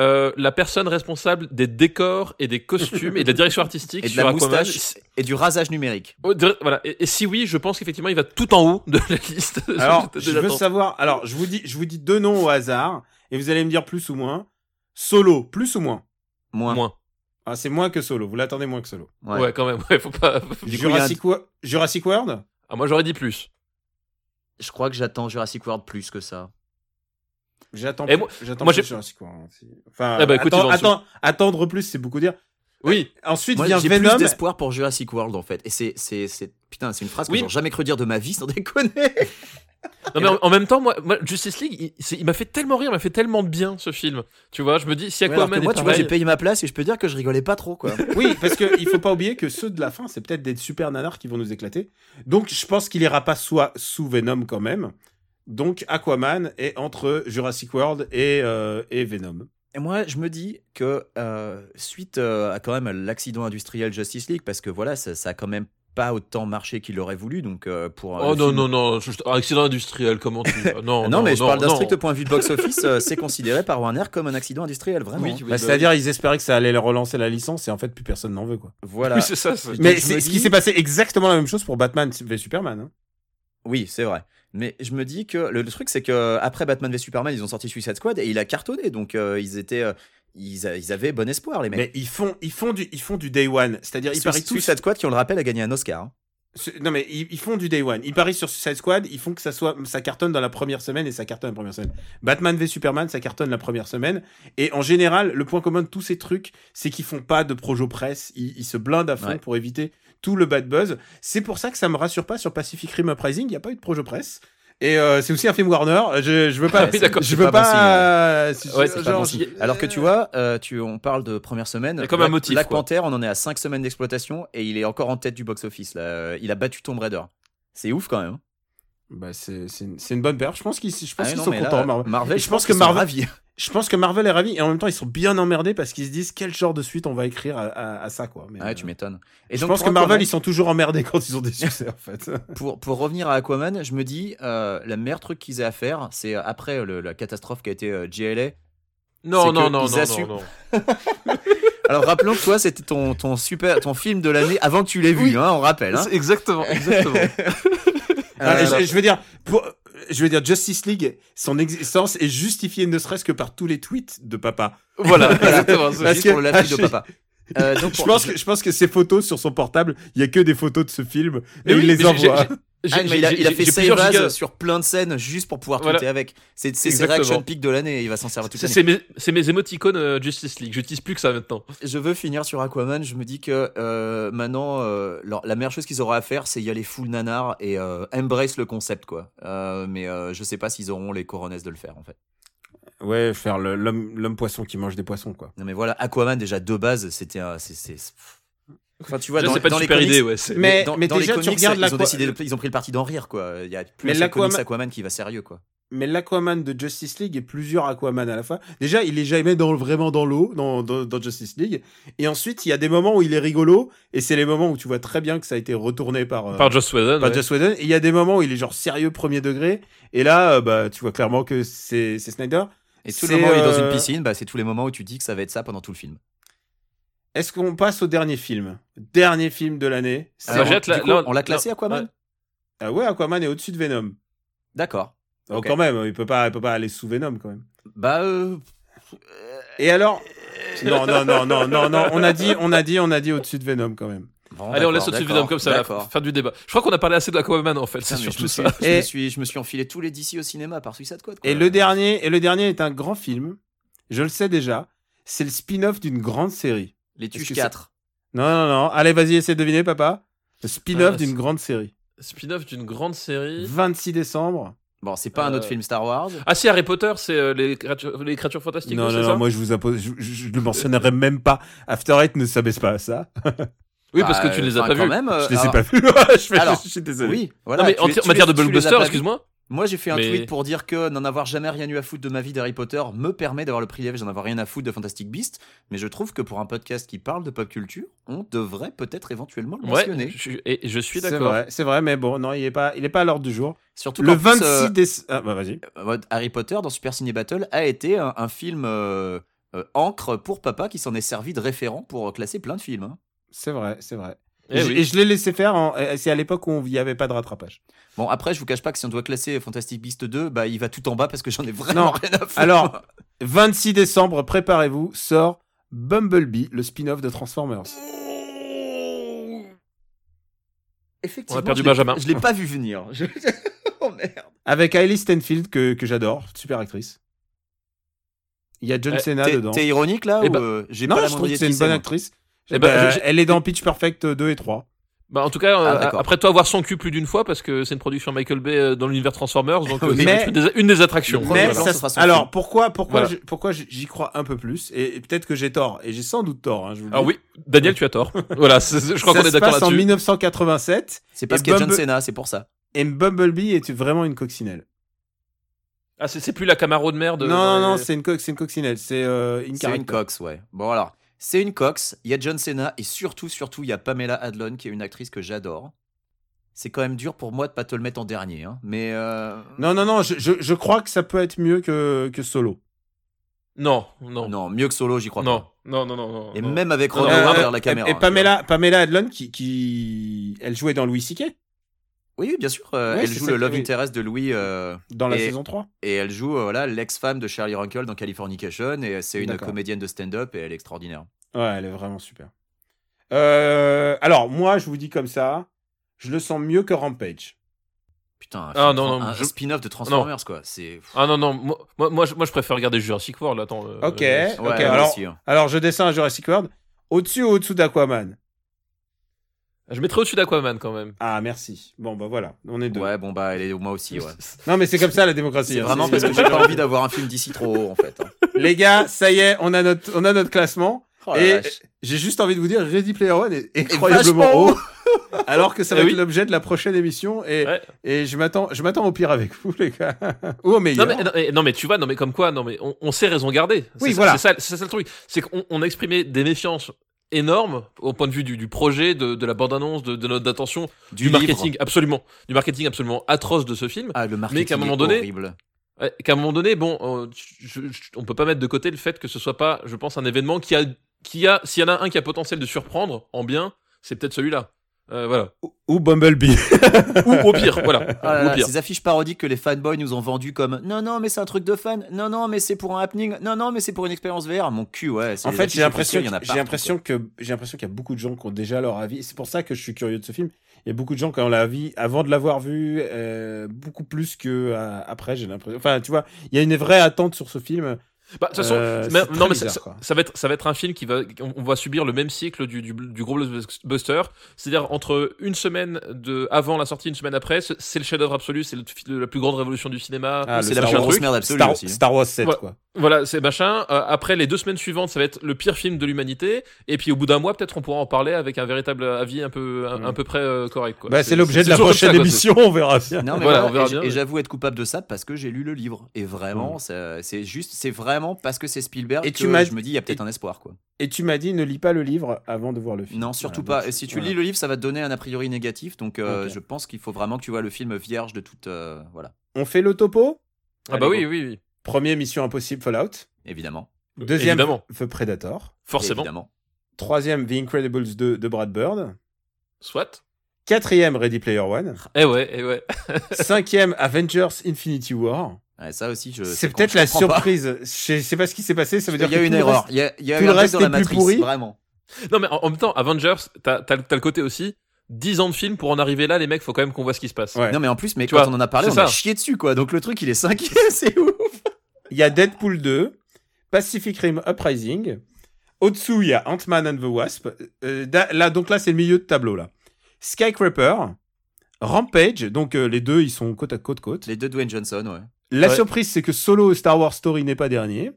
[SPEAKER 3] euh, la personne responsable des décors et des costumes et de la direction artistique
[SPEAKER 4] Et de
[SPEAKER 3] sur
[SPEAKER 4] la
[SPEAKER 3] Aquaman
[SPEAKER 4] moustache et du rasage numérique.
[SPEAKER 3] Oh, dire- Voilà. Et, et si oui, je pense qu'effectivement, il va tout en haut de la liste.
[SPEAKER 2] Alors,
[SPEAKER 3] de
[SPEAKER 2] je veux
[SPEAKER 3] l'attente.
[SPEAKER 2] savoir. Alors, je vous dis, je vous dis deux noms au hasard et vous allez me dire plus ou moins. Solo, plus ou moins.
[SPEAKER 4] Moins.
[SPEAKER 3] Moins.
[SPEAKER 2] Ah, c'est moins que Solo. Vous l'attendez moins que Solo.
[SPEAKER 3] Ouais.
[SPEAKER 4] Ouais.
[SPEAKER 3] quand même. Ouais, faut pas.
[SPEAKER 4] Du coup, il y a un-
[SPEAKER 2] Jurassic, Wo- Jurassic World.
[SPEAKER 3] Ah, moi, j'aurais dit plus.
[SPEAKER 4] Je crois que j'attends Jurassic World plus que ça.
[SPEAKER 2] J'attends.
[SPEAKER 3] Eh,
[SPEAKER 2] plus-
[SPEAKER 3] moi-
[SPEAKER 2] J'attends
[SPEAKER 3] moi,
[SPEAKER 2] plus
[SPEAKER 3] j'ai-
[SPEAKER 2] Jurassic World. hein, Enfin,
[SPEAKER 3] Eh ben, écoute,
[SPEAKER 2] attends-
[SPEAKER 3] ils vont dessus.
[SPEAKER 2] attends- attendre plus, c'est beaucoup dire.
[SPEAKER 3] Oui.
[SPEAKER 2] Ensuite
[SPEAKER 4] Moi,
[SPEAKER 2] vient
[SPEAKER 4] j'ai plus
[SPEAKER 2] Venom.
[SPEAKER 4] d'espoir pour Jurassic World en fait. Et c'est, c'est, c'est- putain, c'est une phrase que
[SPEAKER 3] Oui.
[SPEAKER 4] j'aurais jamais cru dire de ma vie, sans déconner.
[SPEAKER 3] Non, mais en, en même temps, moi, moi, Justice League, il, c'est- il m'a fait tellement rire, il m'a fait tellement de bien ce film. Tu vois, je me dis, si
[SPEAKER 4] Ouais, alors que
[SPEAKER 3] Aquaman
[SPEAKER 4] moi,
[SPEAKER 3] est
[SPEAKER 4] tu vois, j'ai
[SPEAKER 3] pareil,
[SPEAKER 4] payé ma place et je peux dire que je rigolais pas trop quoi.
[SPEAKER 2] Oui, parce que il faut pas oublier que ceux de la fin, c'est peut-être des super nanars qui vont nous éclater. Donc, je pense qu'il ira pas soit sous Venom quand même. Donc, Aquaman est entre Jurassic World et, euh, et Venom.
[SPEAKER 4] Et moi, je me dis que euh, suite euh, à quand même l'accident industriel Justice League, parce que voilà, ça, ça a quand même pas autant marché qu'il aurait voulu, donc euh, pour. euh,
[SPEAKER 3] Oh
[SPEAKER 4] le
[SPEAKER 3] non,
[SPEAKER 4] film-
[SPEAKER 3] non, non, je- ah, accident industriel, comment tu. Ah, Non,
[SPEAKER 4] Non, mais je parle d'un
[SPEAKER 3] non.
[SPEAKER 4] strict point de vue de box-office, euh, c'est considéré par Warner comme un accident industriel, vraiment.
[SPEAKER 3] Oui, oui,
[SPEAKER 2] Bah,
[SPEAKER 3] bah,
[SPEAKER 2] C'est-à-dire, ils espéraient que ça allait leur relancer la licence et en fait, plus personne n'en veut, quoi.
[SPEAKER 4] Voilà.
[SPEAKER 3] oui, c'est ça. c'est-
[SPEAKER 2] Mais
[SPEAKER 4] je
[SPEAKER 2] c'est
[SPEAKER 4] me
[SPEAKER 2] ce
[SPEAKER 4] dis-
[SPEAKER 2] qui s'est passé exactement la même chose pour Batman v Superman. hein.
[SPEAKER 4] Oui, c'est vrai. Mais je me dis que le, le truc, c'est que après Batman v Superman, ils ont sorti Suicide Squad et il a cartonné. Donc euh, ils étaient, euh, ils, a- ils avaient bon espoir, les mecs.
[SPEAKER 2] Mais ils font, ils font du, ils font du day one. C'est-à-dire, ils
[SPEAKER 4] Sui-
[SPEAKER 2] parient tous.
[SPEAKER 4] Suicide Squad, qui on le rappelle, a gagné un Oscar. hein.
[SPEAKER 2] su- Non mais ils, ils font du day one. Ils parient sur Suicide Squad. Ils font que ça soit, ça cartonne dans la première semaine et ça cartonne la première semaine. Batman v Superman, ça cartonne la première semaine. Et en général, le point commun de tous ces trucs, c'est qu'ils font pas de projo presse. Ils, ils se blindent à fond
[SPEAKER 4] Ouais.
[SPEAKER 2] pour éviter tout le bad buzz. C'est pour ça que ça me rassure pas sur Pacific Rim Uprising. Il y a pas eu de projo presse. Et euh, c'est aussi un film Warner. Je, je veux pas.
[SPEAKER 3] Ah oui, d'accord.
[SPEAKER 2] je
[SPEAKER 4] C'est
[SPEAKER 2] veux
[SPEAKER 4] pas bon
[SPEAKER 2] pas. je-
[SPEAKER 3] Ouais, c'est pas
[SPEAKER 2] genre,
[SPEAKER 3] bon signe.
[SPEAKER 2] je-
[SPEAKER 4] Alors que tu vois, euh, tu, on parle de première semaine.
[SPEAKER 3] Il y a comme
[SPEAKER 4] Black-
[SPEAKER 3] un motif,
[SPEAKER 4] Black
[SPEAKER 3] quoi.
[SPEAKER 4] Panther, on en est à 5 semaines d'exploitation et il est encore en tête du box-office. là. Euh, Il a battu Tomb Raider. C'est ouf quand même.
[SPEAKER 2] Bah, c'est c'est une, c'est une bonne paire. Je pense qu'ils je pense
[SPEAKER 4] Ah,
[SPEAKER 2] qu'ils
[SPEAKER 4] non,
[SPEAKER 2] sont
[SPEAKER 4] mais là,
[SPEAKER 2] contents. Marvel.
[SPEAKER 4] Marvel,
[SPEAKER 2] Et
[SPEAKER 4] je pense que Marvel.
[SPEAKER 2] Je pense que Marvel est ravi et en même temps ils sont bien emmerdés parce qu'ils se disent quel genre de suite on va écrire à, à- à ça quoi. Mais,
[SPEAKER 4] Ouais,
[SPEAKER 2] euh,
[SPEAKER 4] tu m'étonnes. Et
[SPEAKER 2] je
[SPEAKER 4] donc,
[SPEAKER 2] pense
[SPEAKER 4] pour
[SPEAKER 2] que Marvel
[SPEAKER 4] Aquaman-
[SPEAKER 2] ils sont toujours emmerdés quand ils ont des succès en fait.
[SPEAKER 4] pour, pour revenir à Aquaman, je me dis, euh, la meilleure truc qu'ils aient à faire, c'est euh, après le- la catastrophe qui a été euh, JLA.
[SPEAKER 3] Non, non,
[SPEAKER 4] c'est que
[SPEAKER 3] non,
[SPEAKER 4] ils
[SPEAKER 3] non, non,
[SPEAKER 4] assument. Hein
[SPEAKER 3] non.
[SPEAKER 4] Alors rappelons que toi, c'était ton, ton super, ton film de l'année avant que tu l'aies vu, hein, on rappelle. hein.
[SPEAKER 3] Exactement, exactement.
[SPEAKER 2] Ah,
[SPEAKER 4] Euh,
[SPEAKER 2] je, je veux dire, pour- je veux dire Justice League, son existence est justifiée ne serait-ce que par tous les tweets de papa.
[SPEAKER 3] voilà, exactement. c'est-
[SPEAKER 2] Parce
[SPEAKER 4] Juste
[SPEAKER 2] que-
[SPEAKER 4] pour le lapsus
[SPEAKER 2] ah,
[SPEAKER 4] de papa. Euh, donc
[SPEAKER 2] Je
[SPEAKER 4] pour-
[SPEAKER 2] pense que je pense que ses photos sur son portable, il y a que des photos de ce film
[SPEAKER 3] Mais
[SPEAKER 2] et
[SPEAKER 3] oui,
[SPEAKER 2] il les
[SPEAKER 3] mais j'ai-
[SPEAKER 2] envoie.
[SPEAKER 3] j'ai-
[SPEAKER 4] Ah, mais il a,
[SPEAKER 3] j'ai-
[SPEAKER 4] il a
[SPEAKER 3] j'ai-
[SPEAKER 4] fait
[SPEAKER 3] j'ai
[SPEAKER 4] save
[SPEAKER 3] plusieurs gigas.
[SPEAKER 4] as sur plein de scènes juste pour pouvoir
[SPEAKER 3] Voilà.
[SPEAKER 4] tweeter avec. C'est c'est ses
[SPEAKER 3] Exactement.
[SPEAKER 4] reaction pics de l'année, il va s'en servir toute
[SPEAKER 3] C'est
[SPEAKER 4] l'année.
[SPEAKER 3] c'est mes, c'est mes émoticônes euh, Justice League. J'utilise plus que ça maintenant.
[SPEAKER 4] Je veux finir sur Aquaman, je me dis que euh, maintenant, euh, leur- la meilleure chose qu'ils auront à faire, c'est y aller full nanar et euh, embrace le concept, quoi. Euh, mais euh, je sais pas s'ils auront les coronesses de le faire, en fait.
[SPEAKER 2] Ouais, faire le- l'homme l'homme poisson qui mange des poissons quoi.
[SPEAKER 4] Non mais voilà, Aquaman déjà de base, c'était un, c'est, c'est- Enfin tu vois,
[SPEAKER 3] Déjà,
[SPEAKER 4] dans,
[SPEAKER 3] c'est pas
[SPEAKER 4] dans
[SPEAKER 3] une
[SPEAKER 4] les
[SPEAKER 3] super
[SPEAKER 4] comics,
[SPEAKER 3] idée, ouais. c'est-
[SPEAKER 2] Mais-
[SPEAKER 4] dans,
[SPEAKER 2] mais
[SPEAKER 4] dans
[SPEAKER 2] déjà,
[SPEAKER 4] les
[SPEAKER 2] tu
[SPEAKER 4] comics,
[SPEAKER 2] regardes
[SPEAKER 4] ils
[SPEAKER 2] l'aqua-
[SPEAKER 4] ont décidé, de- ils ont pris le parti d'en rire quoi. Il y a plus
[SPEAKER 2] Mais
[SPEAKER 4] un seul comics
[SPEAKER 2] l'Aquaman-
[SPEAKER 4] Aquaman qui va sérieux quoi.
[SPEAKER 2] Mais l'Aquaman de Justice League est plusieurs Aquaman à la fois. Déjà, il est jamais dans, vraiment dans l'eau dans, dans, dans Justice League. Et ensuite, il y a des moments où il est rigolo, et c'est les moments où tu vois très bien que ça a été retourné par, euh,
[SPEAKER 3] Par Joss Whedon.
[SPEAKER 2] par
[SPEAKER 3] ouais.
[SPEAKER 2] Joss Whedon. Et il y a des moments où il est genre sérieux premier degré. Et là, euh, bah, tu vois clairement que c'est c'est Snyder.
[SPEAKER 4] Et tous
[SPEAKER 2] C'est,
[SPEAKER 4] les moments où il est dans
[SPEAKER 2] euh,
[SPEAKER 4] une piscine, bah, c'est tous les moments où tu dis que ça va être ça pendant tout le film.
[SPEAKER 2] Est-ce qu'on passe au dernier film Dernier film de l'année. C'est-
[SPEAKER 3] Alors, Ah bah, jette
[SPEAKER 4] du
[SPEAKER 3] la-
[SPEAKER 4] coup,
[SPEAKER 3] là,
[SPEAKER 4] on l'a classé
[SPEAKER 3] là-
[SPEAKER 4] Aquaman
[SPEAKER 3] ouais.
[SPEAKER 2] Ah ouais, Aquaman est au-dessus de Venom. Oh,
[SPEAKER 4] D'accord.
[SPEAKER 2] Donc bah,
[SPEAKER 4] Ok.
[SPEAKER 2] quand même, il peut pas, il peut pas aller sous Venom quand même.
[SPEAKER 4] Bah euh,
[SPEAKER 2] Et alors, Non, non, non, non, non, non. On a dit, on a dit, on a dit au-dessus de Venom quand même.
[SPEAKER 4] Bon,
[SPEAKER 3] Allez, on
[SPEAKER 4] d'accord,
[SPEAKER 3] laisse au-dessus de
[SPEAKER 4] d'accord,
[SPEAKER 3] Venom comme ça, va
[SPEAKER 4] d'accord.
[SPEAKER 3] faire du débat. Je crois qu'on a parlé assez de Aquaman en fait, c'est
[SPEAKER 4] Putain, mais je,
[SPEAKER 3] surtout
[SPEAKER 4] me
[SPEAKER 3] ça.
[SPEAKER 4] suis, je,
[SPEAKER 2] Et-
[SPEAKER 4] me suis, je me suis enfilé tous les DC au cinéma par suicide Squad. quoi.
[SPEAKER 2] Et le dernier, et le dernier est un grand film. Je le sais déjà. C'est le spin-off d'une grande série.
[SPEAKER 4] Les Tuches
[SPEAKER 2] Est-ce que
[SPEAKER 4] 4.
[SPEAKER 2] Non, non, non. Allez, vas-y, essaie de deviner, papa. Le spin-off
[SPEAKER 3] Ah,
[SPEAKER 2] d'une
[SPEAKER 3] c'est-
[SPEAKER 2] grande série.
[SPEAKER 3] Spin-off d'une grande série.
[SPEAKER 2] 26 décembre.
[SPEAKER 4] Bon, c'est pas un autre
[SPEAKER 3] Euh,
[SPEAKER 4] film Star Wars.
[SPEAKER 3] Ah si, Harry Potter, c'est euh, les, créatures, les créatures fantastiques.
[SPEAKER 2] Non,
[SPEAKER 3] c'est
[SPEAKER 2] non,
[SPEAKER 3] ça
[SPEAKER 2] non. Moi, je vous impose. Je, je- je le mentionnerai même pas. After Eight ne s'abaisse pas à ça.
[SPEAKER 3] Oui, parce
[SPEAKER 4] Bah,
[SPEAKER 3] que tu ne les as
[SPEAKER 4] enfin,
[SPEAKER 3] pas
[SPEAKER 4] quand
[SPEAKER 3] vus.
[SPEAKER 4] même, euh,
[SPEAKER 2] je les ai
[SPEAKER 4] alors-
[SPEAKER 2] pas vus. je, fais-
[SPEAKER 4] alors,
[SPEAKER 2] je suis désolé.
[SPEAKER 4] Oui, voilà.
[SPEAKER 3] Non mais
[SPEAKER 4] tu
[SPEAKER 3] en,
[SPEAKER 4] les-
[SPEAKER 3] ti- en
[SPEAKER 4] tu
[SPEAKER 3] matière
[SPEAKER 4] les-
[SPEAKER 3] de
[SPEAKER 4] tu les as
[SPEAKER 3] blockbuster,
[SPEAKER 4] pas vus.
[SPEAKER 3] excuse-moi.
[SPEAKER 4] Moi, j'ai fait un
[SPEAKER 3] Mais-
[SPEAKER 4] tweet pour dire que n'en avoir jamais rien eu à foutre de ma vie d'Harry Potter me permet d'avoir le privilège d'en avoir rien à foutre de Fantastic Beasts. Mais je trouve que pour un podcast qui parle de pop culture, on devrait peut-être éventuellement le mentionner.
[SPEAKER 3] Ouais, je, et je suis
[SPEAKER 2] C'est
[SPEAKER 3] d'accord.
[SPEAKER 2] vrai, c'est vrai, mais bon, non, il est pas, il est pas à l'ordre du jour.
[SPEAKER 4] Surtout
[SPEAKER 2] Le
[SPEAKER 4] qu'en plus,
[SPEAKER 2] 26
[SPEAKER 4] euh,
[SPEAKER 2] décembre. Ah, bah, vas-y.
[SPEAKER 4] euh, Harry Potter dans Super Ciné Battle a été un, un film euh, euh, encre pour papa qui s'en est servi de référent pour euh, classer plein de films. hein.
[SPEAKER 2] C'est vrai, c'est vrai.
[SPEAKER 3] Eh
[SPEAKER 2] Et, je-
[SPEAKER 3] oui.
[SPEAKER 2] et je l'ai laissé faire. en- euh, C'est à l'époque où il n'y avait pas de rattrapage.
[SPEAKER 4] Bon, après, je vous cache pas que si on doit classer Fantastic Beasts 2, bah il va tout en bas parce que j'en ai vraiment
[SPEAKER 2] Non.
[SPEAKER 4] rien à foutre.
[SPEAKER 2] Alors, 26 décembre, préparez-vous, sort Bumblebee, le spin-off de Transformers.
[SPEAKER 4] effectivement,
[SPEAKER 3] on a perdu
[SPEAKER 4] je l'ai-
[SPEAKER 3] Benjamin.
[SPEAKER 4] Je l'ai pas vu venir. Je- oh merde.
[SPEAKER 2] Avec Hailey Stenfield, que, que j'adore, super actrice. Il y a John
[SPEAKER 3] Eh,
[SPEAKER 2] Cena
[SPEAKER 4] T'es-
[SPEAKER 2] dedans.
[SPEAKER 4] T'es ironique là
[SPEAKER 3] Eh
[SPEAKER 4] ou
[SPEAKER 3] ben-
[SPEAKER 4] euh, j'ai
[SPEAKER 2] Non,
[SPEAKER 4] pas la
[SPEAKER 2] je trouve
[SPEAKER 4] moindre
[SPEAKER 2] que
[SPEAKER 4] idée
[SPEAKER 2] c'est
[SPEAKER 4] qui
[SPEAKER 2] une bonne
[SPEAKER 4] moi.
[SPEAKER 2] actrice.
[SPEAKER 3] Eh ben,
[SPEAKER 2] Bah,
[SPEAKER 3] je-
[SPEAKER 2] Elle est dans Pitch Perfect 2 et 3.
[SPEAKER 3] Bah, en tout cas, euh,
[SPEAKER 4] Ah, d'accord.
[SPEAKER 3] après toi avoir son cuple d'une fois, parce que c'est une production Michael Bay euh, dans l'univers Transformers, donc euh,
[SPEAKER 2] Oui.
[SPEAKER 3] c'est
[SPEAKER 2] Mais-
[SPEAKER 3] une des- une des attractions.
[SPEAKER 4] Le
[SPEAKER 2] Mais
[SPEAKER 4] Voilà.
[SPEAKER 2] ça-
[SPEAKER 4] Lance sera son
[SPEAKER 2] alors
[SPEAKER 4] film.
[SPEAKER 2] pourquoi pourquoi
[SPEAKER 3] Voilà.
[SPEAKER 2] je- pourquoi j'y crois un peu plus et, et peut-être que j'ai tort et j'ai sans doute tort. hein, je vous le
[SPEAKER 3] Ah
[SPEAKER 2] dis.
[SPEAKER 3] oui, Daniel, tu as tort. voilà, c'est- c'est- je crois
[SPEAKER 2] Ça
[SPEAKER 3] qu'on est
[SPEAKER 2] se
[SPEAKER 3] d'accord
[SPEAKER 2] passe en
[SPEAKER 3] là-dessus.
[SPEAKER 2] 1987
[SPEAKER 4] C'est parce
[SPEAKER 2] Et
[SPEAKER 4] qu'il y a John
[SPEAKER 2] Bah, Bumble-
[SPEAKER 4] Cena, c'est pour ça.
[SPEAKER 2] et Bumblebee est vraiment une coccinelle.
[SPEAKER 3] Ah, c'est c'est plus la Camaro de merde.
[SPEAKER 2] non non non,
[SPEAKER 3] euh,
[SPEAKER 2] c'est une co- c'est une coccinelle, c'est euh, une
[SPEAKER 4] C'est une
[SPEAKER 2] caractère.
[SPEAKER 4] cox, ouais. Bon alors, c'est une cox. Il y a John Cena et surtout, surtout, il y a Pamela Adlon qui est une actrice que j'adore. C'est quand même dur pour moi de pas te le mettre en dernier, hein. Mais euh,
[SPEAKER 2] Non non non, je, je, je crois que ça peut être mieux que que solo.
[SPEAKER 3] Non, non, non,
[SPEAKER 4] non, mieux que solo, j'y crois
[SPEAKER 3] non,
[SPEAKER 4] pas.
[SPEAKER 3] non, non, non.
[SPEAKER 4] Et
[SPEAKER 3] non.
[SPEAKER 4] même avec
[SPEAKER 3] Non,
[SPEAKER 4] Ronaldo
[SPEAKER 3] non,
[SPEAKER 4] derrière
[SPEAKER 2] et-
[SPEAKER 4] la caméra.
[SPEAKER 2] Euh, Et,
[SPEAKER 4] hein, tu
[SPEAKER 2] Pamela Pamela Adlon qui qui elle jouait dans Louis C.K.
[SPEAKER 4] vois. Oui, oui, bien sûr. euh,
[SPEAKER 2] Ouais,
[SPEAKER 4] elle
[SPEAKER 2] c'est
[SPEAKER 4] joue
[SPEAKER 2] ça
[SPEAKER 4] le
[SPEAKER 2] que-
[SPEAKER 4] love
[SPEAKER 2] oui.
[SPEAKER 4] interest de Louis euh,
[SPEAKER 2] dans la
[SPEAKER 4] Et-
[SPEAKER 2] saison 3.
[SPEAKER 4] et elle joue euh, voilà l'ex-femme de Charlie Runkle dans Californication et c'est une
[SPEAKER 2] D'accord.
[SPEAKER 4] comédienne de stand-up et elle est extraordinaire.
[SPEAKER 2] Ouais, elle est vraiment super. Euh, alors moi je vous dis comme ça, je le sens mieux que Rampage.
[SPEAKER 4] Putain, un,
[SPEAKER 3] Ah,
[SPEAKER 4] film
[SPEAKER 3] non,
[SPEAKER 4] tran-
[SPEAKER 3] non,
[SPEAKER 4] un- un
[SPEAKER 3] je-
[SPEAKER 4] spin-off de Transformers quoi. C'est
[SPEAKER 3] Ah non, non, moi, moi, moi, je, moi, je préfère regarder Jurassic World, attends. euh,
[SPEAKER 2] Ok.
[SPEAKER 3] euh,
[SPEAKER 2] Ok, alors-
[SPEAKER 4] aussi, hein.
[SPEAKER 2] Alors, je descends à Jurassic World. Au-dessus ou au-dessous d'Aquaman
[SPEAKER 3] je mettrais au-dessus d'Aquaman quand même.
[SPEAKER 2] Ah, merci. Bon, bah voilà, on est deux.
[SPEAKER 4] Ouais, bon bah elle est moi aussi. Ouais.
[SPEAKER 2] Non, mais c'est comme ça la démocratie.
[SPEAKER 4] C'est
[SPEAKER 2] hein.
[SPEAKER 4] vraiment
[SPEAKER 2] C'est-
[SPEAKER 4] parce que j'ai pas envie d'avoir un film d'ici trop haut en fait. hein.
[SPEAKER 2] Les gars, ça y est, on a notre, on a notre classement.
[SPEAKER 4] Oh la
[SPEAKER 2] et
[SPEAKER 4] vache.
[SPEAKER 2] j'ai juste envie de vous dire, Ready Player One est incroyablement
[SPEAKER 4] vachement
[SPEAKER 2] haut. Alors que ça va
[SPEAKER 3] Eh
[SPEAKER 2] être
[SPEAKER 3] oui.
[SPEAKER 2] l'objet de la prochaine émission. Et,
[SPEAKER 3] Ouais.
[SPEAKER 2] et je m'attends, je m'attends au pire avec vous, les gars. Ou au meilleur.
[SPEAKER 3] Non mais, non, mais- non, mais tu vois, non mais comme quoi, non mais on, on sait raison garder.
[SPEAKER 2] Oui,
[SPEAKER 3] C'est-
[SPEAKER 2] voilà.
[SPEAKER 3] C'est ça, c'est ça le truc. C'est qu'on on a exprimé des méfiances énormes au point de vue du, du projet, de, de la bande-annonce, de, de notre attention, du,
[SPEAKER 4] livre.
[SPEAKER 3] marketing, absolument, du marketing absolument atroce de ce film.
[SPEAKER 4] Ah, le marketing
[SPEAKER 3] Mais qu'à un
[SPEAKER 4] est
[SPEAKER 3] moment donné-
[SPEAKER 4] horrible.
[SPEAKER 3] Ouais, Qu'à un moment donné, bon, euh, je- je- on peut pas mettre de côté le fait que ce soit pas, je pense, un événement qui a, qui a, s'il y en a un qui a potentiel de surprendre en bien, c'est peut-être celui-là. Euh, voilà.
[SPEAKER 2] Ou- Ou Bumblebee.
[SPEAKER 3] Ou au pire, voilà.
[SPEAKER 4] Ah là
[SPEAKER 3] Ou au
[SPEAKER 4] là,
[SPEAKER 3] pire.
[SPEAKER 4] ces affiches parodiques que les fanboys nous ont vendues comme non non mais c'est un truc de fan, non non mais c'est pour un happening, non non mais c'est pour une expérience VR. Mon cul ouais. c'est
[SPEAKER 2] En
[SPEAKER 4] les
[SPEAKER 2] fait,
[SPEAKER 4] affiches
[SPEAKER 2] j'ai l'impression,
[SPEAKER 4] officielles, il y en a
[SPEAKER 2] j'ai
[SPEAKER 4] partout,
[SPEAKER 2] l'impression que j'ai l'impression qu'il y a beaucoup de gens qui ont déjà leur avis. C'est pour ça que je suis curieux de ce film. Il y a beaucoup de gens qui ont leur avis avant de l'avoir vu, euh, beaucoup plus que euh, après. J'ai l'impression. Enfin, tu vois, il y a une vraie attente sur ce film.
[SPEAKER 3] Bah, de toute façon,
[SPEAKER 2] Euh,
[SPEAKER 3] mais-
[SPEAKER 2] c'est très
[SPEAKER 3] non, mais ça-
[SPEAKER 2] bizarre,
[SPEAKER 3] ça,
[SPEAKER 2] quoi.
[SPEAKER 3] ça va être, ça va être un film qui va, on, on va subir le même cycle du, du, du gros blockbuster. C'est-à-dire, entre une semaine de, avant la sortie, une semaine après, c'est c'est le chef-d'œuvre absolu, c'est le fi- la plus grande révolution du cinéma.
[SPEAKER 2] Ah,
[SPEAKER 4] quoi.
[SPEAKER 2] le
[SPEAKER 4] C'est la
[SPEAKER 2] Star
[SPEAKER 4] plus
[SPEAKER 2] Wars.
[SPEAKER 4] grosse merde absolue
[SPEAKER 2] Star,
[SPEAKER 4] aussi.
[SPEAKER 2] Star Wars 7,
[SPEAKER 3] Voilà.
[SPEAKER 2] quoi.
[SPEAKER 3] Voilà, c'est machin. Euh, après, les deux semaines suivantes, ça va être le pire film de l'humanité. Et puis, au bout d'un mois, peut-être, on pourra en parler avec un véritable avis un peu, un,
[SPEAKER 2] Mm.
[SPEAKER 3] un peu près euh, correct, quoi.
[SPEAKER 2] Bah, c'est l'objet de la
[SPEAKER 3] toujours comme ça,
[SPEAKER 2] prochaine
[SPEAKER 3] quoi,
[SPEAKER 2] émission. On verra bien.
[SPEAKER 4] Non, mais
[SPEAKER 3] Voilà,
[SPEAKER 4] voilà,
[SPEAKER 3] on verra
[SPEAKER 4] et j-
[SPEAKER 3] bien,
[SPEAKER 4] et
[SPEAKER 3] mais-
[SPEAKER 4] j'avoue être coupable de ça parce que j'ai lu le livre. Et vraiment, ça- c'est juste, c'est vraiment parce que c'est Spielberg
[SPEAKER 2] Mm. Et
[SPEAKER 4] que
[SPEAKER 2] tu m'as-
[SPEAKER 4] je me dis, il y a peut-être un espoir. quoi.
[SPEAKER 2] Et tu m'as dit ne lis pas le livre avant de voir le film.
[SPEAKER 4] Non, surtout
[SPEAKER 2] Voilà,
[SPEAKER 4] pas.
[SPEAKER 2] donc,
[SPEAKER 4] Et si
[SPEAKER 2] Ah,
[SPEAKER 4] tu
[SPEAKER 2] bah, voilà.
[SPEAKER 4] lis le livre, ça va te donner un a priori négatif. Donc euh,
[SPEAKER 2] Ok.
[SPEAKER 4] je pense qu'il faut vraiment que tu vois le film vierge de toute. euh, voilà,
[SPEAKER 2] on fait le topo.
[SPEAKER 3] Ah, bah
[SPEAKER 4] Allez,
[SPEAKER 3] oui, oui, oui.
[SPEAKER 2] Premier Mission Impossible Fallout.
[SPEAKER 4] évidemment.
[SPEAKER 2] Deuxième
[SPEAKER 3] Évidemment.
[SPEAKER 2] The Predator.
[SPEAKER 3] Forcément.
[SPEAKER 4] Évidemment.
[SPEAKER 2] Troisième The Incredibles 2 de Brad Bird.
[SPEAKER 3] Soit.
[SPEAKER 2] Quatrième Ready Player One.
[SPEAKER 3] Eh ouais, eh ouais.
[SPEAKER 2] Cinquième Avengers Infinity War.
[SPEAKER 4] Ouais, ça aussi, je.
[SPEAKER 2] C'est
[SPEAKER 4] con,
[SPEAKER 2] peut-être
[SPEAKER 4] je
[SPEAKER 2] la
[SPEAKER 4] comprends pas.
[SPEAKER 2] surprise. Je sais- je sais pas ce qui s'est passé. Ça veut
[SPEAKER 4] Il
[SPEAKER 2] dire
[SPEAKER 4] y a
[SPEAKER 2] que
[SPEAKER 4] une
[SPEAKER 2] tout le
[SPEAKER 4] erreur.
[SPEAKER 2] reste-
[SPEAKER 4] Il y a, il y a
[SPEAKER 2] tout
[SPEAKER 4] eu
[SPEAKER 2] le
[SPEAKER 4] un bug
[SPEAKER 2] reste
[SPEAKER 4] dans la
[SPEAKER 2] est plus
[SPEAKER 4] matrice,
[SPEAKER 2] pourri.
[SPEAKER 4] vraiment.
[SPEAKER 3] Non, mais en, en même temps, Avengers, t'as t'as le t'as le côté aussi. 10 ans de film pour en arriver là, les mecs, faut quand même qu'on voit ce qui se passe.
[SPEAKER 2] Ouais.
[SPEAKER 4] Non, mais en plus, mais
[SPEAKER 3] Tu
[SPEAKER 4] quand
[SPEAKER 3] vois,
[SPEAKER 4] on en a parlé, on
[SPEAKER 3] c'est
[SPEAKER 4] a
[SPEAKER 3] ça.
[SPEAKER 4] chié dessus, quoi. Donc le truc, il est 5 c'est ouf.
[SPEAKER 2] Il y a Deadpool 2, Pacific Rim Uprising. Au-dessous, il y a Ant-Man and the Wasp. Euh, da- là, donc là, c'est le milieu de tableau là. Skycraper, Rampage. Donc euh, les deux, ils sont côte à côte côte.
[SPEAKER 4] Les deux Dwayne Johnson, ouais.
[SPEAKER 2] La
[SPEAKER 3] Ouais.
[SPEAKER 2] surprise, c'est que Solo Star Wars Story n'est pas dernier.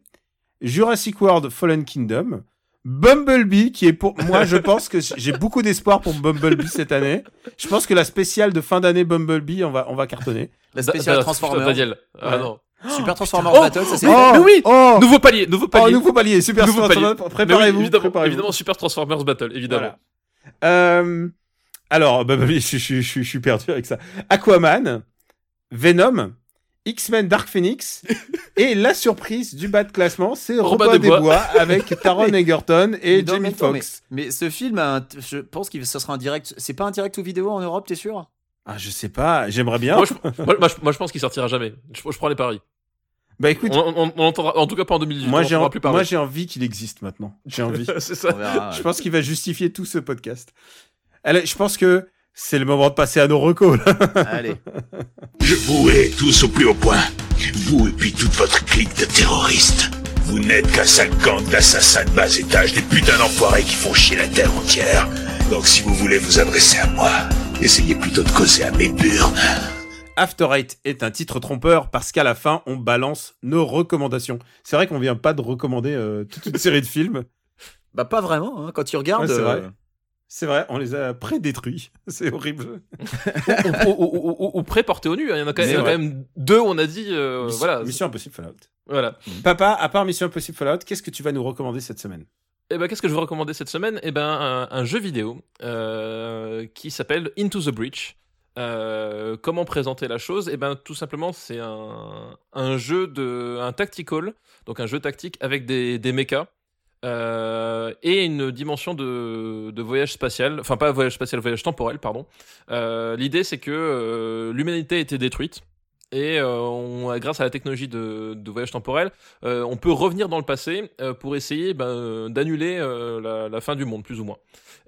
[SPEAKER 2] Jurassic World Fallen Kingdom. Bumblebee, qui est pour moi, je pense que j'ai beaucoup d'espoir pour Bumblebee cette année. Je pense que la spéciale de fin d'année Bumblebee, on va, on va cartonner.
[SPEAKER 4] La
[SPEAKER 3] Da-
[SPEAKER 4] spéciale
[SPEAKER 2] bah,
[SPEAKER 3] da-
[SPEAKER 4] Transformer.
[SPEAKER 3] putain, Daniel. Ah
[SPEAKER 2] Ouais.
[SPEAKER 3] non.
[SPEAKER 4] Super Transformer
[SPEAKER 3] putain.
[SPEAKER 4] Battle, ça c'est.
[SPEAKER 2] Oh,
[SPEAKER 3] mais oui
[SPEAKER 2] Oh,
[SPEAKER 3] Nouveau palier, nouveau
[SPEAKER 2] oh,
[SPEAKER 3] palier.
[SPEAKER 2] nouveau palier, super
[SPEAKER 3] Nouveau
[SPEAKER 2] Star Wars,
[SPEAKER 3] palier.
[SPEAKER 2] Préparez-vous.
[SPEAKER 3] Mais oui, évidemment,
[SPEAKER 2] préparez-vous.
[SPEAKER 3] évidemment, Super Transformers Battle, évidemment.
[SPEAKER 2] Voilà. Euh, alors, Bumblebee, je, je- je- je suis perdu avec ça. Aquaman, Venom, X-Men Dark Phoenix, et la surprise du bas de classement, c'est
[SPEAKER 3] Robin
[SPEAKER 2] Robin
[SPEAKER 3] des
[SPEAKER 2] des
[SPEAKER 3] Bois.
[SPEAKER 2] Bois avec Taron Egerton et
[SPEAKER 4] Mais dans le
[SPEAKER 2] Jamie
[SPEAKER 4] même temps,
[SPEAKER 2] Foxx.
[SPEAKER 4] Mais, mais ce film, a un- je pense que ça sera un direct. C'est pas un direct ou vidéo en Europe, t'es sûr
[SPEAKER 2] Ah, je sais pas, j'aimerais bien.
[SPEAKER 3] Moi, je, moi, moi, je, moi, je pense qu'il sortira jamais. Je, je prends les paris.
[SPEAKER 2] Bah écoute,
[SPEAKER 3] On, on, on entendra, en tout cas pas en 2018.
[SPEAKER 2] moi
[SPEAKER 3] on
[SPEAKER 2] j'ai
[SPEAKER 3] entendra
[SPEAKER 2] en-
[SPEAKER 3] plus
[SPEAKER 2] moi,
[SPEAKER 3] parler.
[SPEAKER 2] j'ai envie qu'il existe maintenant. J'ai envie.
[SPEAKER 3] c'est
[SPEAKER 4] On
[SPEAKER 3] ça.
[SPEAKER 4] verra.
[SPEAKER 2] je pense qu'il va justifier tout ce podcast. Allez, je pense que c'est le moment de passer à nos recos. là.
[SPEAKER 4] Allez.
[SPEAKER 8] Je vous hais tous au plus haut point. Vous et puis toute votre clique de terroristes. Vous n'êtes qu'un sale gang d'assassins de bas étage, des putains d'enfoirés qui font chier la terre entière. Donc si vous voulez vous adresser à moi, essayez plutôt de causer à mes burnes.
[SPEAKER 2] After Eight est un titre trompeur parce qu'à la fin, on balance nos recommandations. C'est vrai qu'on vient pas de recommander euh, toute une série de films.
[SPEAKER 4] Bah pas vraiment, hein. quand tu regardes.
[SPEAKER 2] Ouais, c'est
[SPEAKER 4] euh,
[SPEAKER 2] vrai. C'est vrai, on les a prédétruits. C'est horrible.
[SPEAKER 3] ou, ou, ou, ou- ou pré-porté au nu. hein. Il y en a quand,
[SPEAKER 2] Mais
[SPEAKER 3] il y en a
[SPEAKER 2] ouais.
[SPEAKER 3] quand même deux où on a dit. euh,
[SPEAKER 2] Mission,
[SPEAKER 3] voilà.
[SPEAKER 2] Mission Impossible Fallout.
[SPEAKER 3] voilà.
[SPEAKER 2] Papa, à part Mission Impossible Fallout, qu'est-ce que tu vas nous recommander cette semaine
[SPEAKER 3] Et ben, qu'est-ce que je vais recommander cette semaine Et ben, un, un jeu vidéo euh, qui s'appelle Into the Breach. Euh, comment présenter la chose Et ben, tout simplement, c'est un, un jeu de. un tactical, donc un jeu tactique avec des, des mechas. euh, et une dimension de, de voyage spatial, enfin pas voyage spatial, voyage temporel, pardon. Euh, L'idée c'est que euh, l'humanité a été détruite et euh, on, grâce à la technologie de, de voyage temporel, euh, on peut revenir dans le passé euh, pour essayer ben, euh, d'annuler euh, la, la fin du monde, plus ou moins.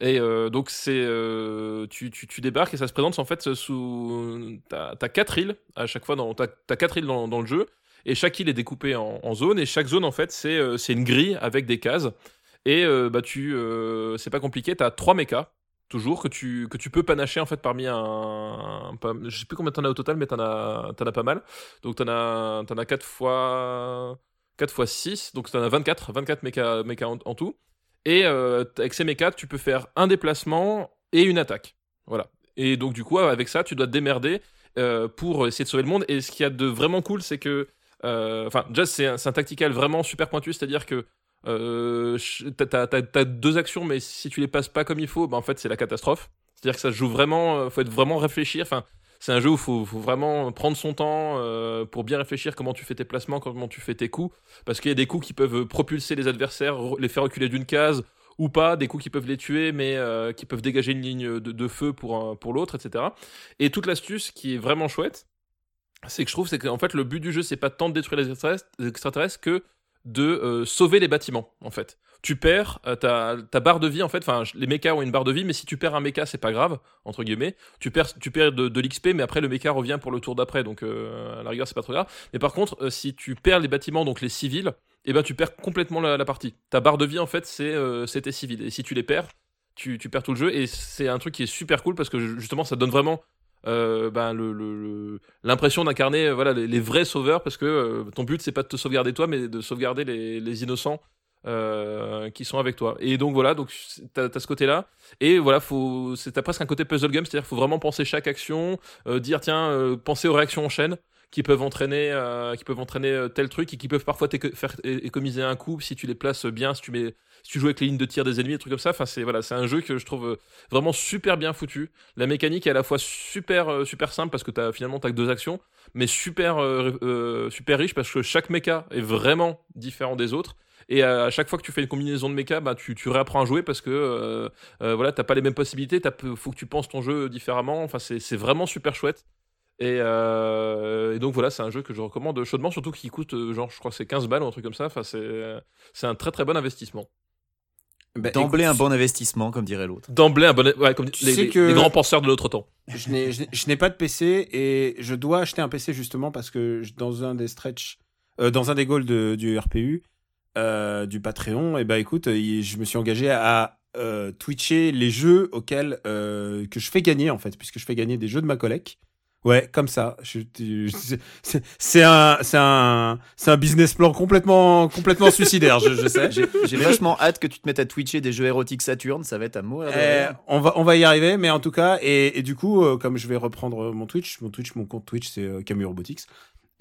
[SPEAKER 3] Et euh, donc, c'est euh, tu, tu, tu débarques et ça se présente en fait sous. T'as t'as quatre îles à chaque fois, dans- t'as t'as quatre îles dans, dans le jeu, et chaque île est découpée en, en zones, et chaque zone en fait, c'est euh, c'est une grille avec des cases. Et euh, bah, tu, euh, c'est pas compliqué, t'as trois mechas. Toujours que tu, que tu peux panacher en fait parmi un, un- pas- je sais plus combien t'en as au total mais t'en as t'en as pas mal donc t'en as t'en as 4 fois 4 fois 6, donc t'en as 24, 24 mécas, mécas en, en tout. Et euh, t- avec ces mécas, tu peux faire un déplacement et une attaque. Voilà. Et donc, du coup, avec ça, tu dois te démerder euh, pour essayer de sauver le monde. Et ce qu'il y a de vraiment cool, c'est que. euh, Enfin, déjà, c'est un, c'est un tactical vraiment super pointu, c'est-à-dire que. Euh, ch- t'as- t'as t'as- t'as deux actions, mais si tu les passes pas comme il faut, bah, en fait, c'est la catastrophe. C'est-à-dire que ça se joue vraiment. euh, faut être vraiment réfléchir. Enfin, c'est un jeu où faut, faut vraiment prendre son temps euh, pour bien réfléchir comment tu fais tes placements, comment tu fais tes coups, parce qu'il y a des coups qui peuvent propulser les adversaires, re- les faire reculer d'une case ou pas, des coups qui peuvent les tuer, mais euh, qui peuvent dégager une ligne de, de feu pour, un- pour l'autre, etc. Et toute l'astuce qui est vraiment chouette, c'est que je trouve, c'est qu'en fait, le but du jeu, c'est pas tant de détruire les extraterrestres, les extraterrestres que de euh, sauver les bâtiments, en fait. Tu perds euh, ta, ta barre de vie, en fait, enfin, les mechas ont une barre de vie, mais si tu perds un mecha, c'est pas grave, entre guillemets tu perds, tu perds de, de l'XP, mais après le mecha revient pour le tour d'après, donc euh, à la rigueur c'est pas trop grave. Mais par contre, euh, si tu perds les bâtiments, donc les civils, eh ben tu perds complètement la, la partie. Ta barre de vie en fait c'est euh, c'est tes civils, et si tu les perds, tu, tu perds tout le jeu, et c'est un truc qui est super cool parce que ju- justement ça donne vraiment euh, ben, le- le- le- l'impression d'incarner euh, voilà les, les vrais sauveurs parce que euh, ton but c'est pas de te sauvegarder toi, mais de sauvegarder les, les innocents. euh, qui sont avec toi et donc voilà donc c'est- t'as as ce côté là et voilà, faut, c'est t'as presque un côté puzzle game, c'est-à-dire qu'il faut vraiment penser chaque action, euh, dire tiens, euh, penser aux réactions en chaîne qui peuvent entraîner, euh, qui peuvent entraîner euh, tel truc et qui peuvent parfois t'éco- faire é- économiser un coup si tu les places bien, si tu mets, si tu joues avec les lignes de tir des ennemis, des trucs comme ça. Enfin, c'est voilà, c'est un jeu que je trouve euh, vraiment super bien foutu. La mécanique est à la fois super euh, super simple parce que t'as finalement t'as que deux actions, mais super euh, euh, super riche parce que chaque méca est vraiment différent des autres. Et à à chaque fois que tu fais une combinaison de méca, bah, tu, tu réapprends à jouer parce que euh, euh, voilà, t'as pas les mêmes possibilités, t'as peu- faut que tu penses ton jeu différemment. Enfin, c'est c'est vraiment super chouette. Et, euh, et donc voilà, c'est un jeu que je recommande chaudement, surtout qu'il coûte, euh, genre, je crois que c'est 15 balles ou un truc comme ça. Enfin, c'est euh, c'est un très très bon investissement.
[SPEAKER 2] Bah,
[SPEAKER 4] D'emblée,
[SPEAKER 2] écoute,
[SPEAKER 4] un bon investissement, comme dirait l'autre.
[SPEAKER 3] D'emblée, un bon. ouais, comme
[SPEAKER 2] Tu
[SPEAKER 3] les,
[SPEAKER 2] sais
[SPEAKER 3] les-
[SPEAKER 2] que-
[SPEAKER 3] les grands penseurs de l'autre temps.
[SPEAKER 2] Je n'ai, je n'ai- je n'ai pas de PC et je dois acheter un PC justement parce que je- dans un des stretch, euh, dans un des goals de- du RPU, euh, du Patreon, et bah écoute, il- je me suis engagé à euh, twitcher les jeux auxquels euh, que je fais gagner en fait, puisque je fais gagner des jeux de ma collègue. Ouais, comme ça. Je- tu- je- c'est, c'est un, c'est un, c'est un business plan complètement, complètement suicidaire, je, je sais.
[SPEAKER 4] J'ai j'ai vachement hâte que tu te mettes à twitcher des jeux érotiques Saturn, ça va être à mourir de
[SPEAKER 2] Eh,
[SPEAKER 4] rire.
[SPEAKER 2] on va on va y arriver mais en tout cas et, et du coup euh, comme je vais reprendre euh, mon Twitch mon Twitch mon compte Twitch c'est euh, Camus Robotics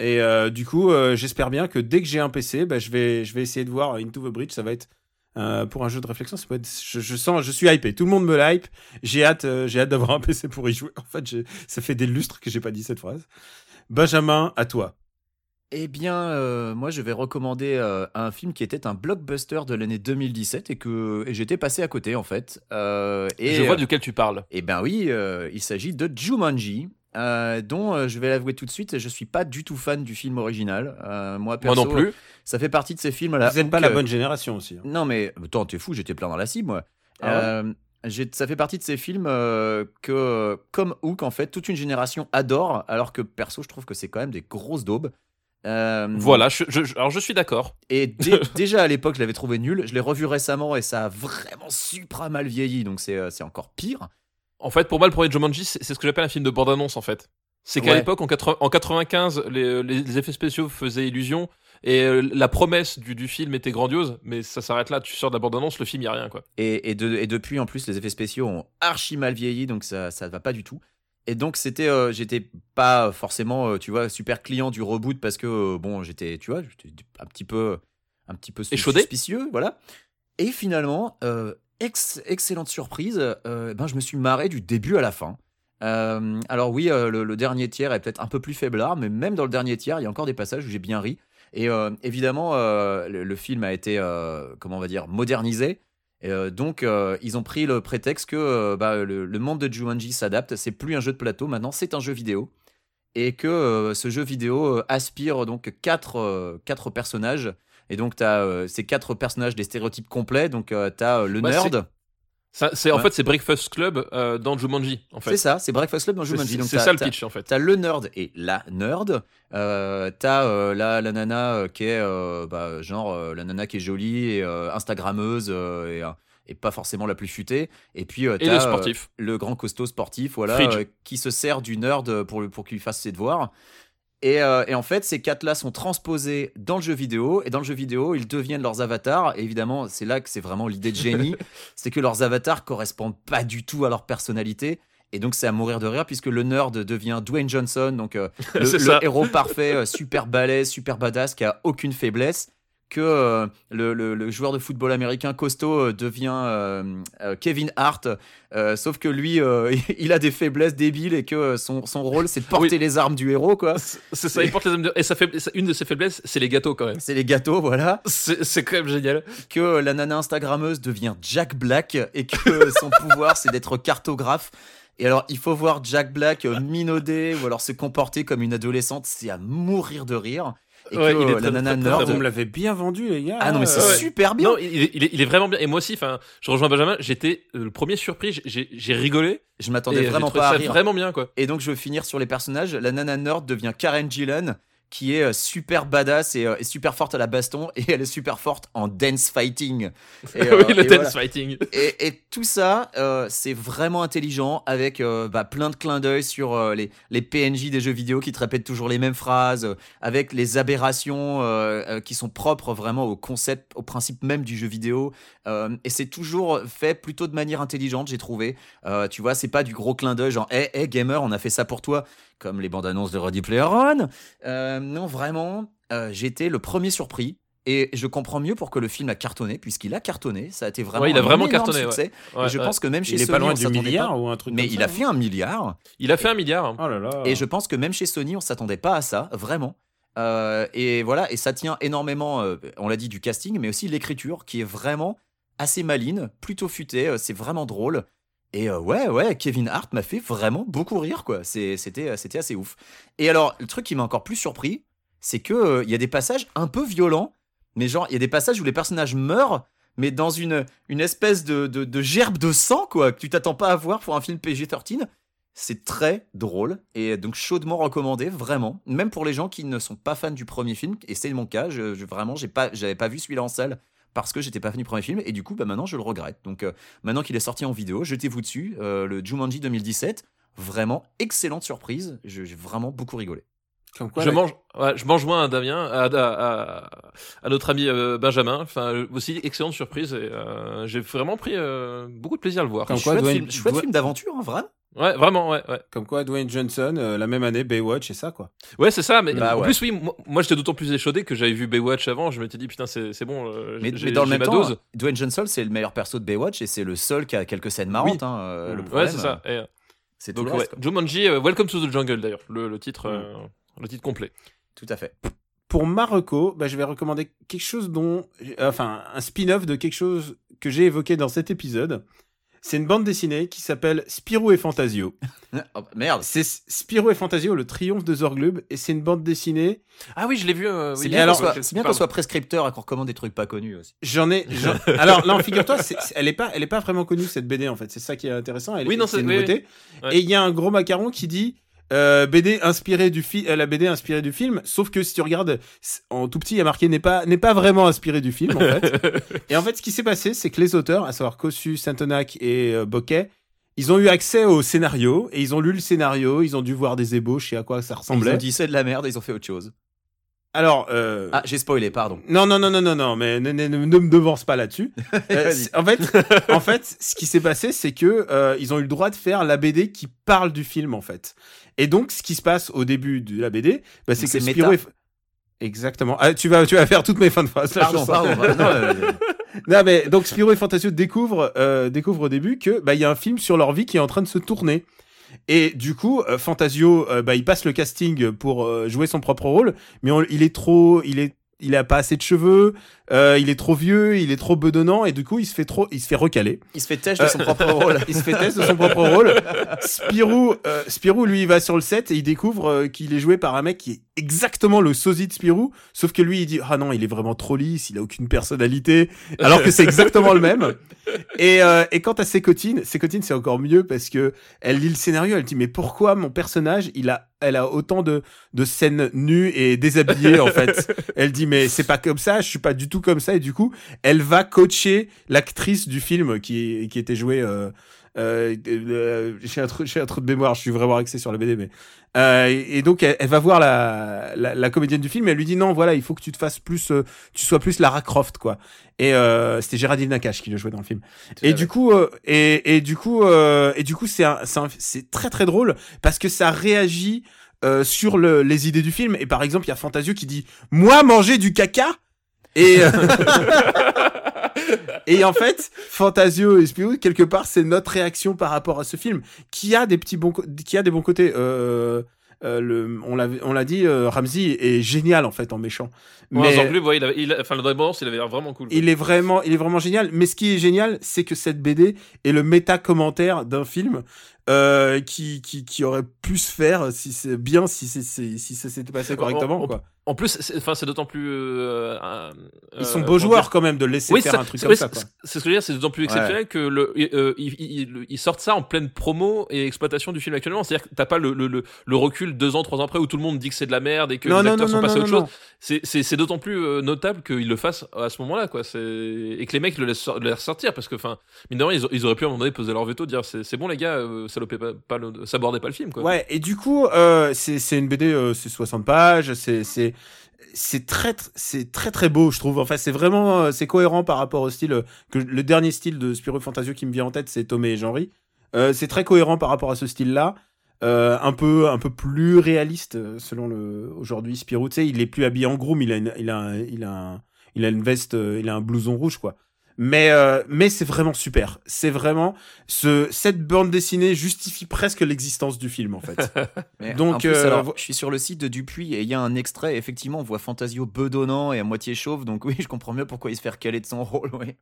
[SPEAKER 2] et euh, du coup euh, j'espère bien que dès que j'ai un PC bah, je vais je vais essayer de voir Into the Bridge ça va être euh, pour un jeu de réflexion ça peut être je, je sens je suis hypé tout le monde me hype j'ai hâte euh, j'ai hâte d'avoir un PC pour y jouer en fait j'ai- ça fait des lustres que j'ai pas dit cette phrase Benjamin à toi
[SPEAKER 4] Eh bien, euh, moi, je vais recommander euh, un film qui était un blockbuster de l'année 2017 et que et j'étais passé à côté, en fait. Euh, et,
[SPEAKER 3] je vois duquel tu parles.
[SPEAKER 4] Eh ben oui, euh, il s'agit de Jumanji, euh, dont euh, je vais l'avouer tout de suite, je suis pas du tout fan du film original. Euh, moi,
[SPEAKER 3] Moi
[SPEAKER 4] perso,
[SPEAKER 3] non plus.
[SPEAKER 4] Ça fait partie de ces films là.
[SPEAKER 2] vous êtes pas la bonne génération aussi hein.
[SPEAKER 4] Non mais attends, t'es fou, j'étais plein dans la cible moi.
[SPEAKER 2] Ah ouais
[SPEAKER 4] Euh, j'ai- ça fait partie de ces films euh, que, comme Hook, en fait, toute une génération adore, alors que perso, je trouve que c'est quand même des grosses daubes. Euh,
[SPEAKER 3] Voilà, je, je- je- alors je suis d'accord.
[SPEAKER 4] Et dé- déjà à l'époque, je l'avais trouvé nul. Je l'ai revu récemment et ça a vraiment supra mal vieilli, donc c'est euh, c'est encore pire.
[SPEAKER 3] En fait, pour moi, le premier Jumanji, c'est c'est ce que j'appelle un film de bande-annonce, en fait. C'est qu'à
[SPEAKER 4] Ouais.
[SPEAKER 3] l'époque, en, 80 en 95, les, les- les effets spéciaux faisaient illusion et euh, la promesse du, du film était grandiose, mais ça s'arrête là. Tu sors de la bande-annonce, le film, il a rien, quoi.
[SPEAKER 4] Et, et de- et depuis, en plus, les effets spéciaux ont archi mal vieilli, donc ça ça ne va pas du tout. Et donc, c'était, euh, j'étais pas forcément, euh, tu vois, super client du reboot parce que, euh, bon, j'étais, tu vois, j'étais un petit peu, un petit peu sus-
[SPEAKER 3] Échaudé.
[SPEAKER 4] suspicieux, voilà. Et finalement, euh, ex- excellente surprise, euh, ben, je me suis marré du début à la fin. Euh, alors oui, euh, le, le dernier tiers est peut-être un peu plus faiblard, mais même dans le dernier tiers, il y a encore des passages où j'ai bien ri. Et euh, évidemment, euh, le, le film a été, euh, comment on va dire, modernisé. Et, euh, donc, euh, ils ont pris le prétexte que euh, bah, le, le monde de Jumanji s'adapte. C'est plus un jeu de plateau, maintenant c'est un jeu vidéo. Et que euh, ce jeu vidéo euh, aspire donc quatre, euh, quatre personnages. Et donc, tu as ces quatre personnages des stéréotypes complets. Donc, tu as le
[SPEAKER 3] Ouais,
[SPEAKER 4] nerd.
[SPEAKER 3] Ça, c'est En
[SPEAKER 4] Ouais.
[SPEAKER 3] fait, c'est Breakfast Club euh, dans Jumanji, en
[SPEAKER 4] C'est
[SPEAKER 3] fait.
[SPEAKER 4] ça, c'est Breakfast Club dans Jumanji.
[SPEAKER 3] C'est
[SPEAKER 4] Donc,
[SPEAKER 3] c'est
[SPEAKER 4] t'as-
[SPEAKER 3] ça le
[SPEAKER 4] t'as-
[SPEAKER 3] pitch, en fait.
[SPEAKER 4] T'as le nerd et la nerd. Euh, t'as euh, la, la nana euh, qui est euh, bah, genre euh, la nana qui est jolie et euh, instagrammeuse euh, et, euh, et pas forcément la plus futée. Et puis euh,
[SPEAKER 3] Et
[SPEAKER 4] t'as,
[SPEAKER 3] le
[SPEAKER 4] euh,
[SPEAKER 3] sportif.
[SPEAKER 4] le grand costaud sportif, voilà,
[SPEAKER 3] Fridge.
[SPEAKER 4] euh, qui se sert du nerd pour, le- pour qu'il fasse ses devoirs. Et, euh, et en fait, ces quatre-là sont transposés dans le jeu vidéo, et dans le jeu vidéo, ils deviennent leurs avatars. Et évidemment, c'est là que c'est vraiment l'idée de génie, c'est que leurs avatars correspondent pas du tout à leur personnalité. Et donc, c'est à mourir de rire, puisque le nerd devient Dwayne Johnson, donc euh, le,
[SPEAKER 3] C'est
[SPEAKER 4] le
[SPEAKER 3] ça.
[SPEAKER 4] héros parfait, euh, super balèze, super badass, qui a aucune faiblesse. Que euh, le, le- le joueur de football américain costaud euh, devient euh, euh, Kevin Hart, euh, sauf que lui, euh, il a des faiblesses débiles et que euh, son, son rôle, c'est de porter les armes du héros, quoi.
[SPEAKER 3] C'est ça, il porte les hommes de- Et ça fait... ça- une de ses faiblesses, c'est les gâteaux, quand même.
[SPEAKER 4] C'est les gâteaux, voilà.
[SPEAKER 3] C'est c'est quand même génial.
[SPEAKER 4] Que euh, la nana Instagrammeuse devient Jack Black et que euh, son pouvoir, c'est d'être cartographe. Et alors, il faut voir Jack Black euh, minauder ou alors se comporter comme une adolescente, c'est à mourir de rire. Et
[SPEAKER 3] Ouais,
[SPEAKER 4] que
[SPEAKER 3] il est
[SPEAKER 4] euh,
[SPEAKER 3] très,
[SPEAKER 4] la nana
[SPEAKER 3] très, très
[SPEAKER 4] nerd.
[SPEAKER 3] bon.
[SPEAKER 2] on me l'avait bien vendu les gars Euh,
[SPEAKER 4] Ah non, mais c'est
[SPEAKER 3] Ouais.
[SPEAKER 4] super bien.
[SPEAKER 3] Non, il est, il est- il est vraiment bien. Et moi aussi, enfin, je rejoins Benjamin, j'étais euh, le premier surpris, j'ai- j'ai j'ai rigolé.
[SPEAKER 4] Je m'attendais
[SPEAKER 3] et j'ai
[SPEAKER 4] vraiment
[SPEAKER 3] trouvé
[SPEAKER 4] pas à
[SPEAKER 3] ça
[SPEAKER 4] rire.
[SPEAKER 3] vraiment bien, quoi.
[SPEAKER 4] Et donc, je veux finir sur les personnages. La nana nerd devient Karen Gillan, qui est euh, super badass et, euh, et super forte à la baston, et elle est super forte en dance fighting. Et, euh,
[SPEAKER 3] oui, le
[SPEAKER 4] et
[SPEAKER 3] dance
[SPEAKER 4] voilà.
[SPEAKER 3] fighting.
[SPEAKER 4] Et- et tout ça, euh, c'est vraiment intelligent, avec euh, bah, plein de clins d'œil sur euh, les, les PNJ des jeux vidéo qui te répètent toujours les mêmes phrases, euh, avec les aberrations euh, euh, qui sont propres vraiment au concept, au principe même du jeu vidéo. Euh, et c'est toujours fait plutôt de manière intelligente, j'ai trouvé. Euh, tu vois, c'est pas du gros clin d'œil genre, hey, hey, gamer, on a fait ça pour toi, comme les bandes annonces de Ready Player One. Euh, non, vraiment, euh, j'ai été le premier surpris. Et je comprends mieux pour que le film a cartonné, puisqu'il a cartonné. Ça a été vraiment.
[SPEAKER 3] Ouais, il a
[SPEAKER 4] un
[SPEAKER 3] vraiment
[SPEAKER 4] énorme
[SPEAKER 3] cartonné, ouais.
[SPEAKER 4] succès.
[SPEAKER 3] Ouais,
[SPEAKER 4] et je
[SPEAKER 3] ouais.
[SPEAKER 4] pense que même chez
[SPEAKER 2] il est
[SPEAKER 4] Sony,
[SPEAKER 2] pas loin
[SPEAKER 4] on
[SPEAKER 2] du
[SPEAKER 4] s'attendait
[SPEAKER 2] milliard
[SPEAKER 4] pas.
[SPEAKER 2] ou un truc
[SPEAKER 4] Mais
[SPEAKER 2] comme
[SPEAKER 4] il
[SPEAKER 2] ça,
[SPEAKER 4] a fait un milliard.
[SPEAKER 3] Il a fait un milliard. hein.
[SPEAKER 2] non oh là là
[SPEAKER 4] Et je pense que même chez Sony, on s'attendait pas à ça, vraiment. Euh, et voilà, et ça tient énormément, euh, on l'a dit, du casting, mais aussi de l'écriture qui est vraiment assez maline, plutôt futée. euh, c'est vraiment drôle. Et euh, ouais, ouais, Kevin Hart m'a fait vraiment beaucoup rire, quoi. C'est- C'était euh, c'était assez ouf. Et alors, le truc qui m'a encore plus surpris, c'est que euh, il y a des passages un peu violents, mais genre, il y a des passages où les personnages meurent, mais dans une, une espèce de, de, de gerbe de sang, quoi, que tu t'attends pas à voir pour un film PG-13. C'est très drôle, et donc chaudement recommandé, vraiment. Même pour les gens qui ne sont pas fans du premier film, et c'est mon cas, je, je- vraiment, j'ai pas- j'avais pas, vu celui-là en salle parce que j'étais pas fan du premier film, et du coup, bah maintenant, je le regrette. Donc, euh, maintenant qu'il est sorti en vidéo, jetez-vous dessus, euh, le Jumanji 2017, vraiment excellente surprise, je- j'ai vraiment beaucoup rigolé.
[SPEAKER 2] Comme quoi,
[SPEAKER 3] je,
[SPEAKER 2] la-
[SPEAKER 3] mange, ouais, je mange moins à Damien, à, à- à- à notre ami euh, Benjamin. Enfin, euh, aussi, excellente surprise. et, euh, J'ai vraiment pris euh, beaucoup de plaisir à le voir.
[SPEAKER 2] Comme quoi,
[SPEAKER 4] chouette
[SPEAKER 2] Dwayne-
[SPEAKER 4] film, chouette
[SPEAKER 2] Dwayne-
[SPEAKER 4] film d'aventure, hein, vraiment.
[SPEAKER 3] Ouais, vraiment, ouais. Ouais,
[SPEAKER 2] Comme quoi, Dwayne Johnson, euh, la même année, Baywatch et ça, quoi.
[SPEAKER 3] ouais c'est ça. Mais
[SPEAKER 4] Bah
[SPEAKER 3] en
[SPEAKER 4] ouais.
[SPEAKER 3] plus, oui, moi, moi, j'étais d'autant plus échaudé que j'avais vu Baywatch avant. Je m'étais dit, putain, c'est c'est bon. euh,
[SPEAKER 4] Mais,
[SPEAKER 3] j'ai-
[SPEAKER 4] mais dans le
[SPEAKER 3] j'ai
[SPEAKER 4] même
[SPEAKER 3] ma
[SPEAKER 4] temps, hein. euh,
[SPEAKER 3] dose.
[SPEAKER 4] Dwayne Johnson, c'est le meilleur perso de Baywatch et c'est le seul qui a quelques scènes marrantes. hein, euh, le
[SPEAKER 3] Ouais,
[SPEAKER 4] problème,
[SPEAKER 3] c'est ça. Et, euh,
[SPEAKER 4] C'est Mm. tout
[SPEAKER 3] donc,
[SPEAKER 4] le
[SPEAKER 3] ouais,
[SPEAKER 4] reste, quoi.
[SPEAKER 3] Jumanji, euh, Welcome to the Jungle, d'ailleurs, le, le titre. euh, le titre complet.
[SPEAKER 4] Tout à fait.
[SPEAKER 2] Pour Marocco, bah, je vais recommander quelque chose dont, euh, enfin, un spin-off de quelque chose que j'ai évoqué dans cet épisode. C'est une bande dessinée qui s'appelle Spirou et Fantasio.
[SPEAKER 4] Oh, merde.
[SPEAKER 2] C'est Spirou et Fantasio, le triomphe de Zorglub, et c'est une bande dessinée.
[SPEAKER 3] Ah oui, je l'ai vu. euh,
[SPEAKER 4] C'est
[SPEAKER 3] oui,
[SPEAKER 4] bien qu'on
[SPEAKER 3] alors-
[SPEAKER 4] soit, c'est bien qu'on soit prescripteur et qu'on recommande des trucs pas connus aussi.
[SPEAKER 2] J'en ai. j'en- Alors là, en figure-toi, c'est- c'est- elle est pas, elle est pas vraiment connue cette BD en fait. C'est ça qui est intéressant. Elle,
[SPEAKER 3] Oui, non,
[SPEAKER 2] c'est
[SPEAKER 3] c'est-
[SPEAKER 2] une
[SPEAKER 3] oui,
[SPEAKER 2] nouveauté.
[SPEAKER 3] oui.
[SPEAKER 2] Et il y a un gros macaron qui dit euh, BD inspiré du film, la BD inspirée du film. Sauf que si tu regardes c'est- en tout petit, il y a marqué n'est pas, n'est pas vraiment inspiré du film en fait. et en fait, ce qui s'est passé, c'est que les auteurs, à savoir Cossu, Santonac et euh, Bocquet, ils ont eu accès au scénario et ils ont lu le scénario. Ils ont dû voir des ébauches et à quoi ça
[SPEAKER 4] Ils ont
[SPEAKER 2] ressemblait.
[SPEAKER 4] dit c'est de la merde, ils ont fait autre chose.
[SPEAKER 2] Alors. Euh...
[SPEAKER 4] Ah, j'ai spoilé, pardon.
[SPEAKER 2] Non, non, non, non, non, non, mais ne, ne- ne- ne me devance pas là-dessus. Euh,
[SPEAKER 4] Vas-y.
[SPEAKER 2] c'est- en, fait, en fait, ce qui s'est passé, c'est que euh, ils ont eu le droit de faire la BD qui parle du film, en fait. Et donc, ce qui se passe au début de la BD, bah, c'est
[SPEAKER 4] Donc,
[SPEAKER 2] que
[SPEAKER 4] c'est
[SPEAKER 2] Spirou
[SPEAKER 4] méta.
[SPEAKER 2] est- Exactement. Ah, tu, vas, tu vas faire toutes mes fins de phrase. là, je
[SPEAKER 4] Pardon,
[SPEAKER 2] sens.
[SPEAKER 4] pardon. pardon, euh,
[SPEAKER 2] Non, mais donc Spirou et Fantasio découvrent, euh, découvrent au début que bah il y a un film sur leur vie qui est en train de se tourner. Et du coup, euh, Fantasio, euh, bah il passe le casting pour euh, jouer son propre rôle, mais on- il est trop, il est, il a pas assez de cheveux, euh, il est trop vieux, il est trop bedonnant, et du coup il se fait trop, il se fait recaler.
[SPEAKER 4] il se fait têche de son propre rôle.
[SPEAKER 2] Il se fait test de son propre rôle. Spirou, euh, Spirou, lui, il va sur le set et il découvre euh, qu'il est joué par un mec qui est exactement le sosie de Spirou, sauf que lui, il dit ah non, il est vraiment trop lisse, il a aucune personnalité, alors que c'est exactement le même. Et, euh, et quant à Sécotine, Sécotine, c'est encore mieux parce que elle lit le scénario, elle dit mais pourquoi mon personnage, il a, elle a autant de de scènes nues et déshabillées en fait. Elle dit mais c'est pas comme ça, je suis pas du tout comme ça et du coup elle va coacher l'actrice du film qui qui était jouée. Euh, euh, euh, j'ai un trou, j'ai un trou de mémoire, je suis vraiment axé sur la BD, mais euh, et et donc elle, elle va voir la, la la comédienne du film, et elle lui dit non voilà il faut que tu te fasses plus, euh, tu sois plus Lara Croft quoi. Et euh, c'était Géraldine Nakache qui le jouait dans le film. Et du coup, euh, et, et du coup, euh, et du coup, c'est un- c'est un- c'est très très drôle parce que ça réagit euh, sur le, les idées du film. Et par exemple, il y a Fantasio qui dit moi manger du caca. Et euh, et en fait, Fantasio et Spirou quelque part, c'est notre réaction par rapport à ce film qui a des petits bons co- qui a des bons côtés. Euh, euh, le, on l'a on l'a dit, euh, Ramsey est génial en fait en méchant.
[SPEAKER 3] Mais... Zorglub, ouais, il avait- il a- enfin, le bande-annonce, il avait l'air vraiment cool.
[SPEAKER 2] Il est vraiment, il est vraiment génial. Mais ce qui est génial, c'est que cette BD est le méta commentaire d'un film euh, qui, qui qui aurait pu se faire si c'est bien, si c'est c'est- si ça s'était passé correctement.
[SPEAKER 3] on-
[SPEAKER 2] quoi.
[SPEAKER 3] En plus, c'est enfin, c'est d'autant plus. euh, euh,
[SPEAKER 2] Ils
[SPEAKER 3] euh,
[SPEAKER 2] sont
[SPEAKER 3] comment
[SPEAKER 2] beaux
[SPEAKER 3] dire,
[SPEAKER 2] joueurs quand même de le laisser
[SPEAKER 3] Oui,
[SPEAKER 2] faire
[SPEAKER 3] ça-
[SPEAKER 2] un truc
[SPEAKER 3] c'est-
[SPEAKER 2] comme
[SPEAKER 3] oui,
[SPEAKER 2] ça. Quoi.
[SPEAKER 3] c'est- C'est ce que je veux dire, c'est d'autant plus exceptionnel que le, euh, ils, ils- ils sortent ça en pleine promo et exploitation du film actuellement. C'est-à-dire que t'as pas le, le, le, le recul deux ans, trois ans après où tout le monde dit que c'est de la merde et que
[SPEAKER 2] Non,
[SPEAKER 3] les
[SPEAKER 2] non,
[SPEAKER 3] acteurs
[SPEAKER 2] non,
[SPEAKER 3] sont
[SPEAKER 2] non,
[SPEAKER 3] passés à
[SPEAKER 2] non,
[SPEAKER 3] autre
[SPEAKER 2] non.
[SPEAKER 3] chose. C'est- C'est c'est d'autant plus euh, notable qu'ils le fassent à ce moment-là, quoi. C'est- Et que les mecs le laissent, sor- le laissent sortir parce que, enfin, mine de rien, ils, a- ils auraient pu à un moment donné poser leur veto, dire c'est c'est bon les gars, euh, salopez pas, pas le, sabordez pas le film, quoi.
[SPEAKER 2] Ouais, et du coup, euh, c'est c'est une BD, euh, c'est 60 pages, c'est c'est c'est très tr- c'est très très beau, je trouve. Enfin, c'est vraiment euh, c'est cohérent par rapport au style euh, que le dernier style de Spirou Fantasio qui me vient en tête, c'est Tomé et Genry. Euh, c'est très cohérent par rapport à ce style-là. Euh, un peu un peu plus réaliste euh, selon le aujourd'hui Spirou tu sais il est plus habillé en groom il a une, il a un- il a un- il a une veste euh, il a un blouson rouge quoi mais euh, mais c'est vraiment super c'est vraiment ce cette bande dessinée justifie presque l'existence du film en fait
[SPEAKER 4] Mais
[SPEAKER 2] Donc,
[SPEAKER 4] en plus,
[SPEAKER 2] euh,
[SPEAKER 4] alors,
[SPEAKER 2] vo-
[SPEAKER 4] je suis sur le site de Dupuis et il y a un extrait. Effectivement, on voit Fantasio bedonnant et à moitié chauve. Donc oui, je comprends mieux pourquoi il se fait recaler de son rôle. Oui.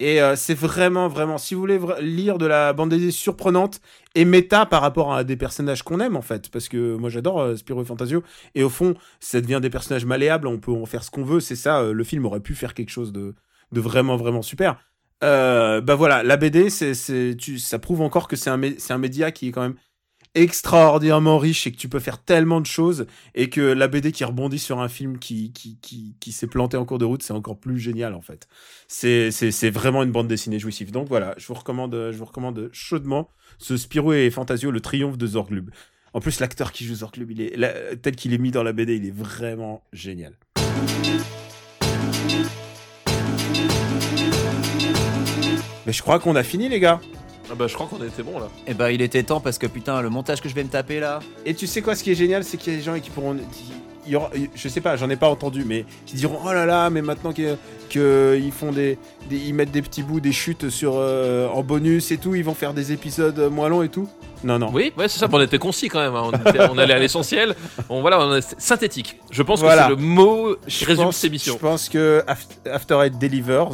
[SPEAKER 2] Et euh, c'est vraiment, vraiment, si vous voulez vra- lire de la bande dessinée surprenante et méta par rapport à des personnages qu'on aime, en fait, parce que moi j'adore euh, Spirou et Fantasio, et au fond, ça devient des personnages malléables, on peut en faire ce qu'on veut, c'est ça, euh, le film aurait pu faire quelque chose de, de vraiment, vraiment super. Euh, bah voilà, la BD, c'est, c'est, tu, ça prouve encore que c'est un, mé- c'est un média qui est quand même extraordinairement riche et que tu peux faire tellement de choses et que la BD qui rebondit sur un film qui, qui, qui, qui s'est planté en cours de route, c'est encore plus génial en fait. C'est, c'est, c'est vraiment une bande dessinée jouissive. Donc voilà, je vous recommande, euh, je vous recommande chaudement ce Spirou et Fantasio, le triomphe de Zorglub. En plus, l'acteur qui joue Zorglub, il est, la- tel qu'il est mis dans la BD, il est vraiment génial. Mais je crois qu'on a fini les gars.
[SPEAKER 3] Ah bah, je crois qu'on était bon là.
[SPEAKER 4] Eh ben, il était temps parce que putain, le montage que je vais me taper là.
[SPEAKER 2] Et tu sais quoi, ce qui est génial, c'est qu'il y a des gens qui pourront. qui- il y aura- je sais pas, j'en ai pas entendu, mais qui diront Oh là là, mais maintenant qu'ils que ils font des, des- Ils mettent des petits bouts, des chutes sur, euh, en bonus et tout, ils vont faire des épisodes moins longs et tout. Non, non.
[SPEAKER 3] Hein. Oui, ouais, c'est ça. bon, on était concis quand même. hein, On, était- on allait à l'essentiel. On voilà, on est synthétique. Je pense
[SPEAKER 2] Voilà.
[SPEAKER 3] que c'est le mot qui
[SPEAKER 2] Je
[SPEAKER 3] résume
[SPEAKER 2] pense-
[SPEAKER 3] cette émission.
[SPEAKER 2] Je pense que Af- After Eight delivers.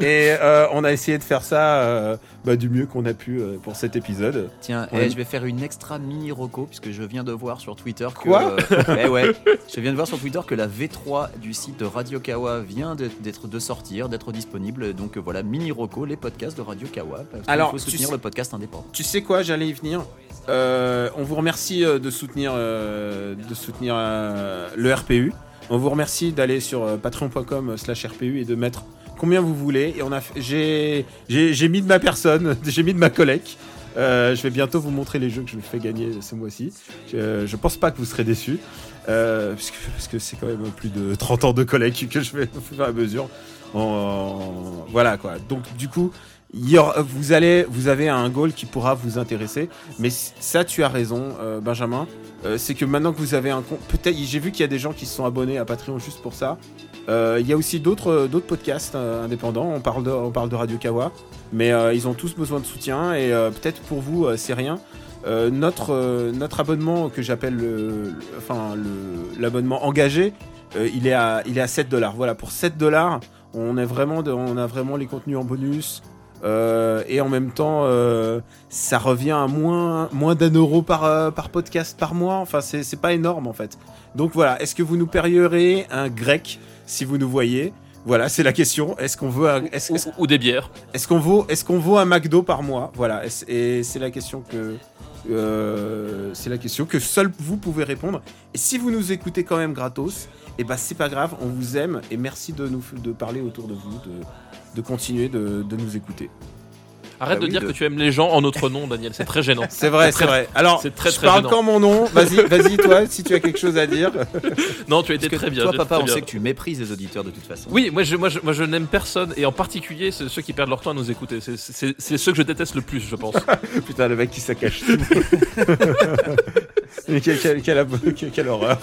[SPEAKER 2] et euh, on a essayé de faire ça euh, bah, du mieux qu'on a pu euh, pour cet épisode.
[SPEAKER 4] Tiens,
[SPEAKER 2] Ouais.
[SPEAKER 4] eh, je vais faire une extra mini roco puisque je viens de voir sur Twitter que.
[SPEAKER 2] Quoi
[SPEAKER 4] euh, eh ouais, je viens de voir sur Twitter que la V3 du site de Radio Kawa vient de, d'être de sortir, d'être disponible. Donc euh, voilà, mini roco les podcasts de Radio Kawa. Parce qu'il
[SPEAKER 2] Alors,
[SPEAKER 4] faut
[SPEAKER 2] tu
[SPEAKER 4] soutenir
[SPEAKER 2] sais-
[SPEAKER 4] le podcast indépendant.
[SPEAKER 2] Tu sais quoi, j'allais y venir. Euh, on vous remercie euh, de soutenir, euh, de soutenir euh, le RPU. On vous remercie d'aller sur euh, patreon.com slash RPU et de mettre combien vous voulez. Et on a, f- j'ai, j'ai, j'ai mis de ma personne, j'ai mis de ma collecte. Euh, je vais bientôt vous montrer les jeux que je vous fais gagner ce mois-ci. Euh, Je, je pense pas que vous serez déçus, euh, parce, que, parce que c'est quand même plus de 30 ans de collecte que je vais au fur et à mesure. En- Voilà quoi. Donc du coup, il y aura- vous allez, vous avez un goal qui pourra vous intéresser. Mais c- ça, tu as raison, euh, Benjamin. Euh, c'est que maintenant que vous avez un compte, peut-être, j'ai vu qu'il y a des gens qui se sont abonnés à Patreon juste pour ça. Euh, Il y a aussi d'autres euh, d'autres podcasts euh, indépendants. On parle de, on parle de Radio Kawa, mais euh, ils ont tous besoin de soutien et euh, peut-être pour vous euh, c'est rien. Euh, notre euh, notre abonnement que j'appelle le, le- enfin le- l'abonnement engagé, euh, il est à il est à 7 dollars. Voilà pour 7 dollars, on est vraiment de- on a vraiment les contenus en bonus. Euh, et en même temps, euh, ça revient à moins, moins d'un euro par, euh, par podcast par mois. Enfin, c'est c'est pas énorme en fait. Donc voilà, est-ce que vous nous payerez un grec si vous nous voyez Voilà, c'est la question. Est-ce qu'on veut un- est-ce-
[SPEAKER 3] Ou,
[SPEAKER 2] est-ce-
[SPEAKER 3] ou des bières.
[SPEAKER 2] est-ce qu'on vaut, est-ce qu'on vaut un McDo par mois Voilà, et c'est- et c'est la question que euh, c'est la question que seul vous pouvez répondre. Et si vous nous écoutez quand même gratos, et ben c'est pas grave, on vous aime et merci de nous de parler autour de vous, de, de continuer de, de nous écouter.
[SPEAKER 3] Arrête
[SPEAKER 4] Bah
[SPEAKER 3] de
[SPEAKER 4] oui,
[SPEAKER 3] dire
[SPEAKER 4] de-
[SPEAKER 3] que tu aimes les gens en notre nom, Daniel. C'est très gênant.
[SPEAKER 2] C'est vrai, c'est
[SPEAKER 3] très-
[SPEAKER 2] vrai. Alors,
[SPEAKER 3] c'est très,
[SPEAKER 2] je
[SPEAKER 3] très
[SPEAKER 2] parle
[SPEAKER 3] gênant.
[SPEAKER 2] quand mon nom. Vas-y, vas-y toi, si tu as quelque chose à dire.
[SPEAKER 3] Non, tu as été
[SPEAKER 4] Parce que
[SPEAKER 3] très bien.
[SPEAKER 4] toi,
[SPEAKER 3] tu as été
[SPEAKER 4] papa,
[SPEAKER 3] très
[SPEAKER 4] on
[SPEAKER 3] bien.
[SPEAKER 4] sait que tu méprises les auditeurs de toute façon.
[SPEAKER 3] Oui, moi je, moi, je, moi, je n'aime personne, et en particulier c'est ceux qui perdent leur temps à nous écouter. C'est- C'est c'est ceux que je déteste le plus, je pense.
[SPEAKER 2] Putain, le mec qui s'accache. Mais quelle, quelle- quelle ab- quelle- quelle horreur.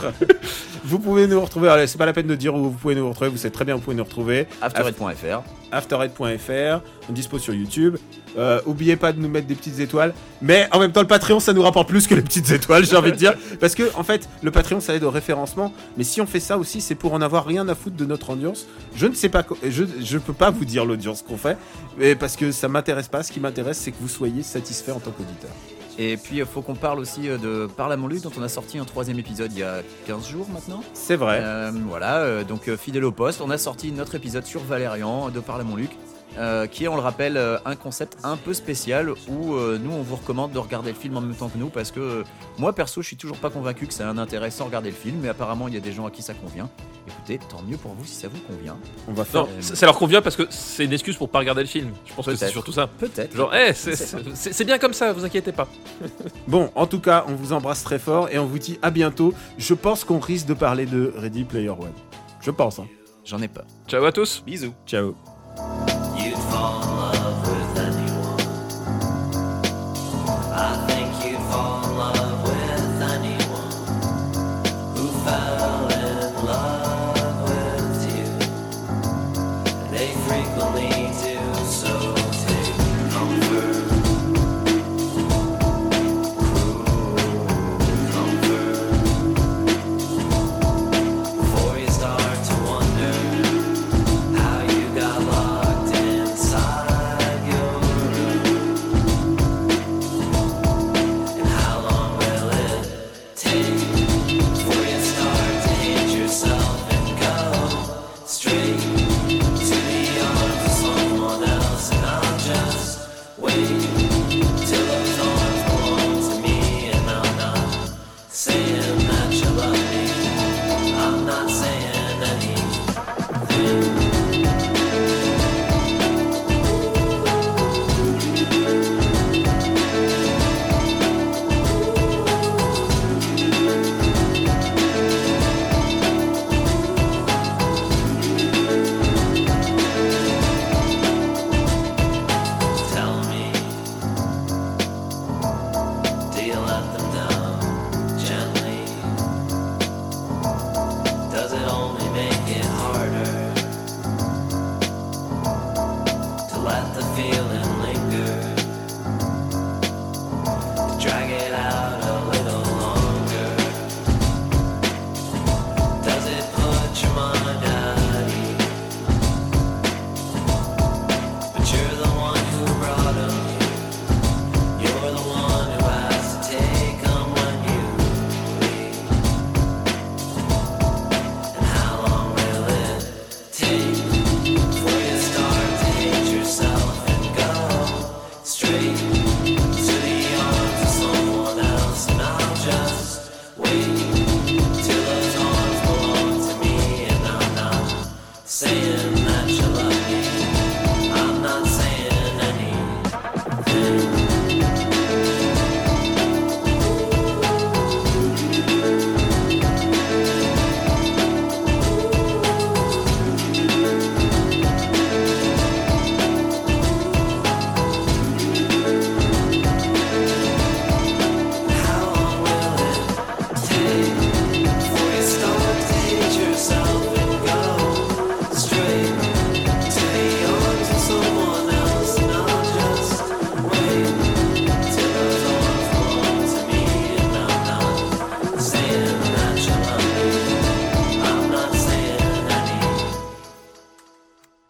[SPEAKER 2] Vous pouvez nous retrouver. allez, C'est pas la peine de dire où vous pouvez nous retrouver. Vous savez très bien où vous pouvez nous retrouver.
[SPEAKER 4] Afterhead.fr.
[SPEAKER 2] Afterhead.fr. On dispose sur YouTube. Euh, oubliez pas de nous mettre des petites étoiles. Mais en même temps, le Patreon, ça nous rapporte plus que les petites étoiles, j'ai envie de dire. Parce que, en fait, le Patreon, ça aide au référencement. Mais si on fait ça aussi, c'est pour en avoir rien à foutre de notre audience. Je ne sais pas, co- je, je peux pas vous dire l'audience qu'on fait. Mais parce que ça m'intéresse pas. Ce qui m'intéresse, c'est que vous soyez satisfait en tant qu'auditeur.
[SPEAKER 4] Et puis, il faut qu'on parle aussi euh, de Parle à mon Luc, dont on a sorti un troisième épisode il y a 15 jours maintenant.
[SPEAKER 2] C'est vrai.
[SPEAKER 4] Euh, voilà, euh, donc euh, fidèle au poste, on a sorti notre épisode sur Valérian de Parle à mon Luc, euh, qui est, on le rappelle, euh, un concept un peu spécial où euh, nous, on vous recommande de regarder le film en même temps que nous parce que euh, moi, perso, je suis toujours pas convaincu que c'est un intérêt sans regarder le film, mais apparemment, il y a des gens à qui ça convient. Écoutez, tant mieux pour vous si ça vous convient.
[SPEAKER 2] On va faire.
[SPEAKER 3] Non, ça ça leur convient parce que c'est une excuse pour pas regarder le film. Je pense que c'est
[SPEAKER 4] Peut-être.
[SPEAKER 3] surtout ça.
[SPEAKER 4] Peut-être.
[SPEAKER 3] Genre, eh, c'est- c'est c'est- c'est bien comme ça, vous inquiétez pas.
[SPEAKER 2] Bon, en tout cas, on vous embrasse très fort et on vous dit à bientôt. Je pense qu'on risque de parler de Ready Player One. Je pense. Hein.
[SPEAKER 4] J'en ai peur.
[SPEAKER 3] Ciao à tous.
[SPEAKER 4] Bisous.
[SPEAKER 2] Ciao.
[SPEAKER 9] You'd fall in love with anyone. I think you'd fall in love with anyone who fell in love with you. They frequently do, so take comfort. Cruel comfort. Before you start to wonder how you got locked inside.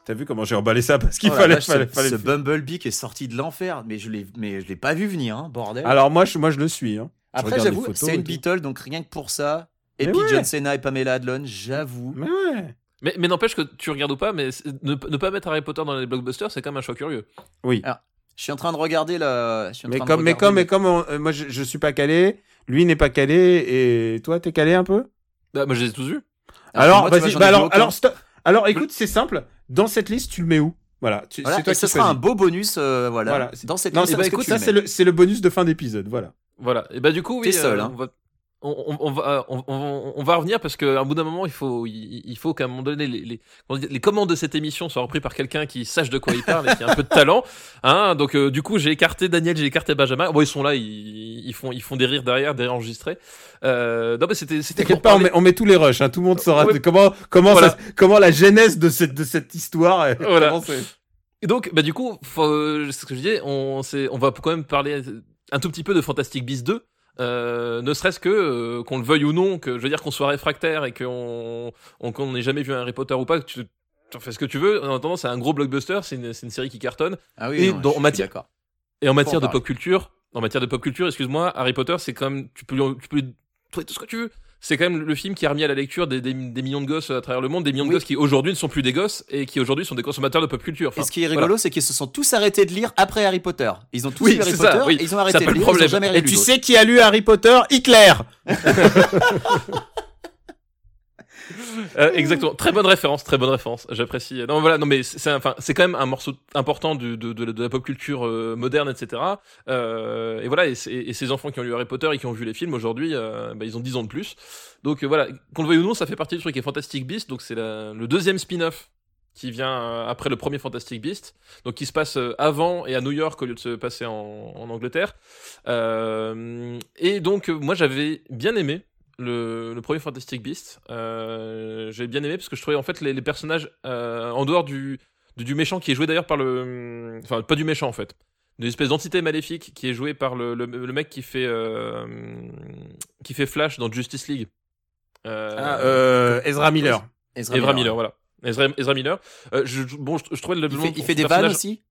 [SPEAKER 2] T'as vu comment j'ai emballé ça parce qu'il
[SPEAKER 4] Oh la
[SPEAKER 2] fallait,
[SPEAKER 4] vache, ce-
[SPEAKER 2] fallait, fallait-
[SPEAKER 4] ce Bumblebee qui est sorti de l'enfer, mais je l'ai, mais je l'ai pas vu venir, hein, bordel.
[SPEAKER 2] Alors moi, je, moi, je le suis. hein. Je
[SPEAKER 4] Après,
[SPEAKER 2] regarde les
[SPEAKER 4] j'avoue,
[SPEAKER 2] photos
[SPEAKER 4] c'est
[SPEAKER 2] et
[SPEAKER 4] une
[SPEAKER 2] tout.
[SPEAKER 4] Beatle, donc rien que pour ça. Et
[SPEAKER 2] Mais
[SPEAKER 4] puis
[SPEAKER 2] ouais.
[SPEAKER 4] John Cena et Pamela Adlon, j'avoue.
[SPEAKER 2] Mais ouais.
[SPEAKER 3] Mais, mais n'empêche que tu regardes ou pas, mais c'est- ne, ne pas mettre Harry Potter dans les blockbusters, c'est quand même un choix curieux.
[SPEAKER 2] Oui.
[SPEAKER 4] Je suis en train de regarder la. je suis en
[SPEAKER 2] Mais
[SPEAKER 4] train de
[SPEAKER 2] comme, mais
[SPEAKER 4] regarder
[SPEAKER 2] comme,
[SPEAKER 4] le-
[SPEAKER 2] mais comme, on- euh, moi, je, je suis pas calé. Lui n'est pas calé et toi, t'es calé un peu.
[SPEAKER 3] Bah, moi, je les ai tous vus.
[SPEAKER 2] Alors,
[SPEAKER 4] Ah, moi, tu vois,
[SPEAKER 2] vas-y.
[SPEAKER 4] j'en ai
[SPEAKER 2] bah
[SPEAKER 4] vu
[SPEAKER 2] alors,
[SPEAKER 4] aucun. Mmh.
[SPEAKER 2] alors, stop. Alors, écoute, c'est simple. Dans cette liste, tu le mets où Voilà. tu-
[SPEAKER 4] Voilà,
[SPEAKER 2] c'est toi
[SPEAKER 4] et
[SPEAKER 2] qui
[SPEAKER 4] ce sera un
[SPEAKER 2] choisis.
[SPEAKER 4] beau bonus, euh, voilà.
[SPEAKER 2] Voilà.
[SPEAKER 4] Dans cette
[SPEAKER 2] Non,
[SPEAKER 4] liste,
[SPEAKER 2] c'est-
[SPEAKER 4] parce que
[SPEAKER 2] écoute,
[SPEAKER 4] tu
[SPEAKER 2] ça
[SPEAKER 4] le
[SPEAKER 2] c'est
[SPEAKER 4] mets.
[SPEAKER 2] le, c'est le bonus de fin d'épisode. Voilà.
[SPEAKER 3] Voilà. Et bah, du coup, oui.
[SPEAKER 4] T'es seul, hein.
[SPEAKER 3] on, va, on, on- on va, euh, on, on- on va revenir parce qu'à un bout d'un moment, il faut, il, il faut qu'à un moment donné, les, les, comment dire, les commandes de cette émission soient reprises par quelqu'un qui sache de quoi il parle et qui a un peu de talent. Hein, donc, euh, du coup, j'ai écarté Daniel, j'ai écarté Benjamin. Bon, ils sont là, ils, ils font, ils font des rires derrière, des rires enregistrés. Euh, non, mais c'était, c'était
[SPEAKER 2] T'inquiète
[SPEAKER 3] pour
[SPEAKER 2] pas, on
[SPEAKER 3] parler-
[SPEAKER 2] met, on met tous les rushs. hein, Tout le monde saura
[SPEAKER 3] Ouais.
[SPEAKER 2] de comment, comment,
[SPEAKER 3] Voilà.
[SPEAKER 2] ça- comment la genèse de cette, de cette histoire. euh,
[SPEAKER 3] Voilà.
[SPEAKER 2] comment c'est-
[SPEAKER 3] Et donc, bah, du coup, faut, euh, c'est ce que je disais, on, c'est- on va quand même parler un tout petit peu de Fantastic Beasts 2. euh, ne serait-ce que euh, qu'on le veuille ou non, que je veux dire qu'on soit réfractaire et qu'on on- qu'on n'ait jamais vu un Harry Potter ou pas, que tu t'en fais ce que tu veux. En attendant, c'est un gros blockbuster, c'est une, c'est une série qui cartonne.
[SPEAKER 4] Ah
[SPEAKER 3] Et
[SPEAKER 4] oui, non,
[SPEAKER 3] dans-
[SPEAKER 4] je suis
[SPEAKER 3] matière-
[SPEAKER 4] d'accord.
[SPEAKER 3] Et en
[SPEAKER 4] Faut
[SPEAKER 3] matière
[SPEAKER 4] en
[SPEAKER 3] de
[SPEAKER 4] parler.
[SPEAKER 3] pop culture, en matière de pop culture, excuse-moi, Harry Potter, c'est quand même tu peux lui- tu peux lui trouver tout ce que tu veux. C'est quand même le film qui a remis à la lecture des, des- des millions de gosses à travers le monde, des millions de
[SPEAKER 4] Oui.
[SPEAKER 3] gosses qui aujourd'hui ne sont plus des gosses et qui aujourd'hui sont des consommateurs de pop culture. Enfin,
[SPEAKER 4] Et ce qui est
[SPEAKER 3] voilà.
[SPEAKER 4] rigolo, c'est qu'ils se sont tous arrêtés de lire après Harry Potter. Ils ont tous
[SPEAKER 3] Oui,
[SPEAKER 4] lu Harry
[SPEAKER 3] c'est ça,
[SPEAKER 4] Potter
[SPEAKER 3] oui.
[SPEAKER 4] et ils ont
[SPEAKER 3] Ça
[SPEAKER 4] arrêté de
[SPEAKER 3] s'appelle
[SPEAKER 4] lire.
[SPEAKER 3] problème.
[SPEAKER 4] Ils ont jamais
[SPEAKER 3] Et
[SPEAKER 4] relu
[SPEAKER 2] Et tu
[SPEAKER 4] d'autres.
[SPEAKER 2] sais qui a lu Harry Potter Hitler
[SPEAKER 3] Euh, exactement. Très bonne référence, très bonne référence. J'apprécie. Non, voilà, non, mais c'est- c'est, enfin, c'est quand même un morceau important du- de, de, de la pop culture euh, moderne, etc. Euh, et voilà, et, c'est- et ces enfants qui ont lu Harry Potter et qui ont vu les films aujourd'hui, euh, bah, ils ont 10 ans de plus. Donc euh, voilà, qu'on le veuille ou non, ça fait partie du truc qui est Fantastic Beast. Donc c'est la- le deuxième spin-off qui vient euh, après le premier Fantastic Beast, donc qui se passe euh, avant et à New York au lieu de se passer en, en Angleterre. Euh, et donc euh, moi j'avais bien aimé le, le premier Fantastic Beast. Euh, j'ai bien aimé parce que je trouvais en fait les, les personnages euh, en dehors du, du, du méchant qui est joué d'ailleurs par le, enfin pas du méchant en fait, d'une espèce d'entité maléfique qui est jouée par le, le, le mec qui fait euh, qui fait Flash dans Justice League. Euh,
[SPEAKER 2] Ah, Ezra Miller.
[SPEAKER 3] Ezra Miller, voilà. Ezra, Ezra Miller. Euh, je, je- bon, je, je trouvais le
[SPEAKER 4] Il
[SPEAKER 3] le-
[SPEAKER 4] fait, il
[SPEAKER 3] son
[SPEAKER 4] fait des
[SPEAKER 3] personnage-
[SPEAKER 4] vannes aussi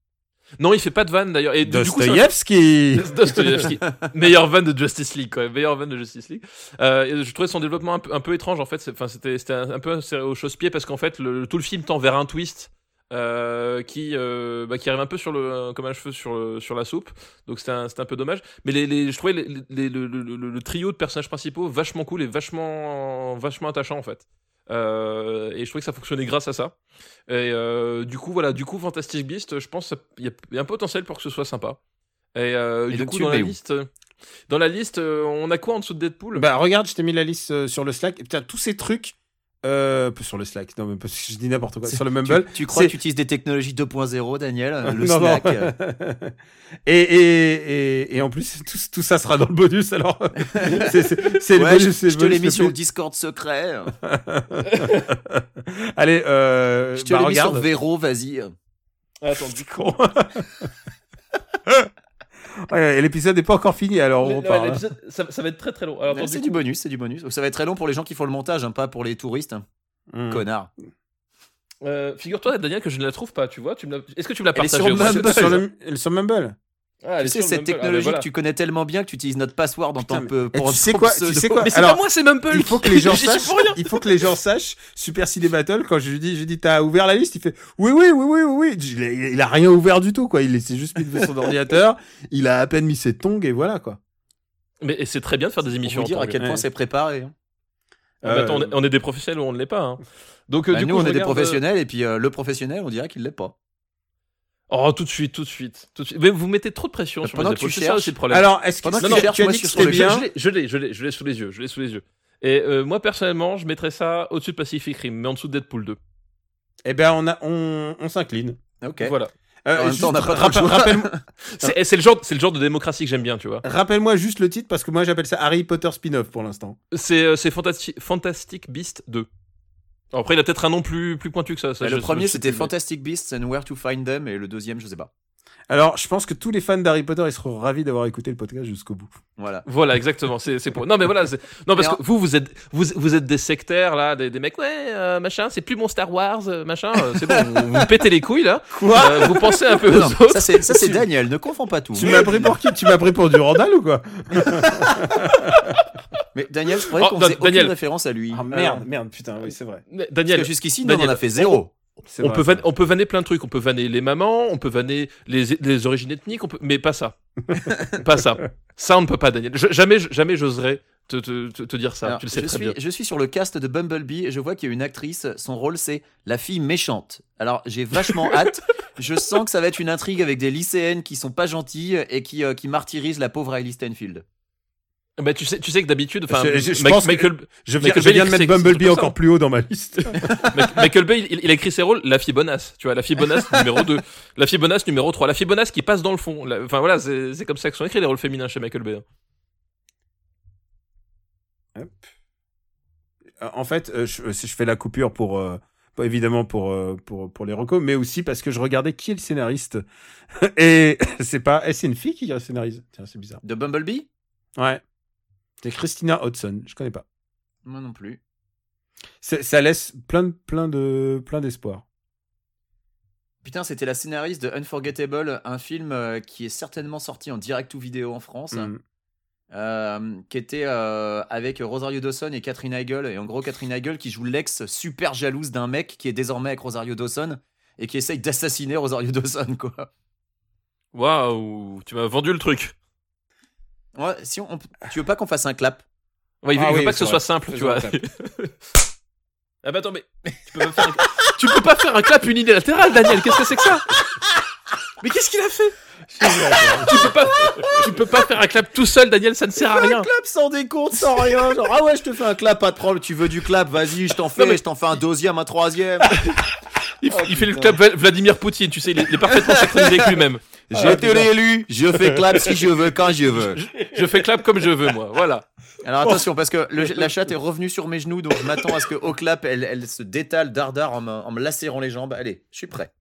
[SPEAKER 3] Non, il fait pas de vanne d'ailleurs. Et du- du coup, ça-
[SPEAKER 2] Dostoïevski
[SPEAKER 3] Dostoevsky. Meilleur van de Justice League, quand même. Meilleur van de Justice League. Euh, et je trouvais son développement un peu, un peu étrange, en fait. C'est- Enfin, c'était, c'était un, un peu au chausse-pied parce qu'en fait, le, tout le film tend vers un twist. euh, qui euh, bah, qui arrive un peu sur le comme un cheveu sur le- sur la soupe donc c'était un, c'était un peu dommage mais les, les- je trouvais les- les- les- le, le- le- le trio de personnages principaux vachement cool et vachement vachement attachant en fait Euh, et je trouvais que ça fonctionnait grâce à ça et euh, du coup voilà du coup Fantastic Beast je pense qu'il y, a- il y a un potentiel pour que ce soit sympa et, euh,
[SPEAKER 4] Et
[SPEAKER 3] du
[SPEAKER 4] donc,
[SPEAKER 3] coup
[SPEAKER 4] tu
[SPEAKER 3] dans
[SPEAKER 4] le
[SPEAKER 3] la
[SPEAKER 4] mets où
[SPEAKER 3] liste dans la liste euh, on a quoi en dessous de Deadpool
[SPEAKER 2] Bah regarde, je t'ai mis la liste euh, sur le Slack. Et putain, tous ces trucs... Euh, peu sur le Slack, non mais parce que je dis n'importe quoi.
[SPEAKER 4] C'est-
[SPEAKER 2] Sur le
[SPEAKER 4] tu,
[SPEAKER 2] Mumble.
[SPEAKER 4] tu crois
[SPEAKER 2] c'est-
[SPEAKER 4] que tu utilises des technologies 2.0, Daniel Le
[SPEAKER 2] Non, non.
[SPEAKER 4] snack euh,
[SPEAKER 2] et, et, et, et en plus, tout, tout ça sera dans le bonus alors. c'est c'est- c'est le
[SPEAKER 4] ouais, je,
[SPEAKER 2] bonus, c'est le
[SPEAKER 4] je te
[SPEAKER 2] bonus
[SPEAKER 4] l'ai mis
[SPEAKER 2] le
[SPEAKER 4] sur le
[SPEAKER 2] plus-
[SPEAKER 4] Discord secret.
[SPEAKER 2] Allez, euh,
[SPEAKER 4] Je te
[SPEAKER 2] bah,
[SPEAKER 4] l'ai mis sur
[SPEAKER 2] regarde.
[SPEAKER 4] Véro, vas-y.
[SPEAKER 3] Ah, attends
[SPEAKER 2] C'est con. Ouais, et l'épisode n'est pas encore fini alors on repart. hein.
[SPEAKER 3] ça, va être très très long
[SPEAKER 4] Ouais, Bah, C'est du bonus, c'est du bonus. Ça va être très long pour les gens qui font le montage, hein, pas pour les touristes. hein.
[SPEAKER 2] Hmm.
[SPEAKER 4] Connard.
[SPEAKER 3] euh, figure-toi Daniel que je ne la trouve pas tu vois tu me l'as- est-ce que tu me l'as
[SPEAKER 4] Elle est
[SPEAKER 3] partagée
[SPEAKER 4] sur
[SPEAKER 3] au moins
[SPEAKER 4] Mumble.
[SPEAKER 2] Sur le- sur Mumble.
[SPEAKER 3] Ah, elle
[SPEAKER 4] Tu
[SPEAKER 3] est
[SPEAKER 4] sais,
[SPEAKER 3] sur
[SPEAKER 4] cette
[SPEAKER 3] Mumble. Ah, bah,
[SPEAKER 4] technologie
[SPEAKER 3] voilà. eh,
[SPEAKER 4] que tu connais tellement bien que tu utilises notre password dans
[SPEAKER 2] Putain,
[SPEAKER 4] ton peu
[SPEAKER 2] Et
[SPEAKER 4] pour
[SPEAKER 2] tu sais
[SPEAKER 4] ton
[SPEAKER 2] quoi, tu
[SPEAKER 4] pseudo.
[SPEAKER 2] sais quoi
[SPEAKER 3] Ah, Mais c'est
[SPEAKER 2] Alors,
[SPEAKER 3] pas moi, c'est Mumble.
[SPEAKER 2] il faut que les gens
[SPEAKER 3] J'y suis
[SPEAKER 2] sachent.
[SPEAKER 3] pour rien.
[SPEAKER 2] Il faut que les gens sachent. Super Ciné Battle, quand je lui dis, je lui dis, t'as ouvert la liste, il fait, oui, oui, oui, oui, oui, oui. Il a, il a rien ouvert du tout, quoi. Il s'est juste mis devant son ordinateur. Il a à peine mis ses tongs et voilà, quoi.
[SPEAKER 3] Mais et c'est très bien de faire des
[SPEAKER 4] Pour
[SPEAKER 3] émissions.
[SPEAKER 4] vous dire
[SPEAKER 3] en
[SPEAKER 4] à
[SPEAKER 3] temps
[SPEAKER 4] quel
[SPEAKER 3] réel.
[SPEAKER 4] point c'est préparé. hein.
[SPEAKER 3] Ah, mais attends, on,
[SPEAKER 2] Euh,
[SPEAKER 3] est, on est des professionnels ou on ne l'est pas. hein. Donc euh,
[SPEAKER 4] Bah,
[SPEAKER 3] du
[SPEAKER 4] nous,
[SPEAKER 3] coup,
[SPEAKER 4] on
[SPEAKER 3] je
[SPEAKER 4] est des
[SPEAKER 3] regarde, euh,
[SPEAKER 4] professionnels, et puis euh, le professionnel, on dirait qu'il l'est pas.
[SPEAKER 3] Oh, tout de suite, tout de suite, tout de suite. Mais vous mettez trop de pression
[SPEAKER 4] Bah,
[SPEAKER 3] sur
[SPEAKER 4] pendant
[SPEAKER 3] mes
[SPEAKER 4] que tu
[SPEAKER 3] épaules. C'est ça
[SPEAKER 4] cherches-
[SPEAKER 3] aussi le problème.
[SPEAKER 2] Alors, est-ce que
[SPEAKER 4] Pendant
[SPEAKER 2] tu,
[SPEAKER 4] que tu
[SPEAKER 2] tu as
[SPEAKER 4] cherches,
[SPEAKER 2] dit que
[SPEAKER 4] moi,
[SPEAKER 2] c'était
[SPEAKER 4] je suis sur
[SPEAKER 3] Je
[SPEAKER 2] bien?
[SPEAKER 3] l'ai, je l'ai, je l'ai, je l'ai sous les yeux, je l'ai sous les yeux. Et euh, moi personnellement, je mettrais ça au-dessus de Pacific Rim, mais en dessous de Deadpool 2.
[SPEAKER 2] Eh ben, on a, on, on s'incline.
[SPEAKER 4] Ok. Ah.
[SPEAKER 3] Voilà.
[SPEAKER 2] Euh,
[SPEAKER 4] En même
[SPEAKER 2] juste
[SPEAKER 4] temps, on n'a pas
[SPEAKER 2] rappe-
[SPEAKER 4] trop le choix.
[SPEAKER 2] rappelle-moi-
[SPEAKER 3] C'est, et c'est le genre, c'est le genre de démocratie que j'aime bien, tu vois.
[SPEAKER 2] Rappelle-moi juste le titre parce que moi j'appelle ça Harry Potter spin-off pour l'instant.
[SPEAKER 3] C'est, euh, c'est Fantastic, Fantastic Beast 2. Alors, après, il a peut-être un nom plus, plus pointu que ça. ça,
[SPEAKER 4] Bah,
[SPEAKER 3] je-
[SPEAKER 4] le
[SPEAKER 3] je
[SPEAKER 4] premier,
[SPEAKER 3] sais
[SPEAKER 4] c'était
[SPEAKER 3] plus, mais-
[SPEAKER 4] Fantastic Beasts and Where to Find Them, et le deuxième, je sais pas.
[SPEAKER 2] Alors, je pense que tous les fans d'Harry Potter, ils seront ravis d'avoir écouté le podcast jusqu'au bout.
[SPEAKER 4] Voilà.
[SPEAKER 3] Voilà, exactement. C'est c'est pour. Non, mais voilà. c'est- Non, parce
[SPEAKER 4] Et en-
[SPEAKER 3] que vous, vous êtes, vous, vous êtes des sectaires là, des, des mecs. Ouais, euh, machin. C'est plus mon Star Wars, euh, machin. euh, c'est bon. Vous, vous pétez les couilles là.
[SPEAKER 2] Quoi
[SPEAKER 3] Euh, Vous pensez un peu
[SPEAKER 4] Non,
[SPEAKER 3] aux
[SPEAKER 4] non,
[SPEAKER 3] autres.
[SPEAKER 4] ça, c'est ça, c'est Daniel, ne confonds pas tout.
[SPEAKER 2] Tu m'as pris pour qui Tu m'as pris pour du Randall ou quoi
[SPEAKER 4] Mais Daniel, je croyais
[SPEAKER 3] Oh,
[SPEAKER 4] qu'on
[SPEAKER 3] Dan-
[SPEAKER 4] faisait aucune
[SPEAKER 3] Daniel.
[SPEAKER 4] référence à lui.
[SPEAKER 2] Ah merde, merde, putain, oui, c'est vrai.
[SPEAKER 3] Mais
[SPEAKER 4] Parce que
[SPEAKER 3] Daniel,
[SPEAKER 4] jusqu'ici, nous, on
[SPEAKER 3] Daniel.
[SPEAKER 4] en a fait zéro.
[SPEAKER 2] C'est
[SPEAKER 3] on
[SPEAKER 2] vrai,
[SPEAKER 3] peut,
[SPEAKER 2] c'est
[SPEAKER 3] vanner, on peut vanner plein de trucs. On peut vanner les mamans, on peut vanner les, les origines ethniques, on peut... mais pas ça. pas ça. Ça, on ne peut pas, Daniel. Je- jamais, jamais j'oserais te, te, te- te dire ça.
[SPEAKER 4] Alors,
[SPEAKER 3] tu le sais
[SPEAKER 4] je,
[SPEAKER 3] très
[SPEAKER 4] suis,
[SPEAKER 3] bien.
[SPEAKER 4] je suis sur le cast de Bumblebee et je vois qu'il y a une actrice. Son rôle, c'est la fille méchante. Alors, j'ai vachement hâte. Je sens que ça va être une intrigue avec des lycéennes qui sont pas gentilles et qui, euh, qui martyrisent la pauvre Riley Stanfield.
[SPEAKER 3] Bah, tu, sais, tu sais que d'habitude, enfin,
[SPEAKER 2] Je- je- je
[SPEAKER 3] Ma-
[SPEAKER 2] pense que-
[SPEAKER 3] Michael,
[SPEAKER 2] Je viens,
[SPEAKER 3] Michael
[SPEAKER 2] je viens de
[SPEAKER 3] Bay,
[SPEAKER 2] mettre
[SPEAKER 3] c'est- c'est
[SPEAKER 2] Bumblebee
[SPEAKER 3] tout ça.
[SPEAKER 2] encore plus haut dans ma liste.
[SPEAKER 3] Ma- Michael Bay, il, il a écrit ses rôles, la fille bonasse, tu vois, la fille bonasse numéro 2, la fille bonasse numéro 3, la fille bonasse qui passe dans le fond. La- Enfin voilà, c'est c'est comme ça que sont écrits les rôles féminins chez Michael Bay. hein.
[SPEAKER 2] Euh, en fait, euh, je, euh, je fais la coupure pour, euh, pour- évidemment pour, euh, pour, pour les recos, mais aussi parce que je regardais qui est le scénariste. Et c'est pas, eh, c'est une fille qui scénarise. Tiens, c'est bizarre.
[SPEAKER 4] De Bumblebee
[SPEAKER 2] Ouais. C'est Christina Hodson, je connais pas.
[SPEAKER 4] Moi non plus.
[SPEAKER 2] C'est- Ça laisse plein de, plein de, plein d'espoir.
[SPEAKER 4] Putain, c'était la scénariste de Unforgettable, un film euh, qui est certainement sorti en direct ou vidéo en France,
[SPEAKER 2] Mm.
[SPEAKER 4] euh, qui était euh, avec Rosario Dawson et Catherine Heigl. Et en gros, Catherine Heigl qui joue l'ex super jalouse d'un mec qui est désormais avec Rosario Dawson et qui essaye d'assassiner Rosario Dawson, quoi.
[SPEAKER 3] Waouh, tu m'as vendu le truc.
[SPEAKER 4] Ouais, si on, on- tu veux pas qu'on fasse un clap
[SPEAKER 3] Ouais, il veut,
[SPEAKER 2] Ah
[SPEAKER 3] il veut
[SPEAKER 2] oui,
[SPEAKER 3] pas que ce
[SPEAKER 2] c'est
[SPEAKER 3] soit
[SPEAKER 2] vrai.
[SPEAKER 3] simple, tu
[SPEAKER 2] Faisons
[SPEAKER 3] vois.
[SPEAKER 2] un clap.
[SPEAKER 3] ah bah attends, mais tu peux pas faire un, tu peux pas faire un clap unilatéral, Daniel, qu'est-ce que c'est que ça Mais qu'est-ce qu'il a fait tu, peux pas, tu peux pas faire un clap tout seul, Daniel, ça ne sert à rien.
[SPEAKER 4] clap sans décompte, sans rien. Genre, ah ouais, je te fais un clap, pas de problème. Tu veux du clap, vas-y, je t'en fais,
[SPEAKER 3] mais-
[SPEAKER 4] je t'en fais un deuxième, un troisième.
[SPEAKER 3] Il,
[SPEAKER 2] Oh,
[SPEAKER 3] il fait le clap Val- Vladimir Poutine, tu sais, il est, il est parfaitement synchronisé avec lui-même.
[SPEAKER 2] Ah,
[SPEAKER 4] J'ai été élu, je fais clap si je veux, quand je veux.
[SPEAKER 3] Je fais clap comme je veux, moi, voilà.
[SPEAKER 4] Alors attention, parce que le- la chatte est revenue sur mes genoux, donc je m'attends à ce que au clap, elle, elle se détale dardard en me, en me lacérant les jambes. Allez, je suis prêt.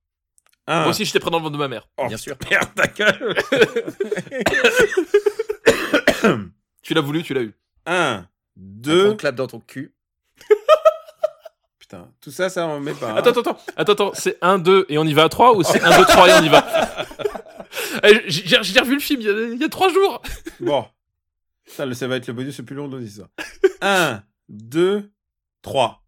[SPEAKER 2] Un.
[SPEAKER 3] Moi aussi, j'étais prêt dans le ventre de ma mère.
[SPEAKER 2] Oh,
[SPEAKER 4] bien sûr.
[SPEAKER 2] Merde, ta gueule.
[SPEAKER 3] Tu l'as voulu, tu l'as eu.
[SPEAKER 2] Un,
[SPEAKER 4] Prends le
[SPEAKER 2] deux.
[SPEAKER 4] clap dans ton cul.
[SPEAKER 2] Putain, tout ça, ça on met pas. hein.
[SPEAKER 3] Attends, attends, attends, attends, attends, c'est 1, 2 et on y va à 3 ou c'est 1, 2, 3 et on y va Eh, J'ai j'ai revu le film il y a- il y a 3 jours.
[SPEAKER 2] Bon. Ça, le- ça va être le bonus le plus long de l'histoire. Un, deux, trois.